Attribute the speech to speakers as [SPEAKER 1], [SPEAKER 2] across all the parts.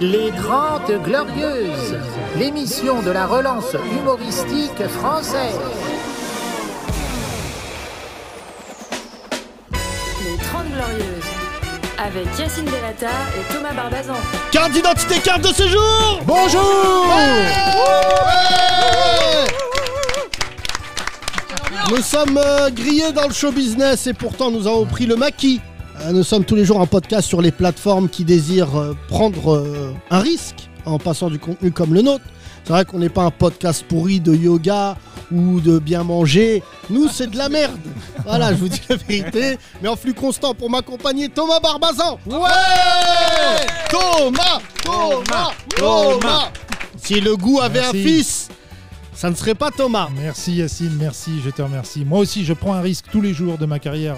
[SPEAKER 1] Les Grandes Glorieuses, l'émission de la relance humoristique française.
[SPEAKER 2] Les 30 Glorieuses, avec Yacine Delata et Thomas Barbazan.
[SPEAKER 3] Carte d'identité, carte de séjour
[SPEAKER 1] Bonjour
[SPEAKER 3] Nous sommes euh, grillés dans le show business et pourtant nous avons pris le maquis. Euh, nous sommes tous les jours en podcast sur les plateformes qui désirent euh, prendre euh, un risque en passant du contenu comme le nôtre. C'est vrai qu'on n'est pas un podcast pourri de yoga ou de bien manger. Nous, c'est de la merde. Voilà, je vous dis la vérité. Mais en flux constant pour m'accompagner, Thomas Barbazan. Ouais Thomas Thomas Thomas Si le goût avait un
[SPEAKER 4] Merci.
[SPEAKER 3] fils, ça ne serait pas Thomas.
[SPEAKER 4] Merci Yacine, merci, je te remercie. Moi aussi, je prends un risque tous les jours de ma carrière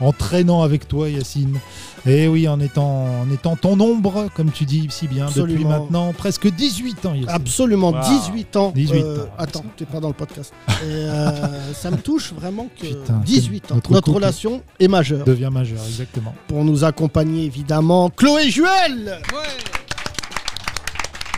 [SPEAKER 4] en, en traînant avec toi, Yacine. Et oui, en étant, en étant ton ombre, comme tu dis si bien, depuis
[SPEAKER 3] Absolument.
[SPEAKER 4] maintenant presque 18 ans, Yacine.
[SPEAKER 3] Absolument,
[SPEAKER 4] Wow.
[SPEAKER 3] 18 ans.
[SPEAKER 4] 18
[SPEAKER 3] Euh,
[SPEAKER 4] ans.
[SPEAKER 3] attends, t'es pas dans le podcast. Et, euh, ça me touche vraiment que
[SPEAKER 4] Putain,
[SPEAKER 3] 18 ans.
[SPEAKER 4] notre
[SPEAKER 3] Notre,
[SPEAKER 4] couple.
[SPEAKER 3] relation est majeure.
[SPEAKER 4] Devient majeur, exactement.
[SPEAKER 3] Pour nous accompagner, évidemment, Chloé Juel
[SPEAKER 5] Ouais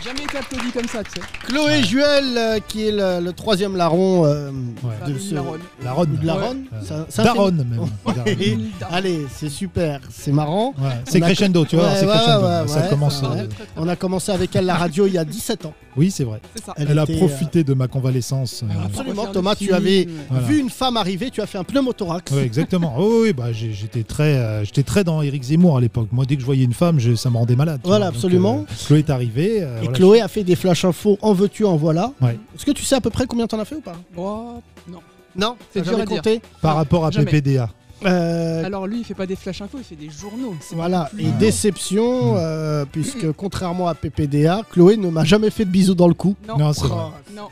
[SPEAKER 5] Jamais été applaudi comme ça, tu sais.
[SPEAKER 3] Chloé Juel, euh, qui est le, le troisième larron euh,
[SPEAKER 4] Ouais.
[SPEAKER 3] de
[SPEAKER 5] Famille
[SPEAKER 3] ce...
[SPEAKER 5] Laronne.
[SPEAKER 4] La Ronne.
[SPEAKER 3] ou de la Ronne.
[SPEAKER 4] Ouais.
[SPEAKER 3] Ça- ça-
[SPEAKER 4] Daronne, même. Daronne.
[SPEAKER 3] Et- Allez, c'est super, c'est marrant.
[SPEAKER 4] Ouais, C'est
[SPEAKER 3] On a-
[SPEAKER 4] crescendo, tu vois,
[SPEAKER 3] Ouais,
[SPEAKER 4] c'est
[SPEAKER 3] ouais,
[SPEAKER 4] crescendo.
[SPEAKER 3] ouais,
[SPEAKER 4] ça
[SPEAKER 3] ouais,
[SPEAKER 4] commence.
[SPEAKER 3] ouais.
[SPEAKER 4] euh,
[SPEAKER 3] On a commencé avec elle la radio il y a 17 ans.
[SPEAKER 4] Oui, c'est vrai.
[SPEAKER 5] C'est ça.
[SPEAKER 3] Elle
[SPEAKER 4] Elle, a
[SPEAKER 3] était, euh,
[SPEAKER 4] profité de ma convalescence. euh,
[SPEAKER 3] Absolument,
[SPEAKER 5] Refaire des
[SPEAKER 3] Thomas, tu
[SPEAKER 5] films.
[SPEAKER 3] avais
[SPEAKER 4] Voilà.
[SPEAKER 3] vu une femme arriver, tu as fait un pneumothorax.
[SPEAKER 4] Oui, exactement. Oh, oui, bah, j'ai- j'étais très, euh, j'étais très dans Eric Zemmour à l'époque. Moi, dès que je voyais une femme, je- ça me rendait malade. tu
[SPEAKER 3] Voilà,
[SPEAKER 4] vois. Donc,
[SPEAKER 3] absolument.
[SPEAKER 4] euh, Chloé est arrivée. euh,
[SPEAKER 3] Et
[SPEAKER 4] voilà,
[SPEAKER 3] Chloé a fait des flash infos en veux-tu, en voilà.
[SPEAKER 4] Ouais.
[SPEAKER 3] Est-ce que tu sais à peu près combien t'en as fait ou pas
[SPEAKER 5] Oh, non.
[SPEAKER 3] Non,
[SPEAKER 5] c'est
[SPEAKER 3] t'as
[SPEAKER 5] dur
[SPEAKER 3] jamais
[SPEAKER 5] à dire.
[SPEAKER 3] compté.
[SPEAKER 4] je- Par rapport à
[SPEAKER 5] jamais.
[SPEAKER 4] PPDA.
[SPEAKER 3] Euh,
[SPEAKER 5] Alors lui, il fait pas des flash infos, il fait des journaux. C'est
[SPEAKER 3] voilà, et
[SPEAKER 4] Ah. Hmm.
[SPEAKER 3] déception, euh, puisque contrairement à PPDA, Chloé ne m'a jamais fait de bisous dans le cou.
[SPEAKER 5] Non,
[SPEAKER 4] Non, c'est vrai.
[SPEAKER 3] Oh.
[SPEAKER 5] non.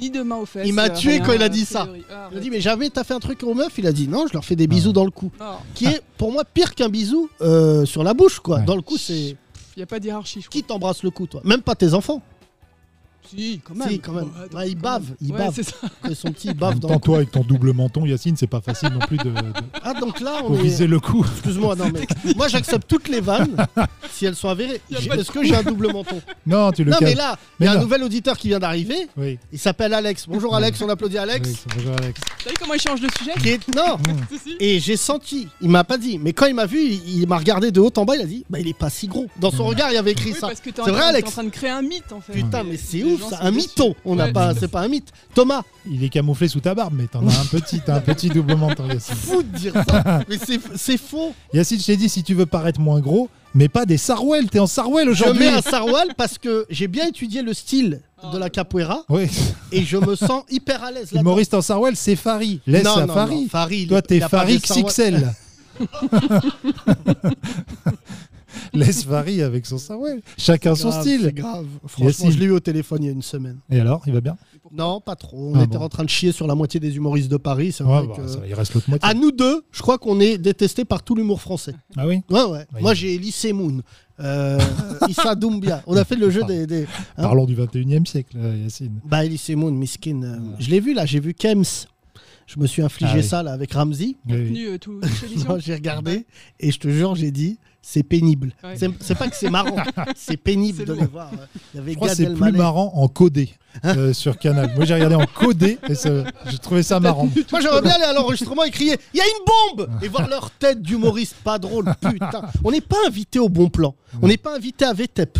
[SPEAKER 5] Ni demain aux fesses.
[SPEAKER 3] Il m'a
[SPEAKER 5] euh,
[SPEAKER 3] tué
[SPEAKER 5] rien,
[SPEAKER 3] quand il a
[SPEAKER 5] euh,
[SPEAKER 3] dit
[SPEAKER 5] c'est
[SPEAKER 3] ça.
[SPEAKER 5] horrible. Ah,
[SPEAKER 3] Il a dit, mais jamais t'as fait un truc aux meufs Il a dit, non, je leur fais des bisous
[SPEAKER 4] Ah.
[SPEAKER 3] dans le cou.
[SPEAKER 5] Non,
[SPEAKER 3] Qui est pour moi pire qu'un bisou euh, sur la bouche, quoi.
[SPEAKER 4] Ouais.
[SPEAKER 3] Dans le cou, c'est.
[SPEAKER 5] il y a pas d'hierarchie, je crois.
[SPEAKER 3] Qui t'embrasse le cou, toi Même pas tes enfants.
[SPEAKER 5] Si, quand même.
[SPEAKER 3] Si, quand même.
[SPEAKER 5] Ouais, attends,
[SPEAKER 3] Ouais, ils
[SPEAKER 5] quand
[SPEAKER 3] bavent,
[SPEAKER 5] même.
[SPEAKER 3] ils
[SPEAKER 5] Ouais,
[SPEAKER 3] bavent.
[SPEAKER 5] c'est ça.
[SPEAKER 3] Que son petit
[SPEAKER 4] En
[SPEAKER 3] bave
[SPEAKER 4] même
[SPEAKER 3] dans le
[SPEAKER 4] temps,
[SPEAKER 3] cou.
[SPEAKER 4] toi, avec ton double menton, Yacine, c'est pas facile non plus de, de-
[SPEAKER 3] Ah, donc là,
[SPEAKER 4] faut
[SPEAKER 3] on est.
[SPEAKER 4] viser le coup.
[SPEAKER 3] Excuse-moi, non, mais. Moi, j'accepte toutes les vannes si elles sont avérées.
[SPEAKER 5] Y a pas de
[SPEAKER 3] Est-ce que j'ai un double menton
[SPEAKER 4] Non, tu le
[SPEAKER 3] Non, mais
[SPEAKER 4] calmes.
[SPEAKER 3] là, il
[SPEAKER 4] Mais
[SPEAKER 3] y a un
[SPEAKER 4] non.
[SPEAKER 3] nouvel auditeur qui vient d'arriver.
[SPEAKER 4] Oui.
[SPEAKER 3] Il s'appelle Alex. Bonjour Alex, on applaudit Alex.
[SPEAKER 4] Oui, bonjour, Alex.
[SPEAKER 5] T'as vu comment il change de sujet
[SPEAKER 3] Qui est... Non
[SPEAKER 5] Si, si.
[SPEAKER 3] Et j'ai senti, il m'a pas dit, mais quand il m'a vu, il, il m'a regardé de haut en bas, il a dit Bah, il est pas si gros. Dans son
[SPEAKER 4] Mm.
[SPEAKER 3] regard, il y avait écrit
[SPEAKER 5] Oui,
[SPEAKER 3] ça.
[SPEAKER 5] parce que t'es en,
[SPEAKER 3] C'est vrai,
[SPEAKER 5] train- t'es
[SPEAKER 3] Alex
[SPEAKER 5] en train de créer un mythe, en fait.
[SPEAKER 3] Putain, mais
[SPEAKER 5] Les-
[SPEAKER 3] c'est
[SPEAKER 5] les
[SPEAKER 3] ouf
[SPEAKER 5] gens
[SPEAKER 3] ça,
[SPEAKER 5] sont
[SPEAKER 3] un
[SPEAKER 5] déçus.
[SPEAKER 3] mytho. On n'a
[SPEAKER 5] Ouais,
[SPEAKER 3] pas,
[SPEAKER 5] c'est
[SPEAKER 3] c'est pas un mythe. Thomas,
[SPEAKER 4] Il est camouflé sous ta barbe, mais t'en as un petit, t'as un petit double menton, Yacine.
[SPEAKER 3] fou de dire ça, mais c'est- c'est faux.
[SPEAKER 4] Yacine, je t'ai dit, si tu veux paraître moins gros, mais pas des sarouels. T'es en sarouel
[SPEAKER 3] Je
[SPEAKER 4] aujourd'hui.
[SPEAKER 3] mets un sarwal parce que j'ai bien étudié le style
[SPEAKER 5] Ah,
[SPEAKER 3] de la capoeira
[SPEAKER 4] Oui.
[SPEAKER 3] et je me sens hyper à l'aise là.
[SPEAKER 4] Humoriste en sarouel, c'est Fari. Laisse
[SPEAKER 3] non,
[SPEAKER 4] à
[SPEAKER 3] non,
[SPEAKER 4] Fari.
[SPEAKER 3] non, Fari, Oh, il-
[SPEAKER 4] Toi,
[SPEAKER 3] il
[SPEAKER 4] t'es
[SPEAKER 3] y a pas de
[SPEAKER 4] Farid
[SPEAKER 3] sarwal.
[SPEAKER 4] Sixel. Laisse Farid avec son sarouel. Chacun son
[SPEAKER 3] Grave, C'est
[SPEAKER 4] style.
[SPEAKER 3] grave. Franchement,
[SPEAKER 4] Yacine.
[SPEAKER 3] je l'ai eu au téléphone il y a une semaine.
[SPEAKER 4] Et alors, il va bien
[SPEAKER 3] Non, pas trop. On
[SPEAKER 4] Ah
[SPEAKER 3] était
[SPEAKER 4] bon.
[SPEAKER 3] en train de chier sur la moitié des humoristes de Paris. C'est
[SPEAKER 4] Ouais,
[SPEAKER 3] vrai
[SPEAKER 4] bah,
[SPEAKER 3] que-
[SPEAKER 4] ça, Il reste l'autre moitié.
[SPEAKER 3] À nous deux, je crois qu'on est détesté par tout l'humour français.
[SPEAKER 4] Ah oui
[SPEAKER 3] Ouais, ouais.
[SPEAKER 4] Oui.
[SPEAKER 3] Moi, j'ai Elise Moon, euh, Issa Doumbia. On a fait le jeu des. des- Hein
[SPEAKER 4] Ah. Parlons du 21e siècle, euh, Yacine.
[SPEAKER 3] Bah, Elise Moon, Miskin. euh, Je l'ai vu là, j'ai vu Kems. Je me suis infligé
[SPEAKER 4] Ah oui.
[SPEAKER 3] ça là avec Ramsey.
[SPEAKER 4] Oui, oui.
[SPEAKER 5] Tenu, euh, tout- toute l'émission.
[SPEAKER 3] Non, J'ai regardé et je te jure, j'ai dit. C'est pénible.
[SPEAKER 5] Ouais.
[SPEAKER 3] C'est c'est pas que c'est marrant, c'est pénible
[SPEAKER 5] C'est
[SPEAKER 3] de
[SPEAKER 5] lourd.
[SPEAKER 3] les voir. euh. Il y avait
[SPEAKER 4] Je crois que
[SPEAKER 3] Gad
[SPEAKER 4] c'est plus
[SPEAKER 3] Elmaleh. Ah.
[SPEAKER 4] marrant en codé euh, sur Canal. Moi, j'ai regardé en codé et ça- j'ai trouvé ça marrant.
[SPEAKER 3] Moi, j'aimerais bien aller à l'enregistrement et crier Il y a une bombe Et voir leur tête d'humoriste pas drôle, putain. On n'est pas invité au bon plan. On n'est pas invité à VTEP.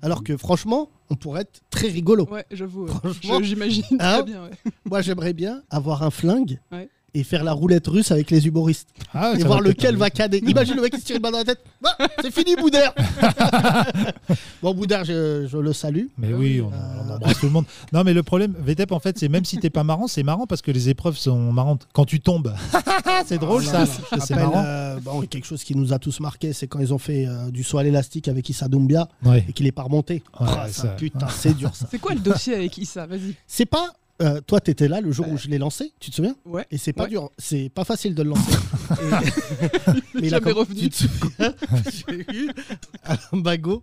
[SPEAKER 3] Alors que franchement, on pourrait être très rigolo.
[SPEAKER 5] Ouais, j'avoue. ouais.
[SPEAKER 3] Franchement.
[SPEAKER 5] Je- J'imagine
[SPEAKER 3] Hein Ah,
[SPEAKER 5] très bien, ouais.
[SPEAKER 3] Moi, j'aimerais bien avoir un flingue
[SPEAKER 5] Ouais.
[SPEAKER 3] et faire la roulette russe avec les humoristes.
[SPEAKER 4] Ah,
[SPEAKER 3] et
[SPEAKER 4] ça
[SPEAKER 3] voir
[SPEAKER 4] va peut-être
[SPEAKER 3] lequel
[SPEAKER 4] arriver.
[SPEAKER 3] va cader. Imagine le mec qui se tire une balle dans la tête. Bah, c'est fini, Boudère Bon, Boudère, je, je le salue. Euh,
[SPEAKER 4] Mais oui, on, on embrasse tout le monde. Non, mais le problème, VTEP, en fait, c'est même si t'es pas marrant, c'est marrant parce que les épreuves sont marrantes. Quand tu tombes, c'est drôle
[SPEAKER 3] Voilà,
[SPEAKER 5] Ah,
[SPEAKER 4] ça.
[SPEAKER 3] je
[SPEAKER 4] C'est
[SPEAKER 3] rappelle,
[SPEAKER 4] marrant.
[SPEAKER 3] euh, bon, quelque chose qui nous a tous marqué, c'est quand ils ont fait euh, du saut à l'élastique avec Issa Doumbia
[SPEAKER 4] Ouais.
[SPEAKER 3] et qu'il est pas remonté.
[SPEAKER 4] Ouais,
[SPEAKER 3] Ah, ça,
[SPEAKER 4] ça.
[SPEAKER 3] putain, c'est dur ça.
[SPEAKER 5] C'est quoi le dossier avec Issa Vas-y.
[SPEAKER 3] C'est pas. euh, toi, t'étais là le jour où je l'ai lancé, tu te souviens
[SPEAKER 5] Ouais.
[SPEAKER 3] Et c'est pas
[SPEAKER 5] Ouais.
[SPEAKER 3] dur, c'est pas facile de le lancer. Et-
[SPEAKER 5] Il est jamais
[SPEAKER 3] comm-
[SPEAKER 5] revenu.
[SPEAKER 3] tu te souviens J'ai eu un bagot,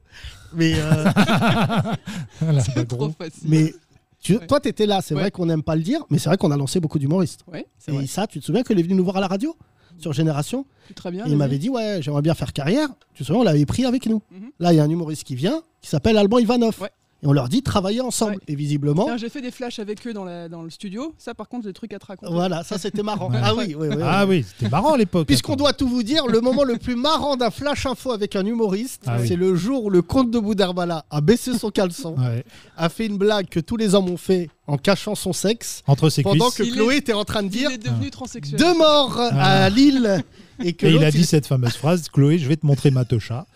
[SPEAKER 3] mais euh,
[SPEAKER 4] Voilà, bah,
[SPEAKER 5] C'est trop
[SPEAKER 4] gros.
[SPEAKER 5] facile.
[SPEAKER 3] mais tu,
[SPEAKER 5] Ouais.
[SPEAKER 3] toi t'étais là. C'est
[SPEAKER 5] Ouais.
[SPEAKER 3] vrai qu'on n'aime pas le dire, mais c'est vrai qu'on a lancé beaucoup d'humoristes.
[SPEAKER 5] Ouais, c'est vrai.
[SPEAKER 3] Et ça, tu te souviens qu'il est venu nous voir à la radio sur Génération
[SPEAKER 5] Plus Très bien.
[SPEAKER 3] Et il
[SPEAKER 5] vas-y.
[SPEAKER 3] m'avait dit ouais j'aimerais bien faire carrière tu te souviens on l'avait pris avec nous
[SPEAKER 5] Mhm.
[SPEAKER 3] là il y a un humoriste qui vient qui s'appelle Alban Ivanov.
[SPEAKER 5] Ouais.
[SPEAKER 3] Et on leur dit travailler ensemble.
[SPEAKER 5] Ouais.
[SPEAKER 3] Et visiblement,
[SPEAKER 5] Tiens, J'ai fait des flashs avec eux dans, la- dans le studio. Ça, par contre, des trucs à te raconter.
[SPEAKER 3] voilà, ça c'était marrant.
[SPEAKER 4] Ouais.
[SPEAKER 3] Ah oui, oui, oui.
[SPEAKER 4] Ah oui, c'était marrant à l'époque.
[SPEAKER 3] Puisqu'on doit tout vous dire, le moment le plus marrant d'un flash info avec un humoriste,
[SPEAKER 4] Ah oui.
[SPEAKER 3] c'est le jour où le comte de Boudarbala a baissé son caleçon,
[SPEAKER 4] Ouais.
[SPEAKER 3] a fait une blague que tous les hommes ont fait en cachant son sexe,
[SPEAKER 4] Entre ses
[SPEAKER 3] pendant
[SPEAKER 4] cuisses.
[SPEAKER 3] que
[SPEAKER 5] Il est-
[SPEAKER 3] Chloé était en train de dire
[SPEAKER 5] Il est devenu transsexuel.
[SPEAKER 3] deux morts Euh, à Lille et que
[SPEAKER 4] Ah. Et il a
[SPEAKER 3] l'autre,
[SPEAKER 4] dit cette fameuse phrase Chloé, je vais te montrer ma tocha.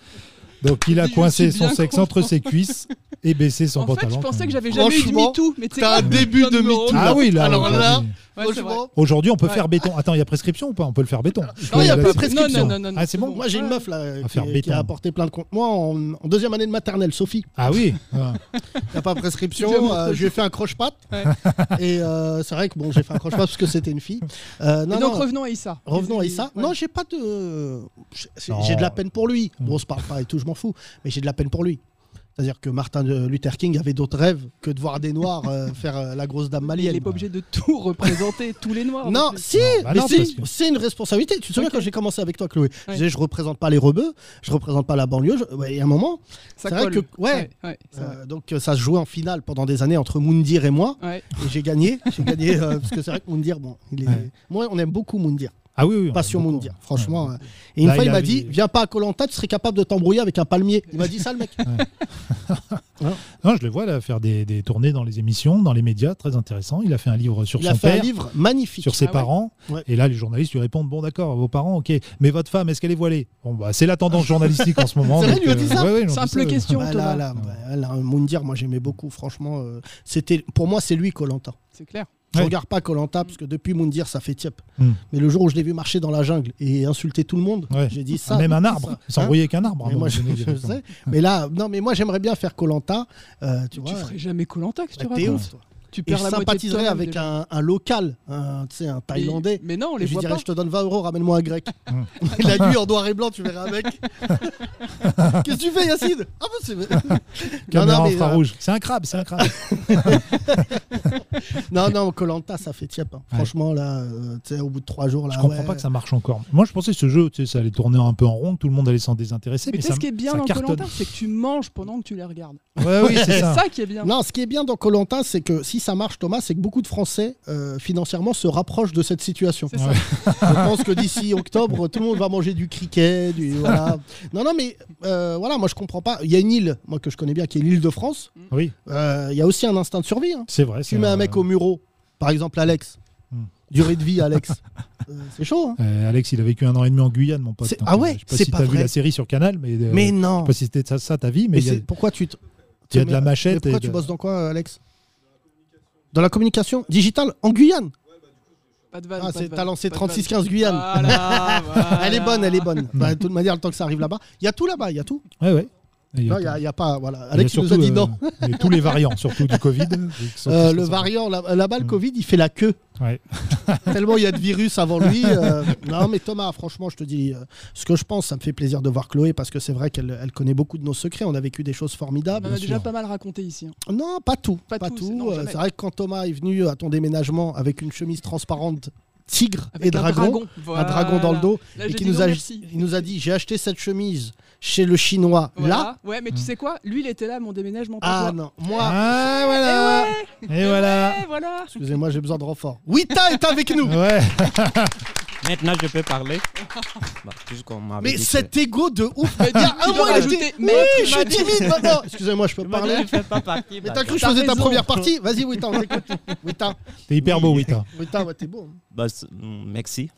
[SPEAKER 4] Donc il a
[SPEAKER 5] Je
[SPEAKER 4] coincé
[SPEAKER 5] suis
[SPEAKER 4] son
[SPEAKER 5] bien
[SPEAKER 4] sexe
[SPEAKER 5] content.
[SPEAKER 4] entre ses cuisses et baissé son
[SPEAKER 5] en fait,
[SPEAKER 4] pantalon.
[SPEAKER 5] je pensais que j'avais
[SPEAKER 3] Franchement,
[SPEAKER 5] jamais eu de MeToo, mais
[SPEAKER 3] t'as un début de Me Too.
[SPEAKER 4] Ah oui, là.
[SPEAKER 3] Alors là,
[SPEAKER 4] aujourd'hui-
[SPEAKER 5] Ouais, c'est vrai.
[SPEAKER 3] franchement,
[SPEAKER 4] Aujourd'hui, on peut
[SPEAKER 5] Ouais.
[SPEAKER 4] faire béton. Attends, il y a prescription ou pas On peut le faire béton.
[SPEAKER 3] il y a
[SPEAKER 4] Là,
[SPEAKER 3] pas
[SPEAKER 4] c'est-
[SPEAKER 3] prescription.
[SPEAKER 5] Non, non, non, non,
[SPEAKER 4] Ah, c'est
[SPEAKER 5] non,
[SPEAKER 4] bon
[SPEAKER 5] c'est
[SPEAKER 3] moi j'ai une
[SPEAKER 5] Ouais.
[SPEAKER 3] meuf là
[SPEAKER 4] faire
[SPEAKER 3] qui, qui
[SPEAKER 4] béton.
[SPEAKER 3] a apporté plein de comptes. Moi en, en deuxième année de maternelle, Sophie,
[SPEAKER 4] Ah oui Ah.
[SPEAKER 3] il a pas prescription,
[SPEAKER 5] Je vais montrer.
[SPEAKER 3] euh, je lui ai fait un croche-patte.
[SPEAKER 5] Ouais.
[SPEAKER 3] Et euh, c'est vrai que bon, j'ai fait un croche-patte parce que c'était une fille. Euh, non,
[SPEAKER 5] Et donc
[SPEAKER 3] non,
[SPEAKER 5] revenons à Issa.
[SPEAKER 3] Revenons à Issa.
[SPEAKER 5] Ouais.
[SPEAKER 3] Non, j'ai pas de. j'ai- c'est-
[SPEAKER 4] Non.
[SPEAKER 3] J'ai de la peine pour lui.
[SPEAKER 4] Mm.
[SPEAKER 3] Bon, on se parle pas et tout, je m'en fous. Mais j'ai de la peine pour lui. C'est-à-dire que Martin euh, Luther King avait d'autres rêves que de voir des Noirs euh, faire euh, la grosse dame
[SPEAKER 5] il n'est
[SPEAKER 3] malienne.
[SPEAKER 5] pas obligé de tout représenter, tous les noirs.
[SPEAKER 3] Non,
[SPEAKER 5] non plus.
[SPEAKER 3] si,
[SPEAKER 4] Non, bah
[SPEAKER 3] mais
[SPEAKER 4] non,
[SPEAKER 3] si,
[SPEAKER 4] parce que-
[SPEAKER 3] c'est une responsabilité. Tu te souviens
[SPEAKER 5] Ok.
[SPEAKER 3] quand j'ai commencé avec toi, Chloé Je
[SPEAKER 5] Ouais.
[SPEAKER 3] disais, je représente pas les rebeux, je représente pas la banlieue. je- ouais, Il y a un moment,
[SPEAKER 5] ça
[SPEAKER 3] c'est vrai
[SPEAKER 5] colle.
[SPEAKER 3] que- ouais.
[SPEAKER 5] ouais, c'est vrai.
[SPEAKER 3] euh, donc euh, ça se jouait en finale pendant des années entre Moundir et moi.
[SPEAKER 5] Ouais.
[SPEAKER 3] Et j'ai gagné, j'ai gagné euh, parce que c'est vrai que Moundir, bon, il est...
[SPEAKER 4] Ouais.
[SPEAKER 3] moi on aime beaucoup Moundir.
[SPEAKER 4] Ah oui, oui, on a
[SPEAKER 3] Passion
[SPEAKER 4] beaucoup.
[SPEAKER 3] mondiale, franchement. euh. Et une
[SPEAKER 4] Là,
[SPEAKER 3] fois,
[SPEAKER 4] il
[SPEAKER 3] il,
[SPEAKER 4] a
[SPEAKER 3] m'a
[SPEAKER 4] vu-
[SPEAKER 3] dit Viens pas à Colanta, tu serais capable de t'embrouiller avec un palmier. Il m'a dit ça, le mec.
[SPEAKER 4] Non, je le vois là, faire des, des tournées dans les émissions, dans les médias, très intéressant. Il a fait un livre sur
[SPEAKER 3] Il
[SPEAKER 4] son
[SPEAKER 3] a fait
[SPEAKER 4] père,
[SPEAKER 3] un livre magnifique.
[SPEAKER 4] sur ses
[SPEAKER 5] Ah ouais.
[SPEAKER 4] parents.
[SPEAKER 3] Ouais.
[SPEAKER 4] Et là, les journalistes lui répondent Bon, d'accord, vos parents, ok, mais votre femme, est-ce qu'elle est voilée Bon, bah, c'est la tendance journalistique en ce moment.
[SPEAKER 3] C'est vrai,
[SPEAKER 4] donc, euh,
[SPEAKER 3] il lui a dit ça
[SPEAKER 4] ouais, ouais, ils l'ont dit
[SPEAKER 5] Simple
[SPEAKER 4] ça.
[SPEAKER 5] question,
[SPEAKER 3] Bah,
[SPEAKER 5] Thomas.
[SPEAKER 3] là, là, bah, là, Moundir, moi j'aimais beaucoup, franchement. euh, c'était Pour moi, c'est lui, Colanta.
[SPEAKER 5] C'est clair.
[SPEAKER 3] Je
[SPEAKER 4] Ouais.
[SPEAKER 3] regarde pas Colanta parce que depuis Moundir, ça fait tiep.
[SPEAKER 4] Hmm.
[SPEAKER 3] Mais le jour où je l'ai vu marcher dans la jungle et insulter tout le monde,
[SPEAKER 4] Ouais. Ah,
[SPEAKER 3] j'ai dit ça.
[SPEAKER 4] Même un
[SPEAKER 3] ça.
[SPEAKER 4] arbre,
[SPEAKER 3] Hein
[SPEAKER 4] s'embrouiller avec un arbre. à un
[SPEAKER 3] Mais moi,
[SPEAKER 4] moment
[SPEAKER 3] je,
[SPEAKER 4] donné,
[SPEAKER 3] je
[SPEAKER 4] directement.
[SPEAKER 3] sais. Mais là, non, mais moi j'aimerais bien faire Colanta. tu
[SPEAKER 5] Tu,
[SPEAKER 3] vois,
[SPEAKER 5] ferais jamais Colanta que tu
[SPEAKER 3] bah,
[SPEAKER 5] racontes.
[SPEAKER 3] t'es ouf, toi.
[SPEAKER 5] Tu
[SPEAKER 3] Et je
[SPEAKER 5] perds la moitié de
[SPEAKER 3] sympathiserais
[SPEAKER 5] toi-même,
[SPEAKER 3] avec
[SPEAKER 5] déjà.
[SPEAKER 3] un, un local, un, tu sais, un
[SPEAKER 5] Mais-
[SPEAKER 3] Thaïlandais.
[SPEAKER 5] Mais non, on
[SPEAKER 3] Et
[SPEAKER 5] les
[SPEAKER 3] je lui
[SPEAKER 5] voit
[SPEAKER 3] dirais,
[SPEAKER 5] pas.
[SPEAKER 3] je te donne 20 euros, ramène-moi un grec.
[SPEAKER 4] Hum.
[SPEAKER 3] la nuit en noir et blanc, tu verras un mec. Qu'est-ce que tu fais, Yacine Ah, bah, c'est. non,
[SPEAKER 4] Caméra
[SPEAKER 3] non, mais, euh,
[SPEAKER 4] infrarouge. C'est un crabe, c'est un crabe.
[SPEAKER 3] non, non, Colanta, ça fait tiep. hein.
[SPEAKER 4] Ouais.
[SPEAKER 3] Franchement, là, euh, tu sais, au bout de trois jours, là.
[SPEAKER 4] Je comprends
[SPEAKER 3] ouais.
[SPEAKER 4] pas que ça marche encore. Moi, je pensais que ce jeu, tu sais, ça allait tourner un peu en rond, tout le monde allait s'en désintéresser.
[SPEAKER 5] Mais tu sais
[SPEAKER 4] ça,
[SPEAKER 5] ce qui est bien
[SPEAKER 4] ça
[SPEAKER 5] dans
[SPEAKER 4] cartonne.
[SPEAKER 5] Colanta, c'est que tu manges pendant que tu les regardes.
[SPEAKER 4] Ouais, oui, c'est
[SPEAKER 5] C'est
[SPEAKER 4] ça.
[SPEAKER 5] ça qui est bien.
[SPEAKER 3] Non, ce qui est bien dans Colanta, c'est que si ça marche, Thomas, c'est que beaucoup de Français, euh, financièrement, se rapprochent de cette situation.
[SPEAKER 5] C'est ça.
[SPEAKER 4] Ouais.
[SPEAKER 3] Je pense que d'ici octobre, tout le monde va manger du cricket, du. Voilà. Non, non, mais euh, voilà, moi, je comprends pas. Il y a une île, moi, que je connais bien, qui est l'île de France.
[SPEAKER 5] Mm.
[SPEAKER 4] Oui,
[SPEAKER 3] Euh, Il y a aussi un instinct de survie. hein.
[SPEAKER 4] c'est vrai. c'est
[SPEAKER 3] Tu mets un
[SPEAKER 4] vrai.
[SPEAKER 3] mec au murau, par exemple Alex.
[SPEAKER 4] Hmm.
[SPEAKER 3] Durée de vie, Alex. Euh, c'est chaud, hein
[SPEAKER 4] Euh, Alex, il a vécu un an et demi en Guyane, mon pote.
[SPEAKER 3] C'est-
[SPEAKER 4] Donc,
[SPEAKER 3] ah
[SPEAKER 4] euh,
[SPEAKER 3] ouais,
[SPEAKER 4] Je sais pas
[SPEAKER 3] c'est
[SPEAKER 4] si
[SPEAKER 3] pas
[SPEAKER 4] t'as vu
[SPEAKER 3] vrai.
[SPEAKER 4] la série sur Canal, mais. euh,
[SPEAKER 3] Mais
[SPEAKER 4] Je
[SPEAKER 3] non
[SPEAKER 4] sais pas si c'était ça, ça ta vie, mais
[SPEAKER 3] Mais
[SPEAKER 4] il y a-
[SPEAKER 3] c'est- pourquoi tu te-
[SPEAKER 4] il y a de
[SPEAKER 3] Mais-
[SPEAKER 4] la machette
[SPEAKER 3] mais Pourquoi
[SPEAKER 4] et de-
[SPEAKER 3] tu bosses dans quoi, euh, Alex Dans la communication digitale en Guyane
[SPEAKER 5] Pas de vanne.
[SPEAKER 3] Ah,
[SPEAKER 5] pas de
[SPEAKER 3] c'est-
[SPEAKER 5] vanne,
[SPEAKER 3] t'as lancé
[SPEAKER 5] pas de vanne.
[SPEAKER 3] 36-15 Guyane.
[SPEAKER 5] Voilà, voilà.
[SPEAKER 3] Elle est bonne, elle est bonne.
[SPEAKER 4] Hmm.
[SPEAKER 3] Bah, de toute manière, le temps que ça arrive là-bas, il y a tout là-bas, il y a tout.
[SPEAKER 4] Ouais, ouais. Et il y a
[SPEAKER 3] Non, Il n'y
[SPEAKER 4] tout.
[SPEAKER 3] a, il y a pas. Voilà.
[SPEAKER 4] Il y a
[SPEAKER 3] Alex il nous a
[SPEAKER 4] surtout,
[SPEAKER 3] dit
[SPEAKER 4] euh,
[SPEAKER 3] non.
[SPEAKER 4] il y a tous les variants, surtout du Covid.
[SPEAKER 3] Euh, le variant, là- là-bas, le
[SPEAKER 4] Hmm.
[SPEAKER 3] Covid, il fait la queue.
[SPEAKER 4] Ouais.
[SPEAKER 3] Tellement il y a de virus avant lui. euh, non, mais Thomas, franchement, je te dis euh, ce que je pense. Ça me fait plaisir de voir Chloé parce que c'est vrai qu'elle elle connaît beaucoup de nos secrets. On a vécu des choses
[SPEAKER 5] On
[SPEAKER 3] formidables.
[SPEAKER 5] en a
[SPEAKER 4] bien
[SPEAKER 5] Bah, déjà
[SPEAKER 4] sûr.
[SPEAKER 5] pas mal raconté ici. hein.
[SPEAKER 3] Non, pas tout. Pas,
[SPEAKER 5] Pas
[SPEAKER 3] tout.
[SPEAKER 5] tout, c'est- non,
[SPEAKER 3] euh,
[SPEAKER 5] jamais.
[SPEAKER 3] C'est vrai que quand Thomas est venu à ton déménagement avec une chemise transparente tigre
[SPEAKER 5] Avec
[SPEAKER 3] et dragon,
[SPEAKER 5] un dragon.
[SPEAKER 3] un dragon dans le dos,
[SPEAKER 5] Là,
[SPEAKER 3] et
[SPEAKER 5] j'ai
[SPEAKER 3] qui
[SPEAKER 5] dit
[SPEAKER 3] nous
[SPEAKER 5] non,
[SPEAKER 3] a,
[SPEAKER 5] merci.
[SPEAKER 3] il nous a dit j'ai acheté cette chemise chez le chinois là. Hmm.
[SPEAKER 5] Voilà. Ouais, mais tu
[SPEAKER 4] Mm.
[SPEAKER 5] sais quoi Lui, il était là à mon déménagement. pas toi.
[SPEAKER 3] Ah non, moi.
[SPEAKER 4] Ah, voilà. Et voilà.
[SPEAKER 5] Eh, voilà.
[SPEAKER 3] Excusez-moi, j'ai besoin de renfort. Wita est avec nous.
[SPEAKER 4] Ouais.
[SPEAKER 6] Maintenant, je peux parler. Bah, puisqu'on
[SPEAKER 4] Ah,
[SPEAKER 3] Mais
[SPEAKER 6] m'avait dit que-
[SPEAKER 3] cet égo de ouf.
[SPEAKER 5] Tu
[SPEAKER 3] Mais il y a un
[SPEAKER 5] dois
[SPEAKER 3] mois, il
[SPEAKER 5] rajouter,
[SPEAKER 3] était-
[SPEAKER 5] mais
[SPEAKER 3] Oui, je
[SPEAKER 5] tu m'as
[SPEAKER 3] suis
[SPEAKER 5] dit-
[SPEAKER 3] timide maintenant. Excusez-moi, je peux
[SPEAKER 6] Tu m'as dit,
[SPEAKER 3] parler.
[SPEAKER 6] je fais pas partie.
[SPEAKER 3] Mais
[SPEAKER 6] bah,
[SPEAKER 3] t'as cru que je
[SPEAKER 5] T'as
[SPEAKER 3] faisais ta
[SPEAKER 5] raison.
[SPEAKER 3] première partie Vas-y, Wita, on t'écoute. Wita,
[SPEAKER 4] T'es hyper beau, oui, toi.
[SPEAKER 3] Wita, ouais, t'es hein. bon.
[SPEAKER 6] bah, c'est- mm, merci.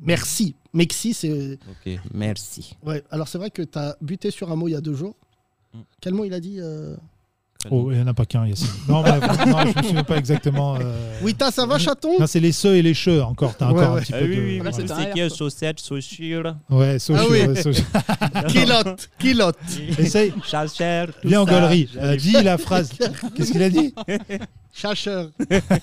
[SPEAKER 3] Merci. Mexi, c'est.
[SPEAKER 6] Ok, merci.
[SPEAKER 3] Ouais, alors c'est vrai que t'as buté sur un mot il y a deux jours.
[SPEAKER 6] Mm.
[SPEAKER 3] Quel mot il a dit euh
[SPEAKER 4] Oh, il n'y en a pas qu'un, Yacine. Non, bref, non, je ne me souviens pas exactement. euh,
[SPEAKER 3] Wita, ça va, chaton
[SPEAKER 4] Non, c'est les ceux et les cheux encore. T'as
[SPEAKER 3] Ouais,
[SPEAKER 4] encore
[SPEAKER 3] ouais.
[SPEAKER 4] un petit
[SPEAKER 6] Ah
[SPEAKER 4] peu
[SPEAKER 6] oui,
[SPEAKER 4] de.
[SPEAKER 6] oui,
[SPEAKER 5] Voilà,
[SPEAKER 6] oui, tout
[SPEAKER 5] c'est un
[SPEAKER 6] ce qui
[SPEAKER 5] air,
[SPEAKER 6] est
[SPEAKER 5] quoi.
[SPEAKER 6] chausses, chaussures,
[SPEAKER 4] Ouais, sauf
[SPEAKER 3] Ah
[SPEAKER 4] que-
[SPEAKER 3] oui.
[SPEAKER 4] ouais, sauf-
[SPEAKER 3] Kilote, kilote.
[SPEAKER 4] Essaye.
[SPEAKER 6] chasseurs, tout
[SPEAKER 4] Viens en
[SPEAKER 6] ça.
[SPEAKER 4] gaulerie.
[SPEAKER 6] J'arrive.
[SPEAKER 4] Euh, dis la phrase. Qu'est-ce qu'il a dit
[SPEAKER 3] Chacheur.
[SPEAKER 5] Qu'est-ce que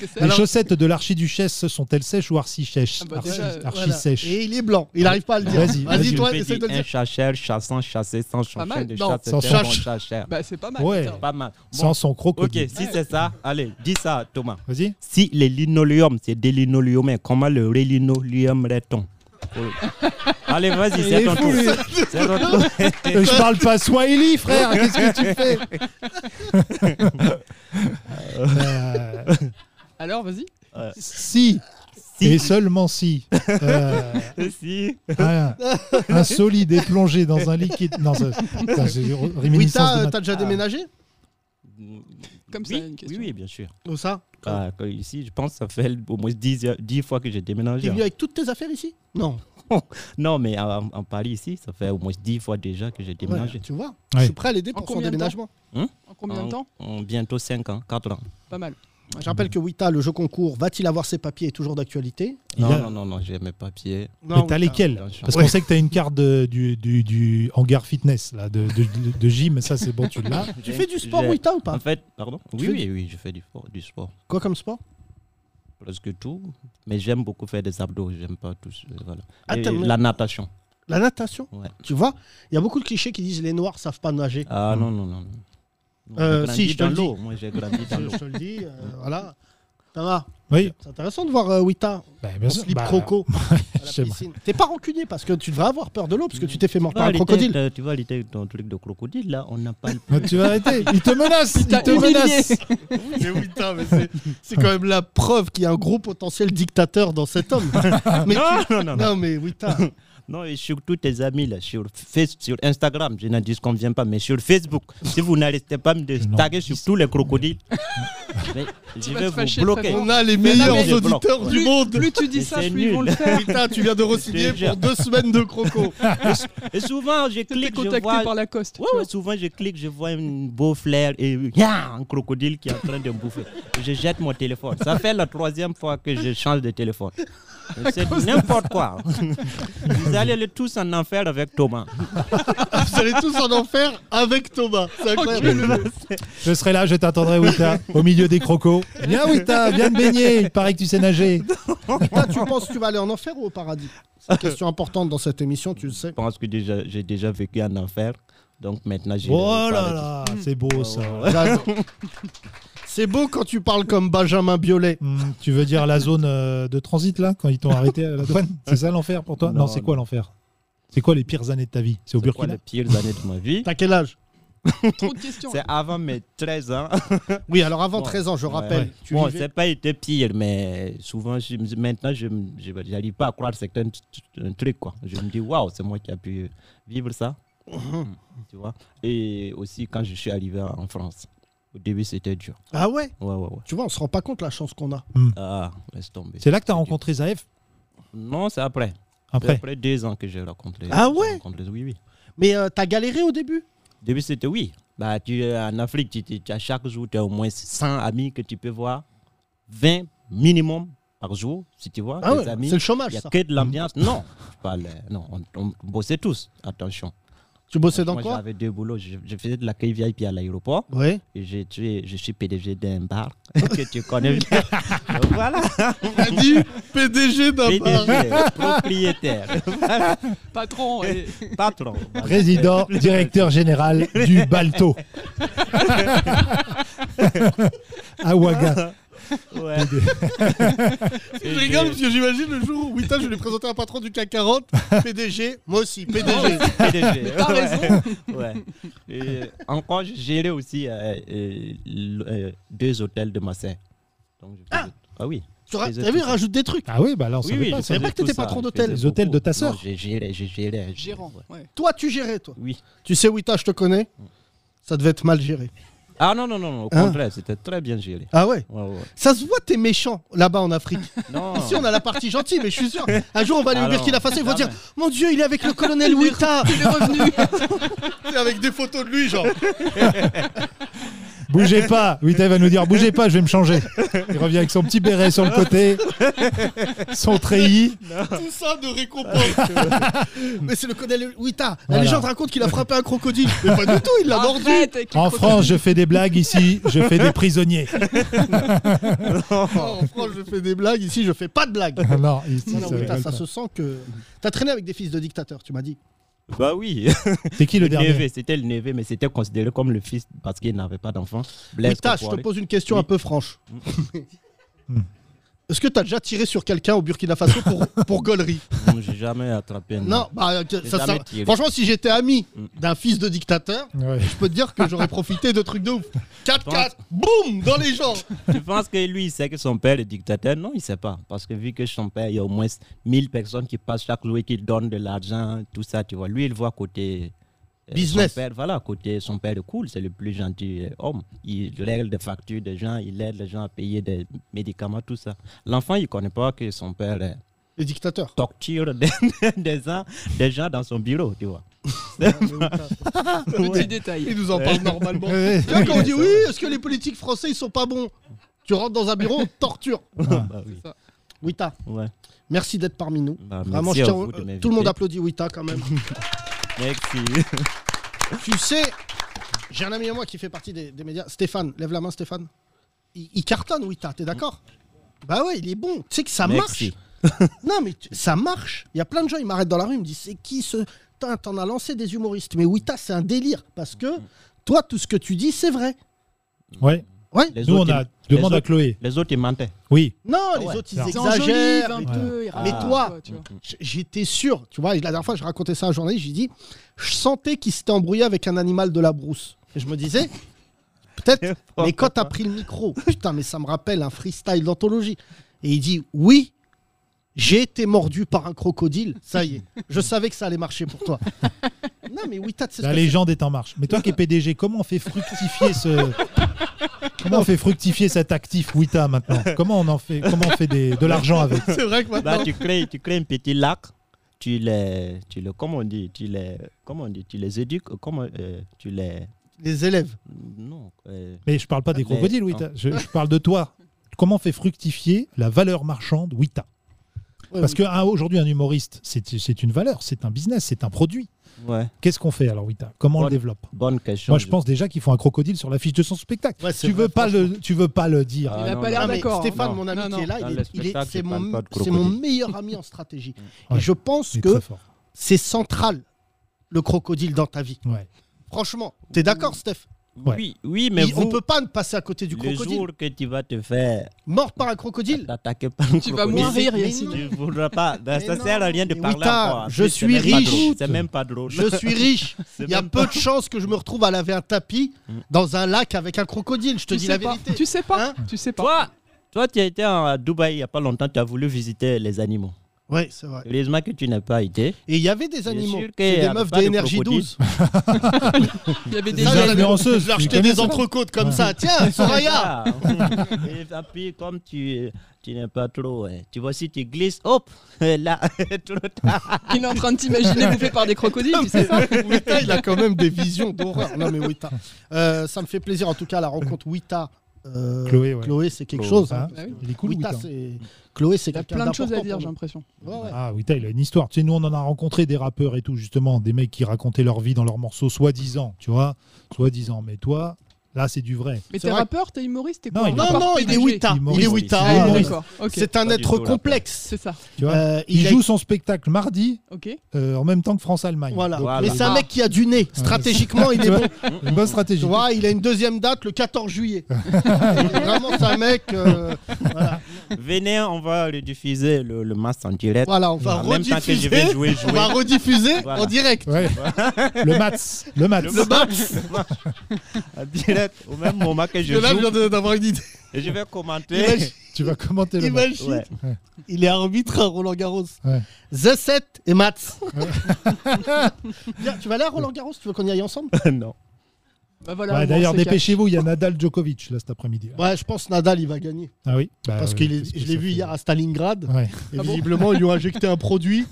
[SPEAKER 5] c'est
[SPEAKER 4] Les
[SPEAKER 5] Alors,
[SPEAKER 4] chaussettes de l'archiduchesse sont-elles sèches ou archi-sèches
[SPEAKER 5] Ah bah déjà, euh,
[SPEAKER 4] Archi-sèches.
[SPEAKER 3] Et il est blanc. Il arrive pas à le dire.
[SPEAKER 4] Vas-y,
[SPEAKER 3] vas-y,
[SPEAKER 4] vas-y.
[SPEAKER 3] toi,
[SPEAKER 6] Je vais
[SPEAKER 3] essaye de
[SPEAKER 6] dire
[SPEAKER 3] le
[SPEAKER 6] un
[SPEAKER 3] dire.
[SPEAKER 6] chasseur, chassant, chassé, sans changer
[SPEAKER 5] mal,
[SPEAKER 6] de
[SPEAKER 3] non.
[SPEAKER 6] chasse, c'est
[SPEAKER 4] Sans
[SPEAKER 6] un bon
[SPEAKER 4] chasse.
[SPEAKER 6] chasseur.
[SPEAKER 5] bah, c'est pas mal.
[SPEAKER 4] Ouais.
[SPEAKER 5] putain.
[SPEAKER 6] Pas mal. Bon,
[SPEAKER 4] Sans son
[SPEAKER 6] ok,
[SPEAKER 4] crocodile.
[SPEAKER 6] si c'est ça, allez, dis ça, Thomas.
[SPEAKER 4] Vas-y.
[SPEAKER 6] Si les linoleums, c'est des linoleumés, comment le rélinoleum on cool. Allez, vas-y, c'est à
[SPEAKER 4] Il est
[SPEAKER 6] ton
[SPEAKER 4] fou,
[SPEAKER 6] tour.
[SPEAKER 4] lui.
[SPEAKER 6] C'est à ton tour.
[SPEAKER 4] Euh, Je parle pas Swahili, frère. Qu'est-ce que tu fais Euh,
[SPEAKER 5] Alors, vas-y.
[SPEAKER 4] si, et seulement si, euh,
[SPEAKER 6] si.
[SPEAKER 4] un, Ah, un solide est plongé dans un liquide. Non, ça, putain, c'est une
[SPEAKER 3] Oui,
[SPEAKER 4] réminiscence de
[SPEAKER 3] t'as
[SPEAKER 4] ma- Ah.
[SPEAKER 3] t'as déjà déménagé
[SPEAKER 5] Comme ça,
[SPEAKER 6] Mm, oui,
[SPEAKER 5] une question.
[SPEAKER 6] Oui, oui, bien sûr.
[SPEAKER 3] Où ça
[SPEAKER 6] Ah, que ici, je pense que ça fait au moins 10, 10 fois que j'ai
[SPEAKER 3] T'es
[SPEAKER 6] déménagé. hein.
[SPEAKER 3] venu avec toutes tes affaires ici Non.
[SPEAKER 6] Non, mais en, en Paris, ici, ça fait au moins 10 fois déjà que j'ai déménagé. Hein?
[SPEAKER 3] Ouais, tu vois,
[SPEAKER 4] Ouais.
[SPEAKER 3] je suis prêt à l'aider
[SPEAKER 5] En
[SPEAKER 3] pour son
[SPEAKER 5] combien de
[SPEAKER 3] déménagement.
[SPEAKER 5] En combien de
[SPEAKER 6] En-
[SPEAKER 5] temps
[SPEAKER 6] en bientôt 5 ans, 4 ans.
[SPEAKER 5] Pas mal.
[SPEAKER 3] Je rappelle que Wita, le jeu concours, va-t-il avoir ses papiers est toujours d'actualité
[SPEAKER 4] Il
[SPEAKER 6] Non,
[SPEAKER 4] a-
[SPEAKER 6] non, non, non, j'ai mes papiers.
[SPEAKER 4] Mais t'as lesquels
[SPEAKER 6] Bien sûr.
[SPEAKER 4] Parce qu'on sait que t'as une carte de- du, du, du hangar fitness, là, de, de, de- de gym. Ça, c'est bon, tu l'as.
[SPEAKER 3] Tu
[SPEAKER 6] J'ai-
[SPEAKER 3] fais du sport,
[SPEAKER 6] j'ai-
[SPEAKER 3] Wita, ou pas
[SPEAKER 6] En fait, pardon
[SPEAKER 3] Tu
[SPEAKER 6] Oui,
[SPEAKER 3] fais
[SPEAKER 6] oui, oui, je fais du sport, du sport.
[SPEAKER 3] Quoi comme sport
[SPEAKER 6] Presque tout. Mais j'aime beaucoup faire des abdos. J'aime pas tout. ce- Voilà.
[SPEAKER 3] Ah,
[SPEAKER 6] Et
[SPEAKER 3] t'as-
[SPEAKER 6] la natation.
[SPEAKER 3] La natation
[SPEAKER 6] Ouais.
[SPEAKER 3] Tu vois, il y a beaucoup de clichés qui disent les noirs savent pas nager.
[SPEAKER 6] Ah non, non, non. non. Moi,
[SPEAKER 3] Euh,
[SPEAKER 6] j'ai grandi
[SPEAKER 3] si, je te
[SPEAKER 6] dans
[SPEAKER 3] le dis.
[SPEAKER 6] l'eau. Moi, j'ai grandi dans
[SPEAKER 3] Je
[SPEAKER 6] l'eau.
[SPEAKER 3] je te le dis, euh, voilà. Ça va.
[SPEAKER 4] Mm. Oui,
[SPEAKER 3] C'est intéressant de voir euh, Wita
[SPEAKER 4] bah, bien
[SPEAKER 3] en
[SPEAKER 4] sûr.
[SPEAKER 3] slip
[SPEAKER 4] Bah,
[SPEAKER 3] croco à la
[SPEAKER 4] j'aimerais.
[SPEAKER 3] piscine. T'es pas rancunier parce que tu devrais avoir peur de l'eau parce que tu t'es fait mordre
[SPEAKER 6] Tu
[SPEAKER 3] par
[SPEAKER 6] vas
[SPEAKER 3] un
[SPEAKER 6] arrêter
[SPEAKER 3] crocodile.
[SPEAKER 6] ta- Tu vas arrêter ton truc de crocodile là. On n'a pas le
[SPEAKER 4] tu vas arrêter. Il te menace. Il
[SPEAKER 3] t'a
[SPEAKER 4] te
[SPEAKER 3] humilié.
[SPEAKER 4] menace.
[SPEAKER 3] Mais oui, putain, mais c'est- c'est quand même la preuve qu'il y a un gros potentiel dictateur dans cet homme. mais
[SPEAKER 6] Ah, non, non, non,
[SPEAKER 3] tu-
[SPEAKER 6] non.
[SPEAKER 3] non, mais oui, putain.
[SPEAKER 6] Non, et surtout tes amis là, sur, Face- sur Instagram, je n'en dis qu'on vient pas, mais sur Facebook, si vous n'arrêtez pas de me
[SPEAKER 4] Non,
[SPEAKER 6] taguer
[SPEAKER 4] dis-
[SPEAKER 6] sur tous les crocodiles, mais je
[SPEAKER 5] vas te
[SPEAKER 6] vais vous
[SPEAKER 5] fâcher,
[SPEAKER 6] bloquer.
[SPEAKER 5] frérot.
[SPEAKER 3] on a les
[SPEAKER 6] Mais
[SPEAKER 3] meilleurs
[SPEAKER 6] non, mais-
[SPEAKER 3] auditeurs
[SPEAKER 6] Blanc,
[SPEAKER 3] du
[SPEAKER 5] ouais.
[SPEAKER 3] monde.
[SPEAKER 5] Plus tu
[SPEAKER 6] Mais
[SPEAKER 5] dis ça,
[SPEAKER 6] c'est
[SPEAKER 5] plus ils vont le faire.
[SPEAKER 3] Putain, tu viens de re
[SPEAKER 6] Je te jure.
[SPEAKER 3] pour deux semaines de croco.
[SPEAKER 6] Et souvent, je
[SPEAKER 5] T'es
[SPEAKER 6] clique, je
[SPEAKER 5] contacté
[SPEAKER 6] vois
[SPEAKER 5] par la Coste.
[SPEAKER 6] Ouais, ouais, souvent je clique, je vois un beau flair et ya, un crocodile qui est en train de me bouffer. Je jette mon téléphone. Ça fait la troisième fois que je change de téléphone. C'est n'importe quoi. Vous allez le- tous en enfer avec Thomas.
[SPEAKER 3] Vous allez tous en enfer avec Thomas. C'est incroyable.
[SPEAKER 4] Je serai là, je t'attendrai, Wita, au milieu des crocos. Viens, Wita, viens te baigner. Il paraît que tu sais nager.
[SPEAKER 3] Putain, tu penses que tu vas aller en enfer ou au paradis C'est une question importante dans cette émission, tu le sais.
[SPEAKER 6] Je pense que déjà, j'ai déjà vécu un enfer. Donc maintenant, j'ai. Oh,
[SPEAKER 4] Oh là
[SPEAKER 3] Ah,
[SPEAKER 4] là, c'est beau ça.
[SPEAKER 3] J'adore. C'est beau quand tu parles comme Benjamin Biolay.
[SPEAKER 4] Hmm, tu veux dire la zone euh, de transit là, quand ils t'ont arrêté à la douane C'est ça l'enfer pour toi Non,
[SPEAKER 6] Non,
[SPEAKER 4] c'est quoi l'enfer C'est quoi les pires années de ta vie C'est au
[SPEAKER 6] C'est quoi
[SPEAKER 4] Burkina
[SPEAKER 6] les pires années de ma vie
[SPEAKER 3] T'as quel âge
[SPEAKER 5] Trop de questions.
[SPEAKER 6] C'est avant mes 13 ans.
[SPEAKER 3] Oui, alors avant
[SPEAKER 6] Bon.
[SPEAKER 3] 13 ans, je
[SPEAKER 6] Ouais,
[SPEAKER 3] rappelle.
[SPEAKER 6] ouais.
[SPEAKER 3] tu
[SPEAKER 6] bon,
[SPEAKER 3] vivais-
[SPEAKER 6] c'est pas été pire, mais souvent, je me- maintenant, je n'arrive pas à croire certains t- t- trucs. Quoi. Je me dis, waouh, c'est moi qui a pu vivre ça. tu vois Et aussi, quand je suis arrivé en France, au début, c'était dur.
[SPEAKER 3] Ah ouais
[SPEAKER 6] Ouais, ouais, ouais.
[SPEAKER 3] Tu vois, on se rend pas compte la chance qu'on a.
[SPEAKER 6] Ah, laisse tomber.
[SPEAKER 4] C'est là que t'as rencontré Zaev
[SPEAKER 6] Non, c'est après. C'est
[SPEAKER 4] après
[SPEAKER 6] après deux ans que j'ai rencontré.
[SPEAKER 3] Ah ouais
[SPEAKER 6] j'ai rencontré- Oui, oui.
[SPEAKER 3] Mais euh, t'as galéré au début
[SPEAKER 6] Au début, c'était oui. Bah, tu, es en Afrique, tu, tu- tu as chaque jour, tu as au moins 100 amis que tu peux voir. 20 minimum par jour, si tu vois.
[SPEAKER 3] Ah
[SPEAKER 6] tes
[SPEAKER 3] ouais,
[SPEAKER 6] amis.
[SPEAKER 3] C'est le
[SPEAKER 6] Il
[SPEAKER 3] chômage,
[SPEAKER 6] n'y a
[SPEAKER 3] ça.
[SPEAKER 6] que de l'ambiance. Non, je parle, euh, non on, on bossait tous. Attention.
[SPEAKER 3] Tu bossais dans
[SPEAKER 6] Moi,
[SPEAKER 3] quoi
[SPEAKER 6] J'avais deux boulots. Je, je faisais de l'accueil VIP à l'aéroport
[SPEAKER 3] Ouais.
[SPEAKER 6] et j'ai tué- je suis PDG d'un bar que tu connais bien. Donc, voilà,
[SPEAKER 3] T'as dit PDG d'un
[SPEAKER 6] PDG, propriétaire,
[SPEAKER 5] Patron. et-
[SPEAKER 6] patron. Voilà.
[SPEAKER 4] Président, directeur général du Balto. Awaga.
[SPEAKER 6] Ouais.
[SPEAKER 3] Je rigole parce que j'imagine le jour où Wita, je lui ai présenté un patron du CAC 40, PDG, moi aussi, PDG.
[SPEAKER 6] PDG.
[SPEAKER 5] Ah T'as raison.
[SPEAKER 6] Ouais. Et euh, encore, je gérais aussi euh, euh, l- euh, deux hôtels de Marseille. Donc, je faisais- ah oui.
[SPEAKER 3] Tu ra-
[SPEAKER 6] Faisais
[SPEAKER 3] T'as vu,
[SPEAKER 6] tout ça.
[SPEAKER 3] rajoute des trucs.
[SPEAKER 4] Ah oui, bah là on
[SPEAKER 6] Oui,
[SPEAKER 4] savait
[SPEAKER 6] oui,
[SPEAKER 4] pas.
[SPEAKER 6] je
[SPEAKER 4] ça.
[SPEAKER 3] savais pas
[SPEAKER 6] faisais
[SPEAKER 3] que t'étais
[SPEAKER 6] tout ça.
[SPEAKER 3] patron
[SPEAKER 6] Je
[SPEAKER 3] d'hôtel.
[SPEAKER 6] faisais
[SPEAKER 4] Les hôtels
[SPEAKER 6] beaucoup.
[SPEAKER 4] de ta sœur.
[SPEAKER 6] Non, J'ai géré, j'ai géré.
[SPEAKER 5] Gérant.
[SPEAKER 6] Ouais.
[SPEAKER 5] ouais.
[SPEAKER 3] Toi, tu gérais, toi.
[SPEAKER 6] Oui.
[SPEAKER 3] Tu sais, Wita, je te connais. Ça devait être mal géré.
[SPEAKER 6] Ah non, non, non, non, au
[SPEAKER 3] Hein
[SPEAKER 6] contraire, c'était très bien géré.
[SPEAKER 3] Ah ouais
[SPEAKER 6] Ouais, ouais.
[SPEAKER 3] Ça se voit, t'es méchant là-bas en Afrique.
[SPEAKER 6] Non.
[SPEAKER 3] Ici, on a la partie gentille, mais je suis sûr. Un jour, on va aller au
[SPEAKER 6] Alors,
[SPEAKER 3] Burkina Faso, ils vont
[SPEAKER 6] non,
[SPEAKER 3] dire Mon Dieu, il est avec le colonel Wita
[SPEAKER 5] Il est revenu.
[SPEAKER 3] C'est avec des photos de lui, genre.
[SPEAKER 4] Bougez pas. Wita va nous dire bougez pas, je vais me changer. Il revient avec son petit béret sur le côté, son treillis.
[SPEAKER 3] Tout ça de récompense. mais c'est le colonel Wita. La
[SPEAKER 4] Voilà.
[SPEAKER 3] légende raconte qu'il a frappé un crocodile. Mais pas du tout, il l'a mordu.
[SPEAKER 5] Arrête avec les
[SPEAKER 4] En
[SPEAKER 5] crocodiles.
[SPEAKER 4] France, je fais des blagues. Ici, je fais des prisonniers.
[SPEAKER 3] Oh, en France, je fais des blagues. Ici, je fais pas de blagues.
[SPEAKER 4] Ah non, ici,
[SPEAKER 3] Non, non,
[SPEAKER 4] ça
[SPEAKER 3] Wita,
[SPEAKER 4] rigole
[SPEAKER 3] ça
[SPEAKER 4] pas.
[SPEAKER 3] se sent que. T'as traîné avec des fils de dictateurs, tu m'as dit.
[SPEAKER 6] Bah oui,
[SPEAKER 4] C'est qui le
[SPEAKER 6] le
[SPEAKER 4] dernier
[SPEAKER 6] neveu, c'était le neveu, mais c'était considéré comme le fils parce qu'il n'avait pas d'enfant. Blaise
[SPEAKER 3] Wita, je te
[SPEAKER 6] Compaoré.
[SPEAKER 3] pose une question
[SPEAKER 6] Oui.
[SPEAKER 4] Hmm.
[SPEAKER 3] un peu franche. Est-ce que t'as déjà tiré sur quelqu'un au Burkina Faso pour, pour gaulerie
[SPEAKER 6] Non, j'ai jamais attrapé un
[SPEAKER 3] Non, bah, que-
[SPEAKER 6] J'ai
[SPEAKER 3] ça- ça-
[SPEAKER 6] jamais tiré.
[SPEAKER 3] franchement, si j'étais ami
[SPEAKER 6] Mm.
[SPEAKER 3] d'un fils de dictateur,
[SPEAKER 4] Ouais.
[SPEAKER 3] je peux te dire que j'aurais profité de trucs de ouf. 4-4, boum, dans les jambes.
[SPEAKER 6] Tu penses que lui, il sait que son père est dictateur Non, il ne sait pas. Parce que vu que son père, il y a au moins 1000 personnes qui passent chaque jour et qui donnent de l'argent, tout ça, tu vois. Lui, il voit côté. euh,
[SPEAKER 3] Business.
[SPEAKER 6] Son père, voilà, côté son père est cool, c'est le plus gentil euh, homme. Il règle des factures des gens, il aide les gens à payer des médicaments, tout ça. L'enfant, il ne connaît pas que son père euh,
[SPEAKER 3] Les dictateurs.
[SPEAKER 6] torture des, des gens, des gens dans son bureau, tu vois.
[SPEAKER 5] Petit
[SPEAKER 3] Ouais.
[SPEAKER 5] détail.
[SPEAKER 3] Ils nous en parlent normalement.
[SPEAKER 4] Ouais.
[SPEAKER 3] Tu vois, quand on dit oui, est-ce que les politiques français ils sont pas bons Tu rentres dans un bureau, on te torture.
[SPEAKER 6] Bah oui.
[SPEAKER 3] Ah, Wita,
[SPEAKER 6] Ouais.
[SPEAKER 3] merci d'être parmi nous.
[SPEAKER 6] Bah,
[SPEAKER 3] Vraiment,
[SPEAKER 6] merci
[SPEAKER 3] je
[SPEAKER 6] à
[SPEAKER 3] tiens-
[SPEAKER 6] vous
[SPEAKER 3] euh,
[SPEAKER 6] de
[SPEAKER 3] tout
[SPEAKER 6] m'inviter.
[SPEAKER 3] le monde applaudit Wita quand même.
[SPEAKER 6] Merci.
[SPEAKER 3] tu sais, j'ai un ami à moi qui fait partie des, des médias. Stéphane, lève la main, Stéphane. Il, il cartonne Wita, t'es d'accord Bah ouais, il est bon. Tu sais que ça
[SPEAKER 6] Merci.
[SPEAKER 3] marche. Non, mais tu- ça marche. Il y a plein de gens, ils m'arrêtent dans la rue, ils me disent c'est qui ce. Putain, T'en as lancé des humoristes. Mais Wita, c'est un délire parce que toi, tout ce que tu dis, c'est vrai.
[SPEAKER 4] Ouais.
[SPEAKER 3] Ouais.
[SPEAKER 6] Les
[SPEAKER 4] Nous, on
[SPEAKER 6] autres,
[SPEAKER 4] a.
[SPEAKER 6] ils-
[SPEAKER 4] Demande
[SPEAKER 6] les
[SPEAKER 4] à
[SPEAKER 6] autres-
[SPEAKER 4] Chloé.
[SPEAKER 6] Les autres, ils mentaient.
[SPEAKER 4] Oui.
[SPEAKER 3] Non,
[SPEAKER 5] Ah
[SPEAKER 3] les
[SPEAKER 6] ouais.
[SPEAKER 3] autres, ils
[SPEAKER 4] Ils
[SPEAKER 5] Ils enjolivent
[SPEAKER 3] exagèrent.
[SPEAKER 5] un
[SPEAKER 3] et
[SPEAKER 5] peu. ils
[SPEAKER 3] Mais
[SPEAKER 5] racontent,
[SPEAKER 3] toi-
[SPEAKER 5] quoi, tu vois.
[SPEAKER 3] J- J'étais sûr, tu vois, et la dernière fois je racontais ça à un journaliste, j'ai dit, je sentais qu'il s'était embrouillé avec un animal de la brousse. Et je me disais, peut-être, mais quand t'as pris le micro, putain, mais ça me rappelle un freestyle d'anthologie. Et il dit, oui, j'ai été mordu par un crocodile, ça y est, je savais que ça allait marcher pour toi. non, mais oui, t'as c'est ce
[SPEAKER 4] La
[SPEAKER 3] que c'est.
[SPEAKER 4] légende est en marche. Mais toi qui es PDG, comment on fait fructifier ce. Comment on fait fructifier cet actif Wita maintenant Comment on en fait, comment on fait des- de l'argent avec
[SPEAKER 3] C'est vrai que
[SPEAKER 6] Là,
[SPEAKER 3] maintenant.
[SPEAKER 6] Bah, tu crées, tu crées un petit lac. Tu les, tu les, comment on dit, tu les, comment on dit, tu les éduques, euh, comment, euh, tu les,
[SPEAKER 3] Les élèves.
[SPEAKER 6] non, euh,
[SPEAKER 4] Mais je parle pas des
[SPEAKER 6] Mais-
[SPEAKER 4] crocodiles, Wita. Je, je parle de toi. Comment on fait fructifier la valeur marchande Wita
[SPEAKER 3] Ouais,
[SPEAKER 4] Parce
[SPEAKER 3] oui.
[SPEAKER 4] qu'aujourd'hui, un humoriste, c'est c'est une valeur, c'est un business, c'est un produit.
[SPEAKER 6] ouais,
[SPEAKER 4] Qu'est-ce qu'on fait alors, Wita Comment on le
[SPEAKER 6] Ouais.
[SPEAKER 4] développe
[SPEAKER 6] bonne question.
[SPEAKER 4] Moi, je pense déjà qu'il faut un crocodile sur l'affiche de son spectacle.
[SPEAKER 3] Ouais, c'est
[SPEAKER 4] tu, veux
[SPEAKER 3] vrai,
[SPEAKER 4] pas le, tu veux pas le dire. euh,
[SPEAKER 6] Ah,
[SPEAKER 5] Il a
[SPEAKER 6] non,
[SPEAKER 5] pas
[SPEAKER 6] non,
[SPEAKER 5] l'air
[SPEAKER 3] Ah, mais
[SPEAKER 5] d'accord. hein.
[SPEAKER 3] Stéphane,
[SPEAKER 6] Non.
[SPEAKER 3] mon ami
[SPEAKER 5] Non,
[SPEAKER 3] qui est
[SPEAKER 5] non.
[SPEAKER 3] là,
[SPEAKER 6] Dans
[SPEAKER 3] il
[SPEAKER 6] le
[SPEAKER 3] est- il est-
[SPEAKER 6] spectacle,
[SPEAKER 3] c'est
[SPEAKER 6] je parle
[SPEAKER 3] mon,
[SPEAKER 6] pas de
[SPEAKER 3] c'est mon
[SPEAKER 6] crocodile.
[SPEAKER 3] meilleur ami en stratégie.
[SPEAKER 4] Ouais.
[SPEAKER 3] Et je pense
[SPEAKER 4] C'est
[SPEAKER 3] que
[SPEAKER 4] très fort.
[SPEAKER 3] c'est central le crocodile dans ta vie.
[SPEAKER 4] Ouais.
[SPEAKER 3] Franchement, t'es d'accord, Steph
[SPEAKER 4] Ouais.
[SPEAKER 6] Oui, oui, mais
[SPEAKER 3] Il-
[SPEAKER 6] vous,
[SPEAKER 3] On peut pas ne passer à côté du
[SPEAKER 6] le
[SPEAKER 3] crocodile.
[SPEAKER 6] jour que tu vas te faire
[SPEAKER 3] Mort par un crocodile
[SPEAKER 6] attaquer par un
[SPEAKER 5] Tu vas
[SPEAKER 6] crocodile,
[SPEAKER 5] moins rire,
[SPEAKER 3] Mais
[SPEAKER 5] Yacine.
[SPEAKER 6] Tu voudras pas. Ben,
[SPEAKER 3] Mais
[SPEAKER 6] ça
[SPEAKER 3] non.
[SPEAKER 6] sert à rien de
[SPEAKER 3] Mais
[SPEAKER 6] parler
[SPEAKER 3] Outa,
[SPEAKER 6] encore. En
[SPEAKER 3] je
[SPEAKER 6] plus,
[SPEAKER 3] suis
[SPEAKER 6] c'est même pas
[SPEAKER 3] riche.
[SPEAKER 6] drôle. C'est même pas drôle.
[SPEAKER 3] Je suis riche.
[SPEAKER 6] C'est
[SPEAKER 3] Il y a
[SPEAKER 6] même Mm.
[SPEAKER 3] peu de chances que je me retrouve à laver un tapis dans un lac avec un crocodile. Je te
[SPEAKER 5] Tu
[SPEAKER 3] dis
[SPEAKER 5] sais
[SPEAKER 3] la
[SPEAKER 5] pas.
[SPEAKER 3] vérité.
[SPEAKER 5] Tu sais pas.
[SPEAKER 3] Hein
[SPEAKER 5] Tu sais pas.
[SPEAKER 6] Toi, toi, tu as été à Dubaï il y a pas longtemps. Tu as voulu visiter les animaux.
[SPEAKER 3] Ouais, c'est vrai.
[SPEAKER 6] Heureusement que tu n'as pas été.
[SPEAKER 3] Et il y avait des
[SPEAKER 6] Bien
[SPEAKER 3] animaux.
[SPEAKER 6] sûr que
[SPEAKER 3] C'est
[SPEAKER 6] y
[SPEAKER 3] des
[SPEAKER 6] avait
[SPEAKER 3] meufs
[SPEAKER 6] pas de
[SPEAKER 3] d'énergie
[SPEAKER 6] crocodile.
[SPEAKER 3] 12.
[SPEAKER 5] Il y avait des
[SPEAKER 4] Ça,
[SPEAKER 5] gens-
[SPEAKER 4] j'avais- influenceuses,
[SPEAKER 3] Je leur
[SPEAKER 4] tu
[SPEAKER 3] jetais
[SPEAKER 4] connais
[SPEAKER 3] des
[SPEAKER 4] ça
[SPEAKER 3] entrecôtes comme ça. Tiens, Soraya
[SPEAKER 6] Ah. Et puis, comme tu, tu n'es pas trop, hein, tu vois, si tu glisses, hop, là, trop tard.
[SPEAKER 5] Il est en train de t'imaginer bouffé par des crocodiles. Tu sais ça
[SPEAKER 3] Wita, il a quand même des visions d'horreur. Non, mais Wita. euh, ça me fait plaisir, en tout cas, la rencontre Wita. euh,
[SPEAKER 4] Chloé, ouais.
[SPEAKER 3] Chloé, c'est quelque
[SPEAKER 6] Chloé.
[SPEAKER 3] chose. hein.
[SPEAKER 4] Hein
[SPEAKER 5] Bah oui.
[SPEAKER 4] Il est cool,
[SPEAKER 3] Wita,
[SPEAKER 4] Wita.
[SPEAKER 3] c'est- Chloé, c'est
[SPEAKER 5] Il y a
[SPEAKER 3] quelqu'un
[SPEAKER 5] plein de choses à
[SPEAKER 3] d'important
[SPEAKER 5] dire,
[SPEAKER 3] pour
[SPEAKER 5] j'ai
[SPEAKER 3] nous.
[SPEAKER 5] l'impression.
[SPEAKER 3] Ouais, ouais.
[SPEAKER 4] Ah, Wita, il a une histoire. Tu sais, nous, on en a rencontré des rappeurs et tout, justement, des mecs qui racontaient leur vie dans leurs morceaux, soi-disant, tu vois, soi-disant. Mais toi, là, c'est du vrai.
[SPEAKER 5] Mais
[SPEAKER 3] C'est
[SPEAKER 5] t'es
[SPEAKER 3] vrai.
[SPEAKER 5] rappeur, t'es humoriste, t'es
[SPEAKER 4] Non,
[SPEAKER 5] quoi
[SPEAKER 4] il a
[SPEAKER 3] Non,
[SPEAKER 4] pas
[SPEAKER 3] non, il est
[SPEAKER 5] partagé.
[SPEAKER 3] Wita. Il est
[SPEAKER 4] Humoriste.
[SPEAKER 3] Wita.
[SPEAKER 4] Il est
[SPEAKER 5] Ah,
[SPEAKER 4] humoriste.
[SPEAKER 5] d'accord. Ok.
[SPEAKER 3] C'est un
[SPEAKER 6] Pas du
[SPEAKER 3] être
[SPEAKER 6] tout, là.
[SPEAKER 3] complexe.
[SPEAKER 5] C'est ça.
[SPEAKER 4] Tu vois
[SPEAKER 3] Euh,
[SPEAKER 4] il,
[SPEAKER 3] a-
[SPEAKER 4] joue son spectacle mardi
[SPEAKER 5] Ok.
[SPEAKER 4] euh, en même temps que France-Allemagne.
[SPEAKER 3] Voilà.
[SPEAKER 4] Donc,
[SPEAKER 6] Voilà.
[SPEAKER 3] Mais c'est un mec qui a du nez. Stratégiquement, il est
[SPEAKER 4] Tu vois
[SPEAKER 3] bon.
[SPEAKER 4] une bonne stratégie.
[SPEAKER 3] Tu vois, il a une deuxième date le 14 juillet. Vraiment, c'est un mec. euh,
[SPEAKER 6] Venez, on va rediffuser le, le match en direct.
[SPEAKER 3] voilà, on va
[SPEAKER 6] En même temps que
[SPEAKER 3] rediffuser.
[SPEAKER 6] je vais jouer,
[SPEAKER 3] On va
[SPEAKER 6] jouer.
[SPEAKER 3] rediffuser
[SPEAKER 6] Voilà.
[SPEAKER 3] en direct.
[SPEAKER 4] Ouais. le match. Le match.
[SPEAKER 6] Le En direct, au même moment que je
[SPEAKER 3] Je là, je
[SPEAKER 6] joue,
[SPEAKER 3] viens de- d'avoir une idée.
[SPEAKER 6] et je vais commenter.
[SPEAKER 3] Imagine,
[SPEAKER 4] Tu vas commenter le match.
[SPEAKER 3] imagine,
[SPEAKER 6] Ouais.
[SPEAKER 3] il est arbitre à Roland Garros.
[SPEAKER 4] Ouais.
[SPEAKER 3] The 7 et Mats. Bien, tu vas aller à Roland Garros Tu veux qu'on y aille ensemble
[SPEAKER 6] non.
[SPEAKER 5] Bah voilà,
[SPEAKER 4] Ouais,
[SPEAKER 5] au moins,
[SPEAKER 4] D'ailleurs,
[SPEAKER 5] c'est clair.
[SPEAKER 4] dépêchez-vous, il y a Nadal Djokovic là cet après-midi. là.
[SPEAKER 3] Ouais, je pense Nadal, il va gagner.
[SPEAKER 4] Ah oui Bah,
[SPEAKER 3] Parce
[SPEAKER 4] ouais,
[SPEAKER 3] que
[SPEAKER 4] qu'est-ce que
[SPEAKER 3] je l'ai
[SPEAKER 4] ça
[SPEAKER 3] vu
[SPEAKER 4] fait
[SPEAKER 3] hier à Stalingrad.
[SPEAKER 4] Ouais. Ah,
[SPEAKER 3] Et
[SPEAKER 5] Ah bon
[SPEAKER 3] visiblement, ils lui ont injecté un produit.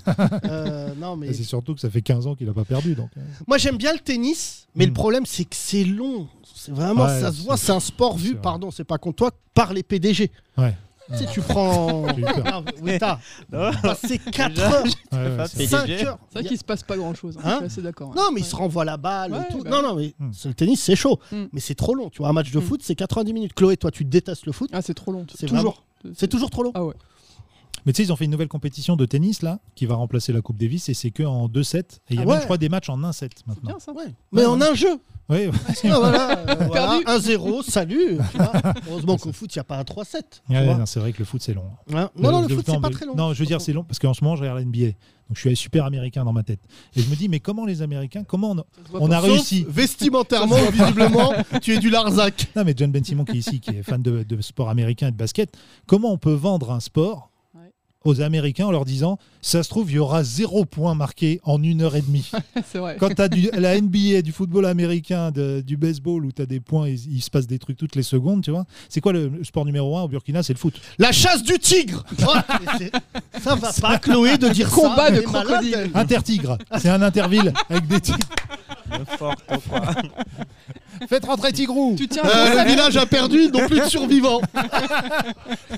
[SPEAKER 3] Euh, non, mais...
[SPEAKER 4] Et C'est surtout que ça fait 15 ans qu'il n'a pas perdu. Donc. hein.
[SPEAKER 3] Moi, j'aime bien le tennis, mais
[SPEAKER 4] Mm.
[SPEAKER 3] le problème, c'est que c'est long. C'est vraiment,
[SPEAKER 4] Ouais,
[SPEAKER 3] ça se
[SPEAKER 4] c'est-
[SPEAKER 3] voit, c'est un sport
[SPEAKER 4] c'est
[SPEAKER 3] vu,
[SPEAKER 4] vrai.
[SPEAKER 3] pardon, c'est pas contre toi, par les PDG.
[SPEAKER 4] Ouais.
[SPEAKER 3] Tu sais, tu prends.
[SPEAKER 4] J'ai eu peur.
[SPEAKER 3] Ah, oui, t'as
[SPEAKER 6] Non.
[SPEAKER 3] passé 4
[SPEAKER 6] Déjà,
[SPEAKER 3] heures,
[SPEAKER 4] Ouais, ouais,
[SPEAKER 6] Pas
[SPEAKER 4] c'est-
[SPEAKER 6] fait.
[SPEAKER 3] 5
[SPEAKER 6] PDG.
[SPEAKER 3] heures.
[SPEAKER 5] C'est vrai qu'il se passe pas grand chose.
[SPEAKER 3] Hein
[SPEAKER 5] Je suis assez d'accord.
[SPEAKER 3] Non, mais
[SPEAKER 5] il
[SPEAKER 3] il se renvoie la balle
[SPEAKER 5] Ouais,
[SPEAKER 3] et tout.
[SPEAKER 5] bah
[SPEAKER 3] non, non, mais
[SPEAKER 4] Mm.
[SPEAKER 3] c'est le tennis, c'est chaud.
[SPEAKER 5] Mm.
[SPEAKER 3] Mais c'est trop long. Tu vois, un match de
[SPEAKER 5] Mm.
[SPEAKER 3] foot, c'est 90 minutes. Chloé, toi, tu détestes le foot.
[SPEAKER 5] Ah, c'est trop long.
[SPEAKER 3] C'est
[SPEAKER 5] toujours.
[SPEAKER 3] C'est toujours trop long.
[SPEAKER 5] Ah ouais.
[SPEAKER 4] Mais tu sais, ils ont fait une nouvelle compétition de tennis là, qui va remplacer la Coupe Davis, et c'est que en 2 sets. Et il y a
[SPEAKER 3] Ah
[SPEAKER 4] même,
[SPEAKER 3] ouais
[SPEAKER 4] je crois, des matchs en 1 set
[SPEAKER 5] C'est
[SPEAKER 4] maintenant.
[SPEAKER 5] bien ça.
[SPEAKER 3] Ouais. Mais en un jeu.
[SPEAKER 4] Oui,
[SPEAKER 3] Ah, voilà, euh, voilà,
[SPEAKER 5] Perdu.
[SPEAKER 3] 1-0, salut. tu vois. Heureusement qu'au foot, il n'y a pas un 3-7. tu
[SPEAKER 4] Ouais,
[SPEAKER 3] vois.
[SPEAKER 4] non, c'est vrai que le foot c'est long. Euh,
[SPEAKER 3] Hein non, non, le
[SPEAKER 4] Je-
[SPEAKER 3] foot,
[SPEAKER 4] non,
[SPEAKER 3] c'est pas
[SPEAKER 4] mais-
[SPEAKER 3] très long.
[SPEAKER 4] Non, je veux dire, c'est long parce qu'en ce moment, je regarde la NBA. Donc je suis super américain dans ma tête. Et je me dis, mais comment les Américains, comment on,
[SPEAKER 5] Ça se voit
[SPEAKER 4] on
[SPEAKER 5] pas.
[SPEAKER 4] a
[SPEAKER 3] Sauf
[SPEAKER 4] réussi
[SPEAKER 3] Vestimentairement, visiblement, tu es du Larzac.
[SPEAKER 4] Non, mais John Ben Simon, qui est ici, qui est fan de, de sport américain et de basket, comment on peut vendre un sport
[SPEAKER 5] Ouais.
[SPEAKER 4] aux Américains en leur disant, ça se trouve, il y aura zéro point marqué en une heure et demie
[SPEAKER 5] C'est vrai.
[SPEAKER 4] Quand tu as du, la NBA, du football américain, de- du baseball, où tu as des points, il, il se passe des trucs toutes les secondes, tu vois. C'est quoi le, le sport numéro un au Burkina C'est le foot.
[SPEAKER 3] La chasse du tigre Oh, mais c'est- Ça va pas, Chloé, de dire ça.
[SPEAKER 5] Combat de
[SPEAKER 3] elle est malade,
[SPEAKER 5] crocodile.
[SPEAKER 4] Ah,
[SPEAKER 3] elle.
[SPEAKER 4] Intertigre, c'est un interville avec des tigres.
[SPEAKER 6] N'importe quoi.
[SPEAKER 4] Faites rentrer Tigrou
[SPEAKER 5] Tu tiens
[SPEAKER 3] Euh,
[SPEAKER 5] un
[SPEAKER 3] le village a perdu, non plus de survivants.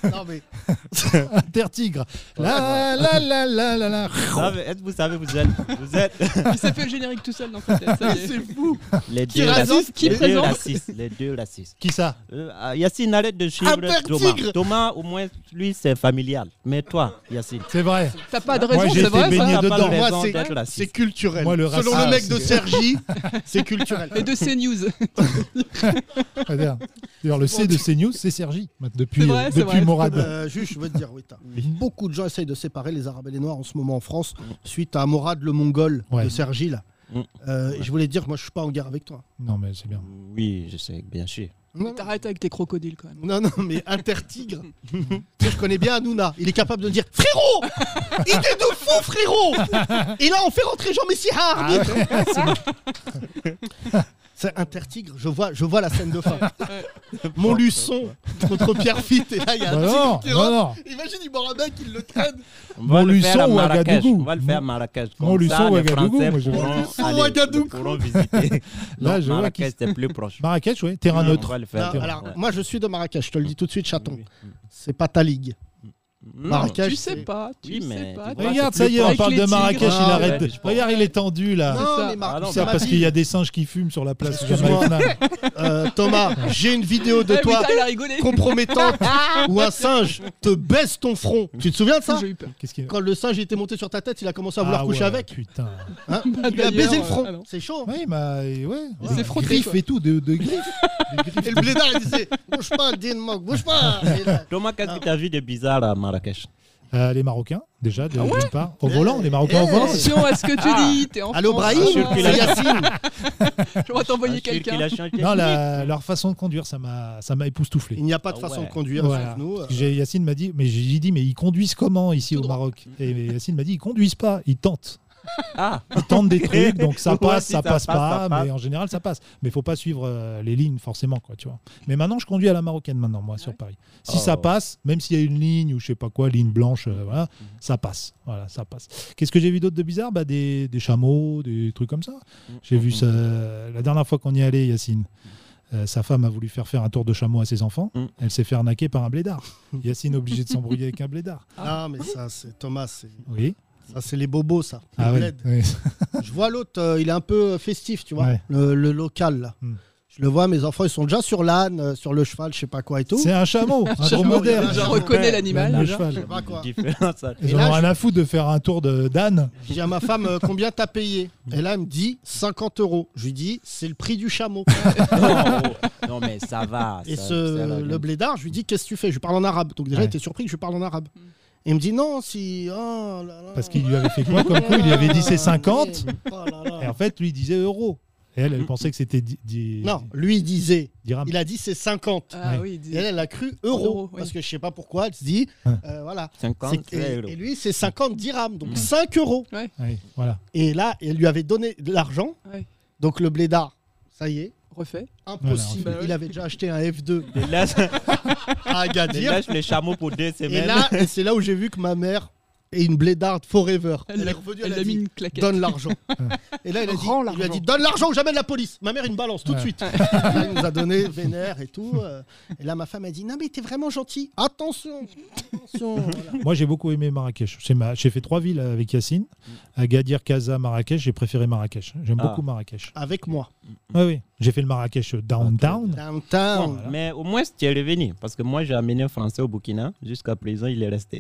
[SPEAKER 3] non, mais
[SPEAKER 4] Intertigre La la la la la la
[SPEAKER 6] Ah, mais Est-ce que vous savez, vous êtes, vous êtes
[SPEAKER 5] il s'est fait le générique tout seul dans sa tête. ça y est.
[SPEAKER 3] fou.
[SPEAKER 6] les
[SPEAKER 3] Qui
[SPEAKER 6] deux
[SPEAKER 3] raconte,
[SPEAKER 6] racistes.
[SPEAKER 5] qui
[SPEAKER 6] les deux
[SPEAKER 5] présente
[SPEAKER 6] racistes. Les deux racistes.
[SPEAKER 4] Qui ça
[SPEAKER 6] Euh, ah, Yacine, arrête de suivre
[SPEAKER 3] Albert
[SPEAKER 6] Thomas.
[SPEAKER 3] Tigre.
[SPEAKER 6] Thomas, au moins, lui, c'est familial. Mais toi, Yacine,
[SPEAKER 4] C'est vrai.
[SPEAKER 5] T'as pas de
[SPEAKER 4] Moi,
[SPEAKER 5] raison,
[SPEAKER 4] j'ai
[SPEAKER 5] c'est
[SPEAKER 4] été
[SPEAKER 5] vrai
[SPEAKER 4] baigné
[SPEAKER 5] ça
[SPEAKER 6] t'as pas
[SPEAKER 4] dedans.
[SPEAKER 6] de
[SPEAKER 3] Moi,
[SPEAKER 6] raison
[SPEAKER 3] c'est-
[SPEAKER 6] d'être
[SPEAKER 3] C'est
[SPEAKER 6] raciste.
[SPEAKER 3] culturel.
[SPEAKER 4] Moi, le
[SPEAKER 3] Selon
[SPEAKER 4] racisme, Ah,
[SPEAKER 3] le mec de
[SPEAKER 4] c'est-
[SPEAKER 3] Sergi, c'est culturel.
[SPEAKER 5] Et de CNews.
[SPEAKER 4] Très bien. D'ailleurs, le C de CNews, c'est Sergi, maintenant, depuis,
[SPEAKER 5] C'est vrai,
[SPEAKER 4] euh,
[SPEAKER 5] c'est
[SPEAKER 4] depuis
[SPEAKER 5] vrai.
[SPEAKER 4] Morad.
[SPEAKER 3] Euh, juste, je veux te dire, oui, t'as- beaucoup de gens essayent de séparer les Arabes et les Noirs en ce moment en France, suite à Morad le Mongol de
[SPEAKER 4] Ouais.
[SPEAKER 3] Sergi, là.
[SPEAKER 6] Mm.
[SPEAKER 3] Euh, et Je voulais te dire, moi, je suis pas en guerre avec toi.
[SPEAKER 4] Non, mais c'est bien.
[SPEAKER 6] Oui, je sais, bien sûr.
[SPEAKER 3] Non,
[SPEAKER 5] T'arrêtes avec tes crocodiles quand même.
[SPEAKER 3] non, non, mais intertigre. tu sais, je connais bien Hanouna. Il est capable de me dire Frérot Idée de fou, frérot Et là, on fait rentrer hein, Jean
[SPEAKER 4] Ah,
[SPEAKER 3] Messihard C'est intertigre, je vois, je vois la scène de fin. Mon Luçon contre Pierrefitte, et là, il y a
[SPEAKER 4] Bah
[SPEAKER 3] un
[SPEAKER 4] non,
[SPEAKER 3] tigre qui
[SPEAKER 4] non,
[SPEAKER 3] rentre.
[SPEAKER 4] non.
[SPEAKER 3] Imagine, il boit un mec, il le traîne.
[SPEAKER 6] On va le
[SPEAKER 4] Montluçon
[SPEAKER 6] faire à
[SPEAKER 4] ou
[SPEAKER 6] Marrakech.
[SPEAKER 4] Ouagadougou
[SPEAKER 6] On va le faire à Marrakech. Comme
[SPEAKER 4] Montluçon
[SPEAKER 6] ça,
[SPEAKER 4] ou
[SPEAKER 6] les
[SPEAKER 4] Ouagadougou,
[SPEAKER 6] Français
[SPEAKER 4] moi, je-
[SPEAKER 6] pourront
[SPEAKER 3] Montluçon ou
[SPEAKER 6] aller-
[SPEAKER 3] Ouagadougou.
[SPEAKER 6] pourront visiter.
[SPEAKER 4] Là,
[SPEAKER 6] Non,
[SPEAKER 4] je vois
[SPEAKER 6] Marrakech, c'est plus proche.
[SPEAKER 4] Marrakech, oui, terrain
[SPEAKER 6] On
[SPEAKER 4] neutre.
[SPEAKER 6] va le faire.
[SPEAKER 3] Non, alors,
[SPEAKER 6] Ouais.
[SPEAKER 3] moi, je suis de Marrakech, je te le dis tout de suite, chaton.
[SPEAKER 6] Oui, oui.
[SPEAKER 3] C'est pas ta ligue.
[SPEAKER 6] Non,
[SPEAKER 3] Marrakech,
[SPEAKER 5] Tu
[SPEAKER 3] c'est-
[SPEAKER 5] sais pas, tu
[SPEAKER 6] Oui, mais
[SPEAKER 5] sais pas.
[SPEAKER 6] tu vois,
[SPEAKER 4] Regarde,
[SPEAKER 6] c'est
[SPEAKER 4] ça
[SPEAKER 6] plus
[SPEAKER 4] y est, on
[SPEAKER 5] proche.
[SPEAKER 4] parle
[SPEAKER 5] Avec
[SPEAKER 4] de
[SPEAKER 5] les
[SPEAKER 6] euh,
[SPEAKER 4] Marrakech,
[SPEAKER 3] tigres.
[SPEAKER 4] il
[SPEAKER 3] Ah,
[SPEAKER 4] arrête.
[SPEAKER 6] ouais,
[SPEAKER 4] de-
[SPEAKER 6] je pense.
[SPEAKER 4] Regarde, il est tendu, là.
[SPEAKER 3] Non,
[SPEAKER 5] ça.
[SPEAKER 3] mais Marc,
[SPEAKER 6] Ah non,
[SPEAKER 3] c'est
[SPEAKER 4] C'est
[SPEAKER 3] ma
[SPEAKER 4] parce
[SPEAKER 3] vie.
[SPEAKER 4] qu'il y a des singes qui fument sur la place.
[SPEAKER 3] Excuse-moi.
[SPEAKER 4] Jamaïcaine.
[SPEAKER 3] Euh, Thomas, j'ai une vidéo de
[SPEAKER 5] Eh,
[SPEAKER 3] toi
[SPEAKER 5] putain, il a rigolé.
[SPEAKER 3] compromettante où un singe te baisse ton front. Tu te souviens de ça
[SPEAKER 5] J'ai eu peur.
[SPEAKER 4] Qu'est-ce qu'il
[SPEAKER 3] Quand le singe était monté sur ta tête, il a commencé à vouloir
[SPEAKER 4] Ah
[SPEAKER 3] coucher
[SPEAKER 4] ouais,
[SPEAKER 3] avec.
[SPEAKER 4] Putain.
[SPEAKER 3] hein.
[SPEAKER 5] Bah,
[SPEAKER 3] il lui a baisé le
[SPEAKER 5] d'ailleurs,
[SPEAKER 3] front.
[SPEAKER 5] euh, ah non.
[SPEAKER 3] c'est Eh, chaud. hein.
[SPEAKER 4] Oui, bah, et ouais.
[SPEAKER 5] Il s'est
[SPEAKER 4] Des
[SPEAKER 5] frotté,
[SPEAKER 4] griffes
[SPEAKER 5] quoi.
[SPEAKER 4] et tout, de, de griffes. Des griffes.
[SPEAKER 3] Et le blédard, il disait Bouge pas, Denmark, bouge pas. Et là,
[SPEAKER 6] Thomas, qu'est-ce que tu as vu de bizarre à Marrakech
[SPEAKER 4] Euh, les Marocains, déjà, de- d'une part. Au volant, les Marocains au
[SPEAKER 3] Eh.
[SPEAKER 4] volant.
[SPEAKER 5] Ah Attention à ce que tu dis, t'es en
[SPEAKER 3] Ah. Allô,
[SPEAKER 5] France.
[SPEAKER 3] Brahim
[SPEAKER 6] sûr qu'il a-
[SPEAKER 3] C'est Yacine.
[SPEAKER 5] Je vais t'envoyer
[SPEAKER 6] Ah, Je suis sûr qu'il
[SPEAKER 5] quelqu'un.
[SPEAKER 6] a changé.
[SPEAKER 4] Non, la- leur façon de conduire, ça m'a ça m'a époustouflé.
[SPEAKER 3] Il n'y a pas de
[SPEAKER 6] Ah
[SPEAKER 3] façon
[SPEAKER 6] ouais.
[SPEAKER 3] de conduire,
[SPEAKER 4] Voilà.
[SPEAKER 3] nous
[SPEAKER 4] J'ai- Yacine m'a dit, mais j'ai dit, mais ils conduisent comment ici au Maroc Et Yacine m'a dit, ils conduisent pas, ils tentent.
[SPEAKER 6] Ah,
[SPEAKER 4] Ils tentent des trucs, donc ça
[SPEAKER 6] Ouais,
[SPEAKER 4] passe,
[SPEAKER 6] si
[SPEAKER 4] ça,
[SPEAKER 6] ça
[SPEAKER 4] passe,
[SPEAKER 6] passe,
[SPEAKER 4] pas,
[SPEAKER 6] ça passe.
[SPEAKER 4] mais en général ça passe. Mais faut pas suivre euh, les lignes forcément, quoi, tu vois. Mais maintenant, je conduis à la marocaine maintenant, moi, sur Paris. Si ça
[SPEAKER 6] Oh.
[SPEAKER 4] passe, même s'il y a une ligne ou je sais pas quoi, ligne blanche, euh, voilà, ça passe. Voilà, ça passe. Qu'est-ce que j'ai vu d'autre de bizarre Bah, des, des chameaux, des trucs comme ça. J'ai vu ça la dernière fois qu'on y allait, Yacine. euh, sa femme a voulu faire faire un tour de chameau à ses enfants.
[SPEAKER 6] Mm.
[SPEAKER 4] Elle s'est fait arnaquer par un blédard. Yacine obligé de s'embrouiller avec un blédard.
[SPEAKER 3] Ah, mais ça, c'est Thomas, c'est-
[SPEAKER 4] Oui.
[SPEAKER 3] ça, c'est les bobos, ça. Les
[SPEAKER 4] Ah ouais.
[SPEAKER 3] bleds.
[SPEAKER 4] oui.
[SPEAKER 3] Je vois l'autre, euh, il est un peu euh, festif, tu vois,
[SPEAKER 4] Ouais.
[SPEAKER 3] le, le local, là.
[SPEAKER 4] Hmm.
[SPEAKER 3] Je le vois, mes enfants, ils sont déjà sur l'âne, euh, sur le cheval, je sais pas quoi et tout.
[SPEAKER 4] C'est un chameau, un gros
[SPEAKER 3] chameau,
[SPEAKER 4] modèle.
[SPEAKER 3] il y
[SPEAKER 5] Je
[SPEAKER 3] a un
[SPEAKER 5] reconnais
[SPEAKER 4] Un
[SPEAKER 5] l'animal. déjà.
[SPEAKER 4] cheval.
[SPEAKER 3] Je sais pas quoi.
[SPEAKER 6] Différence. à-
[SPEAKER 4] Ils
[SPEAKER 3] Et
[SPEAKER 4] en
[SPEAKER 3] là,
[SPEAKER 4] ont
[SPEAKER 3] je-
[SPEAKER 4] rien à foutre de faire un tour de d'âne.
[SPEAKER 3] Je dis à ma femme, euh, combien t'as payé
[SPEAKER 4] Hmm.
[SPEAKER 3] Et là, elle me dit 50 euros. Je lui dis, c'est le prix du chameau.
[SPEAKER 5] Ah,
[SPEAKER 6] Non, oh, non, mais ça va.
[SPEAKER 3] Et
[SPEAKER 6] ça- ça va.
[SPEAKER 3] ce, le blédard, je lui dis, qu'est-ce que tu fais Je lui parle en arabe. Donc déjà,
[SPEAKER 4] Ouais.
[SPEAKER 3] il était surpris que je lui parle en arabe.
[SPEAKER 5] Hmm.
[SPEAKER 3] Et il me dit, non, si. oh là là.
[SPEAKER 4] Parce qu'il lui avait fait quoi comme coup Il lui avait dit c'est 50.
[SPEAKER 3] Oh là là.
[SPEAKER 4] Et en fait, lui, il disait euros. Et elle, elle pensait que c'était di- di-
[SPEAKER 3] Non, lui, il disait,
[SPEAKER 4] dirhams.
[SPEAKER 3] il a dit, c'est 50.
[SPEAKER 5] Ah oui, il
[SPEAKER 3] Et
[SPEAKER 5] dit.
[SPEAKER 3] elle, elle a cru euro.
[SPEAKER 5] Euro, oui.
[SPEAKER 3] Parce que je sais pas pourquoi, elle se dit,
[SPEAKER 4] Ouais.
[SPEAKER 3] euh, voilà. C'est-
[SPEAKER 6] 50
[SPEAKER 3] et,
[SPEAKER 6] euros.
[SPEAKER 3] et lui, c'est 50 dirhams, donc 5 euros.
[SPEAKER 4] Ouais, voilà.
[SPEAKER 3] Et là, elle lui avait donné de l'argent.
[SPEAKER 5] Ouais.
[SPEAKER 3] Donc le blédard, ça y est,
[SPEAKER 5] Refait.
[SPEAKER 3] impossible.
[SPEAKER 5] Voilà, en fait.
[SPEAKER 3] Il avait déjà acheté un F2
[SPEAKER 6] Il lâche,
[SPEAKER 3] à
[SPEAKER 6] il
[SPEAKER 3] Agadir.
[SPEAKER 6] lâche le chameau pour deux
[SPEAKER 3] Et
[SPEAKER 6] semaines.
[SPEAKER 3] là, et c'est là où j'ai vu que ma mère et une blédarde forever.
[SPEAKER 5] Elle l'a-
[SPEAKER 3] revenue,
[SPEAKER 5] Elle
[SPEAKER 3] a
[SPEAKER 5] a mis
[SPEAKER 3] dit,
[SPEAKER 5] une claquette.
[SPEAKER 3] donne l'argent. et là, il a dit,
[SPEAKER 5] Rends
[SPEAKER 3] il lui a
[SPEAKER 5] l'argent.
[SPEAKER 3] dit donne l'argent ou j'amène la police. Ma mère, il me balance tout de
[SPEAKER 4] Ouais.
[SPEAKER 3] suite. Elle nous a donné vénère et tout. euh, Et là, ma femme a dit non, mais t'es vraiment gentil. Attention, attention. Voilà.
[SPEAKER 4] Moi, j'ai beaucoup aimé Marrakech. C'est ma- J'ai fait trois villes avec Yacine. Agadir, Casa, Marrakech. J'ai préféré Marrakech. J'aime
[SPEAKER 6] Mm. Ah.
[SPEAKER 4] beaucoup Marrakech.
[SPEAKER 3] Avec moi.
[SPEAKER 4] Oui, Ah oui. J'ai fait le Marrakech euh,
[SPEAKER 3] Ah,
[SPEAKER 4] downtown.
[SPEAKER 3] Downtown.
[SPEAKER 6] Mais au moins, tu es revenu. Parce que moi, j'ai amené un Français au Burkina. Jusqu'à présent, il est resté.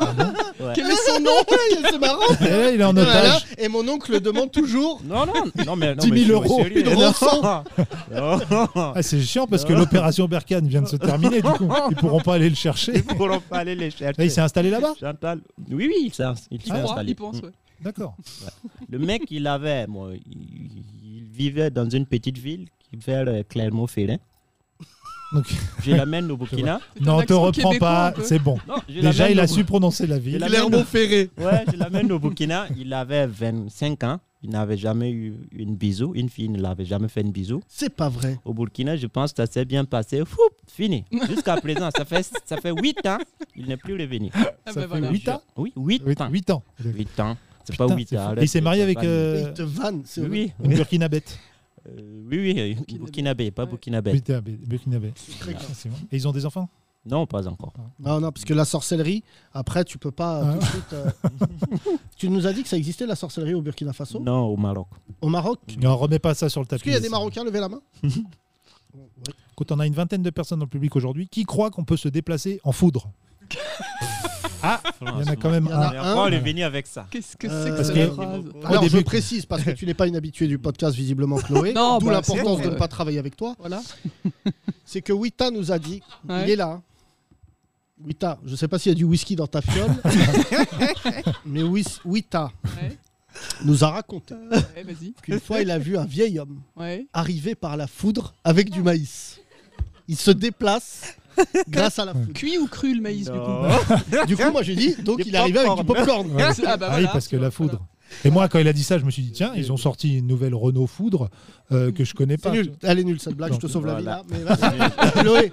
[SPEAKER 3] Ah Quel est son nom
[SPEAKER 5] Eh,
[SPEAKER 3] C'est marrant.
[SPEAKER 4] Et là, il est en
[SPEAKER 3] Voilà.
[SPEAKER 4] otage.
[SPEAKER 3] Et mon oncle demande toujours
[SPEAKER 6] Non, non, non, mais. Ah Non,
[SPEAKER 3] 10 000
[SPEAKER 6] mais je suis
[SPEAKER 3] euros,
[SPEAKER 6] sérieux.
[SPEAKER 3] une rançon.
[SPEAKER 6] Non.
[SPEAKER 4] Ah, c'est chiant parce que l'opération Berkane vient de se terminer. Du coup, ils pourront pas aller le chercher.
[SPEAKER 6] Ils pourront pas aller les
[SPEAKER 4] Là,
[SPEAKER 6] chercher.
[SPEAKER 4] il s'est installé là-bas
[SPEAKER 6] Chantal. Oui, oui, il s'est
[SPEAKER 3] Ah
[SPEAKER 6] il s'est
[SPEAKER 5] Il croit,
[SPEAKER 6] installé.
[SPEAKER 5] il pense, ouais.
[SPEAKER 4] Ah. D'accord.
[SPEAKER 6] Le mec, il avait. moi, il, il vivait dans une petite ville qui vers euh, Clermont-Ferrand.
[SPEAKER 4] Donc,
[SPEAKER 6] Je l'amène au Burkina.
[SPEAKER 5] C'est un
[SPEAKER 4] non, te
[SPEAKER 5] accent
[SPEAKER 4] reprends
[SPEAKER 5] québécois, un
[SPEAKER 4] pas.
[SPEAKER 5] peu.
[SPEAKER 4] C'est bon.
[SPEAKER 6] Non, je
[SPEAKER 4] Déjà,
[SPEAKER 6] l'amène
[SPEAKER 4] il
[SPEAKER 6] au-
[SPEAKER 4] a su prononcer la
[SPEAKER 6] Je
[SPEAKER 4] ville.
[SPEAKER 6] l'amène
[SPEAKER 3] Clermont Ferré.
[SPEAKER 6] Ouais, je l'amène au Burkina. Il avait 25 ans. Il n'avait jamais eu une bisou. Une fille ne l'avait jamais fait une bisou.
[SPEAKER 3] C'est pas vrai.
[SPEAKER 6] Au Burkina, je pense que ça s'est bien passé. Fou, fini. Jusqu'à présent, ça fait, ça fait 8 ans. Il n'est plus revenu.
[SPEAKER 3] ben
[SPEAKER 5] Ah
[SPEAKER 4] Ça
[SPEAKER 5] bah
[SPEAKER 4] fait
[SPEAKER 5] voilà.
[SPEAKER 4] huit ans
[SPEAKER 6] Oui, 8,
[SPEAKER 4] Huit-
[SPEAKER 6] ans.
[SPEAKER 4] huit ans.
[SPEAKER 6] 8 ans. C'est
[SPEAKER 4] Putain,
[SPEAKER 6] pas 8
[SPEAKER 4] c'est
[SPEAKER 6] ans.
[SPEAKER 4] fou.
[SPEAKER 6] arrête,
[SPEAKER 4] Et il s'est marié
[SPEAKER 6] c'est
[SPEAKER 4] avec
[SPEAKER 6] pas-
[SPEAKER 3] Il
[SPEAKER 4] euh,
[SPEAKER 3] te vanne. c'est horrible.
[SPEAKER 6] Oui,
[SPEAKER 4] une Burkinabète.
[SPEAKER 6] euh, oui, oui, Burkinabé, pas
[SPEAKER 5] Ouais.
[SPEAKER 6] Burkinabé.
[SPEAKER 4] Burkinabé- Burkinabé. Ah, c'est bon. Et ils ont des enfants
[SPEAKER 6] Non, pas encore.
[SPEAKER 3] Non, non, parce que la sorcellerie, après, tu peux pas euh,
[SPEAKER 4] Ah.
[SPEAKER 3] tout de suite. euh, tu nous as dit que ça existait la sorcellerie au Burkina Faso,
[SPEAKER 6] Non, au Maroc.
[SPEAKER 3] au Maroc.
[SPEAKER 4] Ne remets pas ça sur le tapis.
[SPEAKER 3] Est-ce qu'il y a des
[SPEAKER 4] Yacine.
[SPEAKER 3] Marocains Levez la main. Ouais.
[SPEAKER 4] Quand on a une vingtaine de personnes dans le public aujourd'hui qui croient qu'on peut se déplacer en foudre.
[SPEAKER 6] Ah,
[SPEAKER 4] Il y en a quand même
[SPEAKER 3] Il y en a
[SPEAKER 4] un.
[SPEAKER 3] un.
[SPEAKER 6] On est venu avec ça.
[SPEAKER 5] Qu'est-ce que
[SPEAKER 3] Euh,
[SPEAKER 5] c'est que
[SPEAKER 3] parce
[SPEAKER 5] cette
[SPEAKER 4] que-
[SPEAKER 5] phrase
[SPEAKER 3] Alors,
[SPEAKER 4] début-
[SPEAKER 3] je précise parce que tu n'es pas une habituée du podcast, visiblement, Chloé.
[SPEAKER 5] Non,
[SPEAKER 3] D'où
[SPEAKER 5] bah,
[SPEAKER 3] l'importance
[SPEAKER 5] c'est
[SPEAKER 3] de
[SPEAKER 5] vrai.
[SPEAKER 3] ne pas travailler avec toi.
[SPEAKER 5] Voilà.
[SPEAKER 3] C'est que Wita nous a dit, il
[SPEAKER 5] Ouais.
[SPEAKER 3] est là. hein. Wita, je ne sais pas s'il y a du whisky dans ta fiole, mais Wis- Wita
[SPEAKER 5] Ouais,
[SPEAKER 3] nous a raconté
[SPEAKER 4] Euh,
[SPEAKER 5] ouais, vas-y.
[SPEAKER 3] qu'une fois, il a vu un vieil homme
[SPEAKER 5] Ouais.
[SPEAKER 3] arriver par la foudre avec du maïs. Il se déplace grâce à la foudre.
[SPEAKER 5] Cuit ou cru le maïs du coup
[SPEAKER 3] Du coup, moi, j'ai dit, donc
[SPEAKER 6] Du
[SPEAKER 3] il est arrivé avec du popcorn.
[SPEAKER 4] Ouais.
[SPEAKER 5] C'est- Ah bah
[SPEAKER 4] Ah
[SPEAKER 5] voilà.
[SPEAKER 4] oui, parce que la foudre. Et moi, quand il a dit ça, je me suis dit, tiens, ils ont sorti une nouvelle Renault foudre euh, que je connais
[SPEAKER 3] C'est
[SPEAKER 4] pas.
[SPEAKER 3] nul, elle est nulle cette blague, je te sauve la
[SPEAKER 6] Voilà.
[SPEAKER 3] vie là. Mais vas-y. Chloé,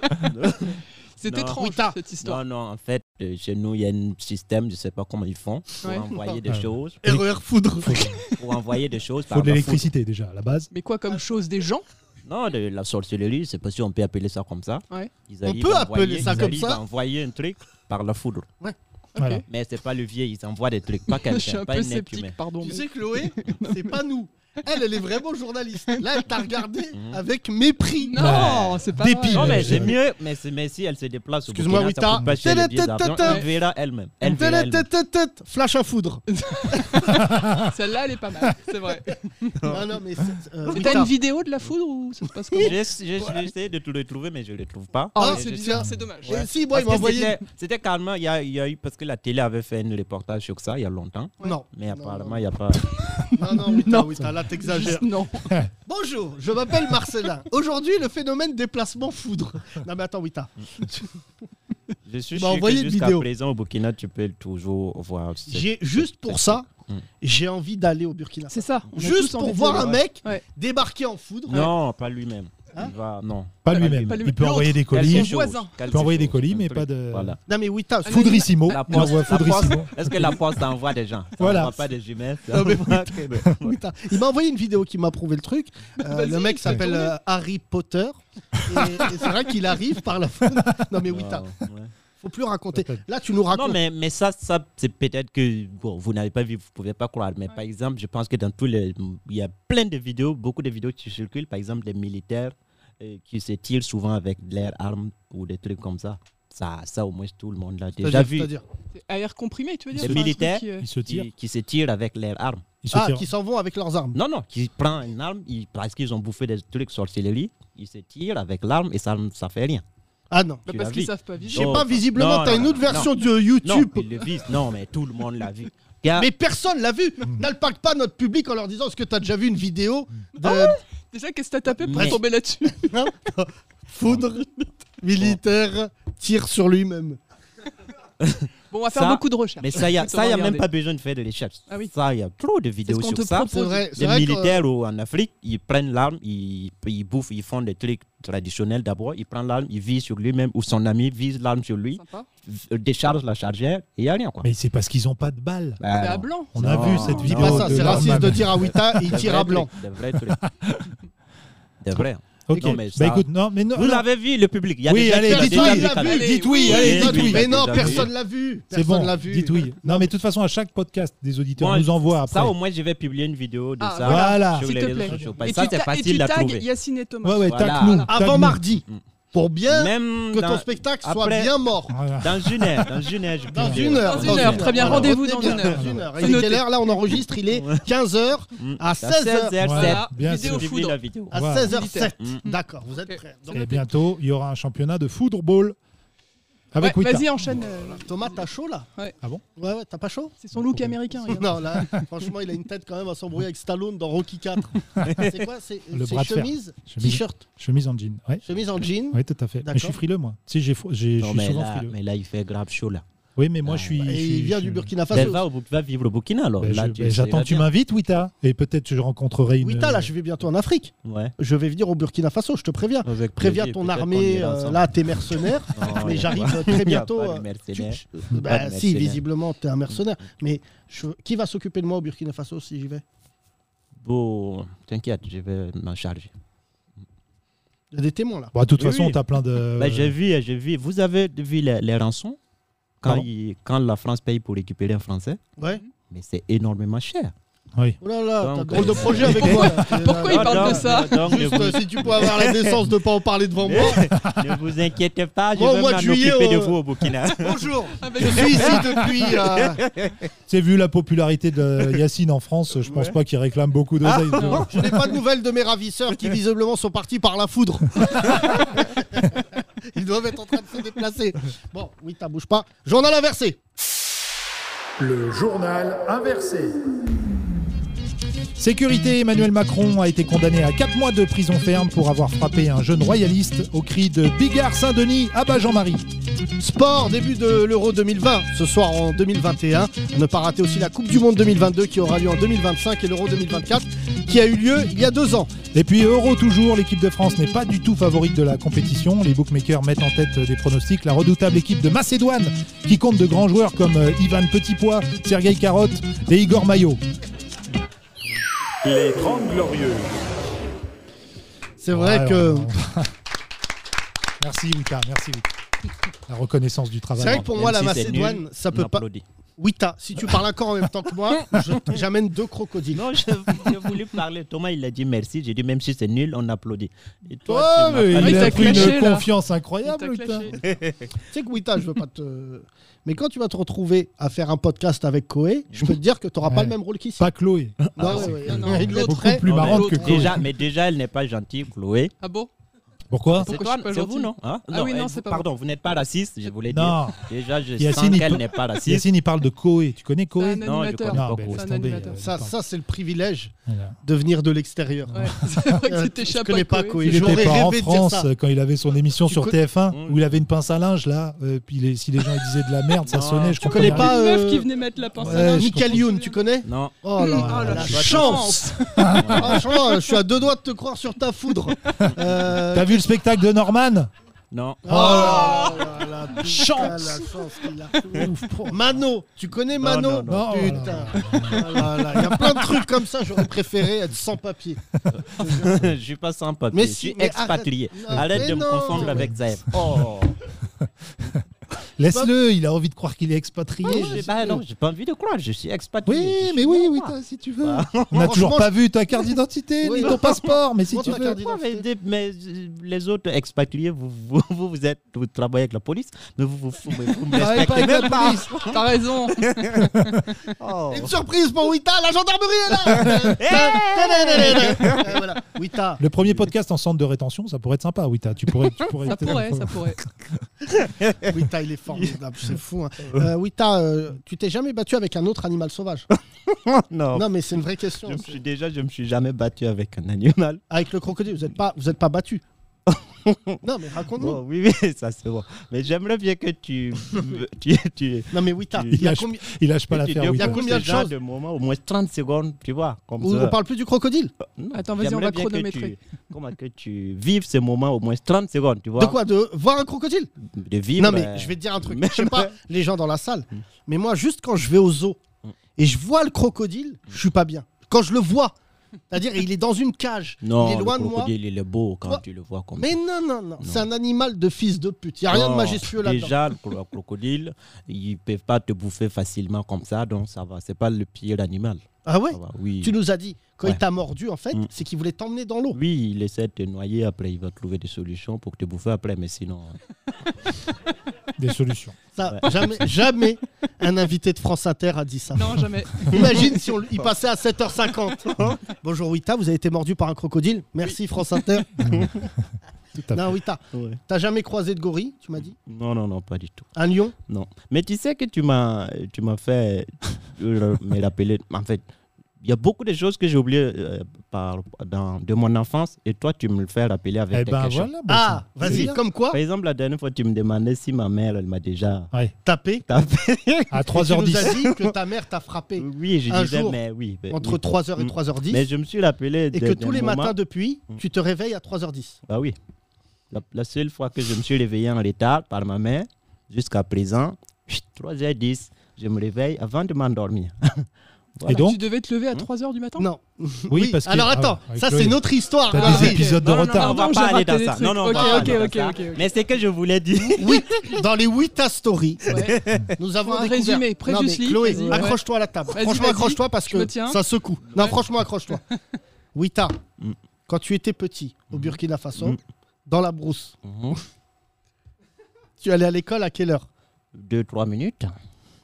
[SPEAKER 5] C'est
[SPEAKER 6] Non.
[SPEAKER 5] étrange
[SPEAKER 3] Wita.
[SPEAKER 5] cette histoire.
[SPEAKER 6] Non, non, en fait, euh, chez nous, il y a un système, je ne sais pas comment ils font, pour
[SPEAKER 5] Ouais.
[SPEAKER 6] envoyer des
[SPEAKER 4] Ouais.
[SPEAKER 6] choses.
[SPEAKER 3] RER foudre.
[SPEAKER 6] Pour envoyer des choses
[SPEAKER 4] Il faut de
[SPEAKER 6] par la foudre.
[SPEAKER 4] l'électricité déjà, à la base.
[SPEAKER 5] Mais quoi comme chose des gens
[SPEAKER 6] Non, de la sorcellerie, je ne sais pas si on peut appeler ça comme ça.
[SPEAKER 5] Ouais.
[SPEAKER 6] Ils
[SPEAKER 3] On
[SPEAKER 6] arrivent
[SPEAKER 3] peut
[SPEAKER 6] à
[SPEAKER 3] appeler ça
[SPEAKER 6] ils
[SPEAKER 3] comme
[SPEAKER 6] arrivent
[SPEAKER 3] ça
[SPEAKER 6] à envoyer un truc par la foudre.
[SPEAKER 4] Voilà.
[SPEAKER 6] Mais c'est pas le vieux, ils envoient des trucs, pas
[SPEAKER 5] Je suis
[SPEAKER 6] quelqu'un,
[SPEAKER 5] un
[SPEAKER 6] pas
[SPEAKER 5] peu
[SPEAKER 6] un être humain.
[SPEAKER 5] sceptique, pardon.
[SPEAKER 3] Tu
[SPEAKER 5] mais-
[SPEAKER 3] sais, Chloé, c'est pas nous. Elle, elle est vraiment journaliste. Là, elle t'a regardé
[SPEAKER 6] Mhm.
[SPEAKER 3] avec mépris.
[SPEAKER 5] Non, c'est pas
[SPEAKER 4] Dépit.
[SPEAKER 6] Non,
[SPEAKER 5] vrai.
[SPEAKER 6] mais
[SPEAKER 4] j'ai-
[SPEAKER 6] c'est mieux, mais, c'est- mais si elle se déplace au
[SPEAKER 3] Excuse-moi,
[SPEAKER 6] Burkina, ça
[SPEAKER 3] Wita.
[SPEAKER 6] coûte pas cher les billets
[SPEAKER 3] Tête,
[SPEAKER 6] d'avion,
[SPEAKER 3] tête,
[SPEAKER 6] elle verra elle-même. Elle verra
[SPEAKER 3] Tête,
[SPEAKER 6] elle-même.
[SPEAKER 3] tête, tête, tête. Flash à foudre.
[SPEAKER 5] Celle-là, elle est pas mal. C'est vrai.
[SPEAKER 3] non, non, mais c'est- euh,
[SPEAKER 5] Mais
[SPEAKER 3] Rita,
[SPEAKER 5] T'as une vidéo de la foudre ou ça se passe comment
[SPEAKER 6] J'ai j'ai essayé de tout le trouver, mais je ne le trouve pas.
[SPEAKER 5] Ah,
[SPEAKER 3] Ah,
[SPEAKER 5] c'est
[SPEAKER 6] je-
[SPEAKER 5] bizarre, c'est dommage.
[SPEAKER 3] j'ai- Si, moi,
[SPEAKER 6] Parce
[SPEAKER 3] il m'a
[SPEAKER 6] que
[SPEAKER 3] envoyé.
[SPEAKER 6] c'était- C'était calmement, il y, a, il y a eu, parce que la télé avait fait un reportage sur ça il y a longtemps,
[SPEAKER 3] Non,
[SPEAKER 6] mais
[SPEAKER 3] non,
[SPEAKER 6] apparemment,
[SPEAKER 3] non.
[SPEAKER 6] il n'y a pas.
[SPEAKER 3] Non, non, Wita, Wita, là, t'exagères.
[SPEAKER 5] Juste Non.
[SPEAKER 3] Bonjour, je m'appelle Marcelin. Aujourd'hui, le phénomène déplacement foudre. Non, mais attends, Wita.
[SPEAKER 6] Je suis
[SPEAKER 3] Il m'a
[SPEAKER 6] sûr que
[SPEAKER 3] envoyé une
[SPEAKER 6] jusqu'à
[SPEAKER 3] vidéo.
[SPEAKER 6] présent, au Burkina, tu peux toujours voir. ce-
[SPEAKER 3] J'ai juste pour ça,
[SPEAKER 6] Mhm.
[SPEAKER 3] j'ai envie d'aller au Burkina.
[SPEAKER 5] C'est ça. on a
[SPEAKER 3] Juste
[SPEAKER 5] tous
[SPEAKER 3] pour
[SPEAKER 5] envie de
[SPEAKER 3] voir
[SPEAKER 5] le
[SPEAKER 3] un mec
[SPEAKER 5] Ouais.
[SPEAKER 3] débarquer en foudre.
[SPEAKER 6] Non, pas lui-même.
[SPEAKER 3] Hein
[SPEAKER 6] il va, non.
[SPEAKER 4] Pas
[SPEAKER 5] Pas
[SPEAKER 4] lui-même.
[SPEAKER 5] lui-même.
[SPEAKER 4] Il peut
[SPEAKER 5] L'autre,
[SPEAKER 4] envoyer des
[SPEAKER 6] Quelque
[SPEAKER 4] colis.
[SPEAKER 5] Son voisin.
[SPEAKER 6] chose,
[SPEAKER 5] Tu
[SPEAKER 6] quelque
[SPEAKER 4] peux envoyer des
[SPEAKER 6] chose,
[SPEAKER 4] colis,
[SPEAKER 6] un
[SPEAKER 4] mais
[SPEAKER 6] truc.
[SPEAKER 4] pas de-
[SPEAKER 6] Voilà.
[SPEAKER 3] Non, mais Wita,
[SPEAKER 4] Foudrissimo.
[SPEAKER 6] La
[SPEAKER 4] Il envoie
[SPEAKER 6] poste, la poste.
[SPEAKER 4] Foudrissimo.
[SPEAKER 6] Est-ce que la poste envoie des gens Ça
[SPEAKER 4] Voilà.
[SPEAKER 6] envoie pas des jumelles. ça
[SPEAKER 3] Non, mais
[SPEAKER 6] envoie que des-
[SPEAKER 3] Oui, t'as- Il m'a envoyé une vidéo qui m'a prouvé le truc. Euh,
[SPEAKER 5] Vas-y,
[SPEAKER 3] le mec
[SPEAKER 5] fais
[SPEAKER 3] s'appelle
[SPEAKER 5] tourner.
[SPEAKER 3] euh, Harry Potter. Et, et c'est vrai qu'il arrive par la foudre. Non, mais oui, t'as-
[SPEAKER 6] Wow, ouais.
[SPEAKER 3] faut plus raconter. Là, tu nous racontes.
[SPEAKER 6] Non, mais, mais ça, ça c'est peut-être que bon, vous n'avez pas vu, vous ne pouvez pas croire. Mais par exemple, je pense que dans tous les. Il y a plein de vidéos, beaucoup de vidéos qui circulent, par exemple, des militaires euh, qui se tirent souvent avec leurs armes ou des trucs comme ça. Ça, ça au moins, tout le monde l'a déjà
[SPEAKER 3] C'est-à-dire-
[SPEAKER 6] vu.
[SPEAKER 3] c'est-à-dire-
[SPEAKER 5] C'est Air comprimé, tu veux dire enfin,
[SPEAKER 6] Les
[SPEAKER 5] un truc
[SPEAKER 6] militaires,
[SPEAKER 5] qui, euh,
[SPEAKER 4] Il se tire.
[SPEAKER 6] Qui, qui se tirent avec leurs armes.
[SPEAKER 4] Il se
[SPEAKER 3] Ah,
[SPEAKER 4] tire.
[SPEAKER 3] qui s'en vont avec leurs armes.
[SPEAKER 6] Non, non, qui prend une arme ils- parce qu'ils ont bouffé des trucs sorcellerie. Ils se tirent avec l'arme et ça ne fait rien.
[SPEAKER 3] Ah non.
[SPEAKER 5] bah,
[SPEAKER 6] tu
[SPEAKER 5] Parce
[SPEAKER 6] l'as
[SPEAKER 5] qu'ils
[SPEAKER 6] vu.
[SPEAKER 5] savent pas
[SPEAKER 3] Je
[SPEAKER 5] vivre.
[SPEAKER 3] sais
[SPEAKER 6] Non,
[SPEAKER 3] pas,
[SPEAKER 6] non,
[SPEAKER 3] visiblement,
[SPEAKER 6] oh. non,
[SPEAKER 3] t'as
[SPEAKER 6] non,
[SPEAKER 3] une
[SPEAKER 6] non,
[SPEAKER 3] autre version de
[SPEAKER 6] Non,
[SPEAKER 3] YouTube.
[SPEAKER 6] ils le visent. Non, mais tout le monde l'a vu. Gars,
[SPEAKER 3] Mais personne l'a vu. N'alpague pas notre public en leur disant Est-ce que t'as déjà vu une vidéo de
[SPEAKER 5] Ah Déjà, qu'est-ce que t'as tapé pour
[SPEAKER 6] Mais-
[SPEAKER 5] tomber là-dessus
[SPEAKER 3] foudre militaire tire sur lui-même
[SPEAKER 5] Bon, on va faire
[SPEAKER 6] Ça,
[SPEAKER 5] beaucoup de recherches.
[SPEAKER 6] Mais ça, il n'y a,
[SPEAKER 5] Faut
[SPEAKER 6] ça, y a même
[SPEAKER 5] regarder.
[SPEAKER 6] pas besoin de faire des recherches.
[SPEAKER 5] Ah oui.
[SPEAKER 6] Ça, il y a trop de vidéos
[SPEAKER 5] qu'on
[SPEAKER 6] sur
[SPEAKER 5] te
[SPEAKER 6] ça.
[SPEAKER 5] propose.
[SPEAKER 3] C'est vrai, c'est
[SPEAKER 6] Les
[SPEAKER 3] vrai que-
[SPEAKER 6] militaires au- en Afrique, ils prennent l'arme, ils, ils bouffent, ils font des trucs traditionnels d'abord. Ils prennent l'arme, ils visent sur lui-même ou son ami vise l'arme sur lui,
[SPEAKER 5] Sympa.
[SPEAKER 6] v- euh, décharge la chargeur et il n'y a rien. Quoi. Ah,
[SPEAKER 4] Mais c'est parce qu'ils n'ont pas de balles.
[SPEAKER 6] Bah,
[SPEAKER 5] Ah, Mais à
[SPEAKER 6] non.
[SPEAKER 5] blanc.
[SPEAKER 4] On a
[SPEAKER 6] Non,
[SPEAKER 4] vu cette
[SPEAKER 5] non,
[SPEAKER 3] Dis
[SPEAKER 4] vidéo.
[SPEAKER 3] pas Ah, ça,
[SPEAKER 4] de
[SPEAKER 3] c'est
[SPEAKER 4] l'arme à
[SPEAKER 3] raciste de
[SPEAKER 4] main.
[SPEAKER 3] dire à Wita, il
[SPEAKER 6] Des
[SPEAKER 3] tire
[SPEAKER 6] vrais
[SPEAKER 3] à blanc.
[SPEAKER 6] trucs, Des vrais trucs. Des vrais.
[SPEAKER 4] Ok.
[SPEAKER 6] Non, mais
[SPEAKER 4] Bah
[SPEAKER 6] ça-
[SPEAKER 4] écoute, non, mais non,
[SPEAKER 6] Vous
[SPEAKER 4] non.
[SPEAKER 6] l'avez vu, le public. Il y a
[SPEAKER 4] Oui,
[SPEAKER 6] des gens
[SPEAKER 4] allez,
[SPEAKER 6] qui l'ont
[SPEAKER 4] dites
[SPEAKER 6] déjà
[SPEAKER 4] oui,
[SPEAKER 6] vu
[SPEAKER 3] l'a
[SPEAKER 6] quand
[SPEAKER 3] vu,
[SPEAKER 6] même.
[SPEAKER 5] Allez,
[SPEAKER 3] dites oui,
[SPEAKER 5] oui,
[SPEAKER 3] allez,
[SPEAKER 6] oui,
[SPEAKER 3] dites
[SPEAKER 6] oui,
[SPEAKER 3] oui. Mais non,
[SPEAKER 6] déjà
[SPEAKER 3] personne
[SPEAKER 6] vu.
[SPEAKER 3] l'a vu.
[SPEAKER 4] C'est
[SPEAKER 3] Personne
[SPEAKER 4] bon,
[SPEAKER 3] l'a vu.
[SPEAKER 4] dites oui. Non, mais de toute façon, à chaque podcast, des auditeurs
[SPEAKER 6] Moi,
[SPEAKER 4] nous envoient après.
[SPEAKER 6] Ça, au moins, je vais publier une vidéo de
[SPEAKER 5] Ah,
[SPEAKER 6] ça
[SPEAKER 4] voilà.
[SPEAKER 6] sur
[SPEAKER 5] S'il
[SPEAKER 6] les
[SPEAKER 5] te
[SPEAKER 6] réseaux
[SPEAKER 5] plaît.
[SPEAKER 6] sociaux. Parce
[SPEAKER 5] Et
[SPEAKER 6] que Ça,
[SPEAKER 5] tu, ta-
[SPEAKER 6] c'est
[SPEAKER 5] et tu
[SPEAKER 6] facile à
[SPEAKER 5] tags
[SPEAKER 6] trouver.
[SPEAKER 5] Yacine et Thomas.
[SPEAKER 4] Ouais, ouais,
[SPEAKER 6] Voilà.
[SPEAKER 4] tac-nous.
[SPEAKER 3] Avant
[SPEAKER 4] tac-nous.
[SPEAKER 3] mardi. Pour bien
[SPEAKER 6] Même
[SPEAKER 3] que ton
[SPEAKER 6] dans,
[SPEAKER 3] spectacle soit
[SPEAKER 6] après-
[SPEAKER 3] bien mort.
[SPEAKER 4] Voilà.
[SPEAKER 6] dans une heure, dans une heure, je
[SPEAKER 3] Dans
[SPEAKER 6] publie.
[SPEAKER 3] une heure.
[SPEAKER 5] Dans une heure, très bien.
[SPEAKER 3] Voilà.
[SPEAKER 5] Rendez-vous dans
[SPEAKER 3] Retenez
[SPEAKER 5] une
[SPEAKER 3] bien,
[SPEAKER 5] heure.
[SPEAKER 3] heure.
[SPEAKER 5] C'est
[SPEAKER 3] Il est
[SPEAKER 5] noté.
[SPEAKER 3] quelle heure là On enregistre, il est 15h
[SPEAKER 6] Mm.
[SPEAKER 3] à 16h.
[SPEAKER 5] Voilà,
[SPEAKER 4] bien
[SPEAKER 5] vidéo
[SPEAKER 4] sûr.
[SPEAKER 6] Je publie
[SPEAKER 5] foudre.
[SPEAKER 6] la vidéo.
[SPEAKER 3] À
[SPEAKER 4] Voilà.
[SPEAKER 3] 16h07.
[SPEAKER 6] Mm.
[SPEAKER 3] D'accord, vous êtes
[SPEAKER 5] Ok.
[SPEAKER 3] prêts. Donc,
[SPEAKER 4] Et bientôt, il y aura un championnat de football avec
[SPEAKER 5] Ouais,
[SPEAKER 4] Wita.
[SPEAKER 5] Vas-y, enchaîne. euh,
[SPEAKER 3] Thomas, t'as chaud là
[SPEAKER 4] bah, hein. Ah bon
[SPEAKER 3] Ouais, ouais, t'as pas chaud
[SPEAKER 5] C'est son look américain. regarde.
[SPEAKER 3] Non, là, franchement, il a une tête quand même à s'embrouiller avec Stallone dans Rocky 4. C'est quoi C'est
[SPEAKER 4] Le
[SPEAKER 3] c'est
[SPEAKER 4] bras de fer.
[SPEAKER 3] chemise,
[SPEAKER 4] Chemise.
[SPEAKER 3] t-shirt,
[SPEAKER 4] Chemise en jean. Oui,
[SPEAKER 3] chemise en jean.
[SPEAKER 4] ouais, tout à fait. Mais je suis
[SPEAKER 3] D'accord.
[SPEAKER 4] frileux, moi. Si, j'ai, j'ai, je
[SPEAKER 6] Non,
[SPEAKER 4] suis
[SPEAKER 6] mais
[SPEAKER 4] souvent
[SPEAKER 6] là,
[SPEAKER 4] frileux.
[SPEAKER 6] mais là, il fait grave chaud, là.
[SPEAKER 4] Oui, mais moi,
[SPEAKER 6] Non,
[SPEAKER 4] je suis.
[SPEAKER 3] Ah, bah, Et
[SPEAKER 4] je suis-
[SPEAKER 3] il vient
[SPEAKER 4] je-
[SPEAKER 3] du Burkina
[SPEAKER 6] Ben,
[SPEAKER 3] Faso.
[SPEAKER 6] va, au Bou- va vivre au Burkina, alors.
[SPEAKER 4] Ben,
[SPEAKER 6] Là,
[SPEAKER 4] je-
[SPEAKER 6] tu-
[SPEAKER 4] ben,
[SPEAKER 6] ça
[SPEAKER 4] j'attends
[SPEAKER 6] ira
[SPEAKER 4] que tu
[SPEAKER 6] bien.
[SPEAKER 4] m'invites, Wita. Et peut-être je rencontrerai une.
[SPEAKER 3] Oui, t'as, là, je vais bientôt en Afrique.
[SPEAKER 6] Ouais.
[SPEAKER 3] Je vais venir au Burkina Faso, je te préviens.
[SPEAKER 6] Avec
[SPEAKER 3] Préviens
[SPEAKER 6] plaisir,
[SPEAKER 3] ton
[SPEAKER 6] peut-être qu'on
[SPEAKER 3] armée,
[SPEAKER 6] ira
[SPEAKER 3] euh,
[SPEAKER 6] ensemble.
[SPEAKER 3] là, tes mercenaires.
[SPEAKER 6] Non,
[SPEAKER 3] mais
[SPEAKER 6] y a
[SPEAKER 3] j'arrive
[SPEAKER 6] pas-
[SPEAKER 3] très
[SPEAKER 6] y a
[SPEAKER 3] bientôt,
[SPEAKER 6] pas de
[SPEAKER 3] euh,
[SPEAKER 6] mercenaires.
[SPEAKER 3] tu-
[SPEAKER 6] Pas de
[SPEAKER 3] Bah, si,
[SPEAKER 6] mercenaires.
[SPEAKER 3] visiblement, t'es un mercenaire. Mais je- qui va s'occuper de moi au Burkina Faso si j'y vais
[SPEAKER 6] Bon, t'inquiète, je vais m'en charger.
[SPEAKER 3] Il y a des témoins là.
[SPEAKER 4] Bon, Bah, de toute
[SPEAKER 6] Oui,
[SPEAKER 4] façon,
[SPEAKER 6] oui.
[SPEAKER 4] t'as plein de.
[SPEAKER 6] Bah, j'ai vu, j'ai vu. Vous avez vu les, les rançons quand,
[SPEAKER 4] Pardon
[SPEAKER 6] il- quand la France paye pour récupérer un Français,
[SPEAKER 3] Ouais.
[SPEAKER 6] mais c'est énormément cher.
[SPEAKER 4] Oui.
[SPEAKER 3] Oh là là,
[SPEAKER 6] Donc,
[SPEAKER 3] t'as drôle de
[SPEAKER 6] euh,
[SPEAKER 3] projet avec moi. là.
[SPEAKER 5] Pourquoi il
[SPEAKER 6] Ah,
[SPEAKER 5] parle de
[SPEAKER 6] donc-
[SPEAKER 5] ça
[SPEAKER 6] donc, ne,
[SPEAKER 3] Juste, euh,
[SPEAKER 6] vous,
[SPEAKER 3] si tu pouvais avoir la décence de pas en parler devant moi.
[SPEAKER 6] ne vous inquiétez pas, je
[SPEAKER 3] Moi, au
[SPEAKER 6] vais
[SPEAKER 3] mois de
[SPEAKER 6] m'en
[SPEAKER 3] juillet,
[SPEAKER 6] occuper de
[SPEAKER 3] euh,
[SPEAKER 6] vous au Burkina.
[SPEAKER 3] Bonjour.
[SPEAKER 5] Avec-
[SPEAKER 3] Je suis ici depuis. euh,
[SPEAKER 4] C'est vu la popularité de Yacine en France, je pense pas qu'il réclame beaucoup d'oseille.
[SPEAKER 3] Ah, je n'ai pas de nouvelles de mes ravisseurs qui visiblement sont partis par la foudre. Ils doivent être en train de se déplacer. Bon, oui, t'as bouge pas. Journal inversé.
[SPEAKER 1] Le journal inversé.
[SPEAKER 4] Sécurité, Emmanuel Macron a été condamné à 4 mois de prison ferme pour avoir frappé un jeune royaliste au cri de Bigard Saint-Denis, abat Jean-Marie.
[SPEAKER 3] Sport, début de l'Euro 2020, ce soir en 2021. À Ne pas rater aussi la Coupe du Monde 2022 qui aura lieu en 2025 et l'Euro 2024 qui a eu lieu il y a deux ans.
[SPEAKER 4] Et puis Euro toujours, l'équipe de France n'est pas du tout favorite de la compétition. Les bookmakers mettent en tête des pronostics la redoutable équipe de Macédoine qui compte de grands joueurs comme euh, Ivan Petitpois, Sergei Carotte et Igor Maillot.
[SPEAKER 7] Les 30 Glorieux.
[SPEAKER 3] C'est vrai
[SPEAKER 4] Ouais,
[SPEAKER 3] que.
[SPEAKER 4] on- on- merci Wita, merci Wita. La reconnaissance du travail.
[SPEAKER 3] C'est vrai que pour moi, la
[SPEAKER 6] Même si c'est
[SPEAKER 3] Macédoine,
[SPEAKER 6] nul,
[SPEAKER 3] ça
[SPEAKER 6] on
[SPEAKER 3] peut pas.
[SPEAKER 6] applaudit.
[SPEAKER 3] Oui, t'as. Si tu parles encore en même temps que moi, je- j'amène deux crocodiles.
[SPEAKER 6] Non, je, je voulais parler. Thomas, il a dit merci. J'ai dit, même si c'est nul, on applaudit. Et
[SPEAKER 4] Ouais,
[SPEAKER 6] toi, tu m'as
[SPEAKER 4] mais
[SPEAKER 6] pas-
[SPEAKER 5] Ah,
[SPEAKER 4] il
[SPEAKER 5] il
[SPEAKER 4] a
[SPEAKER 5] t'a
[SPEAKER 4] pris
[SPEAKER 5] clashé,
[SPEAKER 4] une
[SPEAKER 5] là.
[SPEAKER 4] confiance
[SPEAKER 5] Il t'a
[SPEAKER 4] incroyable. putain.
[SPEAKER 5] clashé.
[SPEAKER 3] Tu sais que Wita, je veux pas te. Mais quand tu vas te retrouver à faire un podcast avec Koé, je peux te dire que tu n'auras
[SPEAKER 4] Ouais.
[SPEAKER 3] pas le même rôle qu'ici.
[SPEAKER 4] Pas Chloé.
[SPEAKER 3] Non,
[SPEAKER 6] Ah,
[SPEAKER 3] ouais,
[SPEAKER 6] c'est
[SPEAKER 3] ouais.
[SPEAKER 5] clair. Non, non,
[SPEAKER 3] Il le
[SPEAKER 5] l'autre
[SPEAKER 3] traite.
[SPEAKER 4] Beaucoup plus
[SPEAKER 6] Non, mais
[SPEAKER 4] marrante que
[SPEAKER 5] l'autre,
[SPEAKER 4] Chloé.
[SPEAKER 6] Déjà, mais déjà, elle n'est pas gentille, Chloé.
[SPEAKER 5] Ah bon Pourquoi
[SPEAKER 4] Pourquoi
[SPEAKER 6] C'est
[SPEAKER 5] je
[SPEAKER 6] toi,
[SPEAKER 5] suis pas
[SPEAKER 6] c'est vous,
[SPEAKER 5] gentille
[SPEAKER 6] non Hein
[SPEAKER 5] Ah oui, non,
[SPEAKER 6] elle-
[SPEAKER 5] c'est pas
[SPEAKER 6] Pardon, vous n'êtes pas raciste, je voulais
[SPEAKER 4] Non.
[SPEAKER 6] dire. Déjà, je
[SPEAKER 4] Yacine,
[SPEAKER 6] sens
[SPEAKER 4] il
[SPEAKER 6] qu'elle
[SPEAKER 4] peut-
[SPEAKER 6] n'est pas raciste.
[SPEAKER 4] Yacine, il parle de Koé. Tu connais
[SPEAKER 5] C'est
[SPEAKER 4] Koé
[SPEAKER 5] un
[SPEAKER 6] Non, je
[SPEAKER 5] animateur.
[SPEAKER 6] connais pas.
[SPEAKER 4] Non,
[SPEAKER 6] Koé.
[SPEAKER 4] mais
[SPEAKER 5] C'est
[SPEAKER 4] laisse
[SPEAKER 5] un
[SPEAKER 4] tomber.
[SPEAKER 5] animateur.
[SPEAKER 4] euh,
[SPEAKER 3] Ça,
[SPEAKER 4] attends.
[SPEAKER 3] ça c'est le privilège
[SPEAKER 4] Voilà.
[SPEAKER 3] de venir de l'extérieur.
[SPEAKER 5] Ouais, c'est vrai que tu
[SPEAKER 3] Euh, je
[SPEAKER 5] t'échappes
[SPEAKER 3] connais
[SPEAKER 5] à
[SPEAKER 3] pas
[SPEAKER 5] Koé.
[SPEAKER 3] Koé.
[SPEAKER 4] Ah, Il
[SPEAKER 3] J'aurais
[SPEAKER 4] était pas en
[SPEAKER 3] rêvé de dire
[SPEAKER 4] France
[SPEAKER 3] ça.
[SPEAKER 4] euh, quand il avait son émission
[SPEAKER 3] Tu
[SPEAKER 4] sur
[SPEAKER 3] co-
[SPEAKER 4] TF1
[SPEAKER 6] Mm.
[SPEAKER 4] où il avait une pince à linge là. euh, puis les- si les gens ils disaient de la merde, ça
[SPEAKER 6] Non,
[SPEAKER 4] sonnait. Je
[SPEAKER 3] tu
[SPEAKER 4] comprenais
[SPEAKER 3] connais pas,
[SPEAKER 5] Une
[SPEAKER 3] euh,
[SPEAKER 5] meuf qui venait mettre la pince à
[SPEAKER 4] ouais,
[SPEAKER 5] linge.
[SPEAKER 4] je
[SPEAKER 3] Michael Youn, tu connais
[SPEAKER 6] Non.
[SPEAKER 4] Hmm.
[SPEAKER 5] Oh
[SPEAKER 3] Oh là là,
[SPEAKER 5] là
[SPEAKER 3] la
[SPEAKER 5] là.
[SPEAKER 3] chance Ah, franchement, Je suis à deux doigts de te croire sur ta foudre. Euh,
[SPEAKER 4] T'as vu le spectacle de Norman
[SPEAKER 6] Non.
[SPEAKER 3] Oh là là là, putain,
[SPEAKER 4] Chance.
[SPEAKER 3] la chance qu'il a. Ouf, pro- Mano, tu connais Mano
[SPEAKER 6] non,
[SPEAKER 4] non.
[SPEAKER 3] Putain. Oh là là, Il y a plein de trucs comme ça, j'aurais préféré être sans papier.
[SPEAKER 6] je suis pas sans papier.
[SPEAKER 3] Mais
[SPEAKER 6] je
[SPEAKER 3] si,
[SPEAKER 6] suis
[SPEAKER 3] mais
[SPEAKER 6] expatrié.
[SPEAKER 3] arrête. Non,
[SPEAKER 6] Arrête
[SPEAKER 3] mais
[SPEAKER 6] de me
[SPEAKER 3] non.
[SPEAKER 6] confondre avec Oh. Zaev.
[SPEAKER 4] Laisse-le, il a envie de croire qu'il est expatrié.
[SPEAKER 6] Et je- bah non, j'ai pas envie de croire, je suis expatrié.
[SPEAKER 4] Oui,
[SPEAKER 6] Je
[SPEAKER 4] mais
[SPEAKER 6] suis
[SPEAKER 4] oui,
[SPEAKER 6] là,
[SPEAKER 4] oui,
[SPEAKER 6] moi.
[SPEAKER 4] t'as- si tu veux.
[SPEAKER 6] Ah.
[SPEAKER 4] On n'a toujours
[SPEAKER 3] Franchement,
[SPEAKER 4] pas vu ta carte d'identité
[SPEAKER 3] Oui,
[SPEAKER 4] ni ton
[SPEAKER 3] non.
[SPEAKER 4] passeport, mais si tu
[SPEAKER 3] Montre ta
[SPEAKER 4] veux.
[SPEAKER 3] carte
[SPEAKER 6] Ouais, mais,
[SPEAKER 3] d'identité.
[SPEAKER 6] des- mais, euh, les autres expatriés, vous, vous, vous, vous êtes, vous travaillez avec la police, mais vous vous, vous, vous, vous me
[SPEAKER 4] Travaille
[SPEAKER 6] respectez
[SPEAKER 4] pas avec la
[SPEAKER 6] même pas.
[SPEAKER 4] police.
[SPEAKER 5] T'as raison.
[SPEAKER 6] Oh.
[SPEAKER 3] Une surprise pour Wita, la gendarmerie est là Euh, voilà. Wita,
[SPEAKER 4] Le premier podcast en centre de rétention, ça pourrait être sympa, Wita. Tu pourrais, tu pourrais.
[SPEAKER 5] Ça pourrait, ça pourrait.
[SPEAKER 3] Wita, il est formidable, c'est fou. hein. Euh, Wita, euh, tu t'es jamais battu avec un autre animal sauvage
[SPEAKER 6] Non,
[SPEAKER 3] Non, mais c'est une vraie question.
[SPEAKER 6] je me suis, déjà, je me suis jamais battu avec un animal.
[SPEAKER 3] Avec le crocodile, vous n'êtes pas, vous êtes pas battu. Non, mais raconte-nous.
[SPEAKER 6] Bon, oui, oui, ça c'est bon. Mais j'aimerais bien que tu. tu, tu
[SPEAKER 3] Non, mais oui, t'as-
[SPEAKER 6] Il
[SPEAKER 3] il y a
[SPEAKER 4] lâche-
[SPEAKER 3] combien-
[SPEAKER 4] Il lâche pas
[SPEAKER 6] que tu
[SPEAKER 4] l'affaire.
[SPEAKER 6] développes
[SPEAKER 3] Il y a
[SPEAKER 4] Witton.
[SPEAKER 3] combien de
[SPEAKER 6] ce genre
[SPEAKER 3] choses
[SPEAKER 6] de moments, au moins 30 secondes, tu vois, comme
[SPEAKER 3] On
[SPEAKER 6] ça. Euh,
[SPEAKER 3] on parle plus du crocodile
[SPEAKER 6] Non,
[SPEAKER 5] Attends, vas-y, on
[SPEAKER 6] j'aimerais
[SPEAKER 5] va
[SPEAKER 6] bien que
[SPEAKER 5] chronométrer.
[SPEAKER 6] tu- Comment que tu vives ce moment au moins 30 secondes, tu vois
[SPEAKER 3] De quoi De voir un crocodile
[SPEAKER 6] De vivre. Hmm.
[SPEAKER 3] Non, mais
[SPEAKER 6] euh,
[SPEAKER 3] je vais te dire un truc.
[SPEAKER 6] mais-
[SPEAKER 3] Je sais pas les gens dans la salle, mais moi, juste quand je vais au zoo et je vois le crocodile, je suis pas bien. Quand je le vois, c'est-à-dire, il est dans une cage,
[SPEAKER 6] Non,
[SPEAKER 3] il est loin
[SPEAKER 6] le
[SPEAKER 3] de moi.
[SPEAKER 6] crocodile, il est beau quand
[SPEAKER 3] Toi-
[SPEAKER 6] tu le vois comme
[SPEAKER 3] Mais
[SPEAKER 6] ça.
[SPEAKER 3] non, non, non, c'est un animal de fils de pute. Il n'y a rien de
[SPEAKER 6] Non,
[SPEAKER 3] majestueux là-dedans.
[SPEAKER 6] Déjà, le cro- crocodile, ils peuvent pas te bouffer facilement comme ça, donc ça va. C'est pas le pire animal.
[SPEAKER 3] Ah ouais
[SPEAKER 6] Ça va, oui.
[SPEAKER 3] Tu nous as dit, quand il
[SPEAKER 6] Ouais.
[SPEAKER 3] t'a mordu, en fait,
[SPEAKER 6] Mm.
[SPEAKER 3] c'est qu'il voulait t'emmener dans l'eau.
[SPEAKER 6] Oui, il essaie de te noyer, après il va trouver des solutions pour te bouffer après, mais sinon. euh.
[SPEAKER 4] Des solutions.
[SPEAKER 3] Ça, Jamais, jamais un invité de France Inter a dit ça.
[SPEAKER 5] Non, jamais.
[SPEAKER 3] Imagine si on, il passait à 7h50. hein. Bonjour Wita, vous avez été mordu par un crocodile. Merci France Inter.
[SPEAKER 4] Tout à fait.
[SPEAKER 3] Non Wita, t'as jamais croisé de gorille, tu m'as dit
[SPEAKER 6] Non, non, non, pas du tout.
[SPEAKER 3] Un lion
[SPEAKER 6] Non. Mais tu sais que tu m'as, tu m'as fait euh, me rappeler. En fait, il y a beaucoup de choses que j'ai oubliées euh, par, dans, de mon enfance et toi, tu me le fais rappeler avec
[SPEAKER 4] Eh
[SPEAKER 6] tes
[SPEAKER 4] ben
[SPEAKER 6] questions.
[SPEAKER 4] voilà. bah,
[SPEAKER 3] Ah,
[SPEAKER 4] c'est- c'est
[SPEAKER 3] vas-y,
[SPEAKER 4] bien.
[SPEAKER 3] comme quoi
[SPEAKER 6] Par exemple, la dernière fois, tu me demandais si ma mère, elle m'a déjà
[SPEAKER 4] Ouais.
[SPEAKER 3] Tapé.
[SPEAKER 6] tapé.
[SPEAKER 4] À
[SPEAKER 3] Tu nous
[SPEAKER 4] 3h10.
[SPEAKER 3] as dit que ta mère t'a frappé
[SPEAKER 6] Oui, je
[SPEAKER 3] Un
[SPEAKER 6] disais,
[SPEAKER 3] jour,
[SPEAKER 6] mais oui. mais-
[SPEAKER 3] entre
[SPEAKER 6] oui.
[SPEAKER 3] 3h et
[SPEAKER 6] Mm.
[SPEAKER 3] 3h10
[SPEAKER 6] Mais je me suis rappelé.
[SPEAKER 3] et
[SPEAKER 6] de-
[SPEAKER 3] que
[SPEAKER 6] d'un
[SPEAKER 3] tous les
[SPEAKER 6] moment-
[SPEAKER 3] matins depuis,
[SPEAKER 6] Mm.
[SPEAKER 3] tu te réveilles à 3h10.
[SPEAKER 6] Bah oui. La, la seule fois que je me suis réveillé en retard par ma mère, jusqu'à présent, chut, 3h10, je me réveille avant de m'endormir.
[SPEAKER 4] Et donc,
[SPEAKER 5] Tu devais te lever à 3h du matin
[SPEAKER 3] Non.
[SPEAKER 4] Oui, parce que-
[SPEAKER 3] Alors
[SPEAKER 4] ah,
[SPEAKER 3] attends,
[SPEAKER 4] avec
[SPEAKER 3] ça
[SPEAKER 4] Chloé.
[SPEAKER 3] c'est notre histoire.
[SPEAKER 4] T'as
[SPEAKER 3] Ah,
[SPEAKER 4] des
[SPEAKER 3] oui.
[SPEAKER 4] épisodes de
[SPEAKER 5] Non, non, non,
[SPEAKER 4] retard.
[SPEAKER 5] non. Pardon, j'ai raté des trucs.
[SPEAKER 6] on
[SPEAKER 5] Ok,
[SPEAKER 6] va
[SPEAKER 5] ok,
[SPEAKER 6] aller dans
[SPEAKER 5] ok,
[SPEAKER 6] ça.
[SPEAKER 5] ok, ok.
[SPEAKER 6] Mais c'est que je voulais dire.
[SPEAKER 3] Oui, dans les 8 à story,
[SPEAKER 5] Ouais.
[SPEAKER 3] nous avons
[SPEAKER 5] Faut un
[SPEAKER 3] découvert.
[SPEAKER 5] résumé,
[SPEAKER 3] non, mais
[SPEAKER 5] Prejusli,
[SPEAKER 3] Chloé,
[SPEAKER 5] vas-y.
[SPEAKER 3] accroche-toi à la table.
[SPEAKER 5] Vas-y,
[SPEAKER 3] franchement,
[SPEAKER 5] vas-y,
[SPEAKER 3] accroche-toi parce
[SPEAKER 5] je
[SPEAKER 3] que
[SPEAKER 5] me tiens.
[SPEAKER 3] ça secoue. Non,
[SPEAKER 5] Ouais.
[SPEAKER 3] franchement, accroche-toi. Wita,
[SPEAKER 6] Mm.
[SPEAKER 3] quand tu étais petit au Burkina Faso,
[SPEAKER 6] Mm.
[SPEAKER 3] dans la brousse,
[SPEAKER 4] Mm.
[SPEAKER 3] tu allais à l'école à quelle heure
[SPEAKER 6] Deux, trois minutes.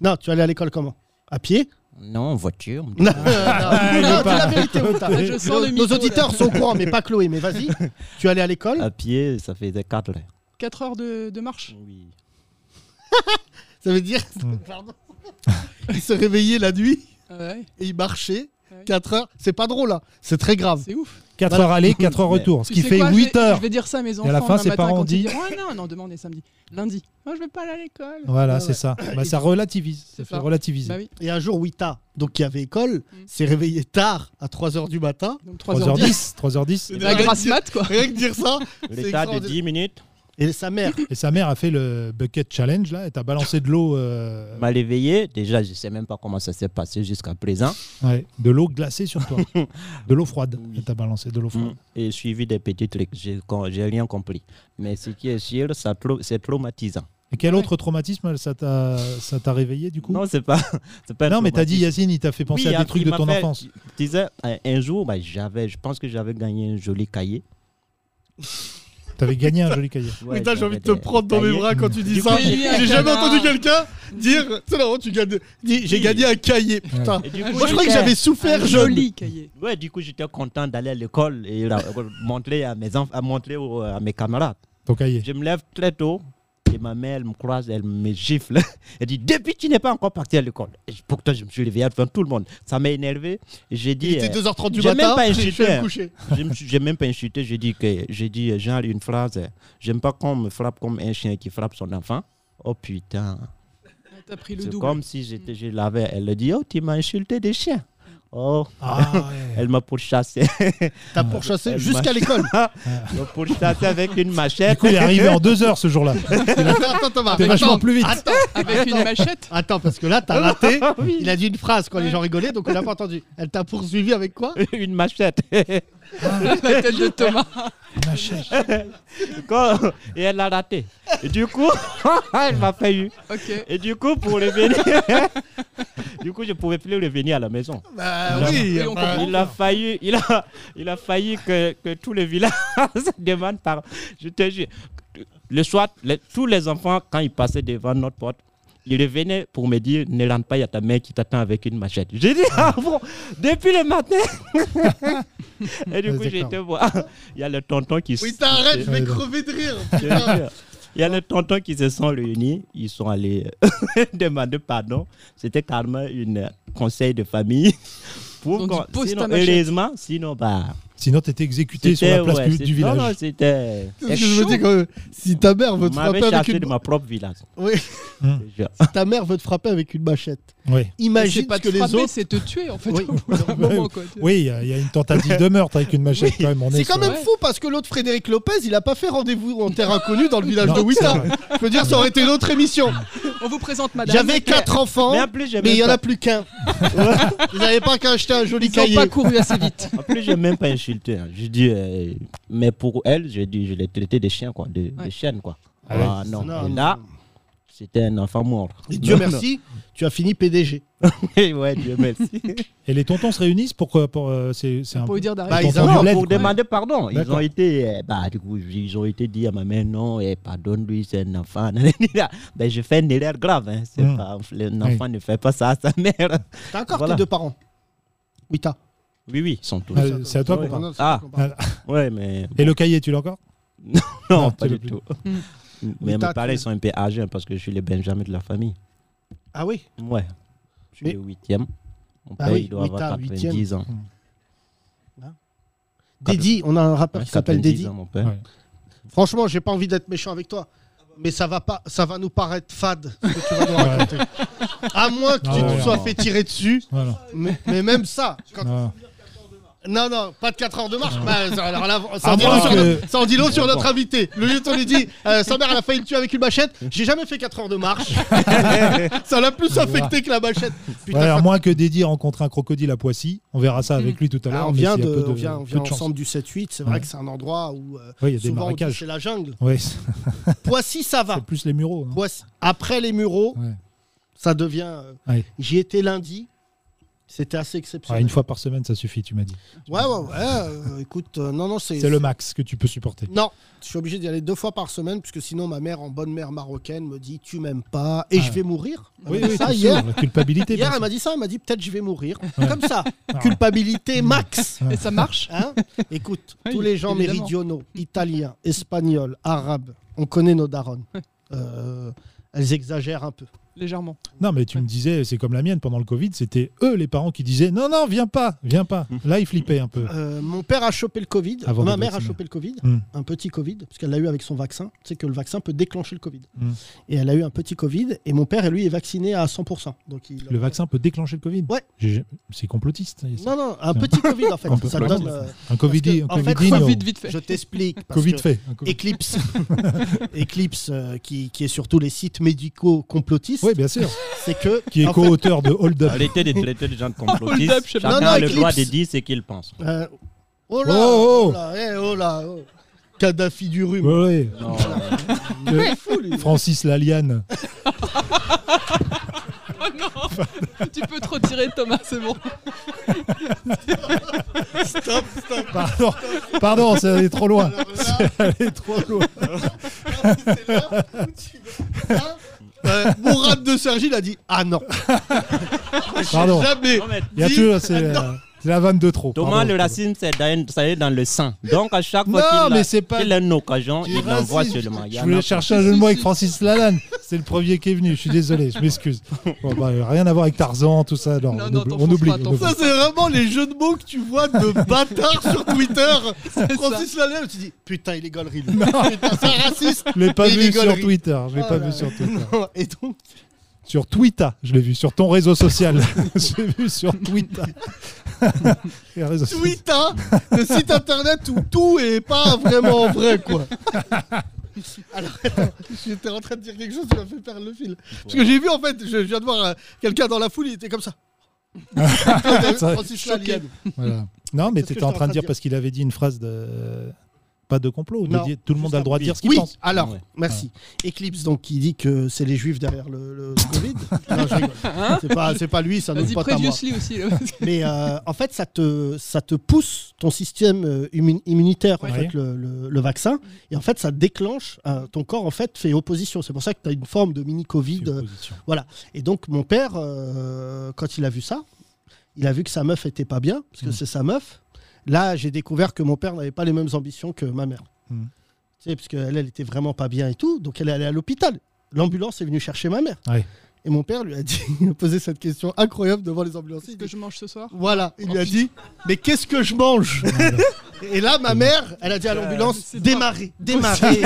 [SPEAKER 3] Non, tu allais à l'école comment À pied
[SPEAKER 6] Non, en voiture.
[SPEAKER 3] Non, non, non, dis la vérité, Wita.
[SPEAKER 5] Je sens le
[SPEAKER 3] Nos
[SPEAKER 5] mytho, là.
[SPEAKER 3] auditeurs sont au courant, mais pas Chloé. Mais vas-y, tu allais à l'école.
[SPEAKER 6] À pied, ça faisait 4 heures.
[SPEAKER 5] 4 heures de, de marche
[SPEAKER 6] Oui.
[SPEAKER 3] Ça veut dire.
[SPEAKER 4] Mm.
[SPEAKER 3] Pardon. Il se réveillait la nuit
[SPEAKER 5] Ah Ouais, Ah
[SPEAKER 3] et il marchait
[SPEAKER 5] Ouais.
[SPEAKER 3] 4 heures. C'est pas drôle, là. C'est très grave.
[SPEAKER 5] c'est ouf.
[SPEAKER 4] 4
[SPEAKER 3] Voilà.
[SPEAKER 4] heures aller, 4 heures
[SPEAKER 6] Mais-
[SPEAKER 4] retour. Ce
[SPEAKER 5] Tu
[SPEAKER 4] qui
[SPEAKER 5] sais
[SPEAKER 4] fait
[SPEAKER 5] quoi, je vais-
[SPEAKER 4] 8 heures.
[SPEAKER 5] Je vais dire ça à mes enfants.
[SPEAKER 4] à la fin,
[SPEAKER 5] demain
[SPEAKER 4] ses
[SPEAKER 5] matin,
[SPEAKER 4] parents
[SPEAKER 5] quand ils
[SPEAKER 4] disent-
[SPEAKER 5] diront, Ah non, non, demain, on est samedi. Lundi. Moi, je vais pas aller à l'école.
[SPEAKER 4] Voilà,
[SPEAKER 3] Ouais,
[SPEAKER 4] c'est
[SPEAKER 3] Ah ouais.
[SPEAKER 4] ça. Bah, ça relativise. Ça
[SPEAKER 5] C'est
[SPEAKER 4] fait
[SPEAKER 5] ça.
[SPEAKER 4] relativiser.
[SPEAKER 5] Bah oui,
[SPEAKER 3] Et un jour, Wita, donc qui avait école,
[SPEAKER 5] Mm.
[SPEAKER 3] s'est réveillé tard à 3 heures du matin.
[SPEAKER 5] donc 3h10.
[SPEAKER 4] 3h10, 3h10.
[SPEAKER 5] La grâce mat, quoi.
[SPEAKER 3] Rien que dire ça. c'est
[SPEAKER 6] L'état de
[SPEAKER 3] extraordinaire.
[SPEAKER 6] 10 minutes,
[SPEAKER 3] Et sa mère.
[SPEAKER 4] Et sa mère a fait le bucket challenge là, et t'as balancé de l'eau, euh,
[SPEAKER 6] mal éveillé. Déjà, je sais même pas comment ça s'est passé jusqu'à présent.
[SPEAKER 4] ouais, de l'eau glacée sur toi, de l'eau froide. Et T'as balancé de l'eau froide.
[SPEAKER 6] Et suivi des petits trucs. J'ai con- j'ai rien compris. Mais ce qui est sûr, ça trau- c'est traumatisant.
[SPEAKER 4] Et quel autre traumatisme ça t'a, ça t'a réveillé du coup
[SPEAKER 6] Non, c'est pas, c'est pas un
[SPEAKER 4] Non, mais t'as dit
[SPEAKER 6] traumatisme.
[SPEAKER 4] Yacine, il t'a fait penser
[SPEAKER 6] Oui,
[SPEAKER 4] à
[SPEAKER 6] il
[SPEAKER 4] des
[SPEAKER 6] a-
[SPEAKER 4] trucs
[SPEAKER 6] il
[SPEAKER 4] de
[SPEAKER 6] m'a
[SPEAKER 4] ton
[SPEAKER 6] fait-
[SPEAKER 4] enfance.
[SPEAKER 6] Tu disais, un, un jour, bah, j'avais, je pense que j'avais gagné un joli cahier.
[SPEAKER 4] T'avais gagné un joli cahier.
[SPEAKER 6] Ouais,
[SPEAKER 3] Putain, j'ai
[SPEAKER 6] j'avais
[SPEAKER 3] envie de te
[SPEAKER 6] des-
[SPEAKER 3] prendre
[SPEAKER 6] des
[SPEAKER 3] dans mes
[SPEAKER 6] cahiers.
[SPEAKER 3] bras quand tu dis
[SPEAKER 6] Du
[SPEAKER 3] ça.
[SPEAKER 6] coup, j'ai
[SPEAKER 5] mis un
[SPEAKER 3] J'ai jamais
[SPEAKER 5] canard.
[SPEAKER 3] entendu quelquun dire. C'est là, tu gagnes. dis, J'ai
[SPEAKER 6] Oui.
[SPEAKER 3] gagné un cahier. Putain.
[SPEAKER 6] Et du
[SPEAKER 5] Un
[SPEAKER 6] coup,
[SPEAKER 3] Moi, je
[SPEAKER 6] Ah,
[SPEAKER 5] joli
[SPEAKER 3] crois que
[SPEAKER 6] j'étais-
[SPEAKER 3] j'avais souffert
[SPEAKER 5] Un
[SPEAKER 3] jeune.
[SPEAKER 5] joli cahier.
[SPEAKER 6] Ouais, du coup, j'étais content d'aller à l'école et ra- montrer à mes enfants, à montrer aux- à mes camarades.
[SPEAKER 4] Ton cahier.
[SPEAKER 6] Je me lève très tôt et ma mère, elle me croise, elle me gifle. Elle dit Depuis, tu n'es pas encore parti à l'école. Et je- Pourtant, je me suis réveillé devant tout le monde. Ça m'a énervé. J'ai
[SPEAKER 3] Il
[SPEAKER 6] dit
[SPEAKER 3] était
[SPEAKER 6] euh,
[SPEAKER 3] 2h30 du
[SPEAKER 6] j'ai même
[SPEAKER 3] matin.
[SPEAKER 6] pas
[SPEAKER 3] Je
[SPEAKER 6] insulté,
[SPEAKER 3] vais me
[SPEAKER 6] hein.
[SPEAKER 3] coucher.
[SPEAKER 6] je me suis- J'ai même pas insulté. J'ai dit, que- j'ai dit euh, genre une phrase euh, J'aime pas qu'on me frappe comme un chien qui frappe son enfant. Oh putain.
[SPEAKER 5] T'as pris le
[SPEAKER 6] C'est
[SPEAKER 5] double.
[SPEAKER 6] comme si j'étais, je l'avais. Elle a dit, oh, tu m'as insulté des chiens. Oh,
[SPEAKER 4] Ah ouais.
[SPEAKER 6] elle m'a pourchassé.
[SPEAKER 3] T'as pourchassé
[SPEAKER 6] Elle
[SPEAKER 3] jusqu'à
[SPEAKER 6] m'a-
[SPEAKER 3] l'école.
[SPEAKER 6] Elle m'a pourchassé avec une
[SPEAKER 4] Du
[SPEAKER 6] machette.
[SPEAKER 4] coup, il est arrivé en deux heures ce jour-là.
[SPEAKER 3] Attends, attends, attends,
[SPEAKER 4] T'es vachement
[SPEAKER 3] attends.
[SPEAKER 4] plus vite.
[SPEAKER 3] Attends,
[SPEAKER 5] Avec une machette.
[SPEAKER 3] attends, parce que là, t'as raté. Il a dit une phrase quand les
[SPEAKER 5] Ouais.
[SPEAKER 3] gens rigolaient, donc on l'a pas entendu. Elle t'a poursuivi avec quoi
[SPEAKER 6] une machette.
[SPEAKER 5] La tête de Thomas.
[SPEAKER 4] Ma chère.
[SPEAKER 6] Quand- Et elle l'a raté. Et du coup, elle m'a fait eu.
[SPEAKER 5] Ok.
[SPEAKER 6] Et du coup, pour revenir, du coup, je pouvais plus revenir à la maison.
[SPEAKER 3] Bah
[SPEAKER 5] Oui, on comprend.
[SPEAKER 6] Il a failli, il a, il a failli que, que tout le village se demande par. Je te jure, le soir, les- tous les enfants, quand ils passaient devant notre porte, ils revenaient pour me dire Ne rentre pas, il y a ta mère qui t'attend avec une machette. J'ai dit Ah bon, depuis le matin Et du coup,
[SPEAKER 4] D'accord.
[SPEAKER 6] j'étais voir. Il y a le tonton qui. s-
[SPEAKER 3] Oui, t'arrêtes, je
[SPEAKER 4] Ouais,
[SPEAKER 3] vais
[SPEAKER 4] non.
[SPEAKER 3] crever de rire.
[SPEAKER 6] je te jure. Il y a les tontons qui se sont réunis, ils sont allés demander pardon. C'était carrément un conseil de famille Pour
[SPEAKER 5] Donc,
[SPEAKER 6] qu'on-
[SPEAKER 5] tu poses
[SPEAKER 6] sinon,
[SPEAKER 5] ta machette.
[SPEAKER 6] heureusement, sinon, bah.
[SPEAKER 4] Sinon, t'étais exécuté sur la
[SPEAKER 6] c'était-
[SPEAKER 4] place
[SPEAKER 6] ouais,
[SPEAKER 4] publique
[SPEAKER 6] c'est-
[SPEAKER 4] du village.
[SPEAKER 6] Non, non, c'était.
[SPEAKER 3] Parce que je veux dire que si ta mère veut
[SPEAKER 6] On
[SPEAKER 3] te
[SPEAKER 6] m'avait
[SPEAKER 3] frapper avec
[SPEAKER 6] chassé
[SPEAKER 3] une...
[SPEAKER 6] de ma propre village.
[SPEAKER 3] Oui, si ta mère veut te frapper avec une machette.
[SPEAKER 4] Hum. Oui.
[SPEAKER 3] Imagine
[SPEAKER 5] C'est pas
[SPEAKER 3] que
[SPEAKER 5] te
[SPEAKER 3] les
[SPEAKER 5] frapper,
[SPEAKER 3] autres.
[SPEAKER 5] c'est te tuer en fait.
[SPEAKER 3] Oui.
[SPEAKER 5] au bout d'un moment, quoi.
[SPEAKER 4] Oui, il y, a- il y a une tentative de meurtre avec une machette quand même. on est
[SPEAKER 3] C'est quand
[SPEAKER 4] sur-
[SPEAKER 3] même fou parce que l'autre Frédéric Lopez, il a pas fait rendez-vous en terre inconnue dans le village
[SPEAKER 4] Non,
[SPEAKER 3] de
[SPEAKER 4] c'est
[SPEAKER 3] Wita.
[SPEAKER 4] vrai.
[SPEAKER 3] Je veux dire, ça aurait été une autre émission.
[SPEAKER 5] On vous présente madame.
[SPEAKER 3] J'avais quatre enfants,
[SPEAKER 6] Mais en plus, j'ai
[SPEAKER 3] mais il y en
[SPEAKER 6] même
[SPEAKER 3] a plus qu'un. Ils n'avaient pas qu'à acheter un joli
[SPEAKER 5] Ils n'ont
[SPEAKER 3] cahier.
[SPEAKER 5] pas couru assez vite.
[SPEAKER 6] En plus, j'ai même pas insulté. hein. J'ai dit, euh, mais pour elle, j'ai dit, je l'ai traité de chien, quoi, de, de
[SPEAKER 5] Ouais.
[SPEAKER 6] chienne, quoi.
[SPEAKER 3] 哎
[SPEAKER 4] Ah ouais.
[SPEAKER 6] Ah, non.
[SPEAKER 3] Non,
[SPEAKER 6] Et là, c'était un enfant mort.
[SPEAKER 3] Et Dieu
[SPEAKER 6] Non,
[SPEAKER 3] merci, tu as fini PDG.
[SPEAKER 6] non. ouais, Dieu merci.
[SPEAKER 4] Et les tontons se réunissent pour. que- pour, euh, c'est c'est un...
[SPEAKER 5] Pour lui dire d'arrêter.
[SPEAKER 3] Bah, ils
[SPEAKER 4] Ils ont
[SPEAKER 6] Non,
[SPEAKER 4] du bled,
[SPEAKER 6] pour
[SPEAKER 4] quoi.
[SPEAKER 6] demander pardon. Ils
[SPEAKER 4] D'accord.
[SPEAKER 6] ont été, euh, bah, du coup, ils ont été dit à ma mère, non, eh, pardonne-lui, c'est un enfant. ben, je fais une erreur grave. Hein. C'est
[SPEAKER 4] Mm.
[SPEAKER 6] pas, un enfant ne fait pas ça à sa mère.
[SPEAKER 3] T'as encore
[SPEAKER 6] Voilà.
[SPEAKER 3] tes deux parents Wita.
[SPEAKER 6] Oui, oui, ils sont tous.
[SPEAKER 4] Ah, c'est à toi qu'on
[SPEAKER 6] Ouais.
[SPEAKER 4] parle.
[SPEAKER 6] Ah,
[SPEAKER 4] Ah,
[SPEAKER 6] ouais, mais
[SPEAKER 4] Et le cahier, tu l'as encore
[SPEAKER 6] non,
[SPEAKER 4] non,
[SPEAKER 6] pas
[SPEAKER 4] tu
[SPEAKER 6] du
[SPEAKER 4] l'as
[SPEAKER 6] tout.
[SPEAKER 5] Mm.
[SPEAKER 6] Mais
[SPEAKER 3] Oui,
[SPEAKER 6] mes
[SPEAKER 3] t'as-
[SPEAKER 6] parents, ils sont un peu âgés hein, parce que je suis le Benjamin de la famille.
[SPEAKER 3] Ah oui
[SPEAKER 6] Ouais. Je suis
[SPEAKER 3] Mais-
[SPEAKER 6] le huitième. Mon
[SPEAKER 3] Bah
[SPEAKER 6] père,
[SPEAKER 3] oui,
[SPEAKER 6] il doit
[SPEAKER 3] oui, t'as
[SPEAKER 6] avoir
[SPEAKER 3] un
[SPEAKER 6] 90 ans.
[SPEAKER 3] Mmh. Bah. Dédi, on a un rappeur
[SPEAKER 6] Ouais,
[SPEAKER 3] qui s'appelle
[SPEAKER 6] 90
[SPEAKER 3] Dédi.
[SPEAKER 6] ans, mon père.
[SPEAKER 4] Ouais.
[SPEAKER 3] Franchement, j'ai pas envie d'être méchant avec toi. Mais ça va pas, ça va nous paraître fade ce que tu vas nous raconter. À moins que
[SPEAKER 4] Non,
[SPEAKER 3] tu
[SPEAKER 4] non,
[SPEAKER 3] te
[SPEAKER 4] non,
[SPEAKER 3] sois
[SPEAKER 6] non.
[SPEAKER 3] fait tirer dessus,
[SPEAKER 4] Ah Voilà.
[SPEAKER 3] mais, mais même ça. quand-
[SPEAKER 4] Ah.
[SPEAKER 3] Non, non, pas de 4 heures de marche. Bah, ça, alors là, ça,
[SPEAKER 4] À
[SPEAKER 3] en dit long
[SPEAKER 4] moins
[SPEAKER 3] sur
[SPEAKER 4] que-
[SPEAKER 3] notre- ça en dit long sur notre invité. Le lieu on lui dit euh, sa mère, elle a failli le tuer avec une machette. J'ai jamais fait 4 heures de marche. ça l'a plus affecté que la machette. Putain,
[SPEAKER 4] Ouais, à
[SPEAKER 3] ça-
[SPEAKER 4] moins que Dédi rencontre un crocodile à Poissy. On verra ça avec lui tout à
[SPEAKER 3] Ah,
[SPEAKER 4] l'heure.
[SPEAKER 3] on
[SPEAKER 4] mais
[SPEAKER 3] vient,
[SPEAKER 4] s'il y a
[SPEAKER 3] de,
[SPEAKER 4] peu
[SPEAKER 3] on vient, on
[SPEAKER 4] peu
[SPEAKER 3] vient
[SPEAKER 4] de chance.
[SPEAKER 3] ensemble du 7-8. C'est vrai
[SPEAKER 4] Ouais.
[SPEAKER 3] que c'est un endroit où euh,
[SPEAKER 4] Ouais, il y a des
[SPEAKER 3] souvent on dit
[SPEAKER 4] marécages.
[SPEAKER 3] c'est la jungle.
[SPEAKER 4] Ouais, c'est
[SPEAKER 3] Poissy, ça va.
[SPEAKER 4] plus les mureaux. non
[SPEAKER 3] Boisse- Après les Mureaux,
[SPEAKER 4] Ouais.
[SPEAKER 3] ça devient. euh,
[SPEAKER 4] Ouais.
[SPEAKER 3] J'y étais lundi. C'était assez
[SPEAKER 4] Ouais,
[SPEAKER 3] exceptionnel.
[SPEAKER 4] une fois par semaine, ça suffit, tu m'as dit.
[SPEAKER 3] Ouais, ouais, ouais. euh, écoute, euh, non, non, c'est.
[SPEAKER 4] C'est le max que tu peux supporter.
[SPEAKER 3] Non, je suis obligé d'y aller deux fois par semaine, puisque sinon ma mère, en bonne mère marocaine, me dit Tu m'aimes pas et
[SPEAKER 4] Ah.
[SPEAKER 3] je vais mourir. Elle
[SPEAKER 4] Oui,
[SPEAKER 3] m'a dit
[SPEAKER 4] oui,
[SPEAKER 3] ça
[SPEAKER 4] t'es sûr,
[SPEAKER 3] hier.
[SPEAKER 4] la culpabilité.
[SPEAKER 3] Hier,
[SPEAKER 4] bien
[SPEAKER 3] elle
[SPEAKER 4] sûr.
[SPEAKER 3] m'a dit ça, elle m'a dit Peut-être je vais mourir.
[SPEAKER 4] Ouais.
[SPEAKER 3] Comme ça,
[SPEAKER 4] Ah,
[SPEAKER 3] culpabilité max.
[SPEAKER 5] Et ça marche
[SPEAKER 3] Hein Écoute,
[SPEAKER 5] Oui,
[SPEAKER 3] tous les gens
[SPEAKER 5] évidemment.
[SPEAKER 3] méridionaux, italiens, espagnols, arabes, on connaît nos darons. Euh, elles exagèrent un peu.
[SPEAKER 5] légèrement.
[SPEAKER 4] Non, mais tu me disais, c'est comme la mienne pendant le Covid, c'était eux les parents qui disaient non, non, viens pas, viens pas. Là, ils flippaient un peu.
[SPEAKER 3] Mmh. Euh, mon père a chopé le Covid.
[SPEAKER 4] Avant
[SPEAKER 3] ma
[SPEAKER 4] d'être
[SPEAKER 3] mère a
[SPEAKER 4] vacciné.
[SPEAKER 3] chopé le Covid.
[SPEAKER 4] Mm.
[SPEAKER 3] Un petit Covid, parce qu'elle l'a eu avec son vaccin. Tu sais que le vaccin peut déclencher le Covid.
[SPEAKER 4] Mm.
[SPEAKER 3] Et elle a eu un petit Covid. Et mon père, lui, est vacciné à 100%. Donc il...
[SPEAKER 4] Le vaccin peut déclencher le Covid
[SPEAKER 3] Ouais.
[SPEAKER 4] J'ai- C'est complotiste.
[SPEAKER 3] Non, non, un petit Covid, en fait.
[SPEAKER 4] Un peu
[SPEAKER 3] Ça
[SPEAKER 4] plus
[SPEAKER 3] donne,
[SPEAKER 4] loin.
[SPEAKER 3] euh,
[SPEAKER 4] Un Covid, un
[SPEAKER 3] en fait,
[SPEAKER 4] Covidinho.
[SPEAKER 5] Vite, vite fait.
[SPEAKER 3] je t'explique. parce
[SPEAKER 4] Covid
[SPEAKER 3] que
[SPEAKER 4] fait. un Covid.
[SPEAKER 3] Eclipse, Eclipse euh, qui, qui est sur tous les sites médicaux complotistes,
[SPEAKER 4] Oui, bien sûr.
[SPEAKER 3] c'est que.
[SPEAKER 4] Qui est
[SPEAKER 3] en fait,
[SPEAKER 4] co-auteur de Hold Up.
[SPEAKER 6] Arrêtez de traiter les gens de
[SPEAKER 5] Hold up, je
[SPEAKER 6] complotistes.
[SPEAKER 5] sais
[SPEAKER 6] Chacun
[SPEAKER 3] pas. Non, non,
[SPEAKER 6] a le
[SPEAKER 3] Eclipse.
[SPEAKER 6] droit de dire ce qu'il pense.
[SPEAKER 3] euh, oh là
[SPEAKER 4] Oh, oh.
[SPEAKER 3] Oh là, eh, oh là oh. Kadhafi du rhume.
[SPEAKER 4] Ouais, ouais.
[SPEAKER 6] Non,
[SPEAKER 4] Le- Francis Laliane.
[SPEAKER 5] Oh non Tu peux te retirer, Thomas, c'est bon.
[SPEAKER 4] Pardon, pardon, c'est allé trop loin.
[SPEAKER 3] Alors là,
[SPEAKER 4] C'est allé trop loin.
[SPEAKER 3] C'est là où tu vas. Là, euh, Mourad de Sergi il a dit Ah non
[SPEAKER 4] Pardon.
[SPEAKER 3] Jamais ah
[SPEAKER 6] Non, mais
[SPEAKER 4] Il y a
[SPEAKER 3] Dis-
[SPEAKER 4] toujours, c'est euh, c'est la vanne de trop.
[SPEAKER 6] Thomas,
[SPEAKER 4] Pardon.
[SPEAKER 6] le racisme, c'est dans, ça est dans le sang. Donc, à chaque
[SPEAKER 4] Non,
[SPEAKER 6] fois qu'il
[SPEAKER 4] mais
[SPEAKER 6] a,
[SPEAKER 4] c'est pas
[SPEAKER 6] qu'il a une occasion,
[SPEAKER 4] du
[SPEAKER 6] il l'envoie
[SPEAKER 4] racisme.
[SPEAKER 6] seulement. Il y
[SPEAKER 4] Je
[SPEAKER 6] en
[SPEAKER 4] voulais
[SPEAKER 6] a-
[SPEAKER 4] chercher un jeu de mots avec Francis Lalanne. C'est le premier qui est venu. Je suis désolé, je m'excuse. Bon, bah, rien à voir avec Tarzan, tout ça. Non,
[SPEAKER 5] Non,
[SPEAKER 4] on
[SPEAKER 5] non,
[SPEAKER 4] oublie.
[SPEAKER 5] t'en
[SPEAKER 4] on
[SPEAKER 5] fonces
[SPEAKER 4] oublie,
[SPEAKER 5] pas, t'en
[SPEAKER 4] on oublie.
[SPEAKER 3] Ça c'est vraiment les jeux de mots que tu vois de bâtards sur Twitter Francis Lalanne tu dis Putain il est gaulerie lui. Putain c'est un raciste
[SPEAKER 4] Je l'ai pas
[SPEAKER 3] Il
[SPEAKER 4] vu
[SPEAKER 3] rigole,
[SPEAKER 4] sur
[SPEAKER 3] il-
[SPEAKER 4] Twitter. Je l'ai
[SPEAKER 3] Oh
[SPEAKER 4] pas
[SPEAKER 3] là
[SPEAKER 4] vu
[SPEAKER 3] là.
[SPEAKER 4] sur Twitter.
[SPEAKER 3] Non, Et donc
[SPEAKER 4] Sur Twitter, je l'ai vu. Sur ton réseau social. je l'ai vu sur Twitter. Et un réseau social.
[SPEAKER 3] Twitter Le site internet où tout est pas vraiment vrai quoi alors, attends, j'étais en train de dire quelque chose, tu m'as fait perdre le fil. Parce que j'ai vu, en fait, je, je viens de voir euh, quelqu'un dans la foule, il était comme ça. Francis Lalanne.
[SPEAKER 4] Voilà. Non, mais
[SPEAKER 3] C'est ce
[SPEAKER 4] tu
[SPEAKER 3] que
[SPEAKER 4] étais en train de dire parce qu'il avait dit une phrase de. Pas de complot. de
[SPEAKER 3] Non,
[SPEAKER 4] dire- tout le monde a le droit de dire ce qu'il
[SPEAKER 3] Oui,
[SPEAKER 4] pense. Ah.
[SPEAKER 3] alors,
[SPEAKER 6] Ouais.
[SPEAKER 3] merci. Eclipse, donc, qui dit que c'est les juifs derrière le, le Covid. Non, je rigole. c'est pas, c'est pas lui, ça nous
[SPEAKER 5] Hein Vas-y,
[SPEAKER 3] pas à moi.
[SPEAKER 5] Previously aussi. là.
[SPEAKER 3] Mais euh, en fait, ça te, ça te pousse ton système euh, immu- immunitaire, en
[SPEAKER 4] Ouais.
[SPEAKER 3] fait, le, le- le vaccin. Et en fait, ça déclenche, euh, ton corps, en fait, fait opposition. C'est pour ça que tu as une forme de mini-Covid. euh,
[SPEAKER 4] C'est une position.
[SPEAKER 3] Et donc, mon père, euh, quand il a vu ça, il a vu que sa meuf était pas bien, parce que
[SPEAKER 4] Mm.
[SPEAKER 3] c'est sa meuf. Là, j'ai découvert que mon père n'avait pas les mêmes ambitions que ma mère.
[SPEAKER 4] Mm.
[SPEAKER 3] Tu sais, parce qu'elle, elle était vraiment pas bien et tout. Donc, elle est allée à l'hôpital. L'ambulance est venue chercher ma mère.
[SPEAKER 4] Ouais.
[SPEAKER 3] Et mon père lui a dit, il a posé cette question incroyable devant les ambulanciers.
[SPEAKER 5] Qu'est-ce
[SPEAKER 3] Il
[SPEAKER 5] que
[SPEAKER 3] dit,
[SPEAKER 5] je mange ce soir Oh.
[SPEAKER 3] Voilà, il lui a dit, mais qu'est-ce que je mange Et là, ma mère, elle a dit à l'ambulance,
[SPEAKER 5] Euh, c'est
[SPEAKER 3] démarrez, démarrez,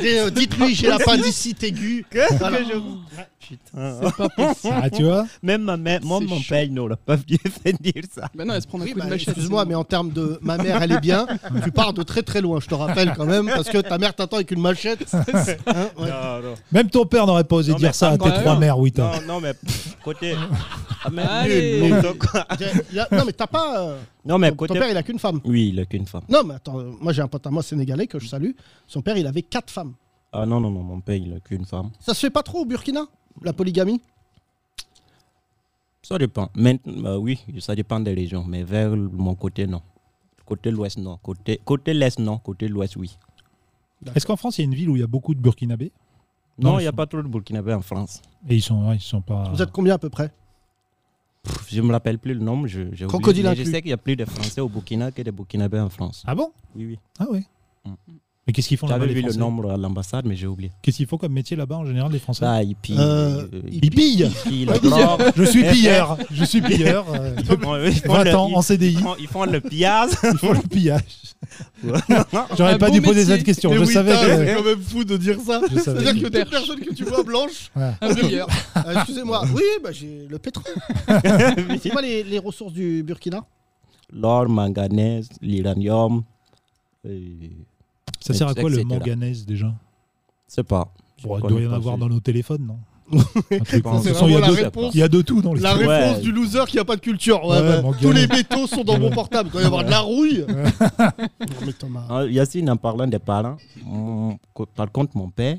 [SPEAKER 3] Dé- euh, dites-lui, j'ai l'appendicite aiguë. Voilà.
[SPEAKER 6] Putain.
[SPEAKER 4] Ah, tu vois
[SPEAKER 6] Même ma mère, moi,
[SPEAKER 5] C'est
[SPEAKER 6] mon
[SPEAKER 5] chaud.
[SPEAKER 6] père, il n'aurait pas bien fait dire ça.
[SPEAKER 5] Ben non, elle se prend un
[SPEAKER 3] Oui,
[SPEAKER 5] coup
[SPEAKER 3] bah,
[SPEAKER 5] de machette.
[SPEAKER 3] Excuse-moi, mais en termes de ma mère, elle est bien. tu pars de très très loin, je te rappelle quand même, parce que ta mère t'attend avec une machette. Hein, ouais.
[SPEAKER 6] Non, non.
[SPEAKER 4] Même ton père n'aurait pas osé
[SPEAKER 6] Non, mais
[SPEAKER 4] dire ça à
[SPEAKER 6] attends,
[SPEAKER 4] tes trois
[SPEAKER 6] non.
[SPEAKER 4] mères, oui, t'as-
[SPEAKER 6] Non, non, mais côté. Ah, mais
[SPEAKER 5] Allez.
[SPEAKER 6] nul, nul. Donc-
[SPEAKER 3] Il a- Non, mais t'as pas. euh,
[SPEAKER 6] Non, mais
[SPEAKER 3] ton
[SPEAKER 6] côté.
[SPEAKER 3] père, il a qu'une femme.
[SPEAKER 6] Oui, il a qu'une femme.
[SPEAKER 3] Non, mais attends, euh, moi j'ai un pote à moi sénégalais que je salue. Son père, il avait quatre femmes.
[SPEAKER 6] Ah non, non, non, mon père, il a qu'une femme.
[SPEAKER 3] Ça se fait pas trop au Burkina, la polygamie
[SPEAKER 6] Ça dépend. Maintenant, bah oui, ça dépend des régions, mais vers le- mon côté, non. Côté l'ouest, non. Côté, côté l'est, non. Côté l'ouest, oui.
[SPEAKER 4] Est-ce qu'en France, il y a une ville où il y a beaucoup de Burkinabés Non,
[SPEAKER 6] Non, il n'y
[SPEAKER 4] ils
[SPEAKER 6] a
[SPEAKER 4] sont-
[SPEAKER 6] pas trop de Burkinabés en France.
[SPEAKER 4] Et ils sont, ouais, ils sont pas.
[SPEAKER 3] Vous êtes combien à peu près
[SPEAKER 6] Pff, je ne me rappelle plus le nombre. Je, j'ai oublié,
[SPEAKER 3] Crocodile
[SPEAKER 6] mais je
[SPEAKER 3] inclus.
[SPEAKER 6] sais qu'il y a plus de Français au Burkina que des Burkinabés en France.
[SPEAKER 4] Ah bon
[SPEAKER 6] Oui, oui.
[SPEAKER 4] Ah oui.
[SPEAKER 6] Mm.
[SPEAKER 4] Mais qu'est-ce qu'ils font là-bas
[SPEAKER 6] J'avais
[SPEAKER 4] les
[SPEAKER 6] vu le
[SPEAKER 4] Français
[SPEAKER 6] nombre à l'ambassade, mais j'ai oublié.
[SPEAKER 4] Qu'est-ce qu'ils font comme métier là-bas en général les Français
[SPEAKER 6] Ah, et puis.
[SPEAKER 3] Euh,
[SPEAKER 6] euh,
[SPEAKER 3] Ils pillent
[SPEAKER 6] ils pillent le drogue.
[SPEAKER 4] Ah, Je suis pilleur. Je suis pilleur. euh,
[SPEAKER 6] Ils font le- ils font
[SPEAKER 4] 20
[SPEAKER 6] le-
[SPEAKER 4] ans en
[SPEAKER 6] ils
[SPEAKER 4] CDI
[SPEAKER 6] font- Ils font le pillage.
[SPEAKER 4] pour le pillage.
[SPEAKER 6] Ouais.
[SPEAKER 4] J'aurais
[SPEAKER 5] Un
[SPEAKER 4] pas
[SPEAKER 5] beau
[SPEAKER 4] dû poser
[SPEAKER 5] métier.
[SPEAKER 4] cette question.
[SPEAKER 3] Ah, Mais
[SPEAKER 4] Je
[SPEAKER 3] oui, t'as-
[SPEAKER 4] savais
[SPEAKER 3] c'est quand même fou de dire ça.
[SPEAKER 4] que. Je savais.
[SPEAKER 3] C'est-à-dire que toute personne que tu vois blanche,
[SPEAKER 4] Ouais.
[SPEAKER 5] Un brouilleur.
[SPEAKER 3] euh, excusez-moi, oui, bah, j'ai le pétrole. C'est quoi les, les ressources du Burkina
[SPEAKER 6] L'or, manganèse, l'uranium. euh,
[SPEAKER 4] Ça sert à quoi le
[SPEAKER 6] Etc.
[SPEAKER 4] manganèse déjà
[SPEAKER 6] Je sais pas.
[SPEAKER 4] Bon, Il
[SPEAKER 6] Je
[SPEAKER 4] doit y
[SPEAKER 6] connais
[SPEAKER 4] en
[SPEAKER 6] pas
[SPEAKER 4] avoir
[SPEAKER 6] le
[SPEAKER 4] dans
[SPEAKER 6] sujet.
[SPEAKER 4] nos téléphones, non Un truc comme ça.
[SPEAKER 3] C'est
[SPEAKER 4] De toute façon, il y a
[SPEAKER 3] vraiment
[SPEAKER 4] de-
[SPEAKER 3] la
[SPEAKER 4] il y a de tout dans les
[SPEAKER 3] La
[SPEAKER 6] Ouais.
[SPEAKER 3] réponse du loser qui a pas de culture. Ouais,
[SPEAKER 4] Ouais,
[SPEAKER 3] bah,
[SPEAKER 4] mon
[SPEAKER 3] tous
[SPEAKER 4] gars.
[SPEAKER 3] les métaux sont dans mon portable. Il doit y avoir de la rouille. Non, mais Thomas.
[SPEAKER 6] Ah, Yacine, en parlant des parents, mon- co- par contre, mon père,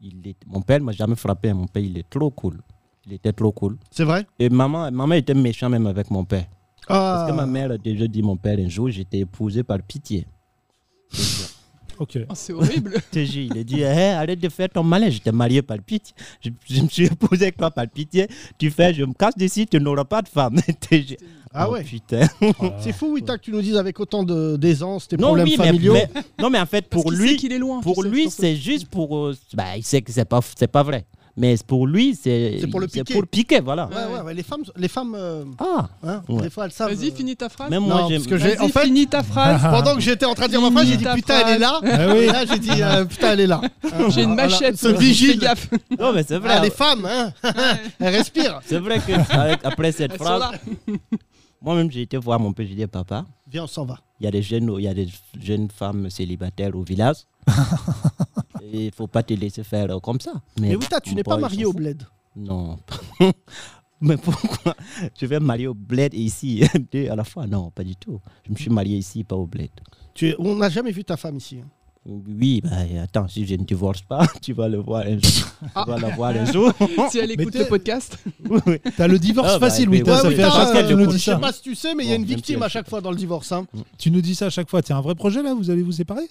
[SPEAKER 6] il est, mon père m'a jamais frappé. hein. Mon père, il est trop cool. Il était trop cool.
[SPEAKER 3] C'est vrai
[SPEAKER 6] Et maman, maman était méchante même avec mon père.
[SPEAKER 3] ah,
[SPEAKER 6] Parce que ma mère a déjà dit mon père un jour, j'étais épousé par pitié.
[SPEAKER 4] Ok.
[SPEAKER 5] Oh, c'est horrible.
[SPEAKER 6] Je te jure, Il a dit, Hé, arrête de faire ton malin, j'étais marié par pitié. Je, je me suis épousé avec toi par pitié. Tu fais, je me casse d'ici, tu n'auras pas de femme. Je te jure.
[SPEAKER 3] Ah
[SPEAKER 6] Oh,
[SPEAKER 3] ouais.
[SPEAKER 6] Putain.
[SPEAKER 3] C'est fou, Wita, que tu nous dises avec autant de- d'aisance tes
[SPEAKER 6] Non,
[SPEAKER 3] problèmes
[SPEAKER 6] oui, mais,
[SPEAKER 3] familiaux.
[SPEAKER 6] mais- non, mais en fait,
[SPEAKER 5] Parce
[SPEAKER 6] pour
[SPEAKER 5] qu'il
[SPEAKER 6] lui,
[SPEAKER 5] sait qu'il est loin.
[SPEAKER 6] Pour
[SPEAKER 5] tu sais,
[SPEAKER 6] lui,
[SPEAKER 5] surtout.
[SPEAKER 6] c'est juste pour. euh, bah, il sait que c'est pas, c'est pas vrai. Mais c'est pour lui, c'est.
[SPEAKER 3] C'est pour le piquer.
[SPEAKER 6] piquer, voilà.
[SPEAKER 3] Ouais, ouais, ouais, les femmes, les femmes euh,
[SPEAKER 6] Ah,
[SPEAKER 3] hein,
[SPEAKER 6] Ouais.
[SPEAKER 3] des fois, elles savent.
[SPEAKER 5] Vas-y,
[SPEAKER 3] euh,
[SPEAKER 5] finis ta phrase.
[SPEAKER 6] même
[SPEAKER 3] Non,
[SPEAKER 6] moi,
[SPEAKER 3] parce
[SPEAKER 6] j'aime.
[SPEAKER 3] que j'ai. En
[SPEAKER 5] Vas-y,
[SPEAKER 3] fait,
[SPEAKER 5] finis ta phrase.
[SPEAKER 3] pendant que j'étais en train de dire ma phrase, j'ai dit
[SPEAKER 5] Ta
[SPEAKER 3] putain, elle est là.
[SPEAKER 4] Ah
[SPEAKER 6] Eh
[SPEAKER 3] Et
[SPEAKER 4] oui.
[SPEAKER 3] là, j'ai dit euh, putain, elle est là.
[SPEAKER 5] J'ai une
[SPEAKER 3] Voilà.
[SPEAKER 5] machette.
[SPEAKER 3] Ce
[SPEAKER 5] fais
[SPEAKER 3] vigile.
[SPEAKER 5] gaffe.
[SPEAKER 6] Non, mais c'est vrai.
[SPEAKER 3] Ah, les femmes, hein, elles respirent.
[SPEAKER 6] c'est vrai que, avec- après cette
[SPEAKER 5] Elles sont
[SPEAKER 6] phrase,
[SPEAKER 5] là.
[SPEAKER 6] moi-même, j'ai été voir mon père, j'ai dit, papa,
[SPEAKER 3] Viens, on s'en va.
[SPEAKER 6] il y a des jeunes, il y a des jeunes femmes célibataires au village. Et Il faut pas te laisser faire euh, comme ça.
[SPEAKER 3] Mais Wita, tu
[SPEAKER 6] mon
[SPEAKER 3] n'es pas
[SPEAKER 6] père, il
[SPEAKER 3] marié
[SPEAKER 6] s'en
[SPEAKER 3] au
[SPEAKER 6] fout.
[SPEAKER 3] bled.
[SPEAKER 6] Non. Mais pourquoi Je vais me marier au bled et ici, deux à la fois. Non, pas du tout. Je me suis marié ici, pas au bled.
[SPEAKER 3] Tu es- On n'a jamais vu ta femme ici. hein.
[SPEAKER 6] Oui, bah, et attends, si je ne divorce pas, tu vas le voir un jour.
[SPEAKER 5] Ah.
[SPEAKER 6] Tu vas la voir un jour.
[SPEAKER 5] Si elle écoute
[SPEAKER 4] t'es-
[SPEAKER 5] le podcast,
[SPEAKER 4] T'as le divorce
[SPEAKER 6] Ah, bah,
[SPEAKER 4] facile,
[SPEAKER 6] mais
[SPEAKER 4] Wita.
[SPEAKER 6] ouais,
[SPEAKER 4] ça fait
[SPEAKER 6] Wita,
[SPEAKER 4] à chaque fois que
[SPEAKER 3] euh,
[SPEAKER 4] tu nous
[SPEAKER 3] je
[SPEAKER 4] dis
[SPEAKER 3] sais
[SPEAKER 4] ça.
[SPEAKER 3] pas si tu sais, mais il y a une
[SPEAKER 6] Bon, même si
[SPEAKER 3] victime
[SPEAKER 6] elle
[SPEAKER 3] à
[SPEAKER 6] sait
[SPEAKER 3] chaque
[SPEAKER 6] pas.
[SPEAKER 3] fois dans le divorce. hein.
[SPEAKER 4] Mm. Tu nous dis ça à chaque fois. C'est un vrai projet là Vous allez vous séparer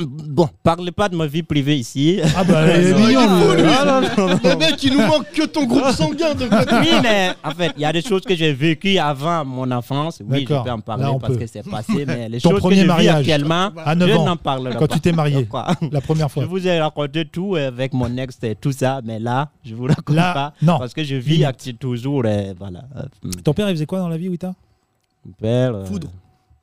[SPEAKER 6] Bon, parlez pas de ma vie privée ici.
[SPEAKER 4] Ah bah, elle est
[SPEAKER 3] Non, il est
[SPEAKER 4] mignonne.
[SPEAKER 3] fou, lui.
[SPEAKER 6] Ah, non, non, non.
[SPEAKER 3] Le mec, il nous manque que ton groupe sanguin de quoi
[SPEAKER 6] Oui, mais en fait, il y a des choses que j'ai vécues avant mon enfance. Oui, je
[SPEAKER 4] D'accord.
[SPEAKER 6] peux en parler
[SPEAKER 4] Là, on
[SPEAKER 6] parce
[SPEAKER 4] peut.
[SPEAKER 6] que c'est passé, mais les
[SPEAKER 4] Ton
[SPEAKER 6] choses que
[SPEAKER 4] premier
[SPEAKER 6] je vis
[SPEAKER 4] mariage.
[SPEAKER 6] actuellement,
[SPEAKER 4] À 9
[SPEAKER 6] je
[SPEAKER 4] ans,
[SPEAKER 6] n'en parlerai
[SPEAKER 4] Quand
[SPEAKER 6] pas.
[SPEAKER 4] tu t'es marié,
[SPEAKER 6] Quoi
[SPEAKER 4] la première
[SPEAKER 6] Je
[SPEAKER 4] fois.
[SPEAKER 6] vous ai raconté tout euh, avec mon ex et tout ça, mais là, je vous raconte
[SPEAKER 4] Là,
[SPEAKER 6] pas.
[SPEAKER 4] non.
[SPEAKER 6] Parce que je
[SPEAKER 4] Limite.
[SPEAKER 6] vis acti- toujours, euh, voilà. euh,
[SPEAKER 4] Ton père, il faisait quoi dans la vie, Wita
[SPEAKER 6] mon père. euh,
[SPEAKER 3] Foudre.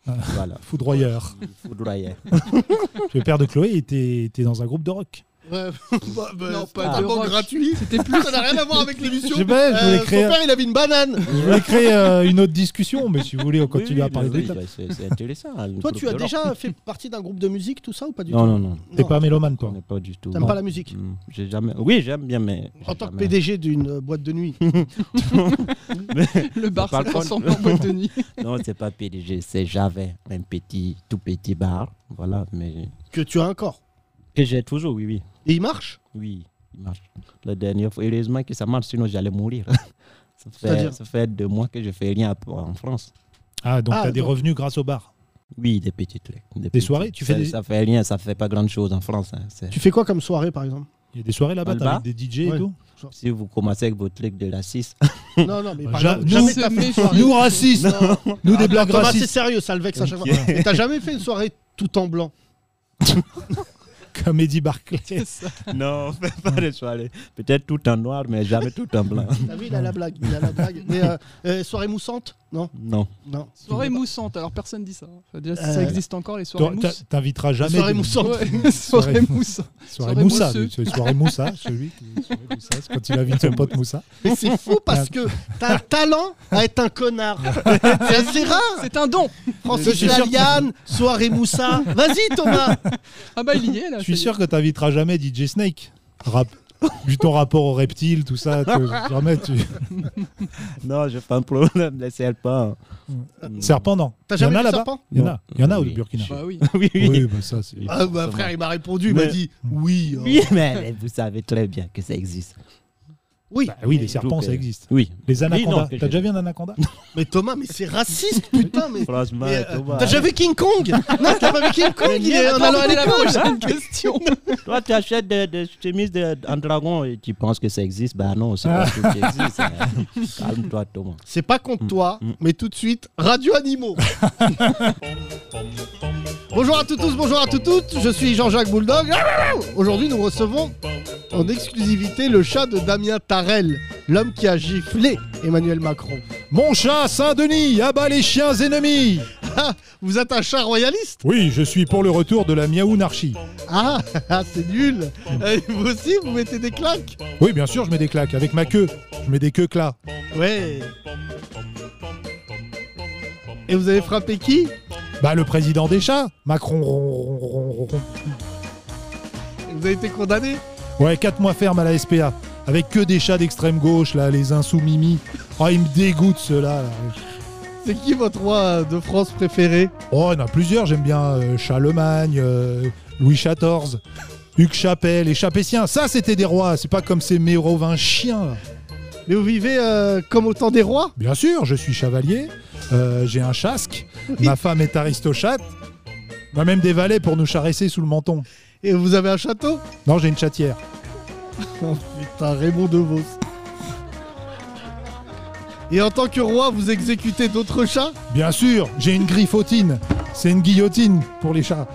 [SPEAKER 6] Voilà,
[SPEAKER 4] Foudroyeur.
[SPEAKER 6] foudroyeur.
[SPEAKER 4] Le père de Chloé était, était dans un groupe de rock.
[SPEAKER 3] Ouais, bah, bah,
[SPEAKER 5] Non,
[SPEAKER 3] c'est
[SPEAKER 5] pas
[SPEAKER 3] pas
[SPEAKER 5] de
[SPEAKER 3] vraiment
[SPEAKER 5] rock.
[SPEAKER 3] gratuit.
[SPEAKER 5] c'était plus.
[SPEAKER 3] Ça n'a rien à voir avec l'émission.
[SPEAKER 4] Je sais pas, je voulais
[SPEAKER 3] Euh, son
[SPEAKER 4] créer-
[SPEAKER 3] père, il avait une banane.
[SPEAKER 4] Je voulais créer euh, une autre discussion, mais si vous voulez, on
[SPEAKER 6] Oui,
[SPEAKER 4] continue
[SPEAKER 6] oui,
[SPEAKER 4] à parler
[SPEAKER 6] oui,
[SPEAKER 4] de Wita.
[SPEAKER 6] bah, c'est- C'est intéressant. le
[SPEAKER 3] Toi,
[SPEAKER 6] groupe
[SPEAKER 3] tu as
[SPEAKER 6] de rock.
[SPEAKER 3] déjà fait partie d'un groupe de musique, tout ça, ou pas du
[SPEAKER 6] Non,
[SPEAKER 3] tout
[SPEAKER 6] non, non.
[SPEAKER 4] T'es
[SPEAKER 3] Non.
[SPEAKER 4] pas mélomane, toi
[SPEAKER 6] On n'est pas du tout.
[SPEAKER 3] T'aimes pas la musique
[SPEAKER 6] Mm, J'ai jamais. Oui, j'aime bien, mais.
[SPEAKER 3] En
[SPEAKER 6] j'ai
[SPEAKER 3] tant que
[SPEAKER 6] jamais-
[SPEAKER 3] PDG d'une euh, boîte de nuit.
[SPEAKER 5] Le bar,
[SPEAKER 6] Par
[SPEAKER 5] c'est
[SPEAKER 6] contre-
[SPEAKER 5] ensemble en boîte de nuit.
[SPEAKER 6] Non, c'est pas PDG, c'est j'avais un petit, tout petit bar, voilà, mais
[SPEAKER 3] que tu as encore.
[SPEAKER 6] que j'ai toujours, oui, oui,
[SPEAKER 3] Et il marche
[SPEAKER 6] oui, il marche. La dernière fois, heureusement que ça marche, sinon j'allais mourir. ça, fait,
[SPEAKER 3] C'est-à-dire
[SPEAKER 6] ça fait deux mois que je fais rien à- en France.
[SPEAKER 4] Ah, donc
[SPEAKER 3] Ah,
[SPEAKER 4] t'as des
[SPEAKER 3] donc-
[SPEAKER 4] revenus grâce au bar.
[SPEAKER 6] Oui, des petits trucs. Des,
[SPEAKER 4] soirées, tu fais
[SPEAKER 6] ça,
[SPEAKER 4] des-
[SPEAKER 6] ça fait rien, ça fait pas grande chose en France. hein, c'est-
[SPEAKER 3] Tu fais quoi comme soirée, par exemple
[SPEAKER 4] Il y a des soirées là-bas,
[SPEAKER 6] Dans le
[SPEAKER 4] t'as
[SPEAKER 6] bar
[SPEAKER 4] des DJ
[SPEAKER 3] Ouais.
[SPEAKER 4] et tout.
[SPEAKER 6] Si vous commencez avec vos trucs de la 6,
[SPEAKER 3] Non, non, mais par
[SPEAKER 4] Bah, Ja-
[SPEAKER 3] exemple,
[SPEAKER 4] nous-
[SPEAKER 3] jamais
[SPEAKER 5] se
[SPEAKER 3] t'as fait une
[SPEAKER 5] méfie.
[SPEAKER 3] soirée.
[SPEAKER 4] Nous racistes Nous des blagues
[SPEAKER 3] Attends, Ah, Thomas, c'est
[SPEAKER 4] racistes
[SPEAKER 3] sérieux, ça le vexe à chaque fois. Mais T'as jamais fait une soirée tout en blanc
[SPEAKER 4] comme Eddie Barclay.
[SPEAKER 5] C'est ça.
[SPEAKER 6] Non, fais pas les soirées. Peut-être tout en noir, mais jamais tout en blanc.
[SPEAKER 3] T'as vu, il a la blague. Il a la blague. Mais, euh, euh, soirée moussante Non
[SPEAKER 6] Non.
[SPEAKER 3] Non.
[SPEAKER 5] Soirée moussante, alors personne dit ça. Enfin, déjà, si
[SPEAKER 3] Euh,
[SPEAKER 5] ça existe encore, les soirées
[SPEAKER 4] Toi,
[SPEAKER 5] mousses.
[SPEAKER 4] t'a- T'inviteras jamais.
[SPEAKER 3] Soirée
[SPEAKER 4] de-
[SPEAKER 3] moussante.
[SPEAKER 5] Ouais, soirée mousse.
[SPEAKER 4] Soirée
[SPEAKER 5] Soirée
[SPEAKER 4] Moussa.
[SPEAKER 5] mousseux.
[SPEAKER 4] tu- Soirée Moussa, celui qui. soirée Moussa, c'est quand il invite son pote Moussa.
[SPEAKER 3] Mais c'est fou parce que t'as un talent à être un connard. C'est assez rare.
[SPEAKER 5] C'est un don.
[SPEAKER 4] Je
[SPEAKER 3] Francis
[SPEAKER 4] suis sûr-
[SPEAKER 3] Laliane, Soirée Moussa. Vas-y, Thomas.
[SPEAKER 5] Ah bah il y est là.
[SPEAKER 4] Je suis
[SPEAKER 5] ça y est.
[SPEAKER 4] sûr que t'inviteras jamais DJ Snake. Rap. Vu ton rapport aux reptiles, tout ça, tu- jamais tu.
[SPEAKER 6] Non, j'ai pas un problème. Les serpents. Mm.
[SPEAKER 4] Serpent, non.
[SPEAKER 3] Euh, T'as
[SPEAKER 4] Il y en
[SPEAKER 3] jamais
[SPEAKER 4] a
[SPEAKER 3] vu le
[SPEAKER 4] là-bas
[SPEAKER 3] serpent
[SPEAKER 4] Il y en a, il y en a au
[SPEAKER 6] Oui.
[SPEAKER 4] Burkina.
[SPEAKER 5] Bah oui.
[SPEAKER 6] Oui, oui.
[SPEAKER 4] Oui, bah ça, c'est.
[SPEAKER 3] ah, bah, Frère, il m'a répondu, il m'a
[SPEAKER 6] Mais-
[SPEAKER 3] dit oui. euh,
[SPEAKER 6] Oui, mais mais vous savez très bien que ça existe.
[SPEAKER 3] Oui,
[SPEAKER 4] Bah oui, les
[SPEAKER 6] Donc,
[SPEAKER 4] serpents, ça
[SPEAKER 6] euh,
[SPEAKER 4] existe.
[SPEAKER 6] Oui.
[SPEAKER 4] Les
[SPEAKER 6] Oui, non,
[SPEAKER 4] anacondas.
[SPEAKER 6] que
[SPEAKER 4] T'as
[SPEAKER 6] j'ai-
[SPEAKER 4] déjà vu un anaconda
[SPEAKER 3] mais Thomas, mais c'est raciste, putain. Mais,
[SPEAKER 6] Franchement,
[SPEAKER 3] mais, euh,
[SPEAKER 6] Thomas,
[SPEAKER 3] t'as déjà vu King Kong Non, t'as pas vu King Kong Il est en allant à
[SPEAKER 5] Allez, la
[SPEAKER 3] l'école.
[SPEAKER 5] prochaine question.
[SPEAKER 6] toi, tu achètes des, des chemises de- en dragon et tu penses que ça existe. Bah non, c'est pas tout qui existe. hein. Calme-toi, Thomas. Mm,
[SPEAKER 3] C'est pas contre toi, mais tout de suite, Radio Animaux. bonjour à tous, tous, bonjour à toutes, toutes, je suis Jean-Jacques Bouldog. Aujourd'hui, nous recevons en exclusivité le chat de Damien Tarel, l'homme qui a giflé Emmanuel Macron.
[SPEAKER 4] Mon chat Saint-Denis, abat les chiens ennemis
[SPEAKER 3] Ah, vous êtes un chat royaliste
[SPEAKER 4] Oui, je suis pour le retour de la miaounarchie.
[SPEAKER 3] Ah, ah, c'est nul. Euh, vous aussi, vous mettez des claques
[SPEAKER 4] Oui, bien sûr, je mets des claques avec ma queue. Je mets des queues là.
[SPEAKER 3] Ouais. Et vous avez frappé qui
[SPEAKER 4] Bah, le président des chats, Macron. ron, ron, ron, ron, ron.
[SPEAKER 3] Vous avez été condamné
[SPEAKER 4] Ouais, 4 mois ferme à la SPA. Avec que des chats d'extrême gauche, là, les insoumis. Oh, ils me dégoûtent, ceux-là. là.
[SPEAKER 3] C'est qui votre roi de France préféré
[SPEAKER 4] Oh, il y en a plusieurs. J'aime bien euh, Charlemagne, euh, Louis XIV, Hugues Chapelle, les Chapétiens. Ça, c'était des rois. C'est pas comme ces mérovingiens, là.
[SPEAKER 3] Mais vous vivez euh, comme au temps des rois
[SPEAKER 4] Bien sûr, je suis chevalier, euh, j'ai un chasque, ma femme est aristochate, on a même des valets pour nous charresser sous le menton.
[SPEAKER 3] Et vous avez un château
[SPEAKER 4] Non, j'ai une chatière.
[SPEAKER 3] Oh putain, Raymond DeVos. Et en tant que roi, vous exécutez d'autres chats
[SPEAKER 4] Bien sûr, j'ai une griffotine, c'est une guillotine pour les chats.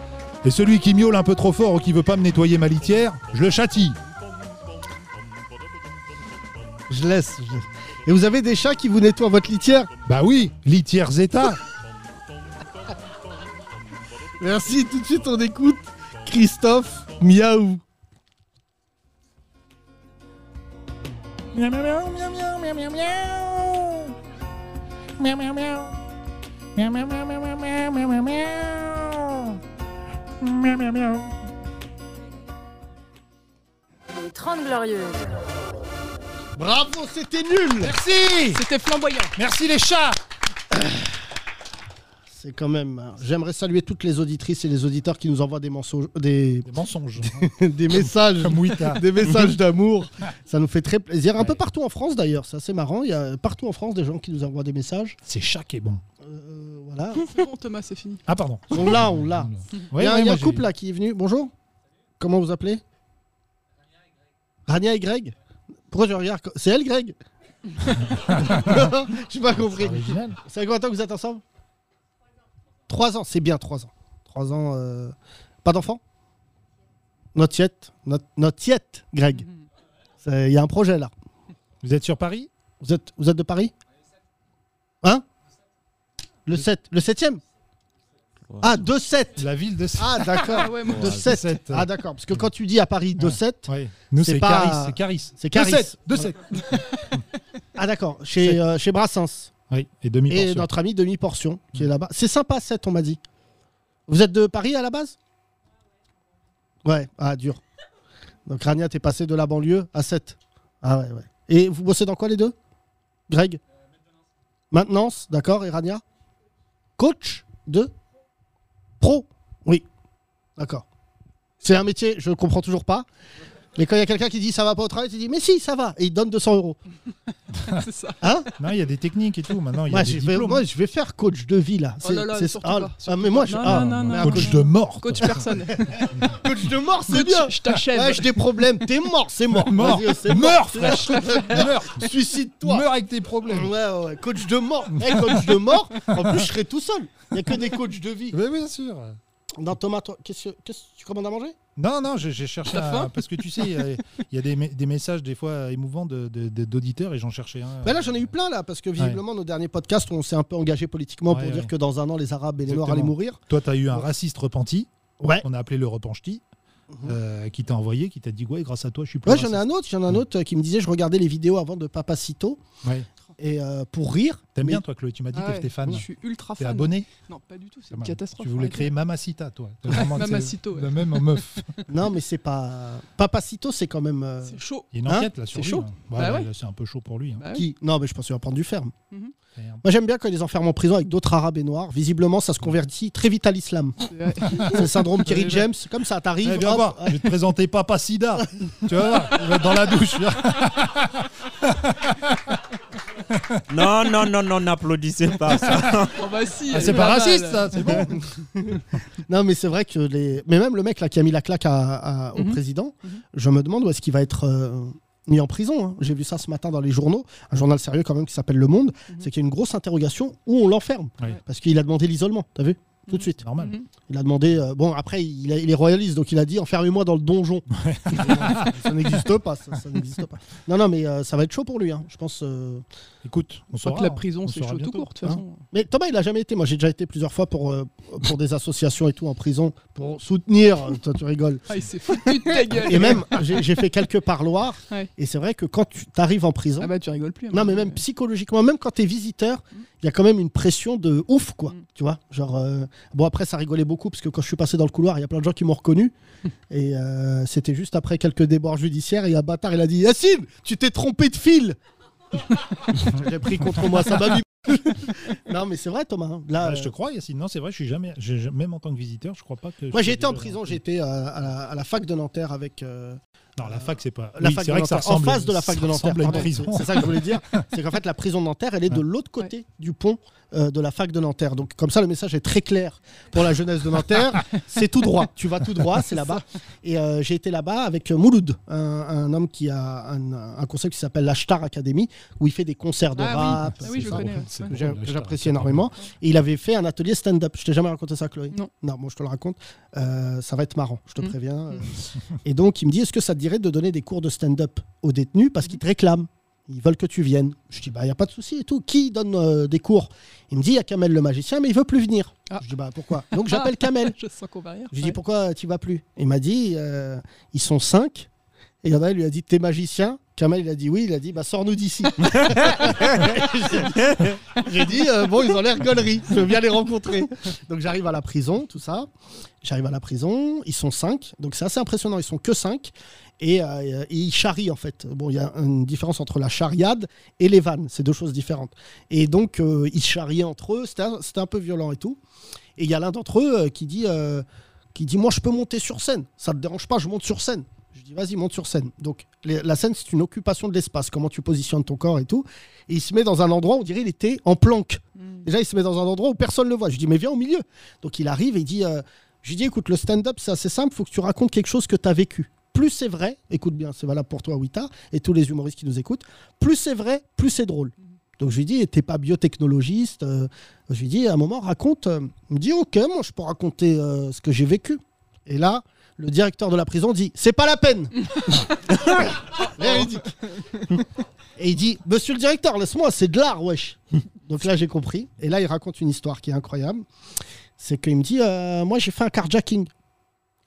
[SPEAKER 4] Et celui qui miaule un peu trop fort ou qui veut pas me nettoyer ma litière, je le châtie.
[SPEAKER 3] Je laisse. je- Et vous avez des chats qui vous nettoient votre litière
[SPEAKER 4] Bah oui, litière Zeta.
[SPEAKER 3] Merci, tout de suite on écoute Christophe Miaou.
[SPEAKER 7] Meow meow meow meow meow meow meow. Meow meow meow. Meow meow meow meow meow meow meow meow meow. Meow meow meow.
[SPEAKER 2] Les 30 Glorieuses.
[SPEAKER 3] Bravo, c'était nul
[SPEAKER 4] Merci
[SPEAKER 5] C'était flamboyant.
[SPEAKER 4] Merci les chats
[SPEAKER 3] C'est quand même. hein, J'aimerais saluer toutes les auditrices et les auditeurs qui nous envoient des, mensonges, des,
[SPEAKER 4] Des mensonges, hein.
[SPEAKER 3] des messages.
[SPEAKER 4] comme Wita.
[SPEAKER 3] des messages d'amour. Ça nous fait très plaisir. Un peu partout en France d'ailleurs, ça c'est marrant. Il y a partout en France des gens qui nous envoient des messages.
[SPEAKER 4] C'est chat qui est bon.
[SPEAKER 3] Euh, voilà.
[SPEAKER 5] C'est bon Thomas, c'est fini.
[SPEAKER 4] Ah pardon.
[SPEAKER 3] On l'a, on
[SPEAKER 4] Ouais,
[SPEAKER 3] l'a. oh il y a,
[SPEAKER 4] ouais,
[SPEAKER 3] il y a
[SPEAKER 4] moi,
[SPEAKER 3] un
[SPEAKER 4] j'ai-
[SPEAKER 3] couple là qui est venu. Bonjour. Comment vous appelez Rania et Greg. Pourquoi je regarde co- C'est elle, Greg J'ai pas compris.
[SPEAKER 4] original.
[SPEAKER 3] C'est combien de temps que vous êtes ensemble Trois ans, c'est bien, trois ans. Trois ans. euh, Pas d'enfant Not yet. Not, not yet, Greg. C'est- Il y a un projet là.
[SPEAKER 4] Vous êtes sur Paris
[SPEAKER 3] Vous êtes, vous êtes de Paris Hein Le 7. Le 7e Ah, 2-7
[SPEAKER 4] La ville de
[SPEAKER 3] Ah, d'accord.
[SPEAKER 5] Ah ouais, moi.
[SPEAKER 3] De 7.
[SPEAKER 4] sept.
[SPEAKER 3] Ah, d'accord. Parce que quand tu dis à Paris 2-7,
[SPEAKER 4] Ouais. Nous,
[SPEAKER 3] C'est
[SPEAKER 4] c'est
[SPEAKER 3] pas-
[SPEAKER 4] Caris. C'est Caris.
[SPEAKER 3] c'est
[SPEAKER 4] 2-7,
[SPEAKER 3] Caris.
[SPEAKER 4] 2-7.
[SPEAKER 3] Ah, d'accord. Chez, euh, chez Brassens.
[SPEAKER 4] Oui, et demi
[SPEAKER 3] Et notre ami Demi-Portion, qui est là-bas. C'est sympa, 7, on m'a dit. Vous êtes de Paris à la base Ouais, ah, dur. Donc, Rania, t'es passé de la banlieue à 7. Ah, ouais, ouais. Et vous bossez dans quoi, les deux Greg Maintenance, d'accord. Et Rania Coach de Pro Oui. D'accord. C'est un métier, je comprends toujours pas. Mais quand il y a quelqu'un qui dit ça va pas au travail, tu dis mais si, ça va. Et il donne 200 euros.
[SPEAKER 5] C'est ça.
[SPEAKER 3] Hein
[SPEAKER 4] Non, il y a des techniques et tout. Maintenant, il y a
[SPEAKER 3] Moi,
[SPEAKER 4] des
[SPEAKER 3] je vais,
[SPEAKER 4] diplômes.
[SPEAKER 3] moi, je vais faire coach de vie là.
[SPEAKER 5] Oh
[SPEAKER 3] C'est-
[SPEAKER 5] là là,
[SPEAKER 3] c'est-
[SPEAKER 5] surtout
[SPEAKER 3] ah,
[SPEAKER 5] pas,
[SPEAKER 3] ah,
[SPEAKER 5] surtout
[SPEAKER 3] mais moi,
[SPEAKER 5] pas.
[SPEAKER 3] je,
[SPEAKER 5] Non,
[SPEAKER 3] ah,
[SPEAKER 5] non, non,
[SPEAKER 3] merde.
[SPEAKER 5] non.
[SPEAKER 4] Coach de mort.
[SPEAKER 5] Coach personne.
[SPEAKER 3] coach de mort, c'est
[SPEAKER 5] Coach,
[SPEAKER 3] bien.
[SPEAKER 5] je t'achève.
[SPEAKER 3] Ouais, j'ai des problèmes. T'es mort, c'est mort.
[SPEAKER 4] Mort.
[SPEAKER 3] Vas-y, c'est
[SPEAKER 4] Meurs,
[SPEAKER 3] mort.
[SPEAKER 4] Meurs.
[SPEAKER 3] Suicide-toi.
[SPEAKER 4] Meurs avec tes
[SPEAKER 3] Ouais,
[SPEAKER 4] problèmes.
[SPEAKER 3] ouais, ouais. coach de mort. Eh, coach de mort. En plus, je serais tout seul. Il n'y a que des coachs de vie.
[SPEAKER 4] Oui, bien sûr.
[SPEAKER 3] Dans Thomas, toi, qu'est-ce que qu'est-ce que tu commandes à manger
[SPEAKER 4] Non, non, j'ai j'ai cherché
[SPEAKER 5] T'as
[SPEAKER 4] un-
[SPEAKER 5] faim
[SPEAKER 4] parce que tu sais, il y a- il y a des, me- des messages des fois émouvants de- de- de- d'auditeurs et j'en cherchais un.
[SPEAKER 3] Bah là, j'en ai eu plein, là, parce que visiblement, nos derniers podcasts, on s'est un peu engagé politiquement pour
[SPEAKER 4] Ouais,
[SPEAKER 3] dire
[SPEAKER 4] ouais.
[SPEAKER 3] que dans un an, les Arabes et les Noirs allaient
[SPEAKER 4] Exactement.
[SPEAKER 3] mourir.
[SPEAKER 4] Toi, t'as eu un raciste repenti.
[SPEAKER 3] Ouais. Mhm.
[SPEAKER 4] On a appelé le repenchti. euh, qui t'a envoyé, qui t'a dit ouais grâce à toi je suis plus
[SPEAKER 3] Ouais, j'en ai
[SPEAKER 4] raciste.
[SPEAKER 3] un autre, j'en ai un autre euh, qui me disait je regardais les vidéos avant de Papacito
[SPEAKER 4] Ouais.
[SPEAKER 3] et euh, pour rire.
[SPEAKER 4] T'aimes
[SPEAKER 3] Mais-
[SPEAKER 4] bien toi Chloé, tu m'as dit
[SPEAKER 5] Ah
[SPEAKER 4] que
[SPEAKER 5] ouais,
[SPEAKER 4] t'étais fan,
[SPEAKER 5] Je suis ultra
[SPEAKER 4] t'es
[SPEAKER 5] fan.
[SPEAKER 4] abonné,
[SPEAKER 5] Non, pas du tout, c'est
[SPEAKER 4] Ah
[SPEAKER 5] une
[SPEAKER 4] bah,
[SPEAKER 5] catastrophe.
[SPEAKER 4] tu voulais
[SPEAKER 5] arrêtez.
[SPEAKER 4] créer Mamacita toi. T'as vraiment, c'est
[SPEAKER 5] Mamacito, ouais.
[SPEAKER 4] La même meuf.
[SPEAKER 3] Non, mais c'est pas Papacito, c'est quand même euh,
[SPEAKER 5] C'est chaud.
[SPEAKER 4] Il y a une
[SPEAKER 3] Hein
[SPEAKER 4] enquête là sur
[SPEAKER 5] C'est
[SPEAKER 4] lui.
[SPEAKER 5] chaud.
[SPEAKER 4] hein.
[SPEAKER 5] Bah
[SPEAKER 4] Ouais,
[SPEAKER 5] ouais.
[SPEAKER 4] là, C'est un peu chaud pour lui. hein.
[SPEAKER 5] Bah Mhm. oui.
[SPEAKER 3] qui Non, mais je pense qu'il va prendre du ferme.
[SPEAKER 4] Merde.
[SPEAKER 3] Moi, j'aime bien quand ils les enferment en prison avec d'autres Arabes et Noirs. Visiblement, ça se convertit très vite à l'islam.
[SPEAKER 5] Ouais.
[SPEAKER 3] C'est le syndrome Kerry
[SPEAKER 4] Ouais,
[SPEAKER 3] James. Comme ça, t'arrives.
[SPEAKER 4] Eh, viens
[SPEAKER 3] hop,
[SPEAKER 4] voir, je vais te présenter Papa Sida. tu vas voir, il va être dans la douche.
[SPEAKER 6] Non, non, non, non, n'applaudissez pas ça.
[SPEAKER 5] Oh bah si,
[SPEAKER 4] Ah,
[SPEAKER 5] elle
[SPEAKER 4] c'est
[SPEAKER 5] est
[SPEAKER 4] pas
[SPEAKER 5] là-bas,
[SPEAKER 4] raciste
[SPEAKER 5] là.
[SPEAKER 4] ça, c'est bon.
[SPEAKER 3] Non, mais c'est vrai que les. Mais même le mec là qui a mis la claque à- à- au
[SPEAKER 5] Mhm.
[SPEAKER 3] président,
[SPEAKER 5] Mhm.
[SPEAKER 3] je me demande où est-ce qu'il va être euh, mis en prison. hein. J'ai vu ça ce matin dans les journaux, un journal sérieux quand même qui s'appelle Le Monde.
[SPEAKER 5] Mhm.
[SPEAKER 3] C'est qu'il y a une grosse interrogation où on l'enferme.
[SPEAKER 4] Ouais.
[SPEAKER 3] Parce qu'il a demandé l'isolement, t'as vu Tout de suite.
[SPEAKER 4] C'est normal.
[SPEAKER 5] Mhm.
[SPEAKER 3] Il a demandé. euh, bon, après, il, a- il est royaliste, donc il a dit enfermez-moi dans le donjon. ça n'existe pas, ça, ça n'existe pas. Non, non, mais euh, ça va être chaud pour lui, hein. je pense. euh.
[SPEAKER 4] Écoute, on
[SPEAKER 5] Je crois
[SPEAKER 4] saura.
[SPEAKER 5] que la
[SPEAKER 4] hein.
[SPEAKER 5] prison,
[SPEAKER 4] On
[SPEAKER 5] c'est
[SPEAKER 4] saura
[SPEAKER 5] chaud tout
[SPEAKER 4] bientôt.
[SPEAKER 5] court, de toute façon.
[SPEAKER 3] Mais Thomas, il a jamais été. Moi, j'ai déjà été plusieurs fois pour, euh, pour des associations et tout en prison pour soutenir. Toi, tu rigoles.
[SPEAKER 5] Ah, il s'est foutu de ta gueule.
[SPEAKER 3] Et même, j'ai j'ai fait quelques parloirs.
[SPEAKER 5] Ouais.
[SPEAKER 3] Et c'est vrai que quand tu arrives en prison,
[SPEAKER 5] Ah bah tu rigoles plus. à
[SPEAKER 3] non,
[SPEAKER 5] mon
[SPEAKER 3] mais
[SPEAKER 5] avis,
[SPEAKER 3] même psychologiquement, même quand t'es visiteur, il y a quand même une pression de ouf, quoi.
[SPEAKER 5] Mm.
[SPEAKER 3] Tu vois Genre, euh, bon, après, ça rigolait beaucoup parce que quand je suis passé dans le couloir, il y a plein de gens qui m'ont reconnu. et euh, c'était juste après quelques débords judiciaires. Et un bâtard, il a dit Yacine, tu t'es trompé de fil J'ai pris contre moi, ça m'a mis. non, mais c'est vrai, Thomas. hein. Là,
[SPEAKER 4] Ah, je te crois, Yacine. Non, c'est vrai, je suis jamais, j'ai- j'ai- même en tant que visiteur, je crois pas que. je
[SPEAKER 3] Moi,
[SPEAKER 4] sois
[SPEAKER 3] j'ai été en
[SPEAKER 4] déjà-
[SPEAKER 3] prison, j'étais à, à la, à la fac de Nanterre avec. euh,
[SPEAKER 4] Non, la fac, c'est pas.
[SPEAKER 3] la
[SPEAKER 4] oui,
[SPEAKER 3] fac
[SPEAKER 4] c'est
[SPEAKER 3] de
[SPEAKER 4] vrai que ça
[SPEAKER 3] Nanterre, en
[SPEAKER 4] ressemble.
[SPEAKER 3] face de la fac
[SPEAKER 4] ça
[SPEAKER 3] de Nanterre.
[SPEAKER 4] ressemble à une
[SPEAKER 3] pardon.
[SPEAKER 4] prison.
[SPEAKER 3] C'est- C'est ça que je voulais dire. C'est qu'en fait, la prison de Nanterre, elle est de l'autre côté du pont euh, de la fac de Nanterre. Donc, comme ça, le message est très clair pour la jeunesse de Nanterre. c'est tout droit. Tu vas tout droit, c'est là-bas. Et euh, j'ai été là-bas avec euh, Mouloud, un, un homme qui a un, un concept qui s'appelle la Star Academy, où il fait des concerts de
[SPEAKER 5] Ah
[SPEAKER 3] rap.
[SPEAKER 5] Ah oui, je
[SPEAKER 3] c'est ça.
[SPEAKER 5] connais, ouais.
[SPEAKER 4] C'est
[SPEAKER 5] Ouais.
[SPEAKER 4] bon,
[SPEAKER 3] J'ai-
[SPEAKER 4] là, je t'arrête.
[SPEAKER 3] J'apprécie énormément. Et il avait fait un atelier stand-up. Je t'ai jamais raconté ça, Chloé
[SPEAKER 5] Non.
[SPEAKER 3] Non, bon, je te le raconte. Euh, ça va être marrant, je te
[SPEAKER 5] Mhm.
[SPEAKER 3] préviens. Euh, Et donc, il me dit est-ce que ça te dirait de donner des cours de stand-up aux détenus parce qu'ils te réclament Ils veulent que tu viennes. Je dis bah, il n'y a pas de souci et tout. Qui donne euh, des cours Il me dit il y a Kamel le magicien, mais il veut plus venir.
[SPEAKER 5] Ah.
[SPEAKER 3] Je dis bah, pourquoi Donc, j'appelle Kamel.
[SPEAKER 5] Je sens qu'on va rire.
[SPEAKER 3] Je lui
[SPEAKER 5] Ouais.
[SPEAKER 3] dis pourquoi tu vas plus Il m'a dit euh, ils sont cinq. Et il y en a, il lui a dit t'es magicien. Kamel, il a dit oui. Il a dit bah sors-nous d'ici. J'ai dit euh, bon, ils ont l'air gaulerie. Je veux bien les rencontrer. Donc j'arrive à la prison, tout ça. J'arrive à la prison. Ils sont cinq. Donc c'est assez impressionnant. Ils sont que cinq. Et, euh, et ils charrient en fait. Bon, il y a une différence entre la charriade et les vannes. C'est deux choses différentes. Et donc euh, ils charriaient entre eux. C'était un, c'était un peu violent et tout. Et il y a l'un d'entre eux euh, qui dit. euh, qui dit moi je peux monter sur scène, ça te dérange pas, je monte sur scène. Je dis vas-y monte sur scène. Donc les- la scène c'est une occupation de l'espace, comment tu positionnes ton corps et tout. Et il se met dans un endroit, on dirait il était en planque. Déjà il se met dans un endroit où personne ne le voit. Je dis mais viens au milieu. Donc il arrive et il dit, euh, je lui dis écoute le stand-up c'est assez simple, faut que tu racontes quelque chose que tu as vécu. Plus c'est vrai, écoute bien, c'est valable pour toi Wita et tous les humoristes qui nous écoutent, plus c'est vrai, plus c'est drôle. Donc je lui dis, t'es pas biotechnologiste. euh, je lui dis, à un moment, raconte. euh, il me dit, ok, moi je peux raconter euh, ce que j'ai vécu. Et là, le directeur de la prison dit, c'est pas la peine. Véridique. Et il dit, monsieur le directeur, laisse-moi, c'est de l'art, wesh. Donc là, j'ai compris. Et là, il raconte une histoire qui est incroyable. C'est qu'il me dit, euh, moi j'ai fait un carjacking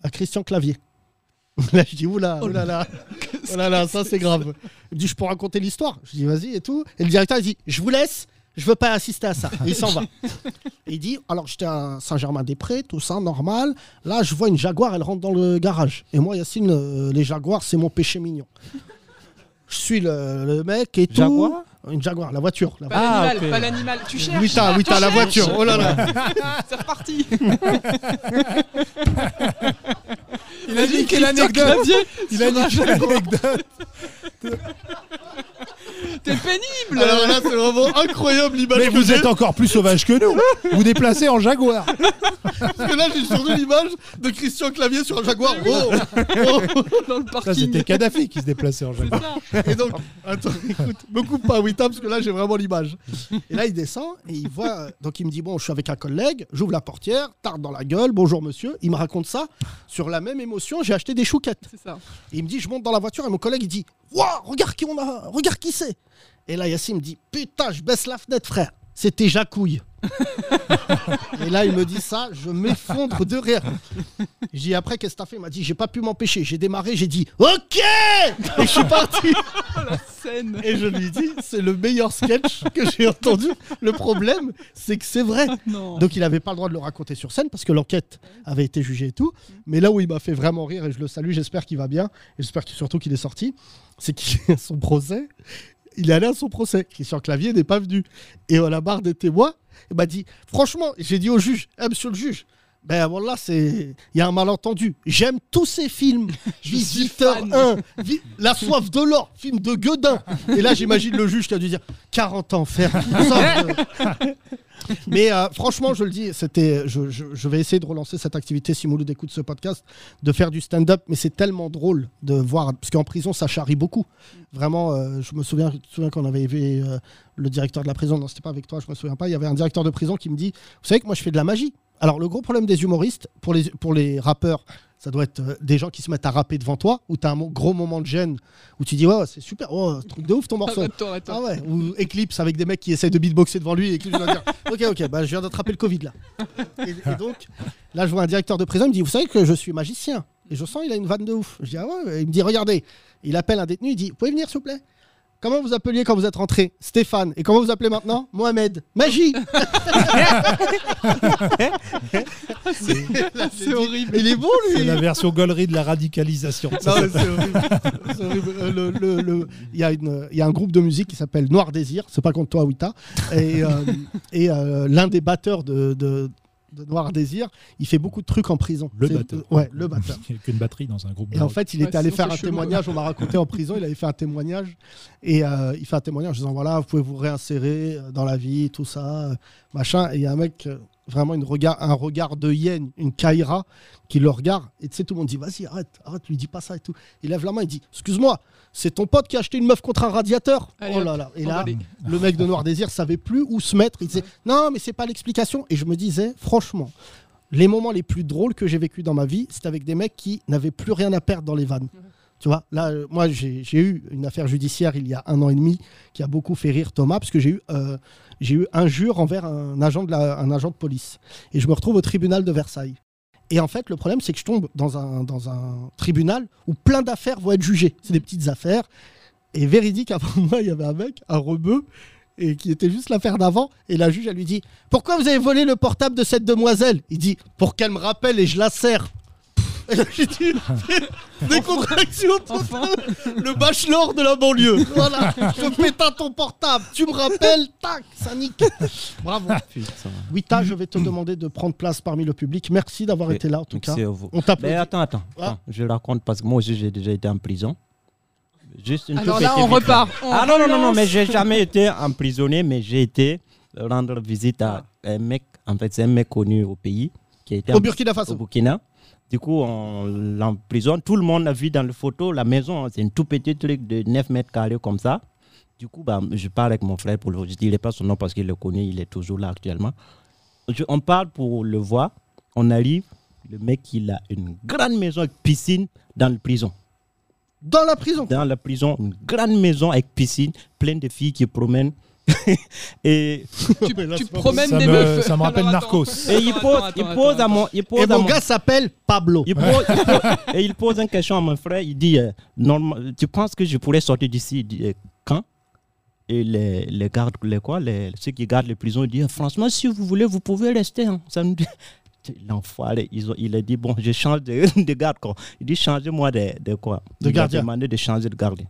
[SPEAKER 3] à Christian Clavier. Là, je dis, oula,
[SPEAKER 5] Oh
[SPEAKER 3] oula, là, oh là là, ça c'est grave. Il me dit, je peux raconter l'histoire. Je dis, vas-y et tout. Et le directeur, il dit, je vous laisse, je veux pas assister à ça. Et il s'en va. Et il dit, alors j'étais à Saint-Germain-des-Prés, tout ça, normal. Là, je vois une Jaguar, elle rentre dans le garage. Et moi, Yacine, euh, les Jaguars, c'est mon péché mignon. Je suis le, le mec et tout.
[SPEAKER 6] Jaguar
[SPEAKER 3] Une Jaguar, la voiture. La
[SPEAKER 5] Pas
[SPEAKER 6] Ah,
[SPEAKER 5] l'animal,
[SPEAKER 6] ok.
[SPEAKER 5] pas l'animal. Tu cherches,
[SPEAKER 3] oui, t'as, oui, t'as la voiture. Oh là là.
[SPEAKER 5] c'est reparti.
[SPEAKER 4] Il a dit quelle anecdote Il a dit quelle anecdote
[SPEAKER 5] T'es pénible.
[SPEAKER 3] Alors Ah là, c'est vraiment incroyable l'image
[SPEAKER 4] Mais
[SPEAKER 3] que
[SPEAKER 4] vous
[SPEAKER 3] j'ai.
[SPEAKER 4] êtes encore plus sauvage que nous. Vous déplacez en jaguar.
[SPEAKER 3] Parce que là, j'ai surtout l'image de Christian Clavier sur un Jaguar. Oh, oh.
[SPEAKER 5] dans le
[SPEAKER 4] Ça,
[SPEAKER 5] parking.
[SPEAKER 4] c'était Kadhafi qui se déplaçait en
[SPEAKER 5] C'est
[SPEAKER 4] général.
[SPEAKER 5] ça.
[SPEAKER 3] Et donc, attends, écoute, me coupe pas, Wita, parce que là, j'ai vraiment l'image. Et là, il descend et il voit. euh, Donc, il me dit Bon, je suis avec un collègue, j'ouvre la portière, tarte dans la gueule, bonjour monsieur. Il me raconte ça. Sur la même émotion, j'ai acheté des chouquettes.
[SPEAKER 5] C'est ça.
[SPEAKER 3] Et il me dit Je monte dans la voiture et mon collègue, il dit Waouh, regarde qui on a, regarde qui c'est. Et là, Yassine me dit Putain, je baisse la fenêtre, frère. C'était Jacouille. et là, il me dit ça, je m'effondre de rire. J'ai dit après, qu'est-ce que t'as fait Il m'a dit J'ai pas pu m'empêcher. J'ai démarré, j'ai dit Ok Et je suis parti.
[SPEAKER 5] Scène.
[SPEAKER 3] Et je lui dis, c'est le meilleur sketch que j'ai entendu. Le problème, c'est que c'est vrai.
[SPEAKER 5] Non.
[SPEAKER 3] Donc il n'avait pas le droit de le raconter sur scène parce que l'enquête avait été jugée et tout. Mais là où il m'a fait vraiment rire, et je le salue, j'espère qu'il va bien, et j'espère que- surtout qu'il est sorti, c'est qu'à son procès, il est allé à son procès. Christian Clavier n'est pas venu. Et à la barre des témoins, il m'a dit, franchement, j'ai dit au juge, Eh, monsieur le juge, ben voilà, c'est il y a un malentendu. J'aime tous ces films. Visiteur 1, Vi- La soif de l'or, film de Guedin. Et là, j'imagine le juge qui a dû dire 40 ans faire. Sorte de- mais euh, franchement, je le dis, c'était, je, je- je vais essayer de relancer cette activité si Mouloud écoute ce podcast, de faire du stand-up, mais c'est tellement drôle de voir, parce qu'en prison, ça charrie beaucoup. Vraiment, euh, je me souviens, je me souviens qu'on avait élevé euh, le directeur de la prison, non, c'était pas avec toi, je me souviens pas, il y avait un directeur de prison qui me dit, vous savez que moi je fais de la magie. Alors le gros problème des humoristes, pour les, pour les rappeurs, ça doit être euh, des gens qui se mettent à rapper devant toi, où tu as un mo- gros moment de gêne, où tu dis, ouais, ouais, c'est super, oh, truc de ouf ton morceau.
[SPEAKER 5] Arrête-toi, arrête-toi.
[SPEAKER 3] Ah ouais, ou Eclipse avec des mecs qui essayent de beatboxer devant lui et Eclipse va dire Ok, ok, bah, je viens d'attraper le Covid là. Et, et donc, là, je vois un directeur de prison, il me dit Vous savez que je suis magicien Et je sens, il a une vanne de ouf. Je dis Ah ouais Il me dit Regardez. Il appelle un détenu, il dit Vous pouvez venir, s'il vous plaît Comment vous appeliez quand vous êtes rentré Stéphane. Et comment vous appelez maintenant Mohamed. Magie
[SPEAKER 5] C'est horrible.
[SPEAKER 3] Il est bon, lui
[SPEAKER 4] C'est la version gaulerie de la radicalisation.
[SPEAKER 3] Non, mais c'est horrible. C'est horrible. Euh, le- le- le- Il y, a une- il y a un groupe de musique qui s'appelle Noir Désir, c'est pas contre toi, Wita. Et, euh, et, euh, l'un des batteurs de, de- de Noir Désir, il fait beaucoup de trucs en prison.
[SPEAKER 4] Le
[SPEAKER 3] C'est-
[SPEAKER 4] batteur.
[SPEAKER 3] Ouais, le batteur.
[SPEAKER 4] Il n'y a qu'une batterie dans un groupe. de
[SPEAKER 3] Et en
[SPEAKER 4] rock.
[SPEAKER 3] fait, il
[SPEAKER 5] Ouais,
[SPEAKER 3] était allé
[SPEAKER 5] sinon,
[SPEAKER 3] faire un
[SPEAKER 5] c'est chelou.
[SPEAKER 3] témoignage, on m'a raconté en prison, il avait fait un témoignage. Et euh, il fait un témoignage en disant voilà, vous pouvez vous réinsérer euh, dans la vie, tout ça, euh, machin. Et il y a un mec, euh, vraiment une regard, un regard de hyène, une caïra, qui le regarde. Et tu sais, tout le monde dit vas-y, arrête, arrête, lui dis pas ça et tout. Il lève la main, il dit excuse-moi, c'est ton pote qui a acheté une meuf contre un radiateur.
[SPEAKER 5] Allez,
[SPEAKER 3] oh
[SPEAKER 5] hop,
[SPEAKER 3] là là. Et là,
[SPEAKER 5] emballé.
[SPEAKER 3] le mec de Noir Désir savait plus où se mettre. Il disait non, mais c'est pas l'explication. Et je me disais franchement, les moments les plus drôles que j'ai vécu dans ma vie, c'est avec des mecs qui n'avaient plus rien à perdre dans les vannes. Tu vois, là, euh, moi, j'ai j'ai eu une affaire judiciaire il y a un an et demi qui a beaucoup fait rire Thomas, parce que j'ai eu, euh, j'ai eu injure envers un agent, de la- un agent de police. Et je me retrouve au tribunal de Versailles. Et en fait, le problème, c'est que je tombe dans un, dans un tribunal où plein d'affaires vont être jugées. C'est des petites affaires. Et véridique, avant moi, il y avait un mec, un rebeu, et qui était juste l'affaire d'avant. Et la juge, elle lui dit Pourquoi vous avez volé le portable de cette demoiselle Il dit Pour qu'elle me rappelle et je la serre. Et là, j'ai dit Des contractions totales. Le bachelor de la banlieue. Voilà, je pète à ton portable. Tu me rappelles Tac, ça nique. Bravo.
[SPEAKER 6] Putain.
[SPEAKER 3] Wita, je vais te demander de prendre place parmi le public. Merci d'avoir
[SPEAKER 6] Ok,
[SPEAKER 3] été là, en tout cas.
[SPEAKER 6] Merci à vous.
[SPEAKER 3] On t'applaudit.
[SPEAKER 6] Mais attends, attends,
[SPEAKER 3] Ah.
[SPEAKER 6] attends, je raconte parce que moi aussi j'ai déjà été en prison. Juste une
[SPEAKER 5] Alors
[SPEAKER 6] toute
[SPEAKER 5] là,
[SPEAKER 6] petite
[SPEAKER 5] on
[SPEAKER 6] victoire.
[SPEAKER 5] repart. On
[SPEAKER 6] Ah non, non, non, non,
[SPEAKER 5] relance.
[SPEAKER 6] mais j'ai jamais été emprisonné, mais j'ai été rendre visite à
[SPEAKER 5] Ah.
[SPEAKER 6] un mec, en fait, c'est un mec connu au pays, qui a été
[SPEAKER 3] Au
[SPEAKER 6] en-
[SPEAKER 3] Burkina
[SPEAKER 6] au
[SPEAKER 3] Faso.
[SPEAKER 6] Burkina. Du coup, on l'emprisonne. Tout le monde a vu dans la photo la maison. hein, C'est une tout petit truc de 9 mètres carrés comme ça. Du coup, bah, je parle avec mon frère pour le. Je dis, il n'est pas son nom parce qu'il le connaît, il est toujours là actuellement. Je- on parle pour le voir. On arrive. Le mec, il a une grande maison avec piscine dans la prison.
[SPEAKER 3] Dans la prison.
[SPEAKER 6] Dans la prison, une grande maison avec piscine, pleine de filles qui promènent. et,
[SPEAKER 3] Tu,
[SPEAKER 5] Tu promènes
[SPEAKER 4] ça
[SPEAKER 5] des
[SPEAKER 4] me-
[SPEAKER 5] meufs.
[SPEAKER 4] ça me rappelle
[SPEAKER 5] Alors, attends.
[SPEAKER 4] Narcos.
[SPEAKER 6] et il
[SPEAKER 5] Attends,
[SPEAKER 6] pose,
[SPEAKER 5] attends,
[SPEAKER 6] il
[SPEAKER 5] attends,
[SPEAKER 6] pose à
[SPEAKER 5] attends.
[SPEAKER 6] mon. Il pose
[SPEAKER 3] Et
[SPEAKER 6] à
[SPEAKER 3] mon
[SPEAKER 6] mon-
[SPEAKER 3] gars s'appelle Pablo.
[SPEAKER 6] Il pose, il pose- et il pose une question à mon frère. Il dit euh, Normal- Tu penses que je pourrais sortir d'ici Il dit, euh, quand Et les, les gardes, les quoi, les, ceux qui gardent les prisons, ils disent Franchement, si vous voulez, vous pouvez rester. hein. Ça nous dit- L'enfoiré, ils ont- il a dit Bon, je change de, de garde. Quoi. Il dit Changez-moi de, de quoi
[SPEAKER 3] De
[SPEAKER 6] Il a
[SPEAKER 3] gardien.
[SPEAKER 6] demandé de changer de gardien.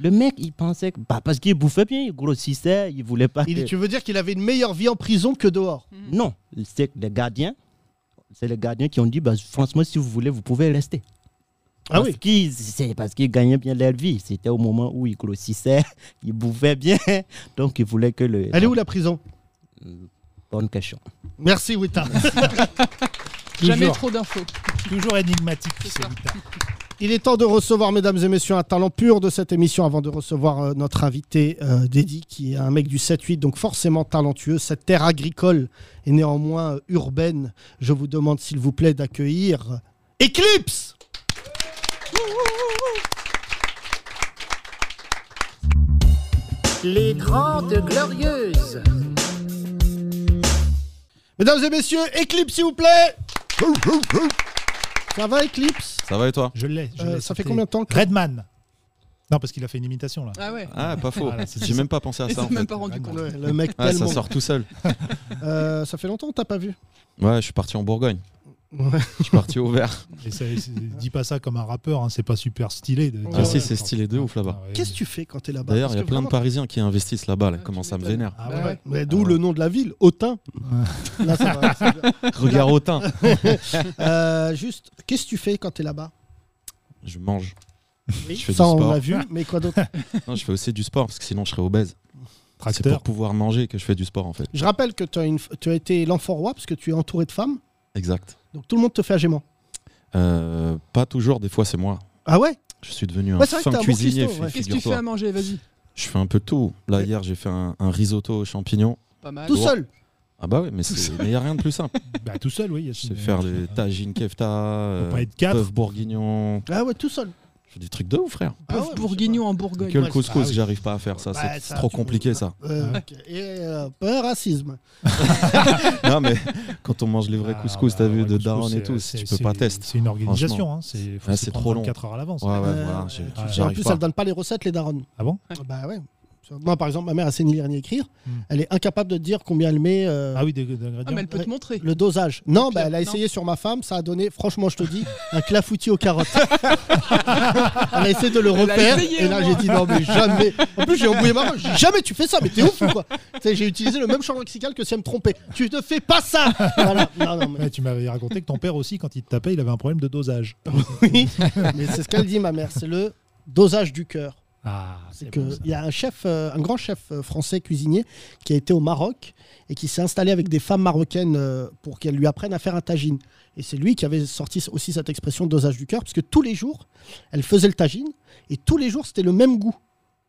[SPEAKER 6] Le mec, il pensait que. bah, parce qu'il bouffait bien, il grossissait, il voulait pas.
[SPEAKER 3] Il-
[SPEAKER 6] que-
[SPEAKER 3] tu veux dire qu'il avait une meilleure vie en prison que dehors
[SPEAKER 6] Non, c'est les gardiens. C'est les gardiens qui ont dit bah, Franchement, si vous voulez, vous pouvez rester.
[SPEAKER 3] Ah
[SPEAKER 6] Parce
[SPEAKER 3] oui.
[SPEAKER 6] qu'ils- c'est parce qu'ils gagnaient bien leur vie. C'était au moment où ils grossissaient, ils bouffaient bien. Donc euh, ils voulaient que le.
[SPEAKER 3] Elle est où la prison
[SPEAKER 6] Bonne question.
[SPEAKER 3] Merci Wita.
[SPEAKER 8] euh, Jamais
[SPEAKER 4] Toujours.
[SPEAKER 8] trop d'infos.
[SPEAKER 4] Toujours énigmatique,
[SPEAKER 8] C'est
[SPEAKER 4] c'est
[SPEAKER 8] ça.
[SPEAKER 4] guitare.
[SPEAKER 3] Il est temps de recevoir, mesdames et messieurs, un talent pur de cette émission avant de recevoir euh, notre invité euh, Dédi, qui est un mec du 7-8, donc forcément talentueux. Cette terre agricole est néanmoins euh, urbaine. Je vous demande, s'il vous plaît, d'accueillir euh, Eclipse
[SPEAKER 5] Les Grandes Glorieuses.
[SPEAKER 3] Mesdames et messieurs, Eclipse, s'il vous plaît Ça va, Eclipse
[SPEAKER 9] Ça va et toi
[SPEAKER 4] Je l'ai. je
[SPEAKER 3] Euh,
[SPEAKER 4] l'ai,
[SPEAKER 3] Ça fait
[SPEAKER 4] c'était
[SPEAKER 3] combien de temps que...
[SPEAKER 4] Redman. Non, parce qu'il a fait une imitation là.
[SPEAKER 8] Ah ouais.
[SPEAKER 9] Ah, pas faux.
[SPEAKER 4] Voilà, c'est
[SPEAKER 9] J'ai
[SPEAKER 4] ça.
[SPEAKER 9] même pas pensé à
[SPEAKER 8] Et
[SPEAKER 9] ça. en
[SPEAKER 8] s'est même
[SPEAKER 9] fait.
[SPEAKER 8] pas rendu compte.
[SPEAKER 3] Ouais, le mec
[SPEAKER 9] Ah,
[SPEAKER 3] tellement...
[SPEAKER 9] ça sort tout seul.
[SPEAKER 3] Euh, ça fait longtemps que t'as pas vu.
[SPEAKER 9] Ouais, je suis parti en Bourgogne.
[SPEAKER 3] Ouais.
[SPEAKER 9] Je suis parti au vert.
[SPEAKER 4] Et ça- c'est- dis pas ça comme un rappeur, hein, c'est pas super stylé. de-
[SPEAKER 3] Ah si,
[SPEAKER 9] c'est stylé de ouf, là-bas.
[SPEAKER 4] Ah ouais.
[SPEAKER 3] Qu'est-ce que tu fais quand t'es là-bas
[SPEAKER 9] D'ailleurs,
[SPEAKER 3] Parce
[SPEAKER 9] il y a
[SPEAKER 3] que
[SPEAKER 9] plein de
[SPEAKER 3] vraiment-
[SPEAKER 9] Parisiens qui investissent là-bas. Là.
[SPEAKER 8] Ah,
[SPEAKER 9] Comment
[SPEAKER 8] tu
[SPEAKER 9] ça me
[SPEAKER 8] m'étonnes.
[SPEAKER 9] vénère
[SPEAKER 4] Ah
[SPEAKER 8] Bah
[SPEAKER 4] ouais.
[SPEAKER 8] ouais.
[SPEAKER 3] Mais D'où le nom de la ville, Autun. Là, ça va, c'est bien.
[SPEAKER 9] Regarde autant.
[SPEAKER 3] Euh, juste, qu'est-ce que tu fais quand t'es là-bas
[SPEAKER 9] Je mange. Je fais du
[SPEAKER 3] Ça, on
[SPEAKER 9] sport.
[SPEAKER 3] l'a vu,
[SPEAKER 4] Ah.
[SPEAKER 3] mais quoi d'autre
[SPEAKER 9] Non, je fais aussi du sport parce que sinon je serais obèse. C'est
[SPEAKER 4] Tracteur.
[SPEAKER 9] pour pouvoir manger que je fais du sport en fait.
[SPEAKER 3] Je rappelle que tu as, une- tu as été l'enfant roi parce que tu es entouré de femmes,
[SPEAKER 9] Exact.
[SPEAKER 3] donc tout le monde te fait à gémant.
[SPEAKER 9] Euh, pas toujours, des fois c'est moi.
[SPEAKER 3] Ah ouais
[SPEAKER 9] Je suis devenu un
[SPEAKER 3] Ouais, c'est vrai que
[SPEAKER 9] fin
[SPEAKER 3] t'as un bon
[SPEAKER 9] Hein. cuisinier.
[SPEAKER 3] cuistot,
[SPEAKER 9] fi-
[SPEAKER 3] ouais.
[SPEAKER 8] Qu'est-ce que tu fais
[SPEAKER 9] figure-toi.
[SPEAKER 8] à manger Vas-y.
[SPEAKER 9] Je fais un peu de tout. Là, hier, j'ai fait un, un risotto aux champignons.
[SPEAKER 8] Pas mal.
[SPEAKER 3] Tout seul
[SPEAKER 9] Ah bah oui, mais il n'y a rien de plus simple.
[SPEAKER 4] Bah, tout seul, oui.
[SPEAKER 9] Je sais faire des tagines kefta, euh,
[SPEAKER 4] pas être quatre.
[SPEAKER 9] bœuf bourguignon.
[SPEAKER 3] Ah ouais, tout seul.
[SPEAKER 9] Je fais des trucs de ouf, frère.
[SPEAKER 3] Ah ouais,
[SPEAKER 8] Bœuf bourguignon en Bourgogne.
[SPEAKER 9] Que le
[SPEAKER 3] ouais,
[SPEAKER 9] couscous,
[SPEAKER 4] ah oui.
[SPEAKER 9] j'arrive pas à faire ça.
[SPEAKER 3] Bah,
[SPEAKER 9] c'est
[SPEAKER 3] ça,
[SPEAKER 9] trop
[SPEAKER 3] tu-
[SPEAKER 9] compliqué ça.
[SPEAKER 3] Euh, ok. Et euh, pas racisme.
[SPEAKER 9] non, mais quand on mange les
[SPEAKER 4] Ah,
[SPEAKER 9] vrais couscous,
[SPEAKER 4] bah,
[SPEAKER 9] t'as vu, de Daron et tout, si
[SPEAKER 4] si
[SPEAKER 9] tu peux pas tester.
[SPEAKER 4] C'est une organisation, hein, c'est faut
[SPEAKER 9] Ah,
[SPEAKER 4] s'y
[SPEAKER 9] c'est
[SPEAKER 4] prendre
[SPEAKER 9] trop long.
[SPEAKER 4] 24 heures à l'avance.
[SPEAKER 9] Ouais, ouais,
[SPEAKER 3] Euh,
[SPEAKER 9] voilà, j'ai-
[SPEAKER 3] ouais.
[SPEAKER 9] j'ai-
[SPEAKER 3] Et en
[SPEAKER 9] j'arrive
[SPEAKER 3] plus,
[SPEAKER 9] pas.
[SPEAKER 3] elle donne pas les recettes, les darons.
[SPEAKER 4] Ah bon
[SPEAKER 3] Bah ouais. Moi, par exemple, ma mère, elle sait ni lire ni écrire.
[SPEAKER 4] Hmm.
[SPEAKER 3] Elle est incapable de dire combien elle met euh,
[SPEAKER 4] Ah oui, des, des
[SPEAKER 8] Ah,
[SPEAKER 4] ingrédients.
[SPEAKER 8] mais elle peut te montrer.
[SPEAKER 3] le dosage. Non,
[SPEAKER 8] puis,
[SPEAKER 3] bah, elle a
[SPEAKER 8] non.
[SPEAKER 3] essayé sur ma femme, ça a donné, franchement, je te dis, un clafoutis aux carottes. elle a essayé de le
[SPEAKER 8] Elle a
[SPEAKER 3] refaire.
[SPEAKER 8] essayé,
[SPEAKER 3] Et là,
[SPEAKER 8] au
[SPEAKER 3] j'ai dit, non, mais jamais. En plus, j'ai embrouillé ma femme. j'ai dit, Jamais tu fais ça, mais t'es ouf ou quoi Tu sais, J'ai utilisé le même champ lexical que si elle me trompait. Tu ne fais pas ça Voilà. Non, non, mais,
[SPEAKER 4] Ouais, Eh, tu m'avais raconté que ton père aussi, quand il te tapait, il avait un problème de dosage.
[SPEAKER 3] oui. mais c'est ce qu'elle dit, ma mère. C'est le dosage du cœur.
[SPEAKER 4] Ah,
[SPEAKER 3] C'est que il y a un chef, euh, un grand chef euh, français cuisinier qui a été au Maroc et qui s'est installé avec des femmes marocaines euh, pour qu'elles lui apprennent à faire un tagine. Et c'est lui qui avait sorti aussi cette expression de dosage du cœur, parce que tous les jours, elle faisait le tagine et tous les jours c'était le même goût.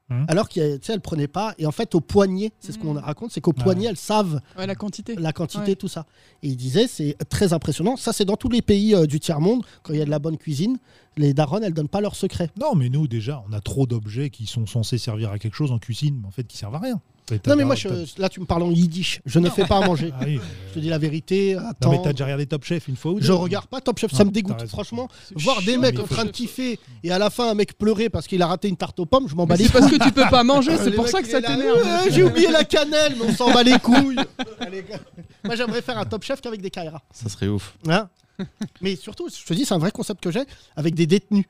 [SPEAKER 4] Mhm.
[SPEAKER 3] Alors qu'elle ne prenait pas. Et en fait, au poignet, c'est ce qu'on
[SPEAKER 8] Mhm.
[SPEAKER 3] raconte, c'est qu'au
[SPEAKER 4] Ouais.
[SPEAKER 3] poignet, elles savent
[SPEAKER 8] Ouais, la quantité.
[SPEAKER 3] la quantité,
[SPEAKER 8] Ouais.
[SPEAKER 3] tout ça. Et il disait, c'est très impressionnant. Ça, c'est dans tous les pays euh, du tiers-monde. Quand il y a de la bonne cuisine, les darons, elles donnent pas leurs secrets.
[SPEAKER 4] Non, mais nous, déjà, on a trop d'objets qui sont censés servir à quelque chose en cuisine, mais en fait, qui servent à rien. T'as-
[SPEAKER 3] Non, mais moi,
[SPEAKER 4] t'as-
[SPEAKER 3] je- là, tu me parles en yiddish. Je ne fais pas à manger.
[SPEAKER 4] Ah oui,
[SPEAKER 3] Je te dis la vérité.
[SPEAKER 4] Non,
[SPEAKER 3] Attends,
[SPEAKER 4] mais t'as déjà regardé Top Chef une fois ou deux
[SPEAKER 3] je regarde pas Top Chef,
[SPEAKER 4] Non,
[SPEAKER 3] ça me
[SPEAKER 4] t'as
[SPEAKER 3] dégoûte.
[SPEAKER 4] raison.
[SPEAKER 3] Franchement,
[SPEAKER 8] C'est
[SPEAKER 3] voir des
[SPEAKER 8] chiant,
[SPEAKER 3] mecs
[SPEAKER 8] mais
[SPEAKER 3] en
[SPEAKER 8] faut-
[SPEAKER 3] train de kiffer et à la fin un mec pleurer parce qu'il a raté une tarte aux pommes, je m'en bats
[SPEAKER 8] Mais
[SPEAKER 3] les
[SPEAKER 8] C'est
[SPEAKER 3] couilles.
[SPEAKER 8] parce que tu peux pas manger, c'est
[SPEAKER 3] Les
[SPEAKER 8] pour
[SPEAKER 3] mecs,
[SPEAKER 8] ça que
[SPEAKER 3] il
[SPEAKER 8] ça
[SPEAKER 3] est là,
[SPEAKER 8] t'énerve.
[SPEAKER 3] Euh, J'ai oublié la cannelle, mais on s'en bat les couilles. Allez, gars. Moi, j'aimerais faire un Top Chef qu'avec des Kaira.
[SPEAKER 9] Ça serait ouf.
[SPEAKER 3] Hein mais surtout, je te dis, c'est un vrai concept que j'ai avec des détenus.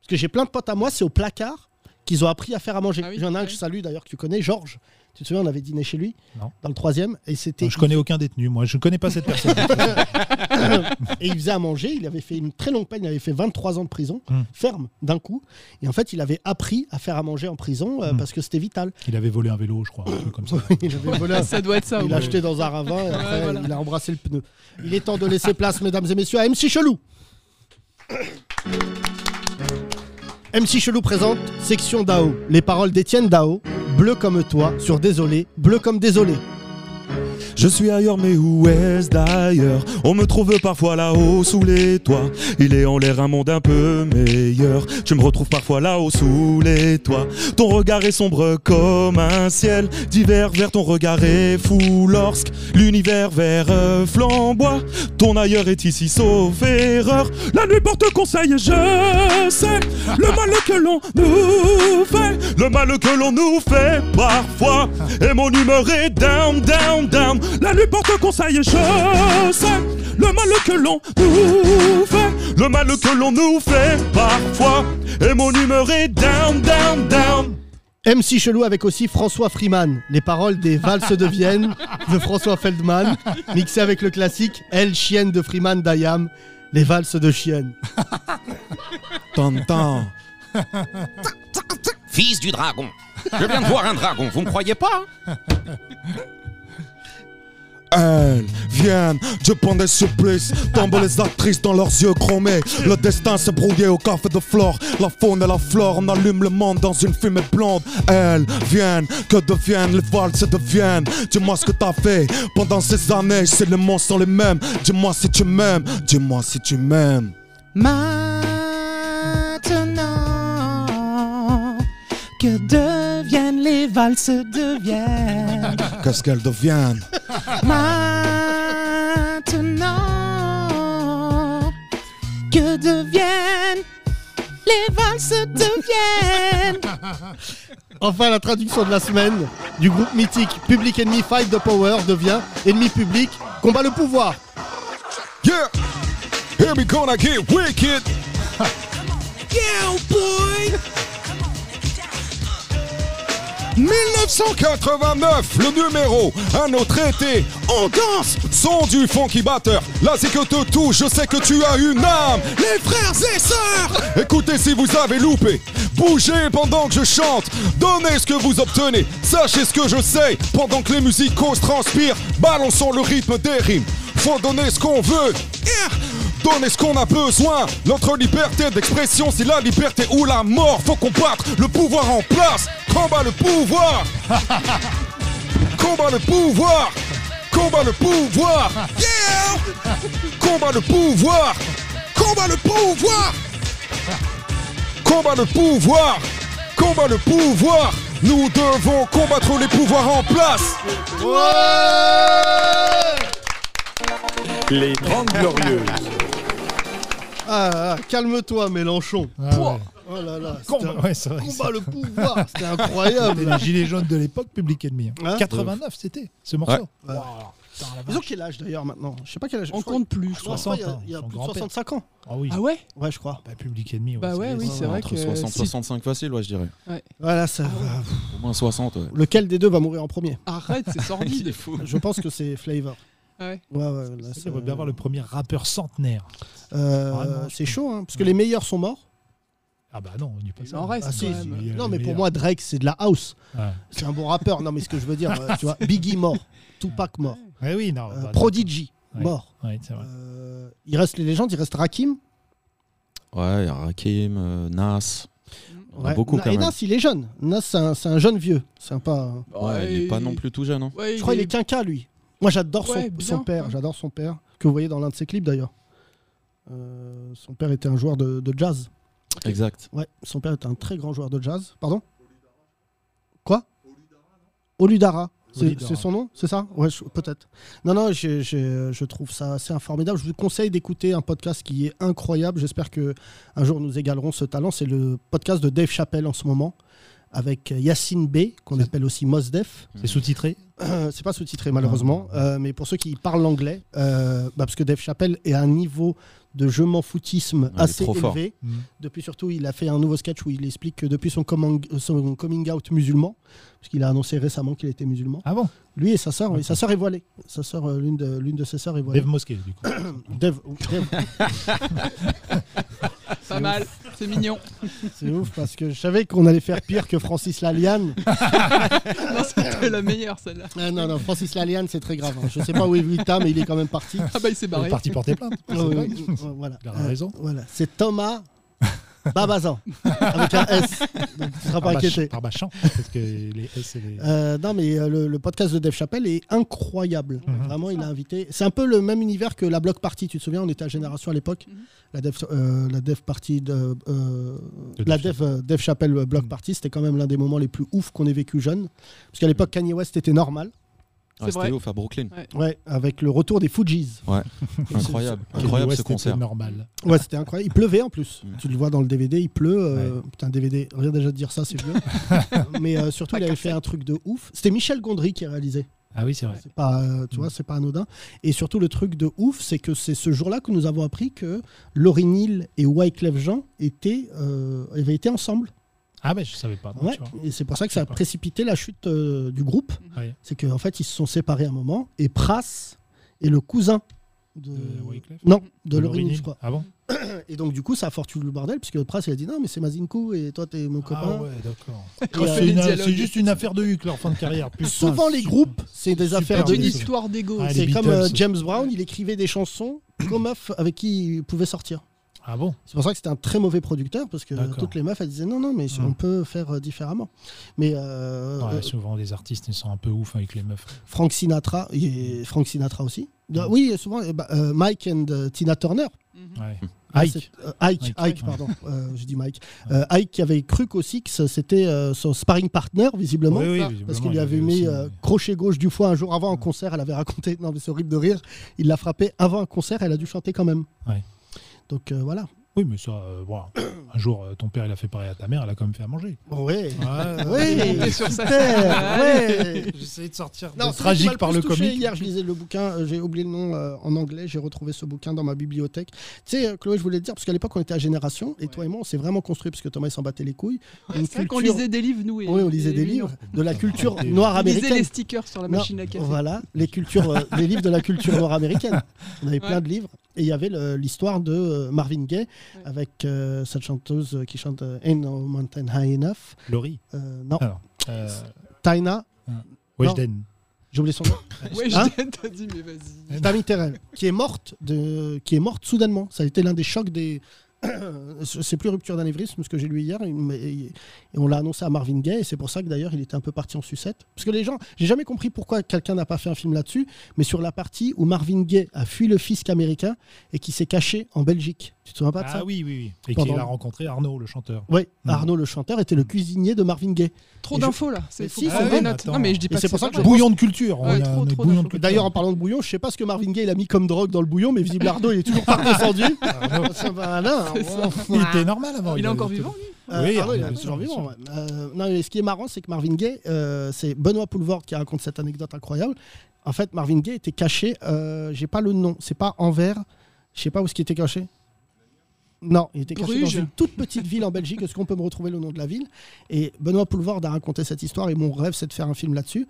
[SPEAKER 3] Parce que j'ai plein de potes à moi, c'est au placard qu'ils ont appris à faire à manger.
[SPEAKER 8] Ah oui,
[SPEAKER 3] Il y en a un
[SPEAKER 8] ah
[SPEAKER 3] que je
[SPEAKER 8] oui.
[SPEAKER 3] salue d'ailleurs, que tu connais, Georges. Tu te souviens, on avait dîné chez lui
[SPEAKER 4] Non.
[SPEAKER 3] dans le troisième et c'était.
[SPEAKER 4] Je connais aucun détenu, moi. Je connais pas cette personne.
[SPEAKER 3] et il faisait à manger. Il avait fait une très longue peine. Il avait fait 23 ans de prison,
[SPEAKER 4] Mm.
[SPEAKER 3] ferme, d'un coup. Et en fait, il avait appris à faire à manger en prison euh,
[SPEAKER 4] Mm.
[SPEAKER 3] parce que c'était vital.
[SPEAKER 4] Il avait volé un vélo, je crois, un truc comme ça.
[SPEAKER 3] Il avait volé un-
[SPEAKER 8] Ça doit être ça.
[SPEAKER 3] Il
[SPEAKER 8] ouais.
[SPEAKER 3] l'a acheté dans un ravin et après,
[SPEAKER 8] Ouais, voilà.
[SPEAKER 3] il a embrassé le pneu. Il est temps de laisser place, mesdames et messieurs, à MC Chelou. MC Chelou présente Section Dao. Les paroles d'Étienne Dao. Bleu comme toi, sur Désolé, bleu comme désolé.
[SPEAKER 10] Je suis ailleurs, mais où est-ce d'ailleurs On me trouve parfois là-haut sous les toits. Il est en l'air un monde un peu meilleur. Je me retrouve parfois là-haut sous les toits. Ton regard est sombre comme un ciel d'hiver vert. Ton regard est fou lorsque l'univers vert euh, flamboie. Ton ailleurs est ici sauf erreur. La nuit porte conseil et je sais le mal que l'on nous fait, le mal que l'on nous fait parfois. Et mon humeur est down, down, down. La nuit porte conseil et je sais le mal que l'on nous fait, le mal que l'on nous fait parfois. Et mon humeur est down, down, down.
[SPEAKER 3] MC Chelou avec aussi François Freeman, les paroles des valses de Vienne de François Feldman, mixées avec le classique Elle chienne de Freeman d'Ayam, les valses de chienne.
[SPEAKER 9] T'entends
[SPEAKER 7] Fils du hein dragon Je viens de voir un dragon, vous me croyez pas
[SPEAKER 11] Elles viennent, je prends des supplices, tombe les actrices dans leurs yeux chromés. Le destin s'est brouillé au café de flore, la faune et la flore, on allume le monde dans une fumée blonde. Elles viennent, que deviennent les valses deviennent. Dis-moi ce que t'as fait pendant ces années, si les mots sont les mêmes. Dis-moi si tu m'aimes, dis-moi si tu m'aimes.
[SPEAKER 7] Maintenant que deviennent les valses deviennent.
[SPEAKER 11] Qu'est-ce qu'elles deviennent
[SPEAKER 7] Maintenant que deviennent les valses deviennent.
[SPEAKER 3] Enfin, la traduction de la semaine du groupe mythique Public Enemy Fight the Power devient Ennemi public, combat le pouvoir.
[SPEAKER 11] Yeah, here we gonna get wicked.
[SPEAKER 7] Yeah, boy.
[SPEAKER 11] 1989, le numéro, un autre été, on danse, son du funky batteur, là c'est que te touche, je sais que tu as une âme, les frères et sœurs, écoutez si vous avez loupé, bougez pendant que je chante, donnez ce que vous obtenez, sachez ce que je sais, pendant que les musicos transpirent, balançons le rythme des rimes, faut donner ce qu'on veut, Yeah. Donner ce qu'on a besoin, notre liberté d'expression, c'est la liberté ou la mort. Faut combattre le pouvoir en place. Combat le pouvoir. Combat le pouvoir. Combat le pouvoir. Yeah. Combat le pouvoir. Combat le pouvoir. Combat le pouvoir. Combat le pouvoir. Nous devons combattre les pouvoirs en place.
[SPEAKER 12] Les 30 Glorieuses.
[SPEAKER 3] Ah, ah, calme-toi, Mélenchon.
[SPEAKER 4] Ah
[SPEAKER 3] Pouah.
[SPEAKER 4] ouais.
[SPEAKER 3] Oh là là, c'était
[SPEAKER 4] Combat, ouais, c'est vrai,
[SPEAKER 3] combat
[SPEAKER 4] c'est-
[SPEAKER 3] le pouvoir, c'était incroyable.
[SPEAKER 4] C'était les gilets jaunes de l'époque, Public Enemy.
[SPEAKER 3] Hein
[SPEAKER 4] 89, c'était ce morceau.
[SPEAKER 3] Ils ont quel âge d'ailleurs maintenant Je sais pas quel âge.
[SPEAKER 5] On
[SPEAKER 3] je crois-
[SPEAKER 5] compte plus.
[SPEAKER 3] je crois que Il y a,
[SPEAKER 4] 60,
[SPEAKER 3] il y a
[SPEAKER 4] son
[SPEAKER 3] plus de
[SPEAKER 4] grand-père.
[SPEAKER 3] 65 ans.
[SPEAKER 4] Ah oui,
[SPEAKER 5] Ah ouais
[SPEAKER 3] Ouais, je crois.
[SPEAKER 4] bah, Public Enemy.
[SPEAKER 5] Bah ouais,
[SPEAKER 3] Eh
[SPEAKER 4] c'est-
[SPEAKER 5] oui, c'est vrai
[SPEAKER 9] Entre
[SPEAKER 5] que.
[SPEAKER 9] 60
[SPEAKER 5] si-
[SPEAKER 9] 65 facile, ouais, je dirais.
[SPEAKER 3] Voilà, ça.
[SPEAKER 4] Ah
[SPEAKER 9] Au moins 60, ouais.
[SPEAKER 3] Lequel des deux va mourir en premier
[SPEAKER 5] Arrête, c'est sordide.
[SPEAKER 9] fou.
[SPEAKER 3] Je pense que c'est Flavor.
[SPEAKER 5] Ouais.
[SPEAKER 3] Ouais, ouais,
[SPEAKER 4] Ça
[SPEAKER 3] là, c'est-
[SPEAKER 4] devrait Ah bien avoir le premier rappeur centenaire.
[SPEAKER 3] Euh,
[SPEAKER 4] Vraiment, je
[SPEAKER 3] c'est
[SPEAKER 4] pense.
[SPEAKER 3] chaud, hein, parce que les meilleurs sont morts.
[SPEAKER 4] Ah bah non, on dit pas
[SPEAKER 5] Il
[SPEAKER 4] ça.
[SPEAKER 5] en reste,
[SPEAKER 3] Ah, si,
[SPEAKER 5] quand même.
[SPEAKER 4] Il y a
[SPEAKER 3] Non,
[SPEAKER 4] les
[SPEAKER 3] mais pour
[SPEAKER 4] meilleurs.
[SPEAKER 3] moi, Drake, c'est de la house.
[SPEAKER 4] Ouais.
[SPEAKER 3] C'est un bon rappeur. Non, mais ce que je veux dire, euh, tu vois, Biggie mort, Tupac mort,
[SPEAKER 4] Ouais, oui, non.
[SPEAKER 3] euh,
[SPEAKER 4] bah,
[SPEAKER 3] Prodigy
[SPEAKER 4] Ouais.
[SPEAKER 3] mort.
[SPEAKER 4] ouais, c'est vrai.
[SPEAKER 3] Euh, il reste les légendes, il reste Rakim.
[SPEAKER 9] Ouais, il y a Rakim, euh, Nas. On a
[SPEAKER 3] Ouais.
[SPEAKER 9] beaucoup
[SPEAKER 3] Na-
[SPEAKER 9] quand
[SPEAKER 3] Et
[SPEAKER 9] même.
[SPEAKER 3] Nas, il est jeune. Nas, c'est un, c'est un jeune vieux. Sympa.
[SPEAKER 9] Ouais, il est pas non plus tout jeune, hein.
[SPEAKER 5] Ouais,
[SPEAKER 3] Je crois qu'il est quinca, lui. Moi, j'adore son-
[SPEAKER 5] Ouais,
[SPEAKER 3] son,
[SPEAKER 5] bien, hein.
[SPEAKER 3] père.
[SPEAKER 5] ouais.
[SPEAKER 3] J'adore son père, que vous voyez dans l'un de ses clips d'ailleurs. Euh, son père était un joueur de, de jazz.
[SPEAKER 9] Exact.
[SPEAKER 3] Ouais, son père était un très grand joueur de jazz. Pardon Quoi Oludara. C'est
[SPEAKER 4] Oludara.
[SPEAKER 3] c'est son nom, c'est ça Ouais, je- peut-être. Non, non, je, je- je trouve ça assez formidable. Je vous conseille d'écouter un podcast qui est incroyable. J'espère que un jour nous égalerons ce talent. C'est le podcast de Dave Chappelle en ce moment, avec Yacine B, qu'on
[SPEAKER 4] C'est-
[SPEAKER 3] appelle aussi Mos Def.
[SPEAKER 4] C'est sous-titré Ah,
[SPEAKER 3] Euh, c'est pas sous-titré malheureusement,
[SPEAKER 4] Non.
[SPEAKER 3] Euh, mais pour ceux qui parlent l'anglais, euh, bah, parce que Dave Chappelle est à un niveau de je m'en foutisme
[SPEAKER 9] il est
[SPEAKER 3] assez
[SPEAKER 9] trop fort.
[SPEAKER 3] élevé.
[SPEAKER 4] Mm.
[SPEAKER 3] Depuis surtout, il a fait un nouveau sketch où il explique que depuis son coming, son coming out musulman, parce qu'il a annoncé récemment qu'il était musulman,
[SPEAKER 4] Ah bon
[SPEAKER 3] lui et sa sœur, oui,
[SPEAKER 4] D'accord.
[SPEAKER 3] sa sœur est voilée. Sa sœur, euh, l'une de l'une de ses sœurs est voilée.
[SPEAKER 4] Dave Mosquée, du coup.
[SPEAKER 3] Dave- Dave,
[SPEAKER 5] Pas mal, c'est mignon.
[SPEAKER 3] c'est ouf parce que je savais qu'on allait faire pire que Francis Laliane.
[SPEAKER 5] Non, c'était la meilleure celle-là.
[SPEAKER 3] Ah, non non, Francis Laliane, c'est très grave. hein. Je sais pas où est Vita, mais il est quand même parti. Ah
[SPEAKER 5] Ah bah il s'est
[SPEAKER 4] Il est
[SPEAKER 5] barré.
[SPEAKER 4] parti porter plainte.
[SPEAKER 3] Ouais,
[SPEAKER 4] C'est
[SPEAKER 3] ouais,
[SPEAKER 4] vrai.
[SPEAKER 3] ouais, voilà. Euh,
[SPEAKER 4] Il a raison.
[SPEAKER 3] Voilà. C'est Thomas Babazan avec un S. Donc, tu ne seras pas
[SPEAKER 4] Par ma-
[SPEAKER 3] inquiété.
[SPEAKER 4] Par Bachan, parce que les S et les...
[SPEAKER 3] Euh, non, mais euh, le, le podcast de Dave Chappelle est incroyable.
[SPEAKER 4] Mhm.
[SPEAKER 3] Vraiment, il a invité. C'est un peu le même univers que la Block Party. Tu te souviens, on était à Génération à l'époque.
[SPEAKER 5] Mhm.
[SPEAKER 3] La Dev, euh, la Dev Party de. euh,
[SPEAKER 4] De
[SPEAKER 3] la
[SPEAKER 4] Dave
[SPEAKER 3] Dev, euh, Dave Chappelle euh, Block
[SPEAKER 4] Mhm.
[SPEAKER 3] Party, c'était quand même l'un des moments les plus ouf qu'on ait vécu jeune. Parce qu'à l'époque, Kanye West était normal.
[SPEAKER 9] Ah,
[SPEAKER 5] C'est vrai.
[SPEAKER 9] C'était ouf à Brooklyn.
[SPEAKER 3] Ouais, avec le retour des Fujis.
[SPEAKER 9] Incroyable.
[SPEAKER 4] Kanye
[SPEAKER 9] Incroyable
[SPEAKER 4] West
[SPEAKER 9] ce
[SPEAKER 4] était
[SPEAKER 9] concert.
[SPEAKER 4] normal.
[SPEAKER 3] Ouais, c'était incroyable. Il pleuvait en plus.
[SPEAKER 9] Mm.
[SPEAKER 3] Tu le vois dans le DVD, il pleut. euh, Putain, DVD, rien déjà de dire ça, c'est vieux. Mais euh, surtout, il avait fait un truc de ouf. C'était Michel Gondry qui réalisait.
[SPEAKER 4] Ah oui, c'est vrai.
[SPEAKER 3] C'est pas, euh,
[SPEAKER 4] Mm.
[SPEAKER 3] tu vois, c'est pas anodin. Et surtout, le truc de ouf, c'est que c'est ce jour-là que nous avons appris que Laurie Neal et Wyclef Jean étaient, euh, avaient été ensemble.
[SPEAKER 4] Ah mais je savais pas. non,
[SPEAKER 3] Ouais.
[SPEAKER 4] tu vois.
[SPEAKER 3] Et c'est pour ça que ça a
[SPEAKER 4] D'accord.
[SPEAKER 3] précipité la chute euh, du groupe.
[SPEAKER 4] Ouais.
[SPEAKER 3] C'est qu'en fait, ils se sont séparés à un moment. Et Pras est le cousin de,
[SPEAKER 4] De Wyclef
[SPEAKER 3] non, de,
[SPEAKER 4] De
[SPEAKER 3] Laurie Neal,
[SPEAKER 4] Neal.
[SPEAKER 3] je crois.
[SPEAKER 4] Ah bon
[SPEAKER 3] Et donc, du coup, ça a fortuit le bordel, puisque Pras, il a dit non, mais c'est Mazinko et toi, t'es mon copain.
[SPEAKER 4] Ah ouais, d'accord.
[SPEAKER 3] Il a-
[SPEAKER 4] C'est une- c'est juste une affaire de Huck, leur fin de carrière. Putain,
[SPEAKER 3] Souvent, les
[SPEAKER 4] super.
[SPEAKER 3] groupes, c'est des
[SPEAKER 4] super
[SPEAKER 3] affaires de
[SPEAKER 4] Beatles.
[SPEAKER 3] hits.
[SPEAKER 5] Histoire d'ego.
[SPEAKER 4] Ah,
[SPEAKER 3] C'est
[SPEAKER 4] les
[SPEAKER 3] comme euh,
[SPEAKER 4] Beatles.
[SPEAKER 3] James Brown, il écrivait des chansons qu'aux meufs avec qui il pouvait sortir.
[SPEAKER 4] Ah bon
[SPEAKER 3] C'est pour ça que c'était un très mauvais producteur, parce que
[SPEAKER 4] D'accord.
[SPEAKER 3] toutes les meufs, elles disaient non, non, mais
[SPEAKER 4] Hmm.
[SPEAKER 3] on peut faire euh, différemment. Mais euh,
[SPEAKER 4] Ouais,
[SPEAKER 3] euh,
[SPEAKER 4] Souvent, les artistes, ils sont un peu ouf avec les meufs.
[SPEAKER 3] Frank Sinatra, et Frank Sinatra aussi.
[SPEAKER 4] Hmm.
[SPEAKER 3] Oui, souvent, euh, bah, euh, Mike and euh, Tina Turner.
[SPEAKER 4] Ouais.
[SPEAKER 3] Ah,
[SPEAKER 4] Ike.
[SPEAKER 3] c'est- euh, Ike,
[SPEAKER 4] Ike.
[SPEAKER 3] Ike, pardon, Euh, je dis Mike. Euh, Ike qui avait cru qu'au Six, c'était euh, son sparring partner, visiblement.
[SPEAKER 4] Oui, oui,
[SPEAKER 5] ça,
[SPEAKER 4] visiblement,
[SPEAKER 3] Parce qu'il
[SPEAKER 4] il
[SPEAKER 3] lui avait
[SPEAKER 4] aussi-
[SPEAKER 3] mis euh, crochet gauche du foie un jour avant un concert. Elle avait raconté, non mais c'est horrible de rire, il l'a frappé avant un concert, elle a dû chanter quand même.
[SPEAKER 4] Ouais.
[SPEAKER 3] Donc euh, voilà.
[SPEAKER 4] Oui, mais ça, euh, voilà. un jour, euh, ton père, il a fait pareil à ta mère, elle a quand même fait à manger.
[SPEAKER 3] Ouais.
[SPEAKER 4] Ouais,
[SPEAKER 3] Oui,
[SPEAKER 5] Et sur sa
[SPEAKER 3] super, ouais.
[SPEAKER 4] J'essayais de sortir
[SPEAKER 3] Non,
[SPEAKER 4] de
[SPEAKER 3] celui qui m'a
[SPEAKER 4] tragique par
[SPEAKER 3] plus
[SPEAKER 4] le
[SPEAKER 3] touché
[SPEAKER 4] comique.
[SPEAKER 3] Hier, je lisais le bouquin, euh, j'ai oublié le nom euh, en anglais, j'ai retrouvé ce bouquin dans ma bibliothèque. Tu sais, euh, Chloé, je voulais te dire, parce qu'à l'époque, on était à Génération, et toi et moi, on s'est vraiment construit, parce que Thomas, il s'en battait les couilles. Une
[SPEAKER 5] C'est vrai qu'on
[SPEAKER 3] culture-
[SPEAKER 5] lisait des livres, nous. et-
[SPEAKER 3] Oui, on lisait
[SPEAKER 5] et
[SPEAKER 3] des
[SPEAKER 5] lui, non.
[SPEAKER 3] livres de la culture
[SPEAKER 4] Arrêtez.
[SPEAKER 3] noire
[SPEAKER 5] On lisait les
[SPEAKER 3] américaine.
[SPEAKER 5] stickers sur la
[SPEAKER 3] Non,
[SPEAKER 5] machine à café.
[SPEAKER 3] Voilà, les, cultures, euh, les livres de la culture noire américaine. On avait plein de livres. Et il y avait le- l'histoire de euh, Marvin Gaye
[SPEAKER 5] Ouais.
[SPEAKER 3] avec euh, cette chanteuse euh, qui chante euh, Ain't No Mountain High Enough.
[SPEAKER 4] Laurie.
[SPEAKER 3] Euh, non,
[SPEAKER 4] Ah. Euh,
[SPEAKER 3] Taina,
[SPEAKER 4] Weshden.
[SPEAKER 3] j'ai oublié son nom.
[SPEAKER 5] Ouais,
[SPEAKER 3] Hein
[SPEAKER 5] je t'ai dit, mais vas-y.
[SPEAKER 3] Tammy Terrell, qui est morte, de, qui est morte soudainement. Ça a été l'un des chocs des. c'est plus rupture d'anévrisme, ce que j'ai lu hier. il m'a- et- et on l'a annoncé à Marvin Gaye, et c'est pour ça que d'ailleurs il était un peu parti en sucette. Parce que les gens, j'ai jamais compris pourquoi quelqu'un n'a pas fait un film là-dessus, mais sur la partie où Marvin Gaye a fui le fisc américain et qui s'est caché en Belgique. Tu te souviens pas de
[SPEAKER 4] Ah
[SPEAKER 3] ça
[SPEAKER 4] oui, oui, oui. Et
[SPEAKER 3] Pendant-
[SPEAKER 4] qu'il a rencontré Arnaud, le chanteur.
[SPEAKER 3] Oui,
[SPEAKER 4] Mhm.
[SPEAKER 3] Arnaud le chanteur était le cuisinier de Marvin Gaye.
[SPEAKER 5] Trop
[SPEAKER 3] Et je-
[SPEAKER 5] d'infos là.
[SPEAKER 3] Mais
[SPEAKER 5] C'est faut
[SPEAKER 3] si,
[SPEAKER 5] prendre
[SPEAKER 3] c'est
[SPEAKER 5] des
[SPEAKER 3] vrai.
[SPEAKER 5] notes. Non, mais je dis
[SPEAKER 3] Et
[SPEAKER 5] pas
[SPEAKER 3] c'est
[SPEAKER 5] que
[SPEAKER 3] pour ça
[SPEAKER 5] pas
[SPEAKER 3] que
[SPEAKER 5] vrai.
[SPEAKER 4] Bouillon de culture. on
[SPEAKER 5] Ouais,
[SPEAKER 4] est
[SPEAKER 5] trop, trop
[SPEAKER 4] un bouillon de
[SPEAKER 5] d'infos.
[SPEAKER 4] culture.
[SPEAKER 3] D'ailleurs, en parlant de bouillon, je sais pas ce que Marvin Gaye il a mis comme drogue dans le bouillon, mais visiblement Arnaud il est toujours pas redescendu. Ça va, là,
[SPEAKER 5] Ah,
[SPEAKER 3] hein,
[SPEAKER 5] C'est ça.
[SPEAKER 4] il était normal avant.
[SPEAKER 5] Il est
[SPEAKER 4] a-
[SPEAKER 5] encore vivant, lui
[SPEAKER 4] Oui,
[SPEAKER 3] Euh, ah oui, il
[SPEAKER 4] Arnaud,
[SPEAKER 3] est
[SPEAKER 4] bien
[SPEAKER 3] toujours
[SPEAKER 4] sûr, bien
[SPEAKER 3] vivant. ouais. Euh, non, mais ce qui est marrant, c'est que Marvin Gaye, euh, c'est Benoît Poulvord qui raconte cette anecdote incroyable. En fait, Marvin Gaye était caché, euh, j'ai pas le nom, c'est pas Anvers, je sais pas où ce qui était caché. Non, il était caché
[SPEAKER 5] Bruges.
[SPEAKER 3] dans une toute petite ville en Belgique. Est-ce qu'on peut me retrouver le nom de la ville Et Benoît Poulvord a raconté cette histoire et mon rêve, c'est de faire un film là-dessus.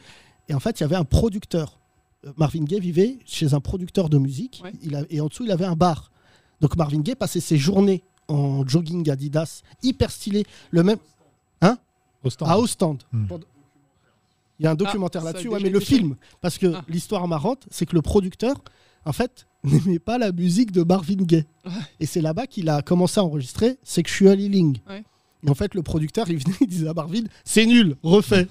[SPEAKER 3] Et en fait, il y avait un producteur. Euh, Marvin Gaye vivait chez un producteur de musique
[SPEAKER 5] Ouais.
[SPEAKER 3] il a- et en dessous, il avait un bar. Donc Marvin Gaye passait ses journées en jogging Adidas, hyper stylé, le même Hein Ah,
[SPEAKER 4] Au stand.
[SPEAKER 3] à Ostende.
[SPEAKER 4] Hmm.
[SPEAKER 3] Pendant- Il y a un documentaire
[SPEAKER 5] Ah, ça a
[SPEAKER 3] là-dessus,
[SPEAKER 5] déjà
[SPEAKER 3] ouais, mais
[SPEAKER 5] été
[SPEAKER 3] le
[SPEAKER 5] fait.
[SPEAKER 3] film, parce que
[SPEAKER 5] Ah.
[SPEAKER 3] l'histoire marrante, c'est que le producteur, en fait, n'aimait pas la musique de Marvin Gaye.
[SPEAKER 5] Ouais.
[SPEAKER 3] Et c'est là-bas qu'il a commencé à enregistrer Sexual Healing.
[SPEAKER 5] Ouais.
[SPEAKER 3] Et en fait, le producteur, il venait, il disait à Marvin, c'est nul, refais.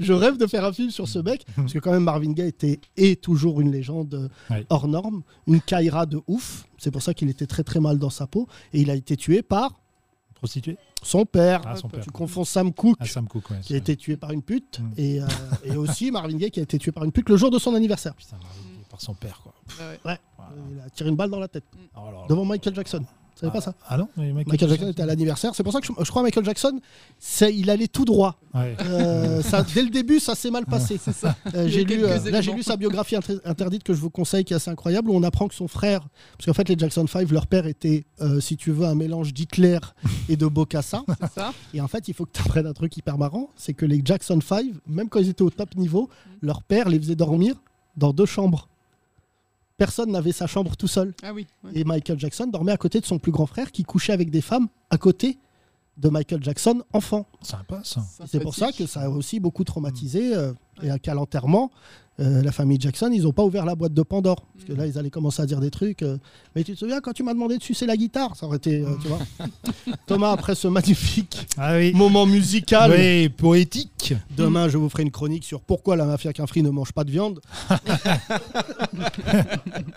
[SPEAKER 3] Je rêve de faire un film sur ce mec, parce que quand même, Marvin Gaye était et toujours une légende euh,
[SPEAKER 4] Ouais.
[SPEAKER 3] hors norme, une caïra de ouf. C'est pour ça qu'il était très très mal dans sa peau. Et il a été tué par
[SPEAKER 4] Prostituée.
[SPEAKER 3] son père.
[SPEAKER 4] Ah, son père.
[SPEAKER 3] Tu confonds Sam Cooke
[SPEAKER 4] Ah, Sam Cooke, ouais.
[SPEAKER 3] qui a été tué par une pute,
[SPEAKER 4] Mm.
[SPEAKER 3] et, euh, et aussi Marvin Gaye qui a été tué par une pute le jour de son anniversaire.
[SPEAKER 4] Putain, Marvin Gaye, par son père, quoi.
[SPEAKER 5] Ah
[SPEAKER 4] Voilà.
[SPEAKER 3] Il a tiré une balle dans la tête
[SPEAKER 4] Oh là là.
[SPEAKER 3] devant Michael Jackson. Vous savez
[SPEAKER 4] Ah,
[SPEAKER 3] pas ça
[SPEAKER 4] Ah non, mais
[SPEAKER 3] Michael Jackson était à l'anniversaire. C'est pour ça que je, je crois Michael Jackson, c'est, il allait tout droit.
[SPEAKER 4] Ouais.
[SPEAKER 3] Euh, ça, dès le début, ça s'est mal passé. Euh,
[SPEAKER 5] Il y a
[SPEAKER 3] j'ai lu,
[SPEAKER 5] quelques
[SPEAKER 3] euh, là, j'ai
[SPEAKER 5] éléments.
[SPEAKER 3] lu sa biographie inter- interdite que je vous conseille, qui est assez incroyable, où on apprend que son frère, parce qu'en fait, les Jackson 5, leur père était, euh, si tu veux, un mélange d'Hitler et de Bocassa.
[SPEAKER 5] C'est ça.
[SPEAKER 3] Et en fait, il faut que tu apprennes un truc hyper marrant, c'est que les Jackson 5, même quand ils étaient au top niveau, leur père les faisait dormir dans deux chambres. Personne n'avait sa chambre tout seul.
[SPEAKER 5] Ah oui. ouais.
[SPEAKER 3] Et Michael Jackson dormait à côté de son plus grand frère qui couchait avec des femmes à côté de Michael Jackson enfant.
[SPEAKER 4] Sympa, ça.
[SPEAKER 3] C'est pour ça que ça a aussi beaucoup traumatisé. euh, et à- qu'à l'enterrement, euh, la famille Jackson, ils n'ont pas ouvert la boîte de Pandore. Parce que là, ils allaient commencer à dire des trucs. euh, mais tu te souviens quand tu m'as demandé de sucer la guitare Ça aurait été. euh, tu vois Thomas, après ce magnifique
[SPEAKER 4] Ah oui.
[SPEAKER 3] moment musical.
[SPEAKER 4] Oui, poétique.
[SPEAKER 3] Demain, je vous ferai une chronique sur pourquoi la mafia Quinfri ne mange pas de viande.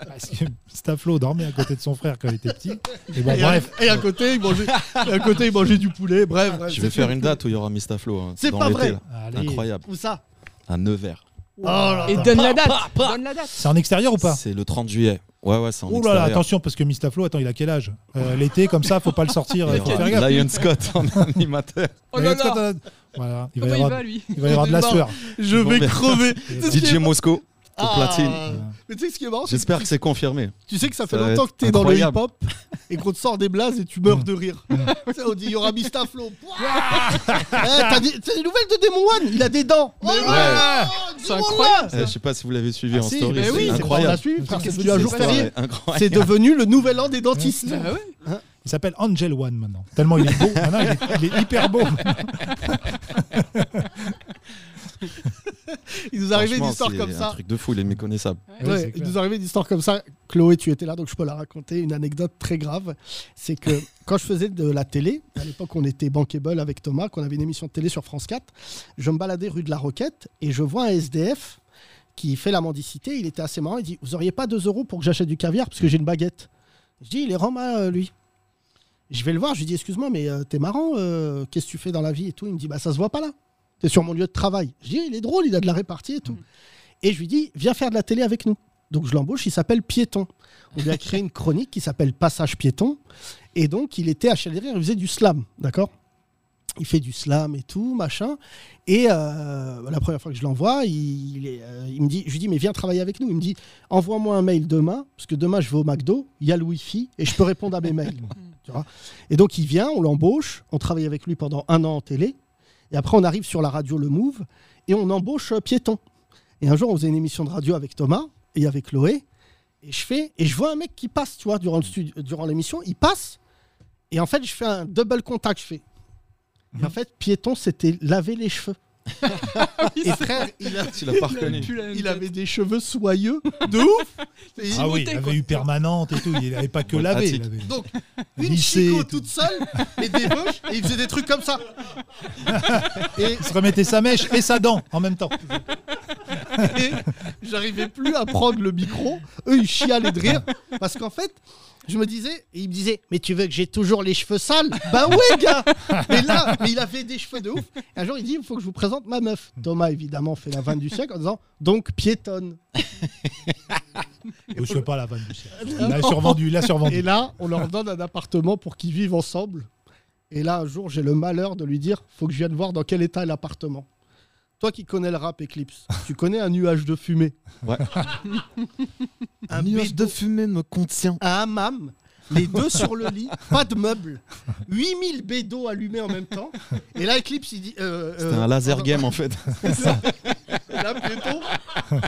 [SPEAKER 4] Parce que Staflo dormait à côté de son frère quand il était petit. Et bon,
[SPEAKER 3] et,
[SPEAKER 4] bref.
[SPEAKER 3] À, et à côté, il mangeait, et à côté, il mangeait du poulet. Bref, bref.
[SPEAKER 9] Je vais faire une date où il y aura Mistaflo. hein,
[SPEAKER 3] C'est
[SPEAKER 9] dans
[SPEAKER 3] pas
[SPEAKER 9] l'été,
[SPEAKER 3] vrai.
[SPEAKER 9] là.
[SPEAKER 4] Allez.
[SPEAKER 9] Incroyable.
[SPEAKER 3] Où ça
[SPEAKER 9] À Nevers.
[SPEAKER 3] Oh là
[SPEAKER 5] Et
[SPEAKER 3] là.
[SPEAKER 5] donne la date. Donne la date.
[SPEAKER 4] C'est en extérieur ou pas
[SPEAKER 9] C'est le 30 juillet. Ouais, ouais, c'est en
[SPEAKER 4] Oh là là,
[SPEAKER 9] extérieur.
[SPEAKER 4] attention, parce que Mistaflo, attends, il a quel âge Euh, L'été, comme ça, faut pas le sortir. euh,
[SPEAKER 9] Il y
[SPEAKER 4] faut faire gaffe.
[SPEAKER 9] aura Lion Scott en animateur.
[SPEAKER 5] Oh là
[SPEAKER 4] Mais est-ce que
[SPEAKER 5] là.
[SPEAKER 4] t'as- Voilà, il
[SPEAKER 5] Comment
[SPEAKER 4] va y
[SPEAKER 5] il
[SPEAKER 4] avoir,
[SPEAKER 5] va lui
[SPEAKER 4] il va y avoir de la
[SPEAKER 3] Non.
[SPEAKER 4] sueur.
[SPEAKER 3] Je vais
[SPEAKER 9] Bon, mais-
[SPEAKER 3] crever.
[SPEAKER 9] DJ Mosco au
[SPEAKER 5] Ah.
[SPEAKER 9] platine.
[SPEAKER 3] Ah. Mais tu sais ce qui est marrant c'est que
[SPEAKER 9] J'espère que c'est confirmé.
[SPEAKER 3] Tu sais que ça fait
[SPEAKER 9] Ça va
[SPEAKER 3] longtemps que
[SPEAKER 9] être
[SPEAKER 3] t'es dans le
[SPEAKER 9] incroyable.
[SPEAKER 3] hip-hop et qu'on te sort des blazes et tu meurs de rire. Tu sais, on dit il y aura Mistaflo. Pouah Eh, T'as des, t'as des nouvelles de Demon One Il a des dents. Oh,
[SPEAKER 9] Ouais.
[SPEAKER 3] oh,
[SPEAKER 5] C'est incroyable.
[SPEAKER 9] Eh, Je sais pas si vous l'avez suivi en
[SPEAKER 3] Ah si,
[SPEAKER 9] story,
[SPEAKER 3] mais
[SPEAKER 9] c'est
[SPEAKER 3] oui, c'est pas- on a
[SPEAKER 9] incroyable.
[SPEAKER 3] suivi, frère, c'est
[SPEAKER 5] Qu'est-ce
[SPEAKER 3] devenu un
[SPEAKER 5] qui
[SPEAKER 3] jour
[SPEAKER 5] s'est
[SPEAKER 3] férié.
[SPEAKER 9] Ouais, incroyable.
[SPEAKER 3] C'est devenu le nouvel an des dentistes. Hein
[SPEAKER 5] Bah ouais.
[SPEAKER 4] Il s'appelle Angel One maintenant. Tellement il est beau. Maintenant, il, est, il est hyper beau.
[SPEAKER 3] Il nous arrivait une
[SPEAKER 9] Franchement,
[SPEAKER 3] histoire
[SPEAKER 9] c'est
[SPEAKER 3] comme
[SPEAKER 9] Un
[SPEAKER 3] ça.
[SPEAKER 9] truc de fou, il est méconnaissable.
[SPEAKER 3] Ouais,
[SPEAKER 4] c'est
[SPEAKER 3] il
[SPEAKER 4] clair.
[SPEAKER 3] nous arrivait une histoire comme ça. Chloé, tu étais là, donc je peux la raconter. Une anecdote très grave. C'est que quand je faisais de la télé, à l'époque, on était bankable avec Thomas, qu'on avait une émission de télé sur France 4. Je me baladais rue de la Roquette et je vois un SDF qui fait la mendicité. Il était assez marrant. Il dit Vous auriez pas 2 euros pour que j'achète du caviar parce que j'ai une baguette Je dis Il est Roma, euh, lui. Je vais le voir. Je lui dis Excuse-moi, mais euh, t'es marrant. euh, Qu'est-ce que tu fais dans la vie et tout Il me dit Bah, ça se voit pas là. T'es sur mon lieu de travail. Je dis Il est drôle, il a de la répartie et tout. Et je lui dis Viens faire de la télé avec nous. Donc je l'embauche, il s'appelle Piéton. On lui a créé une chronique qui s'appelle Passage Piéton. Et donc il était à Châlérien, il faisait du slam, d'accord Il fait du slam et tout, machin. Et euh, la première fois que je l'envoie, il, il est, euh, il me dit, je lui dis, mais viens travailler avec nous. Il me dit, envoie-moi un mail demain, parce que demain je vais au McDo, il y a le Wi-Fi et je peux répondre à mes mails. Tu vois et donc il vient, on l'embauche, on travaille avec lui pendant un an en télé. Et après on arrive sur la radio Le Move et on embauche euh, Piéton. Et un jour, on faisait une émission de radio avec Thomas et avec Chloé. Et je fais, et je vois un mec qui passe, tu vois, durant le studio, durant l'émission, il passe. Et en fait, je fais un double contact, je fais. Et en fait, piéton, c'était laver les cheveux. et frère, il, a-
[SPEAKER 9] Tu l'as pas reconnu.
[SPEAKER 5] Plus la même
[SPEAKER 3] il
[SPEAKER 5] tête.
[SPEAKER 3] avait des cheveux soyeux de ouf. Et il-
[SPEAKER 4] Ah oui, il avait eu permanente et tout. Il n'avait pas que
[SPEAKER 9] Bon,
[SPEAKER 4] lavé.
[SPEAKER 9] pratique.
[SPEAKER 3] Donc, une
[SPEAKER 4] Lissé et
[SPEAKER 3] chico
[SPEAKER 4] tout.
[SPEAKER 3] toute seule, et des moches, et il faisait des trucs comme ça. Et,
[SPEAKER 4] Il se remettait sa mèche et sa dent en même temps.
[SPEAKER 3] et j'arrivais plus à prendre le micro. Eux, ils chialaient de rire. Parce qu'en fait, je me disais, et il me disait, mais tu veux que j'ai toujours les cheveux sales Bah ouais, gars Mais là, mais il avait des cheveux de ouf. Et un jour, il dit, il faut que je vous présente ma meuf. Thomas, évidemment, fait la vanne du siècle en disant, donc piétonne.
[SPEAKER 4] Je ne pas la vanne du ciel. Il a survendu. Il a survendu.
[SPEAKER 3] Et là, on leur donne un appartement pour qu'ils vivent ensemble. Et là, un jour, j'ai le malheur de lui dire faut que je vienne voir dans quel état est l'appartement. Toi qui connais le rap Eclipse, tu connais un nuage de fumée.
[SPEAKER 9] Ouais.
[SPEAKER 3] un
[SPEAKER 9] nuage de fumée me contient.
[SPEAKER 3] un hammam, les deux sur le lit, pas de meubles, 8000 bédos allumés en même temps. Et là, Eclipse, il dit. euh,
[SPEAKER 9] C'était
[SPEAKER 3] euh,
[SPEAKER 9] un laser game en fait.
[SPEAKER 3] Là, piéton,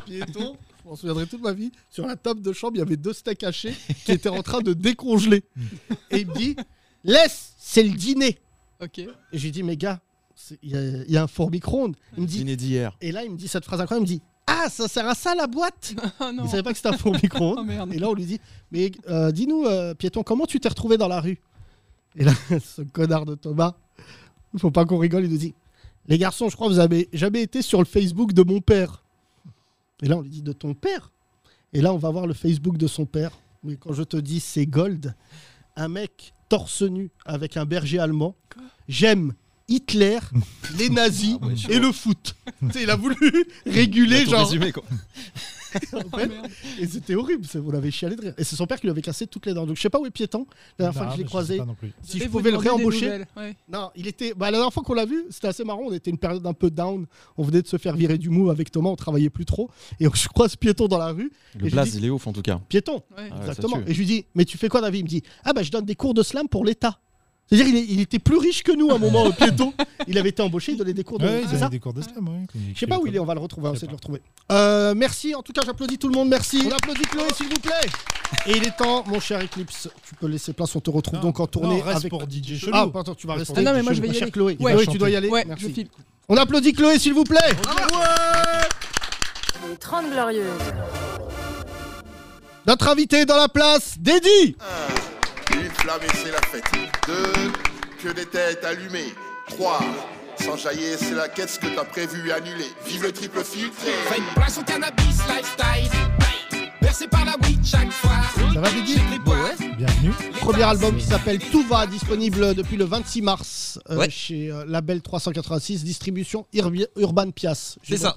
[SPEAKER 3] piéton, je m'en souviendrai toute ma vie, sur la table de chambre, il y avait deux steaks hachés qui étaient en train de décongeler. Et il me dit Laisse, c'est le dîner.
[SPEAKER 5] Ok.
[SPEAKER 3] Et je lui dis Mais gars, c'est- il y, a- il y a un four micro-ondes. Il me dit
[SPEAKER 9] Dîner d'hier.
[SPEAKER 3] Et là, il me dit cette phrase incroyable il me dit Ah, ça sert à ça la boîte
[SPEAKER 5] Ah non.
[SPEAKER 3] Il savait pas que c'était un four micro-ondes.
[SPEAKER 5] Oh merde.
[SPEAKER 3] Et là, on lui dit Mais euh, dis-nous, euh, piéton, comment tu t'es retrouvé dans la rue Et là, ce connard de Thomas, il faut pas qu'on rigole, il nous dit Les garçons, je crois que vous avez jamais été sur le Facebook de mon père. Et là, on lui dit De ton père Et là, on va voir le Facebook de son père. Mais quand je te dis c'est Gold, un mec torse nu avec un berger allemand, j'aime. Hitler, les nazis
[SPEAKER 9] Ah ouais, chaud.
[SPEAKER 3] et le foot. Tu sais, il a voulu réguler
[SPEAKER 9] Tout
[SPEAKER 3] genre
[SPEAKER 9] résumé, quoi.
[SPEAKER 3] en fait. et c'était horrible, ça, vous l'avez chialé de rire. Et c'est son père qui lui avait cassé toutes les dents. Donc je sais pas où est Piéton, la dernière fois
[SPEAKER 4] Non,
[SPEAKER 3] que je
[SPEAKER 4] mais
[SPEAKER 3] l'ai
[SPEAKER 4] sais
[SPEAKER 3] croisé.
[SPEAKER 4] pas non plus.
[SPEAKER 3] Si
[SPEAKER 5] Et
[SPEAKER 3] je
[SPEAKER 5] vous
[SPEAKER 3] pouvais le
[SPEAKER 5] demandez des
[SPEAKER 3] réembaucher.
[SPEAKER 5] nouvelles, ouais.
[SPEAKER 3] Non, il était. Bah, la dernière fois qu'on l'a vu, c'était assez marrant. On était une période un peu down. On venait de se faire virer du mou avec Thomas, on travaillait plus trop. Et je croise Piéton dans la rue. Et
[SPEAKER 9] Le
[SPEAKER 3] je
[SPEAKER 9] blaze,
[SPEAKER 3] dis-
[SPEAKER 9] il est ouf en tout cas.
[SPEAKER 3] Piéton,
[SPEAKER 5] Ouais.
[SPEAKER 9] Ah ouais, ça
[SPEAKER 3] exactement.
[SPEAKER 9] tue.
[SPEAKER 3] Et je lui dis Mais tu fais quoi dans la vie Il me dit Ah, bah, je donne des cours de slam pour l'État. C'est-à-dire, il, est- il était plus riche que nous à un moment, euh, Piéton. Il avait été embauché, il donnait des cours de.
[SPEAKER 4] Ouais,
[SPEAKER 3] c'est
[SPEAKER 4] ils
[SPEAKER 3] ça
[SPEAKER 4] avaient des cours de slam. ouais.
[SPEAKER 3] je sais pas où il est, on va le retrouver, on va
[SPEAKER 4] Je
[SPEAKER 3] essayer
[SPEAKER 4] sais
[SPEAKER 3] de le retrouver. Euh, merci, en tout cas, j'applaudis tout le monde, merci. On applaudit Chloé, s'il vous plaît. Et il est temps, mon cher Eclipse, tu peux laisser place, on te retrouve
[SPEAKER 4] Non,
[SPEAKER 3] donc en tournée
[SPEAKER 4] non, reste
[SPEAKER 3] avec.
[SPEAKER 4] pour DJ Chelou.
[SPEAKER 3] Ah, pardon, tu vas
[SPEAKER 4] Reste
[SPEAKER 3] rester.
[SPEAKER 4] pour
[SPEAKER 5] Ah non, mais moi,
[SPEAKER 3] DJ
[SPEAKER 5] je vais
[SPEAKER 3] Chelou.
[SPEAKER 5] y
[SPEAKER 3] Ma chère
[SPEAKER 5] aller.
[SPEAKER 3] Chloé,
[SPEAKER 5] Ouais.
[SPEAKER 3] Chloé, tu dois y aller.
[SPEAKER 5] Ouais, je
[SPEAKER 3] Merci.
[SPEAKER 5] file.
[SPEAKER 3] On applaudit Chloé, s'il vous plaît.
[SPEAKER 2] Les 30 Glorieuses.
[SPEAKER 3] Notre invité dans la place, Dédi.
[SPEAKER 12] Une flamme et c'est la fête. Deux, que des têtes allumées. Trois, sans jaillir, c'est la quête, ce que t'as prévu et annulé. Vive le triple filtré.
[SPEAKER 7] place au cannabis lifestyle. Bercé par la weed chaque soir.
[SPEAKER 3] Ça va, Dédi
[SPEAKER 4] Bienvenue.
[SPEAKER 3] Premier album qui s'appelle Tout va, disponible depuis le 26 mars euh,
[SPEAKER 8] Ouais.
[SPEAKER 3] chez euh, Label 386, distribution Irbi- Urban Pias.
[SPEAKER 8] C'est ça.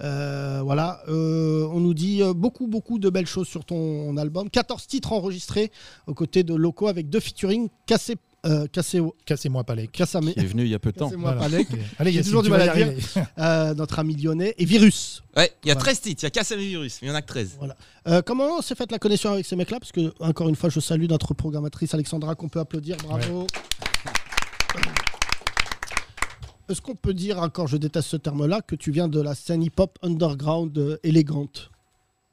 [SPEAKER 3] Euh, voilà, euh, on nous dit euh, beaucoup, beaucoup de belles choses sur ton album. 14 titres enregistrés aux côtés de locaux avec deux featuring Cassé, euh, Casséo-
[SPEAKER 4] Cassez-moi Palek.
[SPEAKER 3] Cassamé,
[SPEAKER 9] Il est venu il y a peu de temps.
[SPEAKER 3] Cassémois
[SPEAKER 4] Voilà.
[SPEAKER 3] Palek,
[SPEAKER 4] Allez, il y
[SPEAKER 3] J'ai
[SPEAKER 4] a
[SPEAKER 3] toujours du mal à dire. euh, notre ami lyonnais, et Virus.
[SPEAKER 8] Ouais, il y a
[SPEAKER 3] Voilà.
[SPEAKER 8] 13 titres, il y a Cassami Virus, mais il y en a que 13.
[SPEAKER 3] Euh, comment s'est faite la connexion avec ces mecs-là Parce que, encore une fois, je salue notre programmatrice Alexandra, qu'on peut applaudir. Bravo. Est-ce qu'on peut dire, encore je déteste ce terme-là, que tu viens de la scène hip-hop underground euh, élégante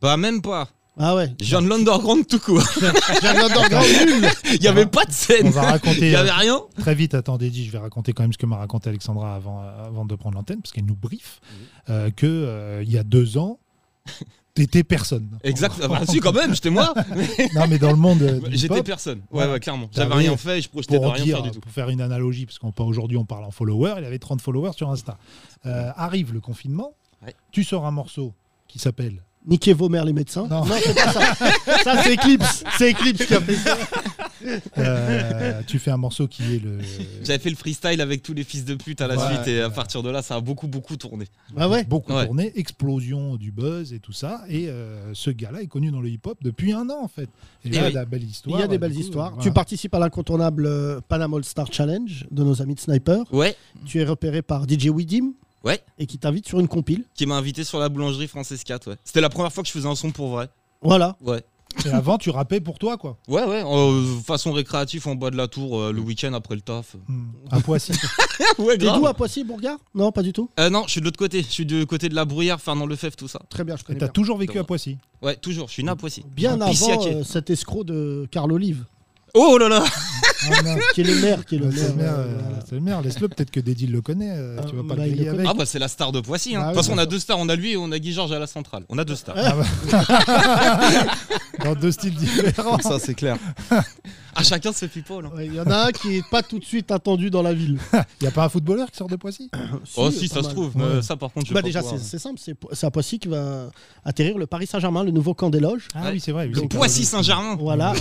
[SPEAKER 8] Bah, même pas.
[SPEAKER 3] Ah ouais
[SPEAKER 8] Je viens de l'underground tout court.
[SPEAKER 3] Je viens de l'underground nul.
[SPEAKER 8] Il n'y avait pas de scène.
[SPEAKER 4] On va raconter.
[SPEAKER 8] Il n'y
[SPEAKER 3] hein.
[SPEAKER 8] avait
[SPEAKER 4] euh,
[SPEAKER 8] rien.
[SPEAKER 4] Très vite, attendez, dit, je vais raconter quand même ce que m'a raconté Alexandra avant, euh, avant de prendre l'antenne, parce qu'elle nous briefe euh, que euh, il y a deux ans, t'étais personne.
[SPEAKER 8] Exact. Ah bah, si, quand même, j'étais moi.
[SPEAKER 4] non, mais dans le monde. euh, du
[SPEAKER 8] J'étais
[SPEAKER 4] hip-hop,
[SPEAKER 8] personne. Ouais, ouais, clairement.
[SPEAKER 4] t'avais-
[SPEAKER 8] J'avais rien fait, je projetais de
[SPEAKER 4] pour
[SPEAKER 8] rien
[SPEAKER 4] dire,
[SPEAKER 8] faire du tout.
[SPEAKER 4] Pour faire une analogie, parce qu'aujourd'hui on parle en followers, il avait 30 followers sur Insta. Euh, arrive le confinement, tu sors un morceau qui s'appelle.
[SPEAKER 3] Niquez vos mères les médecins.
[SPEAKER 4] Non,
[SPEAKER 3] c'est pas ça. ça, c'est Eclipse. C'est Eclipse qui a fait ça.
[SPEAKER 4] Euh, tu fais un morceau qui est le.
[SPEAKER 8] J'avais fait le freestyle avec tous les fils de pute à la
[SPEAKER 4] Ouais.
[SPEAKER 8] suite et à partir de là, ça a beaucoup, beaucoup tourné.
[SPEAKER 3] Ah
[SPEAKER 4] Beaucoup
[SPEAKER 8] Ouais.
[SPEAKER 4] tourné, explosion du buzz et tout ça. Et euh, ce gars-là est connu dans le hip-hop depuis un an en fait. Et
[SPEAKER 3] Et
[SPEAKER 4] là,
[SPEAKER 3] oui.
[SPEAKER 4] il a la belle
[SPEAKER 3] Il
[SPEAKER 4] histoire.
[SPEAKER 3] y a des
[SPEAKER 4] du
[SPEAKER 3] belles
[SPEAKER 4] coup, euh,
[SPEAKER 3] histoires.
[SPEAKER 4] voilà.
[SPEAKER 3] Tu participes à l'incontournable euh, Panama All Star Challenge de nos amis de Sniper.
[SPEAKER 8] Ouais.
[SPEAKER 3] Tu es repéré par DJ Widim.
[SPEAKER 8] Ouais.
[SPEAKER 3] Et qui t'invite sur une compile.
[SPEAKER 8] Qui m'a invité sur la boulangerie Francis 4, ouais. C'était la première fois que je faisais un son pour vrai.
[SPEAKER 3] Voilà.
[SPEAKER 8] Ouais.
[SPEAKER 4] Et avant, tu rappais pour toi quoi.
[SPEAKER 8] Ouais, ouais, euh, façon récréatif en bas de la tour euh, le week-end après le taf.
[SPEAKER 3] Hmm.
[SPEAKER 4] À Poissy.
[SPEAKER 8] ouais,
[SPEAKER 3] T'es
[SPEAKER 8] grave.
[SPEAKER 3] d'où à Poissy, Bourgard Non, pas du tout.
[SPEAKER 8] Euh, non, je suis de l'autre côté. Je suis du côté de la Brouillère, Fernand Lefebvre, tout ça.
[SPEAKER 3] Très bien, je connais.
[SPEAKER 4] T'as toujours vécu à Poissy.
[SPEAKER 8] Ouais, toujours. Je suis né à Poissy.
[SPEAKER 3] Bien
[SPEAKER 8] Un
[SPEAKER 3] avant
[SPEAKER 8] Pissiaquais.
[SPEAKER 3] euh, cet escroc de Carl Olive.
[SPEAKER 8] Oh là là
[SPEAKER 3] Qui est le maire, qui est le
[SPEAKER 4] Ouais, Ah, C'est le
[SPEAKER 3] maire.
[SPEAKER 4] maire, euh, c'est le maire. Laisse-le, peut-être que Dédil le connaît. euh, tu vas pas
[SPEAKER 3] bah,
[SPEAKER 4] le
[SPEAKER 3] il
[SPEAKER 4] griller
[SPEAKER 3] le
[SPEAKER 4] avec.
[SPEAKER 8] Ah bah c'est la star de Poissy. hein.
[SPEAKER 4] Ah
[SPEAKER 8] de
[SPEAKER 4] oui,
[SPEAKER 8] toute façon, on
[SPEAKER 4] bien
[SPEAKER 8] a deux stars. On a lui et on a Guy Georges à la centrale. On a deux stars.
[SPEAKER 3] Ah, bah.
[SPEAKER 4] Dans deux styles différents.
[SPEAKER 9] Ça, c'est clair.
[SPEAKER 8] à chacun ses people. hein.
[SPEAKER 3] Ouais, Il y en a un qui est pas tout de suite attendu dans la ville. Euh,
[SPEAKER 4] Il n'y a pas un footballeur qui sort de Poissy
[SPEAKER 8] Oh
[SPEAKER 3] Si,
[SPEAKER 8] si,
[SPEAKER 3] pas
[SPEAKER 8] ça se
[SPEAKER 3] mal.
[SPEAKER 8] trouve.
[SPEAKER 3] Ouais.
[SPEAKER 8] euh, ça par contre, je
[SPEAKER 3] Bah
[SPEAKER 8] vais pas
[SPEAKER 3] déjà, c'est
[SPEAKER 8] pouvoir.
[SPEAKER 3] c'est simple, c'est c'est à Poissy qui va atterrir le Paris Saint-Germain, le nouveau camp des loges.
[SPEAKER 4] Ah oui, c'est vrai. oui,
[SPEAKER 8] Le
[SPEAKER 4] c'est
[SPEAKER 8] Poissy
[SPEAKER 4] Carl
[SPEAKER 8] Saint-Germain.
[SPEAKER 3] Voilà.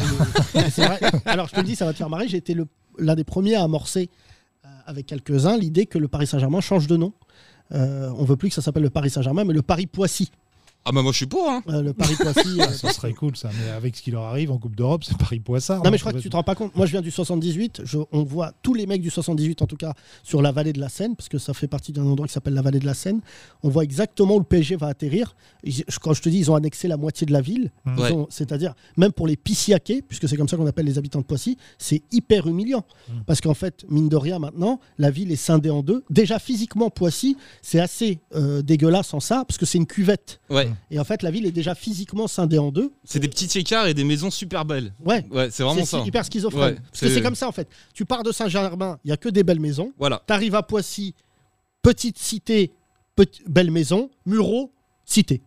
[SPEAKER 3] C'est vrai. Alors, je te le dis, ça va te faire marrer. J'ai été le- l'un des premiers à amorcer euh, avec quelques-uns l'idée que le Paris Saint-Germain change de nom. Euh, on veut plus que ça s'appelle le Paris Saint-Germain, mais le Paris Poissy.
[SPEAKER 8] Ah bah moi je suis pour. Hein.
[SPEAKER 3] Euh, le Paris Poissy. euh,
[SPEAKER 4] Olive. Ah, Ça serait cool ça, mais avec ce qui leur arrive en Coupe d'Europe, c'est Paris-Poissard.
[SPEAKER 3] Non, mais je crois que tu te rends pas compte. Moi, je viens du 78. Je- on voit tous les mecs du 78, en tout cas, sur la vallée de la Seine, parce que ça fait partie d'un endroit qui s'appelle la vallée de la Seine. On voit exactement où le PSG va atterrir. Ils- je- quand je te dis, ils ont annexé la moitié de la ville. Ils
[SPEAKER 8] Ouais.
[SPEAKER 3] ont- C'est-à-dire, même pour les Pissiaquais, puisque c'est comme ça qu'on appelle les habitants de Poissy, c'est hyper humiliant. Parce qu'en fait, mine de rien, maintenant, la ville est scindée en deux. Déjà, physiquement, Poissy, c'est assez euh, dégueulasse en ça, parce que c'est une cuvette.
[SPEAKER 8] Ouais.
[SPEAKER 3] Et en fait, la ville est déjà physiquement scindée en deux.
[SPEAKER 8] C'est des petits écarts et des maisons super belles.
[SPEAKER 3] Ouais.
[SPEAKER 8] Ouais, c'est vraiment
[SPEAKER 3] C'est
[SPEAKER 8] ça.
[SPEAKER 3] hyper schizophrène.
[SPEAKER 8] Ouais,
[SPEAKER 3] Parce que c'est comme ça en fait. Tu pars de Saint-Germain, il y a que des belles maisons.
[SPEAKER 8] Voilà.
[SPEAKER 3] T'arrives à Poissy, petite cité, pet- belle maison, Muro, cité.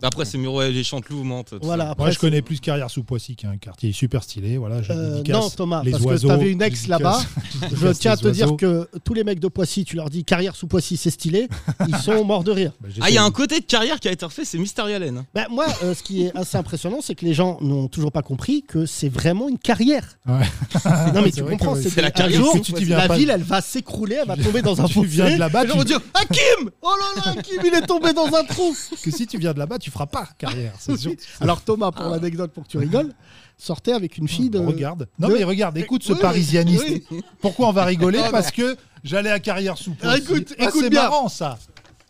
[SPEAKER 8] Après c'est Muret, les Chanteloup, Mantes. tout
[SPEAKER 3] Voilà.
[SPEAKER 8] ça.
[SPEAKER 3] Après,
[SPEAKER 4] Moi, je
[SPEAKER 3] c'est-
[SPEAKER 4] connais plus Carrière sous Poissy, qui est un quartier super stylé. Voilà, je
[SPEAKER 3] Euh,
[SPEAKER 4] dédicace
[SPEAKER 3] non Thomas,
[SPEAKER 4] les
[SPEAKER 3] parce que
[SPEAKER 4] oiseaux,
[SPEAKER 3] t'avais une ex
[SPEAKER 4] dédicace-
[SPEAKER 3] là-bas.
[SPEAKER 4] dédicace
[SPEAKER 3] Je tiens à
[SPEAKER 4] les
[SPEAKER 3] te dire
[SPEAKER 4] oiseaux.
[SPEAKER 3] que tous les mecs de Poissy, tu leur dis carrière sous Poissy, c'est stylé. Ils sont morts de rire.
[SPEAKER 4] Bah, j'essaie
[SPEAKER 8] Ah il y a
[SPEAKER 4] de-
[SPEAKER 8] un côté de carrière qui a été refait, c'est Mystery Allen. hein.
[SPEAKER 3] Bah, moi, euh, ce qui est assez impressionnant, c'est que les gens n'ont toujours pas compris que c'est vraiment une carrière.
[SPEAKER 4] Ouais.
[SPEAKER 3] Non mais
[SPEAKER 4] C'est
[SPEAKER 3] tu
[SPEAKER 4] vrai
[SPEAKER 3] comprends,
[SPEAKER 4] que-
[SPEAKER 3] c'est
[SPEAKER 8] c'est la
[SPEAKER 3] un
[SPEAKER 8] carrière,
[SPEAKER 3] jour,
[SPEAKER 4] si tu t'y viens
[SPEAKER 3] la
[SPEAKER 4] pas-
[SPEAKER 3] ville, elle va s'écrouler, elle va tomber dans un
[SPEAKER 4] tu viens
[SPEAKER 3] fossé.
[SPEAKER 4] de là-bas,
[SPEAKER 3] Et les gens vont
[SPEAKER 4] tu-
[SPEAKER 3] dire Hakim, oh là là, Hakim, il est tombé dans un trou.
[SPEAKER 4] que si tu viens de là-bas, tu feras pas Carrière. C'est sûr.
[SPEAKER 3] Alors Thomas, pour l'anecdote, pour que tu rigoles, sortait avec une fille de.
[SPEAKER 4] Regarde. Non
[SPEAKER 3] de-
[SPEAKER 4] mais regarde, écoute ce
[SPEAKER 3] Oui,
[SPEAKER 4] parisianiste.
[SPEAKER 3] oui.
[SPEAKER 4] Pourquoi on va rigoler Parce que j'allais à Carrière sous Poissy.
[SPEAKER 3] Ah, écoute,
[SPEAKER 4] Ah,
[SPEAKER 3] écoute
[SPEAKER 4] c'est
[SPEAKER 3] bien.
[SPEAKER 4] marrant ça.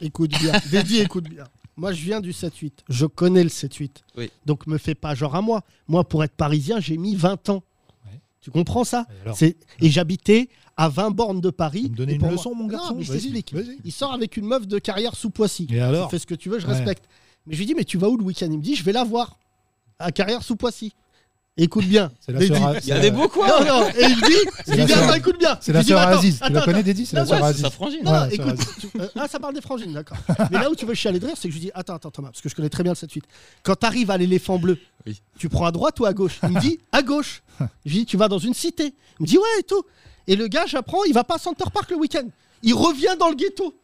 [SPEAKER 3] Écoute bien, Dédi, écoute bien. Moi, je viens du 7-8. Je connais le 7-8.
[SPEAKER 8] Oui.
[SPEAKER 3] Donc, me fais pas genre à moi. Moi, pour être parisien, j'ai mis 20 ans.
[SPEAKER 4] Ouais.
[SPEAKER 3] Tu comprends ça
[SPEAKER 4] Et alors
[SPEAKER 3] C'est- Et j'habitais à 20 bornes de Paris.
[SPEAKER 4] Vous me donnez
[SPEAKER 3] Et
[SPEAKER 4] une
[SPEAKER 3] pour
[SPEAKER 4] leçon, mon garçon
[SPEAKER 3] Non, mais je
[SPEAKER 4] Vas-y,
[SPEAKER 3] t'explique.
[SPEAKER 4] vas-y.
[SPEAKER 3] Il sort avec une meuf de carrière sous Poissy.
[SPEAKER 4] Et alors
[SPEAKER 3] Tu fais ce que tu veux, je
[SPEAKER 4] Ouais.
[SPEAKER 3] respecte. Mais je lui dis, mais tu vas où le week-end Il me dit, je vais la voir. À carrière sous Poissy. Écoute bien.
[SPEAKER 4] C'est la
[SPEAKER 3] Dédi.
[SPEAKER 4] sœur à-
[SPEAKER 8] Il y a
[SPEAKER 4] c'est
[SPEAKER 8] des
[SPEAKER 4] la-
[SPEAKER 8] beaux quoi
[SPEAKER 3] Non, non, et il me dit, je lui
[SPEAKER 4] la
[SPEAKER 3] dis,
[SPEAKER 4] sœur-
[SPEAKER 3] attends, écoute bien.
[SPEAKER 4] C'est
[SPEAKER 3] Je
[SPEAKER 4] la
[SPEAKER 3] lui dis,
[SPEAKER 4] sœur
[SPEAKER 3] attends,
[SPEAKER 4] Aziz. Tu la
[SPEAKER 3] attends,
[SPEAKER 4] connais, Dédi C'est la
[SPEAKER 3] Non,
[SPEAKER 4] sœur
[SPEAKER 3] ouais,
[SPEAKER 8] C'est
[SPEAKER 4] Aziz.
[SPEAKER 8] sa frangine.
[SPEAKER 3] non,
[SPEAKER 4] Ouais,
[SPEAKER 3] non,
[SPEAKER 4] c'est
[SPEAKER 3] écoute. tu- euh, ah, ça parle des frangines, d'accord. Mais là où tu veux chialer de rire, c'est que je lui dis Attends, attends, Thomas, parce que je connais très bien le 7-8. Quand t'arrives à l'éléphant bleu,
[SPEAKER 8] Oui.
[SPEAKER 3] tu prends à droite ou à gauche Il me dit À gauche. Je lui dis Tu vas dans une cité. Il me dit Ouais, et tout. Et le gars, j'apprends, il va pas à Center Park le week-end. Il revient dans le ghetto.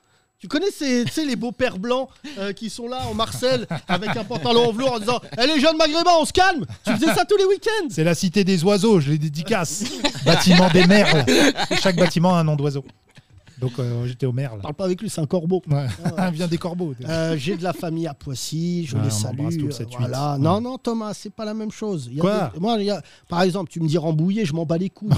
[SPEAKER 3] Tu connais ces, tu sais, les beaux pères blancs euh, qui sont là en Marcel avec un pantalon en velours en disant Eh les jeunes maghrébins, on se calme Tu faisais ça tous les week-ends
[SPEAKER 4] C'est la cité des oiseaux, je les dédicace. bâtiment des merles. Chaque bâtiment a un nom d'oiseau. Donc euh, j'étais au merle.
[SPEAKER 3] Parle pas avec lui, c'est un corbeau. Ah
[SPEAKER 4] Ouais. Ah, Viens des corbeaux.
[SPEAKER 3] Euh, J'ai de la famille à Poissy, je
[SPEAKER 4] Ouais,
[SPEAKER 3] les
[SPEAKER 4] on embrasse
[SPEAKER 3] salue.
[SPEAKER 4] tout le
[SPEAKER 3] euh,
[SPEAKER 4] 7-8.
[SPEAKER 3] voilà.
[SPEAKER 4] Ouais.
[SPEAKER 3] Non, non, Thomas, c'est pas la même chose. Il y a
[SPEAKER 4] Quoi
[SPEAKER 3] des- moi, il y a- Par exemple, tu me dis Rambouillet, je m'en bats les couilles.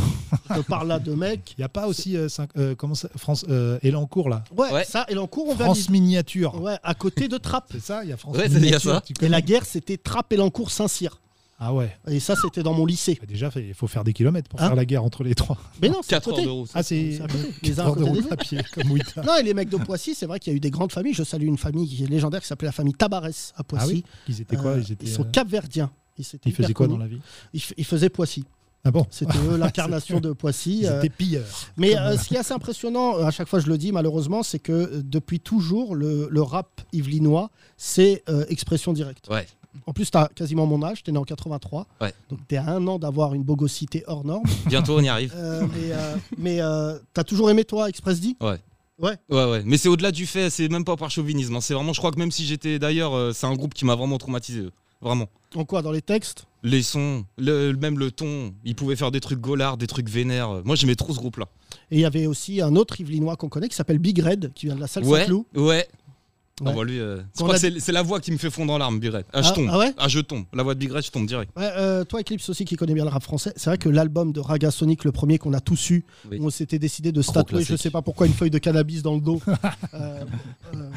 [SPEAKER 3] je te parle là de mecs.
[SPEAKER 4] Il n'y a pas aussi euh, cinq- euh, comment ça, France euh, Elancourt là
[SPEAKER 3] Ouais,
[SPEAKER 8] Ouais.
[SPEAKER 3] ça, et l'encours, on
[SPEAKER 4] France
[SPEAKER 3] valide.
[SPEAKER 4] miniature.
[SPEAKER 3] Ouais, à côté de Trappes.
[SPEAKER 4] C'est ça, il y a France
[SPEAKER 8] Ouais, c'est- il y a
[SPEAKER 4] miniature.
[SPEAKER 8] ça.
[SPEAKER 4] tu
[SPEAKER 3] Et
[SPEAKER 4] connais.
[SPEAKER 3] la guerre, c'était Trappes et l'encours Saint-Cyr.
[SPEAKER 4] Ah ouais. Bah,
[SPEAKER 3] Et ça, c'était dans mon lycée.
[SPEAKER 4] déjà, il faut faire des kilomètres pour
[SPEAKER 3] Hein
[SPEAKER 4] faire la guerre entre les trois.
[SPEAKER 3] Mais non, c'est à
[SPEAKER 4] Quatre
[SPEAKER 3] côté.
[SPEAKER 4] heures de route.
[SPEAKER 3] Ah, c'est
[SPEAKER 4] C'est
[SPEAKER 3] à
[SPEAKER 4] à
[SPEAKER 3] côté.
[SPEAKER 4] côté.
[SPEAKER 3] Les uns à
[SPEAKER 4] Quatre heures de
[SPEAKER 3] côté des
[SPEAKER 4] route à
[SPEAKER 3] autres.
[SPEAKER 4] pied, comme Wita.
[SPEAKER 3] Non, et les mecs de Poissy, c'est vrai qu'il y a eu des grandes familles. Je salue une famille qui est légendaire qui s'appelait la famille Tabarès à Poissy.
[SPEAKER 4] Ah oui Ils étaient quoi Ils étaient,
[SPEAKER 3] sont
[SPEAKER 4] euh,
[SPEAKER 3] capverdiens. Ils, s'étaient
[SPEAKER 4] ils faisaient
[SPEAKER 3] hyper
[SPEAKER 4] quoi
[SPEAKER 3] connus.
[SPEAKER 4] dans la vie
[SPEAKER 3] ils, f- ils faisaient Poissy.
[SPEAKER 4] Ah bon
[SPEAKER 3] C'était eux l'incarnation de Poissy.
[SPEAKER 4] Ils
[SPEAKER 3] euh,
[SPEAKER 4] étaient pilleurs.
[SPEAKER 3] Mais euh, ce qui est assez impressionnant, euh, à chaque fois je le dis malheureusement, c'est que euh, depuis toujours, le, le rap yvelinois, c'est euh, expression directe.
[SPEAKER 8] Ouais.
[SPEAKER 3] En plus, t'as quasiment mon âge, t'es né en 83.
[SPEAKER 8] Ouais.
[SPEAKER 3] Donc t'es à un an d'avoir une bogosité hors norme.
[SPEAKER 8] Bientôt, on y arrive.
[SPEAKER 3] Euh, mais euh, mais euh, t'as toujours aimé toi, Express D
[SPEAKER 8] Ouais.
[SPEAKER 3] Ouais.
[SPEAKER 8] Ouais, ouais. Mais c'est au-delà du fait, c'est même pas par chauvinisme. hein. C'est vraiment, je crois que même si j'étais d'ailleurs, euh, c'est un groupe qui m'a vraiment traumatisé. eux. Vraiment.
[SPEAKER 3] En quoi Dans les textes
[SPEAKER 8] Les sons, le, même le ton. Ils pouvaient faire des trucs gaulards, des trucs vénères. euh. Moi, j'aimais trop ce groupe-là.
[SPEAKER 3] Et il y avait aussi un autre Yvelinois qu'on connaît qui s'appelle Big Red, qui vient de la salle
[SPEAKER 8] Ouais.
[SPEAKER 3] Saint-Cloud.
[SPEAKER 8] Ouais. Ah bah lui, euh, je
[SPEAKER 3] Qu'on
[SPEAKER 8] crois
[SPEAKER 3] a-
[SPEAKER 8] que c'est c'est la voix qui me fait fondre en larmes, Biret. Ah,
[SPEAKER 3] Ah,
[SPEAKER 8] je tombe.
[SPEAKER 3] ah ouais
[SPEAKER 8] je tombe. La voix de Big Red, je tombe direct.
[SPEAKER 3] Ouais, euh, toi, Eclipse aussi, qui connaît bien le rap français, c'est vrai que l'album de Raga Sonic, le premier qu'on a tous eu,
[SPEAKER 8] Oui.
[SPEAKER 3] où on s'était décidé de statuer, je
[SPEAKER 9] classique.
[SPEAKER 3] sais pas pourquoi, une feuille de cannabis dans le dos. Euh, euh,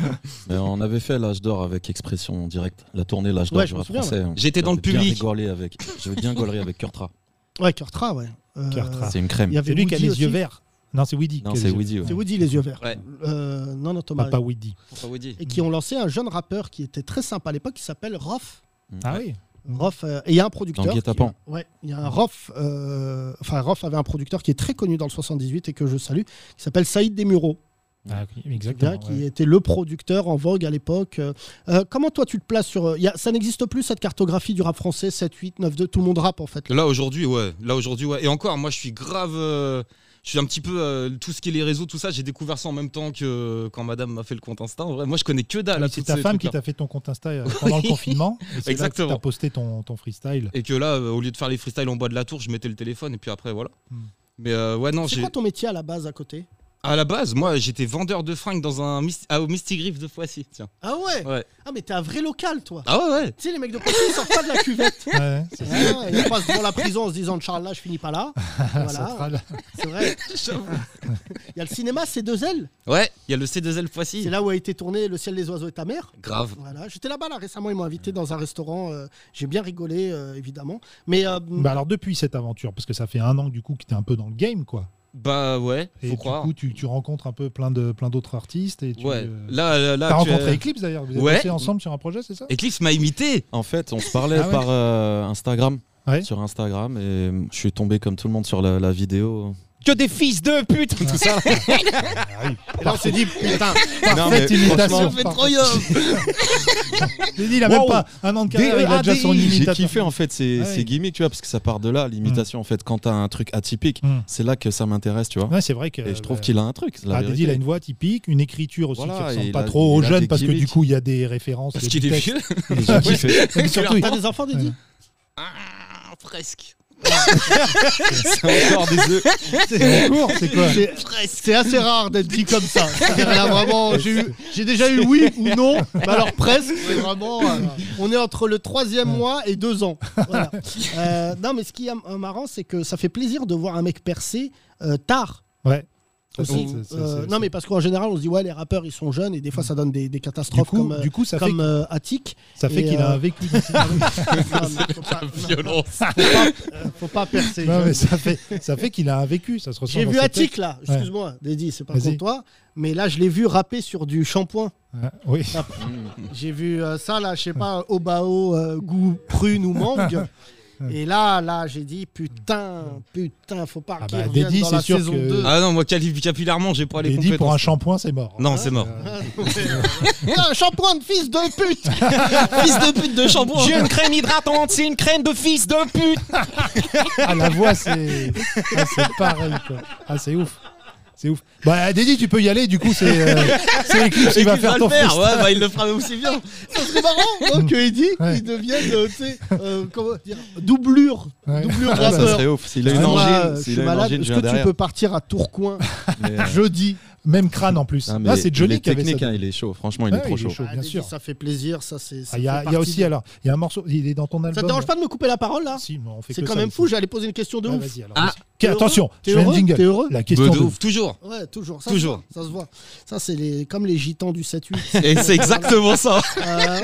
[SPEAKER 9] Mais on avait fait l'âge d'or avec Expression Directe, la tournée l'âge d'or
[SPEAKER 3] Ouais, je
[SPEAKER 9] du
[SPEAKER 3] me
[SPEAKER 9] rap
[SPEAKER 3] souviens,
[SPEAKER 9] français.
[SPEAKER 3] ouais.
[SPEAKER 9] On
[SPEAKER 8] J'étais dans le
[SPEAKER 9] avait bien
[SPEAKER 8] public.
[SPEAKER 9] rigolé avec, j'avais bien golé avec Kurtra.
[SPEAKER 3] ouais, Kurtra, ouais. Euh,
[SPEAKER 9] Kurtra. C'est une crème.
[SPEAKER 3] il y avait
[SPEAKER 4] C'est lui qui a
[SPEAKER 3] Woody
[SPEAKER 4] les
[SPEAKER 3] aussi.
[SPEAKER 4] yeux verts. Non, c'est Woody.
[SPEAKER 9] Non,
[SPEAKER 4] qui a
[SPEAKER 9] c'est
[SPEAKER 4] les yeux
[SPEAKER 9] Woody,
[SPEAKER 4] verts.
[SPEAKER 9] ouais.
[SPEAKER 3] C'est Woody les yeux verts.
[SPEAKER 8] Ouais.
[SPEAKER 3] Euh, non, non, Thomas.
[SPEAKER 4] Papa Woody.
[SPEAKER 8] Papa Woody.
[SPEAKER 3] Et qui ont lancé un jeune rappeur qui était très sympa à l'époque, qui s'appelle Rof.
[SPEAKER 8] Mm.
[SPEAKER 4] Ah oui.
[SPEAKER 3] Rof, euh, et il y a un producteur.
[SPEAKER 9] Dans
[SPEAKER 3] qui-
[SPEAKER 9] Guet-Apens.
[SPEAKER 3] Ouais, il y a un Rof. euh, Enfin, Rof avait un producteur qui est très connu dans le 78 et que je salue, qui s'appelle Saïd Desmureaux.
[SPEAKER 4] Ah, oui,
[SPEAKER 3] Bien,
[SPEAKER 4] exactement.
[SPEAKER 3] qui
[SPEAKER 4] ouais.
[SPEAKER 3] était le producteur en vogue à l'époque. Euh, euh, comment toi tu te places sur. euh, y a- ça n'existe plus cette cartographie du rap français 7, 8, 9, 2, tout le monde rap en fait.
[SPEAKER 8] Là aujourd'hui, ouais. Là aujourd'hui, ouais. Et encore, moi, je suis grave. euh, je suis un petit peu euh, tout ce qui est les réseaux, tout ça. J'ai découvert ça en même temps que euh, quand Madame m'a fait le compte Insta. En vrai, moi, je connais que dalle. à
[SPEAKER 4] Oui, C'est
[SPEAKER 8] toutes
[SPEAKER 4] ta
[SPEAKER 8] ces
[SPEAKER 4] femme qui
[SPEAKER 8] trucs-là.
[SPEAKER 4] t'a fait ton compte Insta euh, pendant le confinement. et c'est là que
[SPEAKER 8] Exactement.
[SPEAKER 4] T'as posté ton, ton freestyle.
[SPEAKER 8] Et que là, euh, au lieu de faire les freestyles en bas de la tour, je mettais le téléphone et puis après, voilà.
[SPEAKER 4] Hmm.
[SPEAKER 8] Mais euh, ouais, non,
[SPEAKER 3] C'est
[SPEAKER 8] j'ai.
[SPEAKER 3] quoi ton métier à la base à côté
[SPEAKER 8] À la base, moi, j'étais vendeur de fringues dans un myst- ah, au Misty Griff de Foissy. Tiens.
[SPEAKER 3] Ah ouais,
[SPEAKER 8] Ouais.
[SPEAKER 3] Ah mais t'es un vrai local toi
[SPEAKER 8] Ah ouais, ouais.
[SPEAKER 3] Tu sais, les mecs de Poissy, ils sortent pas de la cuvette.
[SPEAKER 4] Ah Ouais, c'est ça.
[SPEAKER 3] Hein, ils passent devant la prison en se disant Charles, là, je finis pas là. Voilà.
[SPEAKER 4] Central.
[SPEAKER 3] C'est vrai. Il y a le cinéma, c'est deux ailes.
[SPEAKER 8] Ouais, il y a le C2L Foissy.
[SPEAKER 3] C'est là où a été tourné Le ciel, les oiseaux et ta mère.
[SPEAKER 8] Grave.
[SPEAKER 3] Voilà. J'étais là-bas, là, récemment, ils m'ont invité dans un restaurant. euh, J'ai bien rigolé, euh, évidemment. Mais euh,
[SPEAKER 4] Bah alors depuis cette aventure, parce que ça fait un an du coup que t'es un peu dans le game, quoi.
[SPEAKER 8] Bah ouais,
[SPEAKER 4] Et
[SPEAKER 8] faut
[SPEAKER 4] du
[SPEAKER 8] croire.
[SPEAKER 4] coup, tu, tu rencontres un peu plein de plein d'autres artistes et tu.
[SPEAKER 8] ouais.
[SPEAKER 4] euh,
[SPEAKER 8] Là, là, là,
[SPEAKER 4] T'as
[SPEAKER 8] tu
[SPEAKER 4] rencontré
[SPEAKER 8] as-
[SPEAKER 4] Eclipse d'ailleurs. Vous êtes
[SPEAKER 8] Ouais.
[SPEAKER 4] bossé ensemble sur un projet, c'est ça
[SPEAKER 8] Eclipse m'a imité.
[SPEAKER 9] En fait, on se parlait
[SPEAKER 4] Ah ouais.
[SPEAKER 9] par euh, Instagram,
[SPEAKER 4] Ouais.
[SPEAKER 9] sur Instagram, et euh, je suis tombé comme tout le monde sur la, la vidéo.
[SPEAKER 8] Que des fils de pute Tout ça.
[SPEAKER 3] Ah et là, on s'est dit, putain,
[SPEAKER 4] Parfaite imitation.
[SPEAKER 8] fait
[SPEAKER 4] parfaite.
[SPEAKER 8] trop yop.
[SPEAKER 4] J'ai dit, il a même
[SPEAKER 9] Wow.
[SPEAKER 4] pas un an de carrière, il a déjà son
[SPEAKER 9] J'ai
[SPEAKER 4] imitateur.
[SPEAKER 9] kiffé en fait ces,
[SPEAKER 4] Ouais.
[SPEAKER 9] ces gimmicks, tu vois, parce que ça part de là, l'imitation en fait. Quand t'as un truc atypique,
[SPEAKER 4] Mm.
[SPEAKER 9] c'est là que ça m'intéresse, tu vois.
[SPEAKER 4] Ouais, c'est vrai que.
[SPEAKER 9] Et je
[SPEAKER 4] bah,
[SPEAKER 9] trouve qu'il a un truc. la
[SPEAKER 4] Ah,
[SPEAKER 9] vérité.
[SPEAKER 4] Dédi, il a une voix typique, une écriture aussi
[SPEAKER 9] Voilà,
[SPEAKER 4] qui
[SPEAKER 9] et
[SPEAKER 4] ressemble
[SPEAKER 9] il
[SPEAKER 4] pas
[SPEAKER 9] a-
[SPEAKER 4] trop aux
[SPEAKER 9] il a
[SPEAKER 4] jeunes
[SPEAKER 9] des
[SPEAKER 4] parce que du
[SPEAKER 9] gimmicks.
[SPEAKER 4] coup il y a des références.
[SPEAKER 8] Parce
[SPEAKER 4] et
[SPEAKER 8] qu'il
[SPEAKER 4] du
[SPEAKER 8] est
[SPEAKER 4] texte.
[SPEAKER 8] vieux.
[SPEAKER 9] Et j'ai kiffé.
[SPEAKER 4] Mais surtout, il-
[SPEAKER 3] t'as des enfants, Dédi
[SPEAKER 8] Ah, presque.
[SPEAKER 9] C'est encore des œufs.
[SPEAKER 4] c'est en cours, c'est quoi
[SPEAKER 3] C'est- C'est assez rare d'être dit comme ça. C'est-à-dire, Là, vraiment, j'ai eu- j'ai déjà eu oui ou non, mais alors presque. C'est vraiment, euh, on est entre le troisième mois et deux ans. Voilà. Euh, non, mais ce qui est euh, marrant, c'est que ça fait plaisir de voir un mec percer euh, tard.
[SPEAKER 4] Ouais.
[SPEAKER 3] Aussi.
[SPEAKER 4] C'est- c'est-
[SPEAKER 3] Euh,
[SPEAKER 4] c'est-
[SPEAKER 3] non,
[SPEAKER 4] c'est-
[SPEAKER 3] mais parce qu'en général, on se dit, ouais, les rappeurs, ils sont jeunes et des fois, ça donne des, des catastrophes
[SPEAKER 4] du coup,
[SPEAKER 3] comme, euh,
[SPEAKER 4] du coup, ça fait
[SPEAKER 3] comme euh, Attic.
[SPEAKER 4] ça fait
[SPEAKER 3] et,
[SPEAKER 4] qu'il a
[SPEAKER 3] euh,
[SPEAKER 4] un vécu.
[SPEAKER 3] Non, mais faut pas-
[SPEAKER 8] Violence.
[SPEAKER 3] euh, faut pas percer.
[SPEAKER 4] Non, mais ça fait ça fait qu'il a un vécu. Ça se ressent.
[SPEAKER 3] J'ai
[SPEAKER 4] dans
[SPEAKER 3] vu
[SPEAKER 4] ses
[SPEAKER 3] Attic
[SPEAKER 4] textes.
[SPEAKER 3] là,
[SPEAKER 4] Ouais.
[SPEAKER 3] excuse-moi, Dédi, c'est pas
[SPEAKER 4] Vas-y.
[SPEAKER 3] contre toi, mais là, je l'ai vu rapper sur du shampoing.
[SPEAKER 4] Ah, Oui.
[SPEAKER 3] J'ai vu euh, ça là, je sais pas, Obao, euh, goût prune ou mangue. Et là, là, j'ai dit putain, putain, faut pas
[SPEAKER 4] Ah
[SPEAKER 3] qu'il
[SPEAKER 4] bah,
[SPEAKER 3] revienne
[SPEAKER 4] Dédi,
[SPEAKER 3] dans la
[SPEAKER 4] c'est sûr
[SPEAKER 3] saison
[SPEAKER 4] que-
[SPEAKER 3] 2.
[SPEAKER 8] Ah non, moi, quali- capillairement, j'ai pas les
[SPEAKER 4] Dédi pour un
[SPEAKER 8] compétences.
[SPEAKER 4] shampoing, c'est mort.
[SPEAKER 8] Non,
[SPEAKER 3] Ah,
[SPEAKER 8] c'est mort.
[SPEAKER 3] Putain, shampoing de fils de pute
[SPEAKER 8] Fils de pute de shampoing.
[SPEAKER 7] J'ai une crème hydratante, c'est une crème de fils de pute.
[SPEAKER 4] Ah, la voix, c'est ah, c'est pareil. Quoi. Ah, c'est ouf. C'est ouf. Bah, Dédi, tu peux y aller. Du coup, c'est euh, c'est Eclipse qui va
[SPEAKER 8] Il va
[SPEAKER 4] faire
[SPEAKER 8] le
[SPEAKER 4] ton
[SPEAKER 8] faire.
[SPEAKER 4] freestyle.
[SPEAKER 8] Ouais, bah, il le fera aussi bien.
[SPEAKER 3] Ça serait marrant hein, que Eddie,
[SPEAKER 4] Ouais.
[SPEAKER 3] il devienne, euh, tu sais, euh, comment dire, doublure,
[SPEAKER 4] Ouais.
[SPEAKER 3] doublure
[SPEAKER 9] Ah, ça
[SPEAKER 3] rappeur.
[SPEAKER 9] serait ouf. S'il a une
[SPEAKER 3] Excuse-moi, euh, je
[SPEAKER 9] angine, s'il
[SPEAKER 3] suis
[SPEAKER 9] a une
[SPEAKER 3] malade.
[SPEAKER 9] angine,
[SPEAKER 3] Est-ce
[SPEAKER 9] je
[SPEAKER 3] que
[SPEAKER 9] viens
[SPEAKER 3] tu
[SPEAKER 9] derrière.
[SPEAKER 3] peux partir à Tourcoing
[SPEAKER 9] Mais, euh,
[SPEAKER 3] jeudi
[SPEAKER 4] Même crâne en plus.
[SPEAKER 9] non, mais
[SPEAKER 4] Là, c'est
[SPEAKER 9] il
[SPEAKER 4] Johnny
[SPEAKER 9] est
[SPEAKER 4] qui avait ça.
[SPEAKER 9] technique, hein, Il est chaud, franchement, il
[SPEAKER 4] Ouais,
[SPEAKER 9] est trop chaud.
[SPEAKER 4] chaud,
[SPEAKER 3] Ah,
[SPEAKER 4] bien
[SPEAKER 3] Dédi,
[SPEAKER 4] sûr.
[SPEAKER 3] Ça fait plaisir, ça c'est.
[SPEAKER 4] Ah,
[SPEAKER 3] ça
[SPEAKER 4] Il y, a
[SPEAKER 3] fait
[SPEAKER 4] il y a
[SPEAKER 3] partie
[SPEAKER 4] aussi,
[SPEAKER 3] de-
[SPEAKER 4] alors, il y a un morceau, il est dans ton album.
[SPEAKER 3] Ça te dérange pas de me couper la parole là
[SPEAKER 4] Si, mais on fait
[SPEAKER 3] C'est
[SPEAKER 4] que
[SPEAKER 3] quand
[SPEAKER 4] ça
[SPEAKER 3] même
[SPEAKER 4] ici.
[SPEAKER 3] fou. J'allais poser une question de
[SPEAKER 4] Ouais,
[SPEAKER 3] ouf.
[SPEAKER 4] vas-y, alors,
[SPEAKER 8] Ah,
[SPEAKER 4] vas-y. Ok, attention,
[SPEAKER 3] T'es
[SPEAKER 4] je fais un
[SPEAKER 3] heureux
[SPEAKER 4] jingle.
[SPEAKER 3] T'es heureux
[SPEAKER 4] La question
[SPEAKER 8] Bah, de
[SPEAKER 4] de-
[SPEAKER 8] ouf, toujours.
[SPEAKER 3] Ouais, toujours. Ça
[SPEAKER 8] Toujours.
[SPEAKER 3] Se voit, ça se voit. Ça, c'est les... comme les gitans du 7-8.
[SPEAKER 8] Et c'est exactement ça.
[SPEAKER 3] Euh, voilà,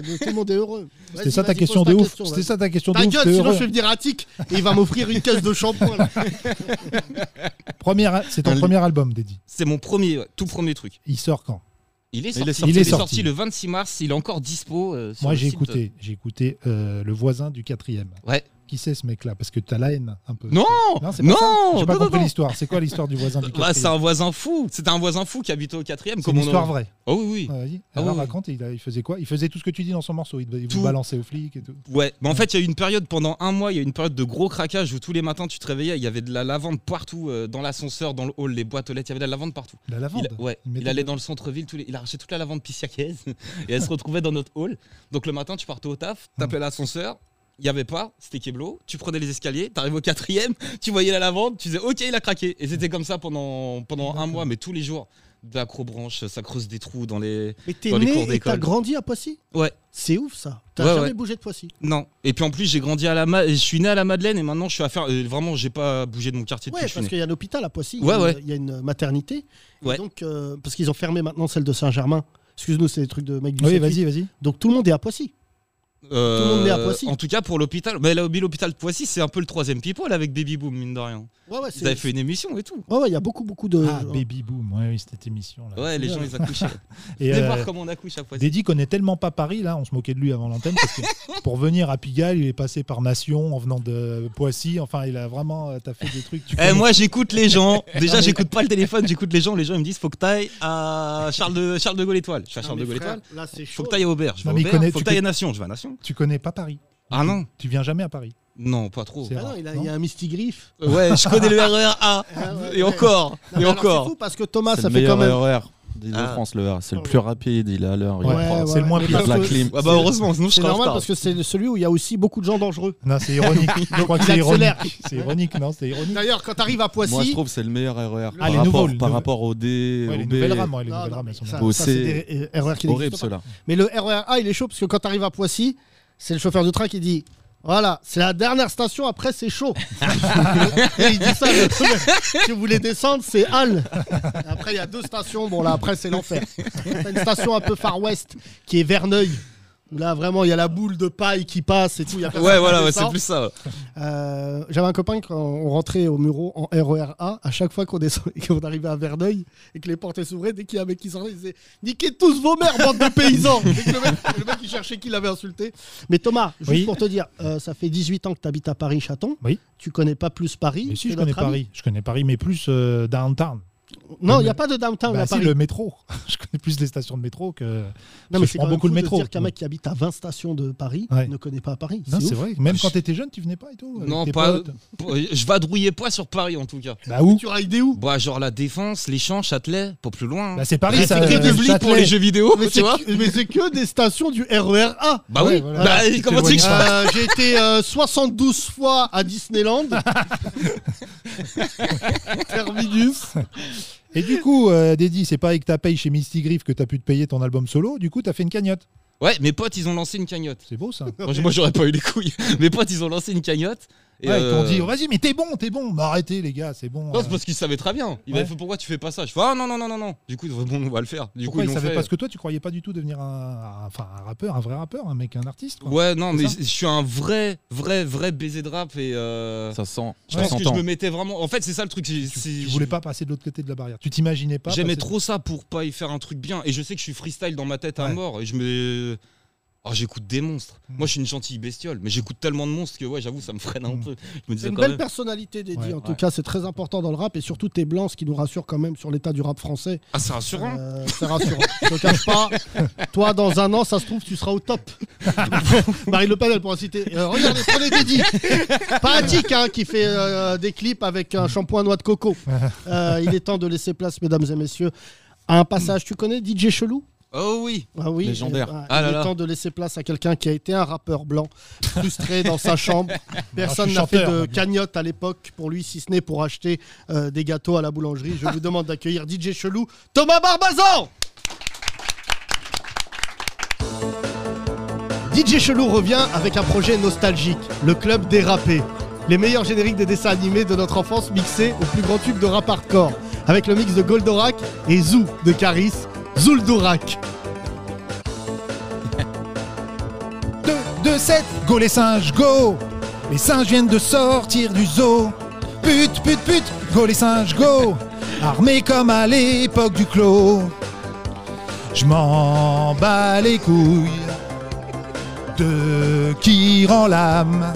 [SPEAKER 3] tout le monde est heureux.
[SPEAKER 4] C'était
[SPEAKER 3] Vas-y,
[SPEAKER 4] ça ta
[SPEAKER 3] vas-y,
[SPEAKER 4] question
[SPEAKER 3] pose
[SPEAKER 4] de ouf.
[SPEAKER 3] question,
[SPEAKER 4] C'était
[SPEAKER 3] vas-y.
[SPEAKER 4] ça ta question de
[SPEAKER 3] Ta
[SPEAKER 4] ouf,
[SPEAKER 3] gueule,
[SPEAKER 4] t'es
[SPEAKER 3] sinon
[SPEAKER 4] heureux.
[SPEAKER 3] je vais venir à Tic et il va m'offrir une caisse de shampoing. là.
[SPEAKER 4] Première, c'est ton
[SPEAKER 8] Un-
[SPEAKER 4] premier album, Teddy.
[SPEAKER 8] C'est mon premier, ouais, tout premier truc.
[SPEAKER 4] Il sort quand
[SPEAKER 8] Il est
[SPEAKER 4] Il
[SPEAKER 8] sorti,
[SPEAKER 4] est sorti.
[SPEAKER 8] il est
[SPEAKER 4] Il est sorti.
[SPEAKER 8] sorti le 26 mars, il est encore dispo. euh, sur
[SPEAKER 4] Moi,
[SPEAKER 8] le
[SPEAKER 4] j'ai
[SPEAKER 8] site.
[SPEAKER 4] écouté, j'ai écouté euh, le voisin du quatrième.
[SPEAKER 8] Ouais.
[SPEAKER 4] Qui c'est ce mec-là Parce que t'as la haine un peu.
[SPEAKER 8] Non
[SPEAKER 4] c'est pas
[SPEAKER 8] Non
[SPEAKER 4] ça J'ai pas
[SPEAKER 8] Non, non,
[SPEAKER 4] compris
[SPEAKER 8] non.
[SPEAKER 4] l'histoire. C'est quoi l'histoire du voisin du quatrième
[SPEAKER 8] Bah, c'est un voisin fou. C'était un voisin fou qui habitait au quatrième.
[SPEAKER 4] C'est
[SPEAKER 8] comme
[SPEAKER 4] une
[SPEAKER 8] on-
[SPEAKER 4] histoire vraie.
[SPEAKER 8] Oh oui, oui.
[SPEAKER 4] Ah, vas-y.
[SPEAKER 8] Ah,
[SPEAKER 4] Alors,
[SPEAKER 8] oui, oui.
[SPEAKER 4] raconte, il, a- il faisait quoi Il faisait tout ce que tu dis dans son morceau. Il, il vous
[SPEAKER 8] Tout.
[SPEAKER 4] balançait aux flics et tout.
[SPEAKER 8] Ouais, mais en fait, il y a eu une période pendant un mois, il y a eu une période de gros craquage où tous les matins tu te réveillais, il y avait de la lavande partout, euh, dans l'ascenseur, dans le hall, les boîtes aux lettres, il y avait de la lavande partout.
[SPEAKER 4] La lavande
[SPEAKER 8] Il- Ouais,
[SPEAKER 4] Il
[SPEAKER 8] il,
[SPEAKER 4] mettait
[SPEAKER 8] allait
[SPEAKER 4] de-
[SPEAKER 8] dans le centre-ville, tous les- il arrachait toute la lavande pissiacaise et elle se retrouvait dans notre hall. Donc le matin, tu partais au taf, t'appelais
[SPEAKER 3] Hum.
[SPEAKER 8] l'ascenseur, il n'y avait pas, c'était Keblo, tu prenais les escaliers, t'arrives au quatrième, tu voyais la lavande, tu disais ok, il a craqué. Et c'était comme ça pendant, pendant un mois, mais tous les jours, d'acrobranche, ça creuse des trous dans les,
[SPEAKER 3] Mais t'es
[SPEAKER 8] dans les cours
[SPEAKER 3] né et t'as
[SPEAKER 8] d'école.
[SPEAKER 3] grandi à Poissy
[SPEAKER 8] Ouais.
[SPEAKER 3] C'est ouf ça. T'as
[SPEAKER 8] Ouais,
[SPEAKER 3] jamais
[SPEAKER 8] ouais.
[SPEAKER 3] bougé de Poissy.
[SPEAKER 8] Non. Et puis en plus, j'ai grandi à la Ma- je suis né à la Madeleine et maintenant je suis à faire euh, vraiment j'ai pas bougé de mon quartier
[SPEAKER 3] Ouais,
[SPEAKER 8] depuis que je suis
[SPEAKER 3] parce
[SPEAKER 8] né.
[SPEAKER 3] qu'il y a un hôpital à Poissy. il y
[SPEAKER 8] Ouais,
[SPEAKER 3] a une-
[SPEAKER 8] ouais.
[SPEAKER 3] Il y a une maternité. Et
[SPEAKER 8] Ouais.
[SPEAKER 3] Donc, euh, parce qu'ils ont fermé maintenant celle de Saint-Germain. Excuse-nous, c'est des trucs de mec du
[SPEAKER 4] Oui,
[SPEAKER 3] 7-8.
[SPEAKER 4] vas-y, vas-y.
[SPEAKER 3] Donc tout le monde est à Poissy.
[SPEAKER 8] Euh,
[SPEAKER 3] tout le monde est à Poissy.
[SPEAKER 8] En tout cas pour l'hôpital, mais là, l'hôpital de Poissy, c'est un peu le troisième people avec Baby Boom mine de rien.
[SPEAKER 3] Ouais, ouais,
[SPEAKER 8] Ils avaient
[SPEAKER 3] c'est.
[SPEAKER 8] fait une émission et tout.
[SPEAKER 3] Ouais, ouais, il y a beaucoup, beaucoup de.
[SPEAKER 4] Ah, Baby Boom, ouais, oui, cette émission là.
[SPEAKER 8] Ouais, les gens ils accouchaient.
[SPEAKER 4] Et
[SPEAKER 8] Venez
[SPEAKER 4] euh,
[SPEAKER 8] voir comment on accouche à Poissy.
[SPEAKER 4] Dédi connaît tellement pas Paris, là, on se moquait de lui avant l'antenne, parce que pour venir à Pigalle, il est passé par Nation en venant de Poissy. Enfin, il a vraiment. euh, T'as fait des trucs. Tu
[SPEAKER 8] Eh,
[SPEAKER 4] connais-
[SPEAKER 8] moi j'écoute les gens.
[SPEAKER 4] Non,
[SPEAKER 8] Déjà
[SPEAKER 4] mais-
[SPEAKER 8] j'écoute pas le téléphone, j'écoute les gens. Les gens ils me disent faut que t'ailles à Ah, Charles de Charles de Gaulle étoile. Je suis à
[SPEAKER 3] Non,
[SPEAKER 8] Charles
[SPEAKER 3] mais
[SPEAKER 8] de Gaulle
[SPEAKER 3] frère,
[SPEAKER 8] étoile.
[SPEAKER 3] Là, c'est chaud.
[SPEAKER 8] Faut que t'ailles à Auberge. Je vais
[SPEAKER 4] Non,
[SPEAKER 8] à
[SPEAKER 4] mais il
[SPEAKER 8] Auberge.
[SPEAKER 4] connaît-
[SPEAKER 8] faut
[SPEAKER 4] tu
[SPEAKER 8] que t'ailles à
[SPEAKER 4] peux-
[SPEAKER 8] Nation. Je vais à Nation.
[SPEAKER 4] Tu connais pas Paris.
[SPEAKER 8] Ah non.
[SPEAKER 4] Tu viens jamais à Paris.
[SPEAKER 8] Non, pas trop.
[SPEAKER 4] C'est
[SPEAKER 3] Ah non,
[SPEAKER 4] rare,
[SPEAKER 3] il a-
[SPEAKER 4] non
[SPEAKER 3] il y a un mistigriff.
[SPEAKER 8] Euh, Ouais, je connais le RER A.
[SPEAKER 3] Ah, ouais, ouais.
[SPEAKER 8] Et encore.
[SPEAKER 3] Non, mais
[SPEAKER 8] Et
[SPEAKER 3] alors,
[SPEAKER 8] encore.
[SPEAKER 3] C'est fou parce que Thomas,
[SPEAKER 9] C'est
[SPEAKER 3] ça
[SPEAKER 9] le
[SPEAKER 3] fait
[SPEAKER 9] meilleur
[SPEAKER 3] quand même.
[SPEAKER 8] E
[SPEAKER 9] RER
[SPEAKER 3] Ah.
[SPEAKER 9] d'Île-de-France, le RER. C'est le plus rapide, il est à l'heure. il
[SPEAKER 4] Ouais,
[SPEAKER 9] prend-
[SPEAKER 4] c'est le moins
[SPEAKER 3] mais
[SPEAKER 4] pire.
[SPEAKER 3] parce
[SPEAKER 9] La
[SPEAKER 3] que
[SPEAKER 9] clim.
[SPEAKER 8] Ah bah heureusement, sinon je
[SPEAKER 3] C'est
[SPEAKER 8] serais en
[SPEAKER 3] normal
[SPEAKER 8] retard.
[SPEAKER 3] parce que c'est celui où il y a aussi beaucoup de gens dangereux.
[SPEAKER 4] Non, c'est ironique. Je crois que
[SPEAKER 3] Il
[SPEAKER 4] c'est ironique.
[SPEAKER 3] accélère.
[SPEAKER 4] C'est ironique, non C'est ironique.
[SPEAKER 3] D'ailleurs, quand t'arrives à
[SPEAKER 9] Moi, je
[SPEAKER 3] Poissy.
[SPEAKER 9] trouve que c'est le meilleur RER.
[SPEAKER 4] Ah,
[SPEAKER 9] Par
[SPEAKER 4] les
[SPEAKER 9] rapport-
[SPEAKER 4] nouveaux,
[SPEAKER 9] Par
[SPEAKER 4] le-
[SPEAKER 9] rapport au D,
[SPEAKER 4] Ouais,
[SPEAKER 9] au
[SPEAKER 4] les
[SPEAKER 9] B.
[SPEAKER 4] nouvelles rames, ouais, les
[SPEAKER 3] Non,
[SPEAKER 4] nouvelles
[SPEAKER 3] non,
[SPEAKER 4] rames, elles
[SPEAKER 3] mais
[SPEAKER 4] sont
[SPEAKER 3] ça,
[SPEAKER 4] bien.
[SPEAKER 9] Au
[SPEAKER 3] ça,
[SPEAKER 9] C.
[SPEAKER 3] c'est des euh, erreurs qui
[SPEAKER 9] Horrible
[SPEAKER 3] n'existent pas.
[SPEAKER 9] cela.
[SPEAKER 3] Mais le RER A, ah, il est chaud parce que quand t'arrives à Poissy, c'est le chauffeur de train qui dit Voilà, c'est la dernière station, après c'est chaud. Et il dit ça, le- si vous voulez descendre, c'est Halle. Et Après, il y a deux stations, bon là, après c'est l'enfer. T'as une station un peu far west qui est Verneuil. où Là, vraiment, il y a la boule de paille qui passe et tout. il y a personne
[SPEAKER 8] Ouais,
[SPEAKER 3] qui
[SPEAKER 8] voilà, ouais, c'est
[SPEAKER 3] descend.
[SPEAKER 8] plus ça. ouais.
[SPEAKER 3] Euh, J'avais un copain quand on rentrait au Muro en RER A, à chaque fois qu'on descend- qu'on arrivait à Verneuil et que les portes s'ouvraient, dès qu'il y a un mec qui sortait, il disait Niquez tous vos mères, bande de paysans Et que le, mec, le mec, il cherchait qui l'avait insulté. Mais Thomas, juste
[SPEAKER 4] Oui.
[SPEAKER 3] pour te dire, euh, ça fait 18 ans que tu habites à Paris-Chaton.
[SPEAKER 4] Oui.
[SPEAKER 3] Tu connais pas plus Paris
[SPEAKER 4] Mais si,
[SPEAKER 3] que
[SPEAKER 4] je connais
[SPEAKER 3] notre ami.
[SPEAKER 4] Paris. Je connais Paris, mais plus euh, downtown.
[SPEAKER 3] Non, il n'y a pas de downtown
[SPEAKER 4] Bah
[SPEAKER 3] à
[SPEAKER 4] si,
[SPEAKER 3] Paris.
[SPEAKER 4] le métro. je connais plus les stations de métro que.
[SPEAKER 3] Non, mais
[SPEAKER 4] parce que
[SPEAKER 3] c'est
[SPEAKER 4] je
[SPEAKER 3] quand
[SPEAKER 4] prends
[SPEAKER 3] même
[SPEAKER 4] beaucoup
[SPEAKER 3] fou
[SPEAKER 4] le
[SPEAKER 3] de
[SPEAKER 4] métro.
[SPEAKER 3] dire qu'un mec qui habite à 20 stations de Paris
[SPEAKER 4] Ouais.
[SPEAKER 3] ne connaît pas Paris.
[SPEAKER 4] Non, c'est
[SPEAKER 3] ouf.
[SPEAKER 4] vrai. Même quand t'étais jeune, tu venais pas et tout. avec
[SPEAKER 8] Ah, Non,
[SPEAKER 4] tes
[SPEAKER 8] pas. euh,
[SPEAKER 4] potes.
[SPEAKER 8] Je vadrouillais pas sur Paris en tout cas.
[SPEAKER 4] Bah où
[SPEAKER 3] Tu auras idée où
[SPEAKER 8] Bah, genre la Défense, les champs, Châtelet, pas plus loin.
[SPEAKER 4] Bah c'est Paris,
[SPEAKER 8] Reste
[SPEAKER 4] ça.
[SPEAKER 8] que
[SPEAKER 4] euh,
[SPEAKER 8] public pour
[SPEAKER 4] Châtelet.
[SPEAKER 8] les jeux vidéo,
[SPEAKER 3] Mais
[SPEAKER 8] tu
[SPEAKER 3] c'est
[SPEAKER 8] vois.
[SPEAKER 3] que- mais c'est que des stations du RER A.
[SPEAKER 8] Bah
[SPEAKER 4] E Ouais,
[SPEAKER 8] oui.
[SPEAKER 4] voilà.
[SPEAKER 8] Bah,
[SPEAKER 4] Tu
[SPEAKER 8] comment
[SPEAKER 4] te
[SPEAKER 8] tu dis que je
[SPEAKER 4] vois
[SPEAKER 8] parle
[SPEAKER 3] Euh, j'ai été euh, 72 fois à Disneyland. Terminus.
[SPEAKER 4] Et du coup, euh, Dédi, c'est pas avec ta paye chez Misty Griff que t'as pu te payer ton album solo. Du coup, t'as fait une cagnotte.
[SPEAKER 8] Ouais, mes potes, ils ont lancé une cagnotte.
[SPEAKER 4] C'est beau ça.
[SPEAKER 8] Moi, moi, j'aurais pas eu les couilles. Mes potes, ils ont lancé une cagnotte. et,
[SPEAKER 4] Ouais, Ah, ils t'ont
[SPEAKER 8] euh,
[SPEAKER 4] dit, vas-y, mais t'es bon, t'es bon. Bah, arrêtez, les gars, c'est bon.
[SPEAKER 8] Non,
[SPEAKER 4] Euh,
[SPEAKER 8] c'est parce qu'ils savaient très bien. Ils m'avaient
[SPEAKER 4] Ouais.
[SPEAKER 8] fait pourquoi tu fais pas ça Je fais ah non, non, non, non, non. Du coup, bon, on va le faire. Du
[SPEAKER 4] Pourquoi ils
[SPEAKER 8] coup, l'ont
[SPEAKER 4] savaient
[SPEAKER 8] fait.
[SPEAKER 4] pas ce que toi, tu croyais pas du tout devenir un, un- enfin, un rappeur, un vrai rappeur, un mec, un artiste quoi.
[SPEAKER 8] Ouais, non, mais
[SPEAKER 4] ça
[SPEAKER 8] je je suis un vrai, vrai, vrai baiser de rap et. euh,
[SPEAKER 9] Ça sent.
[SPEAKER 8] Je
[SPEAKER 9] ça
[SPEAKER 8] pense que je
[SPEAKER 9] s'entend.
[SPEAKER 8] me mettais vraiment. En fait, c'est ça le truc. c'est- c'est-
[SPEAKER 4] Tu
[SPEAKER 8] je-
[SPEAKER 4] voulais pas passer de l'autre côté de la barrière. Tu t'imaginais pas.
[SPEAKER 8] J'aimais
[SPEAKER 4] passer-
[SPEAKER 8] trop ça pour pas y faire un truc bien. Et je sais que je suis freestyle dans ma tête à
[SPEAKER 4] Ouais.
[SPEAKER 8] mort. Et je me. Oh, j'écoute des monstres.
[SPEAKER 4] Mm.
[SPEAKER 8] Moi, je suis une gentille bestiole. Mais j'écoute tellement de monstres que, ouais, j'avoue, ça me freine un
[SPEAKER 4] Mm.
[SPEAKER 8] peu. Je me
[SPEAKER 3] C'est
[SPEAKER 8] disais
[SPEAKER 3] une
[SPEAKER 8] quand
[SPEAKER 3] belle
[SPEAKER 8] même.
[SPEAKER 3] personnalité dédiée,
[SPEAKER 4] Ouais,
[SPEAKER 3] en tout
[SPEAKER 8] ouais.
[SPEAKER 3] cas, c'est très important dans le rap et surtout t'es blanc, ce qui nous rassure quand même sur l'état du rap français.
[SPEAKER 8] Ah, c'est rassurant.
[SPEAKER 3] Euh, c'est rassurant. Je te cache pas, toi dans un an, ça se trouve, tu seras au top. Marine Le Pen, elle pourra citer. Euh, regardez, prenez Didi. Pas Attic, hein, qui fait euh, des clips avec un shampoing noix de coco. Euh, il est temps de laisser place, mesdames et messieurs, à un passage. Tu connais DJ Chelou
[SPEAKER 8] Oh oui.
[SPEAKER 3] Ah oui,
[SPEAKER 9] Légendaire.
[SPEAKER 3] euh, ouais,
[SPEAKER 8] Ah
[SPEAKER 3] il
[SPEAKER 8] là
[SPEAKER 3] est
[SPEAKER 8] là.
[SPEAKER 3] temps de laisser place à quelqu'un qui a été un rappeur blanc, frustré dans sa chambre. Personne
[SPEAKER 4] suis
[SPEAKER 3] n'a fait
[SPEAKER 4] chanteur,
[SPEAKER 3] de
[SPEAKER 4] moi, bien.
[SPEAKER 3] cagnotte à l'époque pour lui, si ce n'est pour acheter euh, des gâteaux à la boulangerie. Je vous demande d'accueillir DJ Chelou, Thomas Barbazan DJ Chelou revient avec un projet nostalgique, le club dérapé. les meilleurs génériques des dessins animés de notre enfance mixés au plus grand tube de rap hardcore, avec le mix de Goldorak et Zou de Caris, Zouldorak.
[SPEAKER 5] 2, 2, 7, go les singes, go Les singes viennent de sortir du zoo. Pute, pute, pute, go les singes, go Armés comme à l'époque du clos. Je m'en bats les couilles de qui rend l'âme.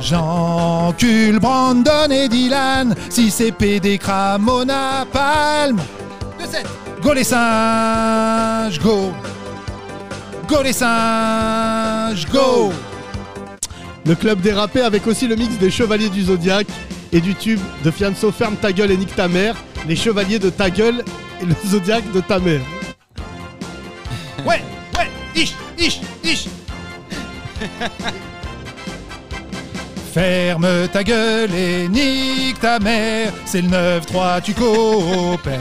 [SPEAKER 5] J'encule Brandon et Dylan si c'est PD Cramona Palme.
[SPEAKER 7] 2-7
[SPEAKER 5] Go les singes, go Go les singes, go
[SPEAKER 3] Le club dérapé avec aussi le mix des Chevaliers du Zodiaque et du tube de Fianso Ferme ta gueule et nique ta mère, les Chevaliers de ta gueule et le Zodiaque de ta mère.
[SPEAKER 5] Ouais, ouais, ich, ich, ich Ferme ta gueule et nique ta mère, c'est le 9-3, tu coopères.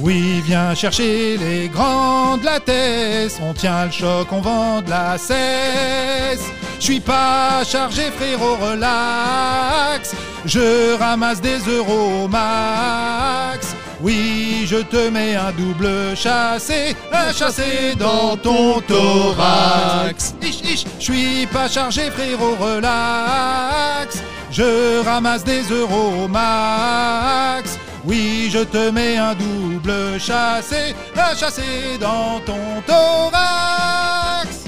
[SPEAKER 5] Oui, viens chercher les grandes latesses, on tient le choc, on vend de la cesse. Je suis pas chargé, frérot, relax. Je ramasse des euros au max. Oui, je te mets un double chassé, un chassé dans ton thorax. Ich, ich, je suis pas chargé, frérot, relax. Je ramasse des euros au max. Oui, je te mets un double chassé, un chassé dans ton thorax.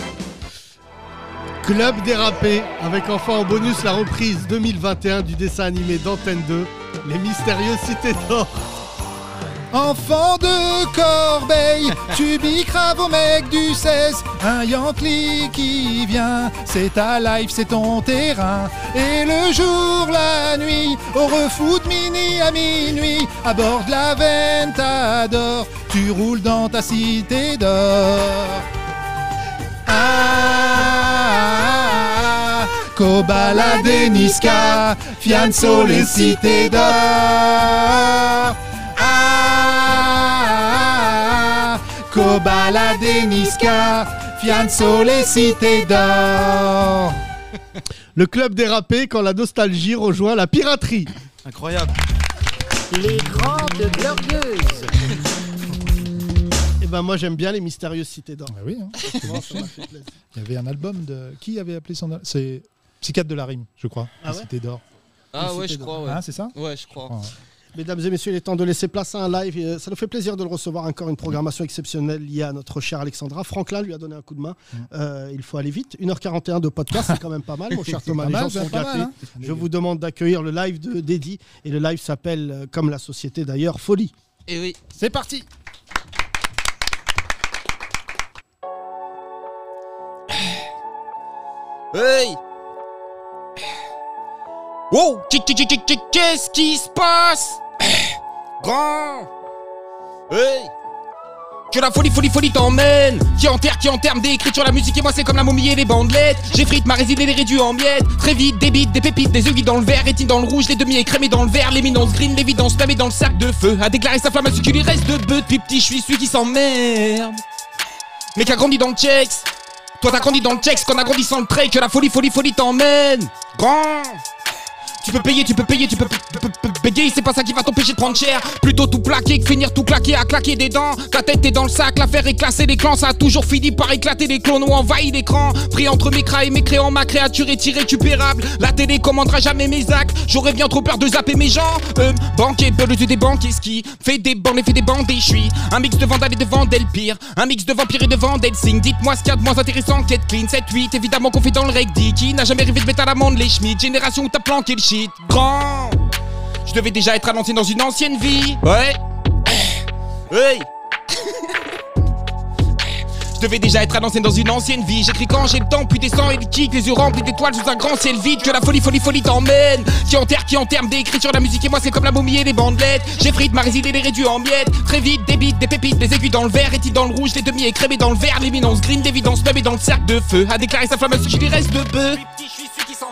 [SPEAKER 3] Club dérapé avec enfin en bonus la reprise 2021 du dessin animé d'Antenne 2, Les Mystérieuses Cités d'Or.
[SPEAKER 5] Enfant de corbeille, tu bicraves au mec du 16. Un Yankee qui vient, c'est ta life, c'est ton terrain. Et le jour, la nuit, au refoot mini à minuit, à bord de la Ventador, tu roules dans ta cité d'or. Ah, ah, ah, Kobala Deniska, Fianso les cités d'or. Ah, Kobala Deniska, Fianso les cités d'or.
[SPEAKER 3] Le club dérapé quand la nostalgie rejoint la piraterie.
[SPEAKER 13] Incroyable.
[SPEAKER 14] Les grandes glorieuses.
[SPEAKER 8] Eh
[SPEAKER 3] Et ben moi j'aime bien les mystérieuses cités d'or.
[SPEAKER 5] oui. Il y avait un album de. Qui avait appelé son. al- C'est Psychiatre de la Rime, je crois.
[SPEAKER 3] Ah
[SPEAKER 5] La
[SPEAKER 3] ouais
[SPEAKER 5] Cité d'Or.
[SPEAKER 4] Ah ouais, je
[SPEAKER 3] C'était
[SPEAKER 4] crois.
[SPEAKER 3] dans-
[SPEAKER 4] Ouais.
[SPEAKER 3] Hein,
[SPEAKER 5] c'est ça Oh.
[SPEAKER 4] Ouais, je crois.
[SPEAKER 3] Mesdames et messieurs, il est temps de laisser place à un live. et, euh, Ça nous fait plaisir de le recevoir encore une programmation exceptionnelle liée à notre chère Alexandra. Franklin lui a donné un coup de main.
[SPEAKER 5] Mm.
[SPEAKER 3] Euh, il faut aller vite. 1h41 de podcast, c'est quand même pas mal, mon cher
[SPEAKER 5] C'est
[SPEAKER 3] Thomas.
[SPEAKER 5] pas
[SPEAKER 3] Les
[SPEAKER 5] mal,
[SPEAKER 3] gens
[SPEAKER 5] c'est
[SPEAKER 3] sont
[SPEAKER 5] pas mal,
[SPEAKER 3] gâtés.
[SPEAKER 5] hein.
[SPEAKER 3] Je vous demande d'accueillir le live de d'Eddy. Et le live s'appelle, euh, comme la société d'ailleurs, Folie.
[SPEAKER 4] Et Eh oui.
[SPEAKER 5] C'est parti
[SPEAKER 7] Hey Wow Qu'est- qu'est- qu'est- qu'est- Qu'est-ce qui se passe Grand Hey que la folie, folie, folie t'emmène Qui enterre, qui enterre, des écrits sur la musique Et moi c'est comme la momie et les bandelettes J'effrite ma résine et les réduis en miettes Très vite, des bites, des pépites, des œufs dans le verre Rétine dans le rouge, les demi écrémés dans le verre L'éminence green, l'évidence clamée dans le sac de feu A déclaré sa flamme à celui qui lui reste de bœuf Depuis petit, je suis celui qui s'emmerde Mais qui a grandi dans le checks Toi t'as grandi dans le checks, qu'on a grandi sans le trait Que la folie, folie, folie t'emmène Grand tu peux payer, tu peux payer, tu peux p- p- p- bégayer, c'est pas ça qui va t'empêcher de prendre cher. Plutôt tout plaquer que finir tout claquer à claquer des dents. Ta tête est dans le sac, l'affaire est classée, les clans, ça a toujours fini par éclater les clones ou envahir l'écran. Pris entre mes cras et mes créants, ma créature est irrécupérable. La télé commandera jamais mes actes, j'aurais bien trop peur de zapper mes gens. Euh, banquier, bleu, le dieu des banques, ce qui fait des bandes, les fait des bandes, et je suis un mix de vandales et de vandelles pire. Un mix de vampires et de vandelles signe. Dites-moi ce qu'il y a de moins intéressant qu'être clean. 7-8, évidemment qu'on fait dans le recti. Qui n'a jamais rêvé de mettre à l'amende les schmitt Génération où t'as planqué le shit. Grand Je devais déjà être annoncé dans une ancienne vie. Ouais. Hey je devais déjà être annoncé dans une ancienne vie. J'écris quand j'ai le temps, puis descends et le kick. Les yeux remplis d'étoiles sous un grand ciel vide. Que la folie, folie, folie t'emmène. Qui enterre, qui enterre, des écrits sur la musique. Et moi, c'est comme la momie et les bandelettes. J'effrite ma résine et les réduis en miettes. Très vite, des bites, des pépites, des aiguilles dans le verre. Étis dans le rouge, les demi écrémés dans le verre. L'éminence green, l'évidence même est dans le cercle de feu. A déclaré sa flamme à celui qui lui reste de bœuf.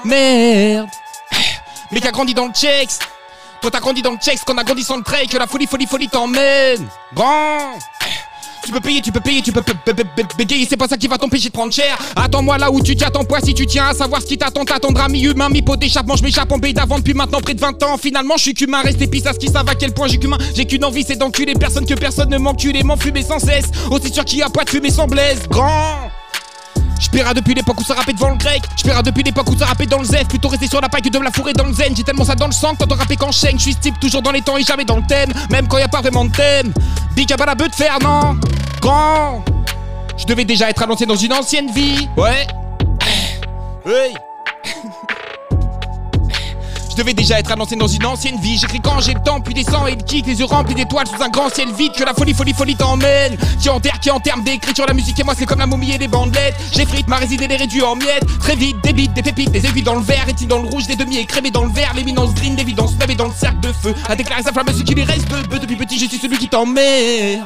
[SPEAKER 7] Merde. Mais qui a grandi dans le checks. Toi, t'as grandi dans le checks, qu'on a grandi sans le trait. Que la folie, folie, folie t'emmène. Grand. Tu peux payer, tu peux payer, tu peux bé- bé- bé- bégayer, c'est pas ça qui va t'empêcher de prendre cher. Attends-moi là où tu t'y attends pas, si tu tiens à savoir ce qui t'attend, t'attendras mi-humain, mi-pot d'échappement. Je m'échappe en pays d'avant depuis maintenant près de 20 ans. Finalement, je suis cumain, reste épice à ce qui savent à quel point j'ai qu'humain. J'ai qu'une envie, c'est d'enculer personne que personne ne m'enculer, m'enfumer sans cesse. Aussi sûr qu'il y a pas de fumée sans blaise, grand. J'péra depuis l'époque où ça rappait devant le grec. J'péra depuis l'époque où ça rappait dans le zef. Plutôt rester sur la paille que de me la fourrer dans le zen. J'ai tellement ça dans le sang que t'entends rapper qu'enchaîne. J'suis ce type toujours dans les temps et jamais dans le thème. Même quand y a pas vraiment de thème. Big up à la bœuf de fer, non Grand Je devais déjà être à l'ancienne dans une ancienne vie. Ouais. Hey je devais déjà être annoncé dans une ancienne vie. J'écris quand j'ai le temps, puis descends et le kick, les yeux remplis d'étoiles sous un grand ciel vide. Que la folie, folie, folie t'emmène. Qui en terre, qui en termes d'écriture, la musique et moi, c'est comme la momie et les bandelettes. J'effrite ma réside et les réduis en miettes. Très vite, des bites, des pépites, des aiguilles dans le verre, est-il dans le rouge, des demi écrémés dans le verre, l'éminence green, l'évidence même est dans le cercle de feu. A déclaré sa flamme ce qu'il lui reste de bœuf. Depuis petit, je suis celui qui t'emmerde.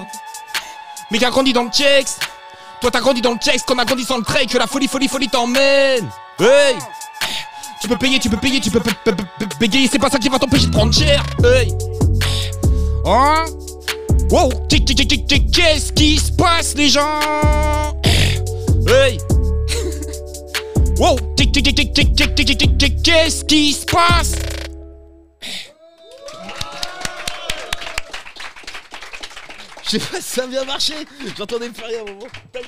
[SPEAKER 7] Mais qui a grandi dans le checks. Toi, t'as grandi dans le checks, qu'on a grandi sans le trait, que la folie, folie, folie t'emmène. Hey! Tu peux payer, tu peux payer, tu peux bé- bé- bé- bégayer, c'est pas ça qui va t'empêcher de prendre cher. Hey. Hein Wow, qu'est- qu'est- qu'est- qu'est- qu'est- qu'est-ce qui se passe les gens Hey Wow, qu'est- qu'est- qu'est- qu'est- qu'est- qu'est- qu'est- qu'est- qu'est- qu'est-ce qui se passe
[SPEAKER 8] Je sais pas si ça a bien marché. J'entendais plus rien à un moment. Tac.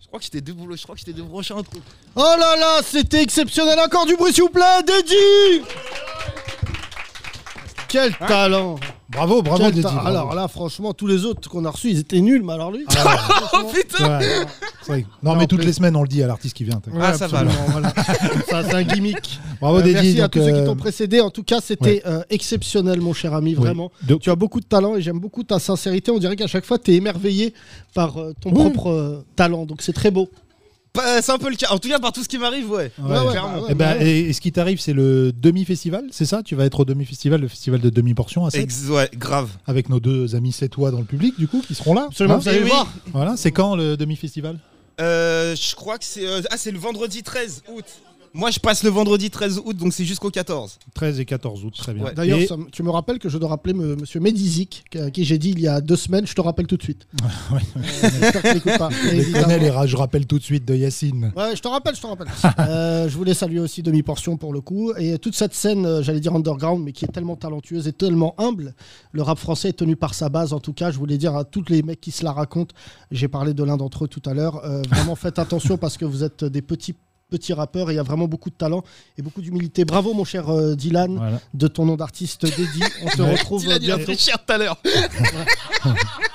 [SPEAKER 8] Je crois que j'étais déboulo, je crois que j'étais débranché un trou.
[SPEAKER 3] Oh là là, c'était exceptionnel. Encore du bruit, s'il vous plaît, Dédi Quel
[SPEAKER 5] Hein?
[SPEAKER 3] talent
[SPEAKER 4] Bravo, bravo,
[SPEAKER 3] Quel
[SPEAKER 4] Dédi,
[SPEAKER 3] ta-
[SPEAKER 4] bravo.
[SPEAKER 3] Alors là, franchement, tous les autres qu'on a reçus, ils étaient nuls, mais alors
[SPEAKER 5] Ah.
[SPEAKER 3] lui.
[SPEAKER 4] Oh putain Non, mais toutes les semaines, on le dit à l'artiste qui vient. t'inquiète.
[SPEAKER 8] Ah,
[SPEAKER 3] Ouais, absolument, voilà. Ça, c'est un gimmick.
[SPEAKER 4] Bravo,
[SPEAKER 3] Euh,
[SPEAKER 4] Dédi.
[SPEAKER 3] Merci à
[SPEAKER 4] donc,
[SPEAKER 3] tous ceux qui
[SPEAKER 4] euh,
[SPEAKER 3] t'ont précédé. En tout cas, c'était
[SPEAKER 4] ouais.
[SPEAKER 3] euh, exceptionnel, mon cher ami,
[SPEAKER 4] Oui.
[SPEAKER 3] vraiment. Tu as beaucoup de talent et j'aime beaucoup ta sincérité. On dirait qu'à chaque fois, tu es émerveillé par euh, ton
[SPEAKER 8] Oui.
[SPEAKER 3] propre euh, talent. Donc, c'est très beau.
[SPEAKER 8] Bah, c'est un peu le cas. En tout cas, par tout ce qui m'arrive, ouais. clairement.
[SPEAKER 4] Eh ben, et, et ce qui t'arrive, c'est le demi-festival, c'est ça Tu vas être au demi-festival, le festival de demi-portion à Sète
[SPEAKER 8] Ex- ouais, grave.
[SPEAKER 4] Avec nos deux amis sétois dans le public, du coup, qui seront là.
[SPEAKER 8] Absolument,
[SPEAKER 4] Hein
[SPEAKER 8] vous allez le voir.
[SPEAKER 4] Voilà, c'est quand le demi-festival
[SPEAKER 8] Euh, je crois que c'est. euh, Ah, c'est le vendredi 13 août. Moi, je passe le vendredi 13 août, donc c'est jusqu'au 14.
[SPEAKER 4] 13 et 14 août, très bien.
[SPEAKER 8] Ouais.
[SPEAKER 3] D'ailleurs,
[SPEAKER 4] Et-
[SPEAKER 3] ça me- tu me rappelles que je dois rappeler me- monsieur Médizic, qui- à qui j'ai dit il y a deux semaines, je te rappelle tout de suite. Euh,
[SPEAKER 4] Ouais.
[SPEAKER 3] j'espère que tu n'écoutes pas,
[SPEAKER 4] Je les
[SPEAKER 3] évidemment.
[SPEAKER 4] connais, les rats, je rappelle tout de suite de Yacine.
[SPEAKER 3] Ouais, je te rappelle, je te rappelle. Euh, je voulais saluer aussi demi-portion pour le coup. Et toute cette scène, euh, j'allais dire underground, mais qui est tellement talentueuse et tellement humble. Le rap français est tenu par sa base, en tout cas. Je voulais dire à tous les mecs qui se la racontent, j'ai parlé de l'un d'entre eux tout à l'heure, euh, vraiment faites attention parce que vous êtes des petits petits rappeurs et il y a vraiment beaucoup de talent et beaucoup d'humilité. Bravo mon cher euh, Dylan de ton nom d'artiste dédié. On se
[SPEAKER 8] Ouais.
[SPEAKER 3] retrouve euh,
[SPEAKER 8] Dylan, il a
[SPEAKER 3] bientôt.
[SPEAKER 8] pris cher tout à l'heure.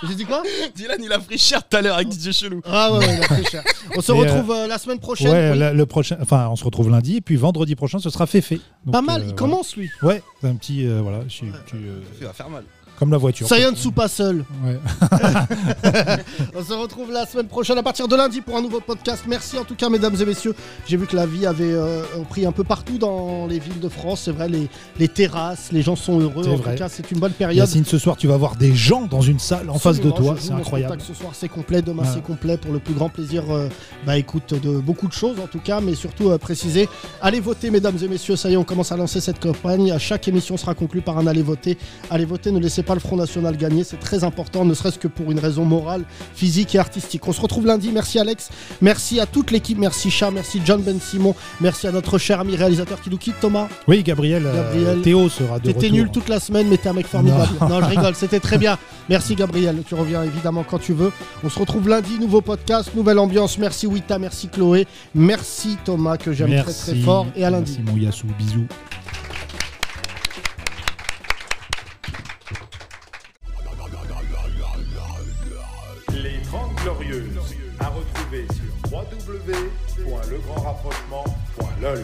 [SPEAKER 3] J'ai dit quoi
[SPEAKER 8] Dylan, il a pris cher tout à l'heure avec DJ Chelou.
[SPEAKER 3] Ah ouais, ouais, il a pris cher. On se
[SPEAKER 4] Et,
[SPEAKER 3] retrouve euh, la semaine prochaine.
[SPEAKER 4] ouais,
[SPEAKER 3] oui.
[SPEAKER 4] la- le prochain, enfin, on se retrouve lundi, et puis vendredi prochain, ce sera Féfé. Donc,
[SPEAKER 3] Pas mal,
[SPEAKER 4] euh,
[SPEAKER 3] il
[SPEAKER 4] voilà.
[SPEAKER 3] commence lui.
[SPEAKER 4] Ouais, un petit, euh, voilà, je suis- tu, euh,
[SPEAKER 8] Ça va faire mal.
[SPEAKER 4] comme la voiture.
[SPEAKER 3] Sayonsu pas seul.
[SPEAKER 4] Ouais.
[SPEAKER 3] On se retrouve la semaine prochaine à partir de lundi pour un nouveau podcast. Merci en tout cas, mesdames et messieurs. J'ai vu que la vie avait euh, pris un peu partout dans les villes de France. C'est vrai, les, les terrasses, les gens sont heureux.
[SPEAKER 4] C'est
[SPEAKER 3] En
[SPEAKER 4] vrai.
[SPEAKER 3] tout cas, c'est une bonne période.
[SPEAKER 4] Yacine, ce soir, tu vas voir des gens dans une salle en face de
[SPEAKER 3] Absolument,
[SPEAKER 4] toi,
[SPEAKER 3] je joue
[SPEAKER 4] c'est
[SPEAKER 3] mon
[SPEAKER 4] incroyable.
[SPEAKER 3] spectacle Ce soir, c'est complet. Demain,
[SPEAKER 4] Ouais.
[SPEAKER 3] c'est complet pour le plus grand plaisir. euh, bah, écoute, de beaucoup de choses en tout cas, mais surtout euh, préciser. Allez voter, mesdames et messieurs. Ça y est, on commence à lancer cette campagne. À chaque émission sera conclue par un allez voter. Allez voter. Ne laissez pas le Front National gagner. C'est très important, ne serait-ce que pour une raison morale, physique et artistique. On se retrouve lundi. Merci Alex. Merci à toute l'équipe. Merci Chat. Merci John Ben Simon. Merci à notre cher ami réalisateur qui nous quitte, Thomas.
[SPEAKER 4] Oui, Gabriel, euh,
[SPEAKER 3] Gabriel,
[SPEAKER 4] Théo sera de
[SPEAKER 3] T'étais
[SPEAKER 4] retour.
[SPEAKER 3] nul toute la semaine, mais t'es un mec formidable.
[SPEAKER 4] Non.
[SPEAKER 3] Non, je rigole, c'était très bien. Merci Gabriel, tu reviens évidemment quand tu veux. On se retrouve lundi, nouveau podcast, nouvelle ambiance. Merci Wita, merci Chloé, merci Thomas que j'aime très
[SPEAKER 4] Merci.
[SPEAKER 3] très fort et à lundi.
[SPEAKER 4] Merci mon Yassou, bisous.
[SPEAKER 15] Les 30 Glorieuses, à retrouver sur www.legrandrapprochement.lol.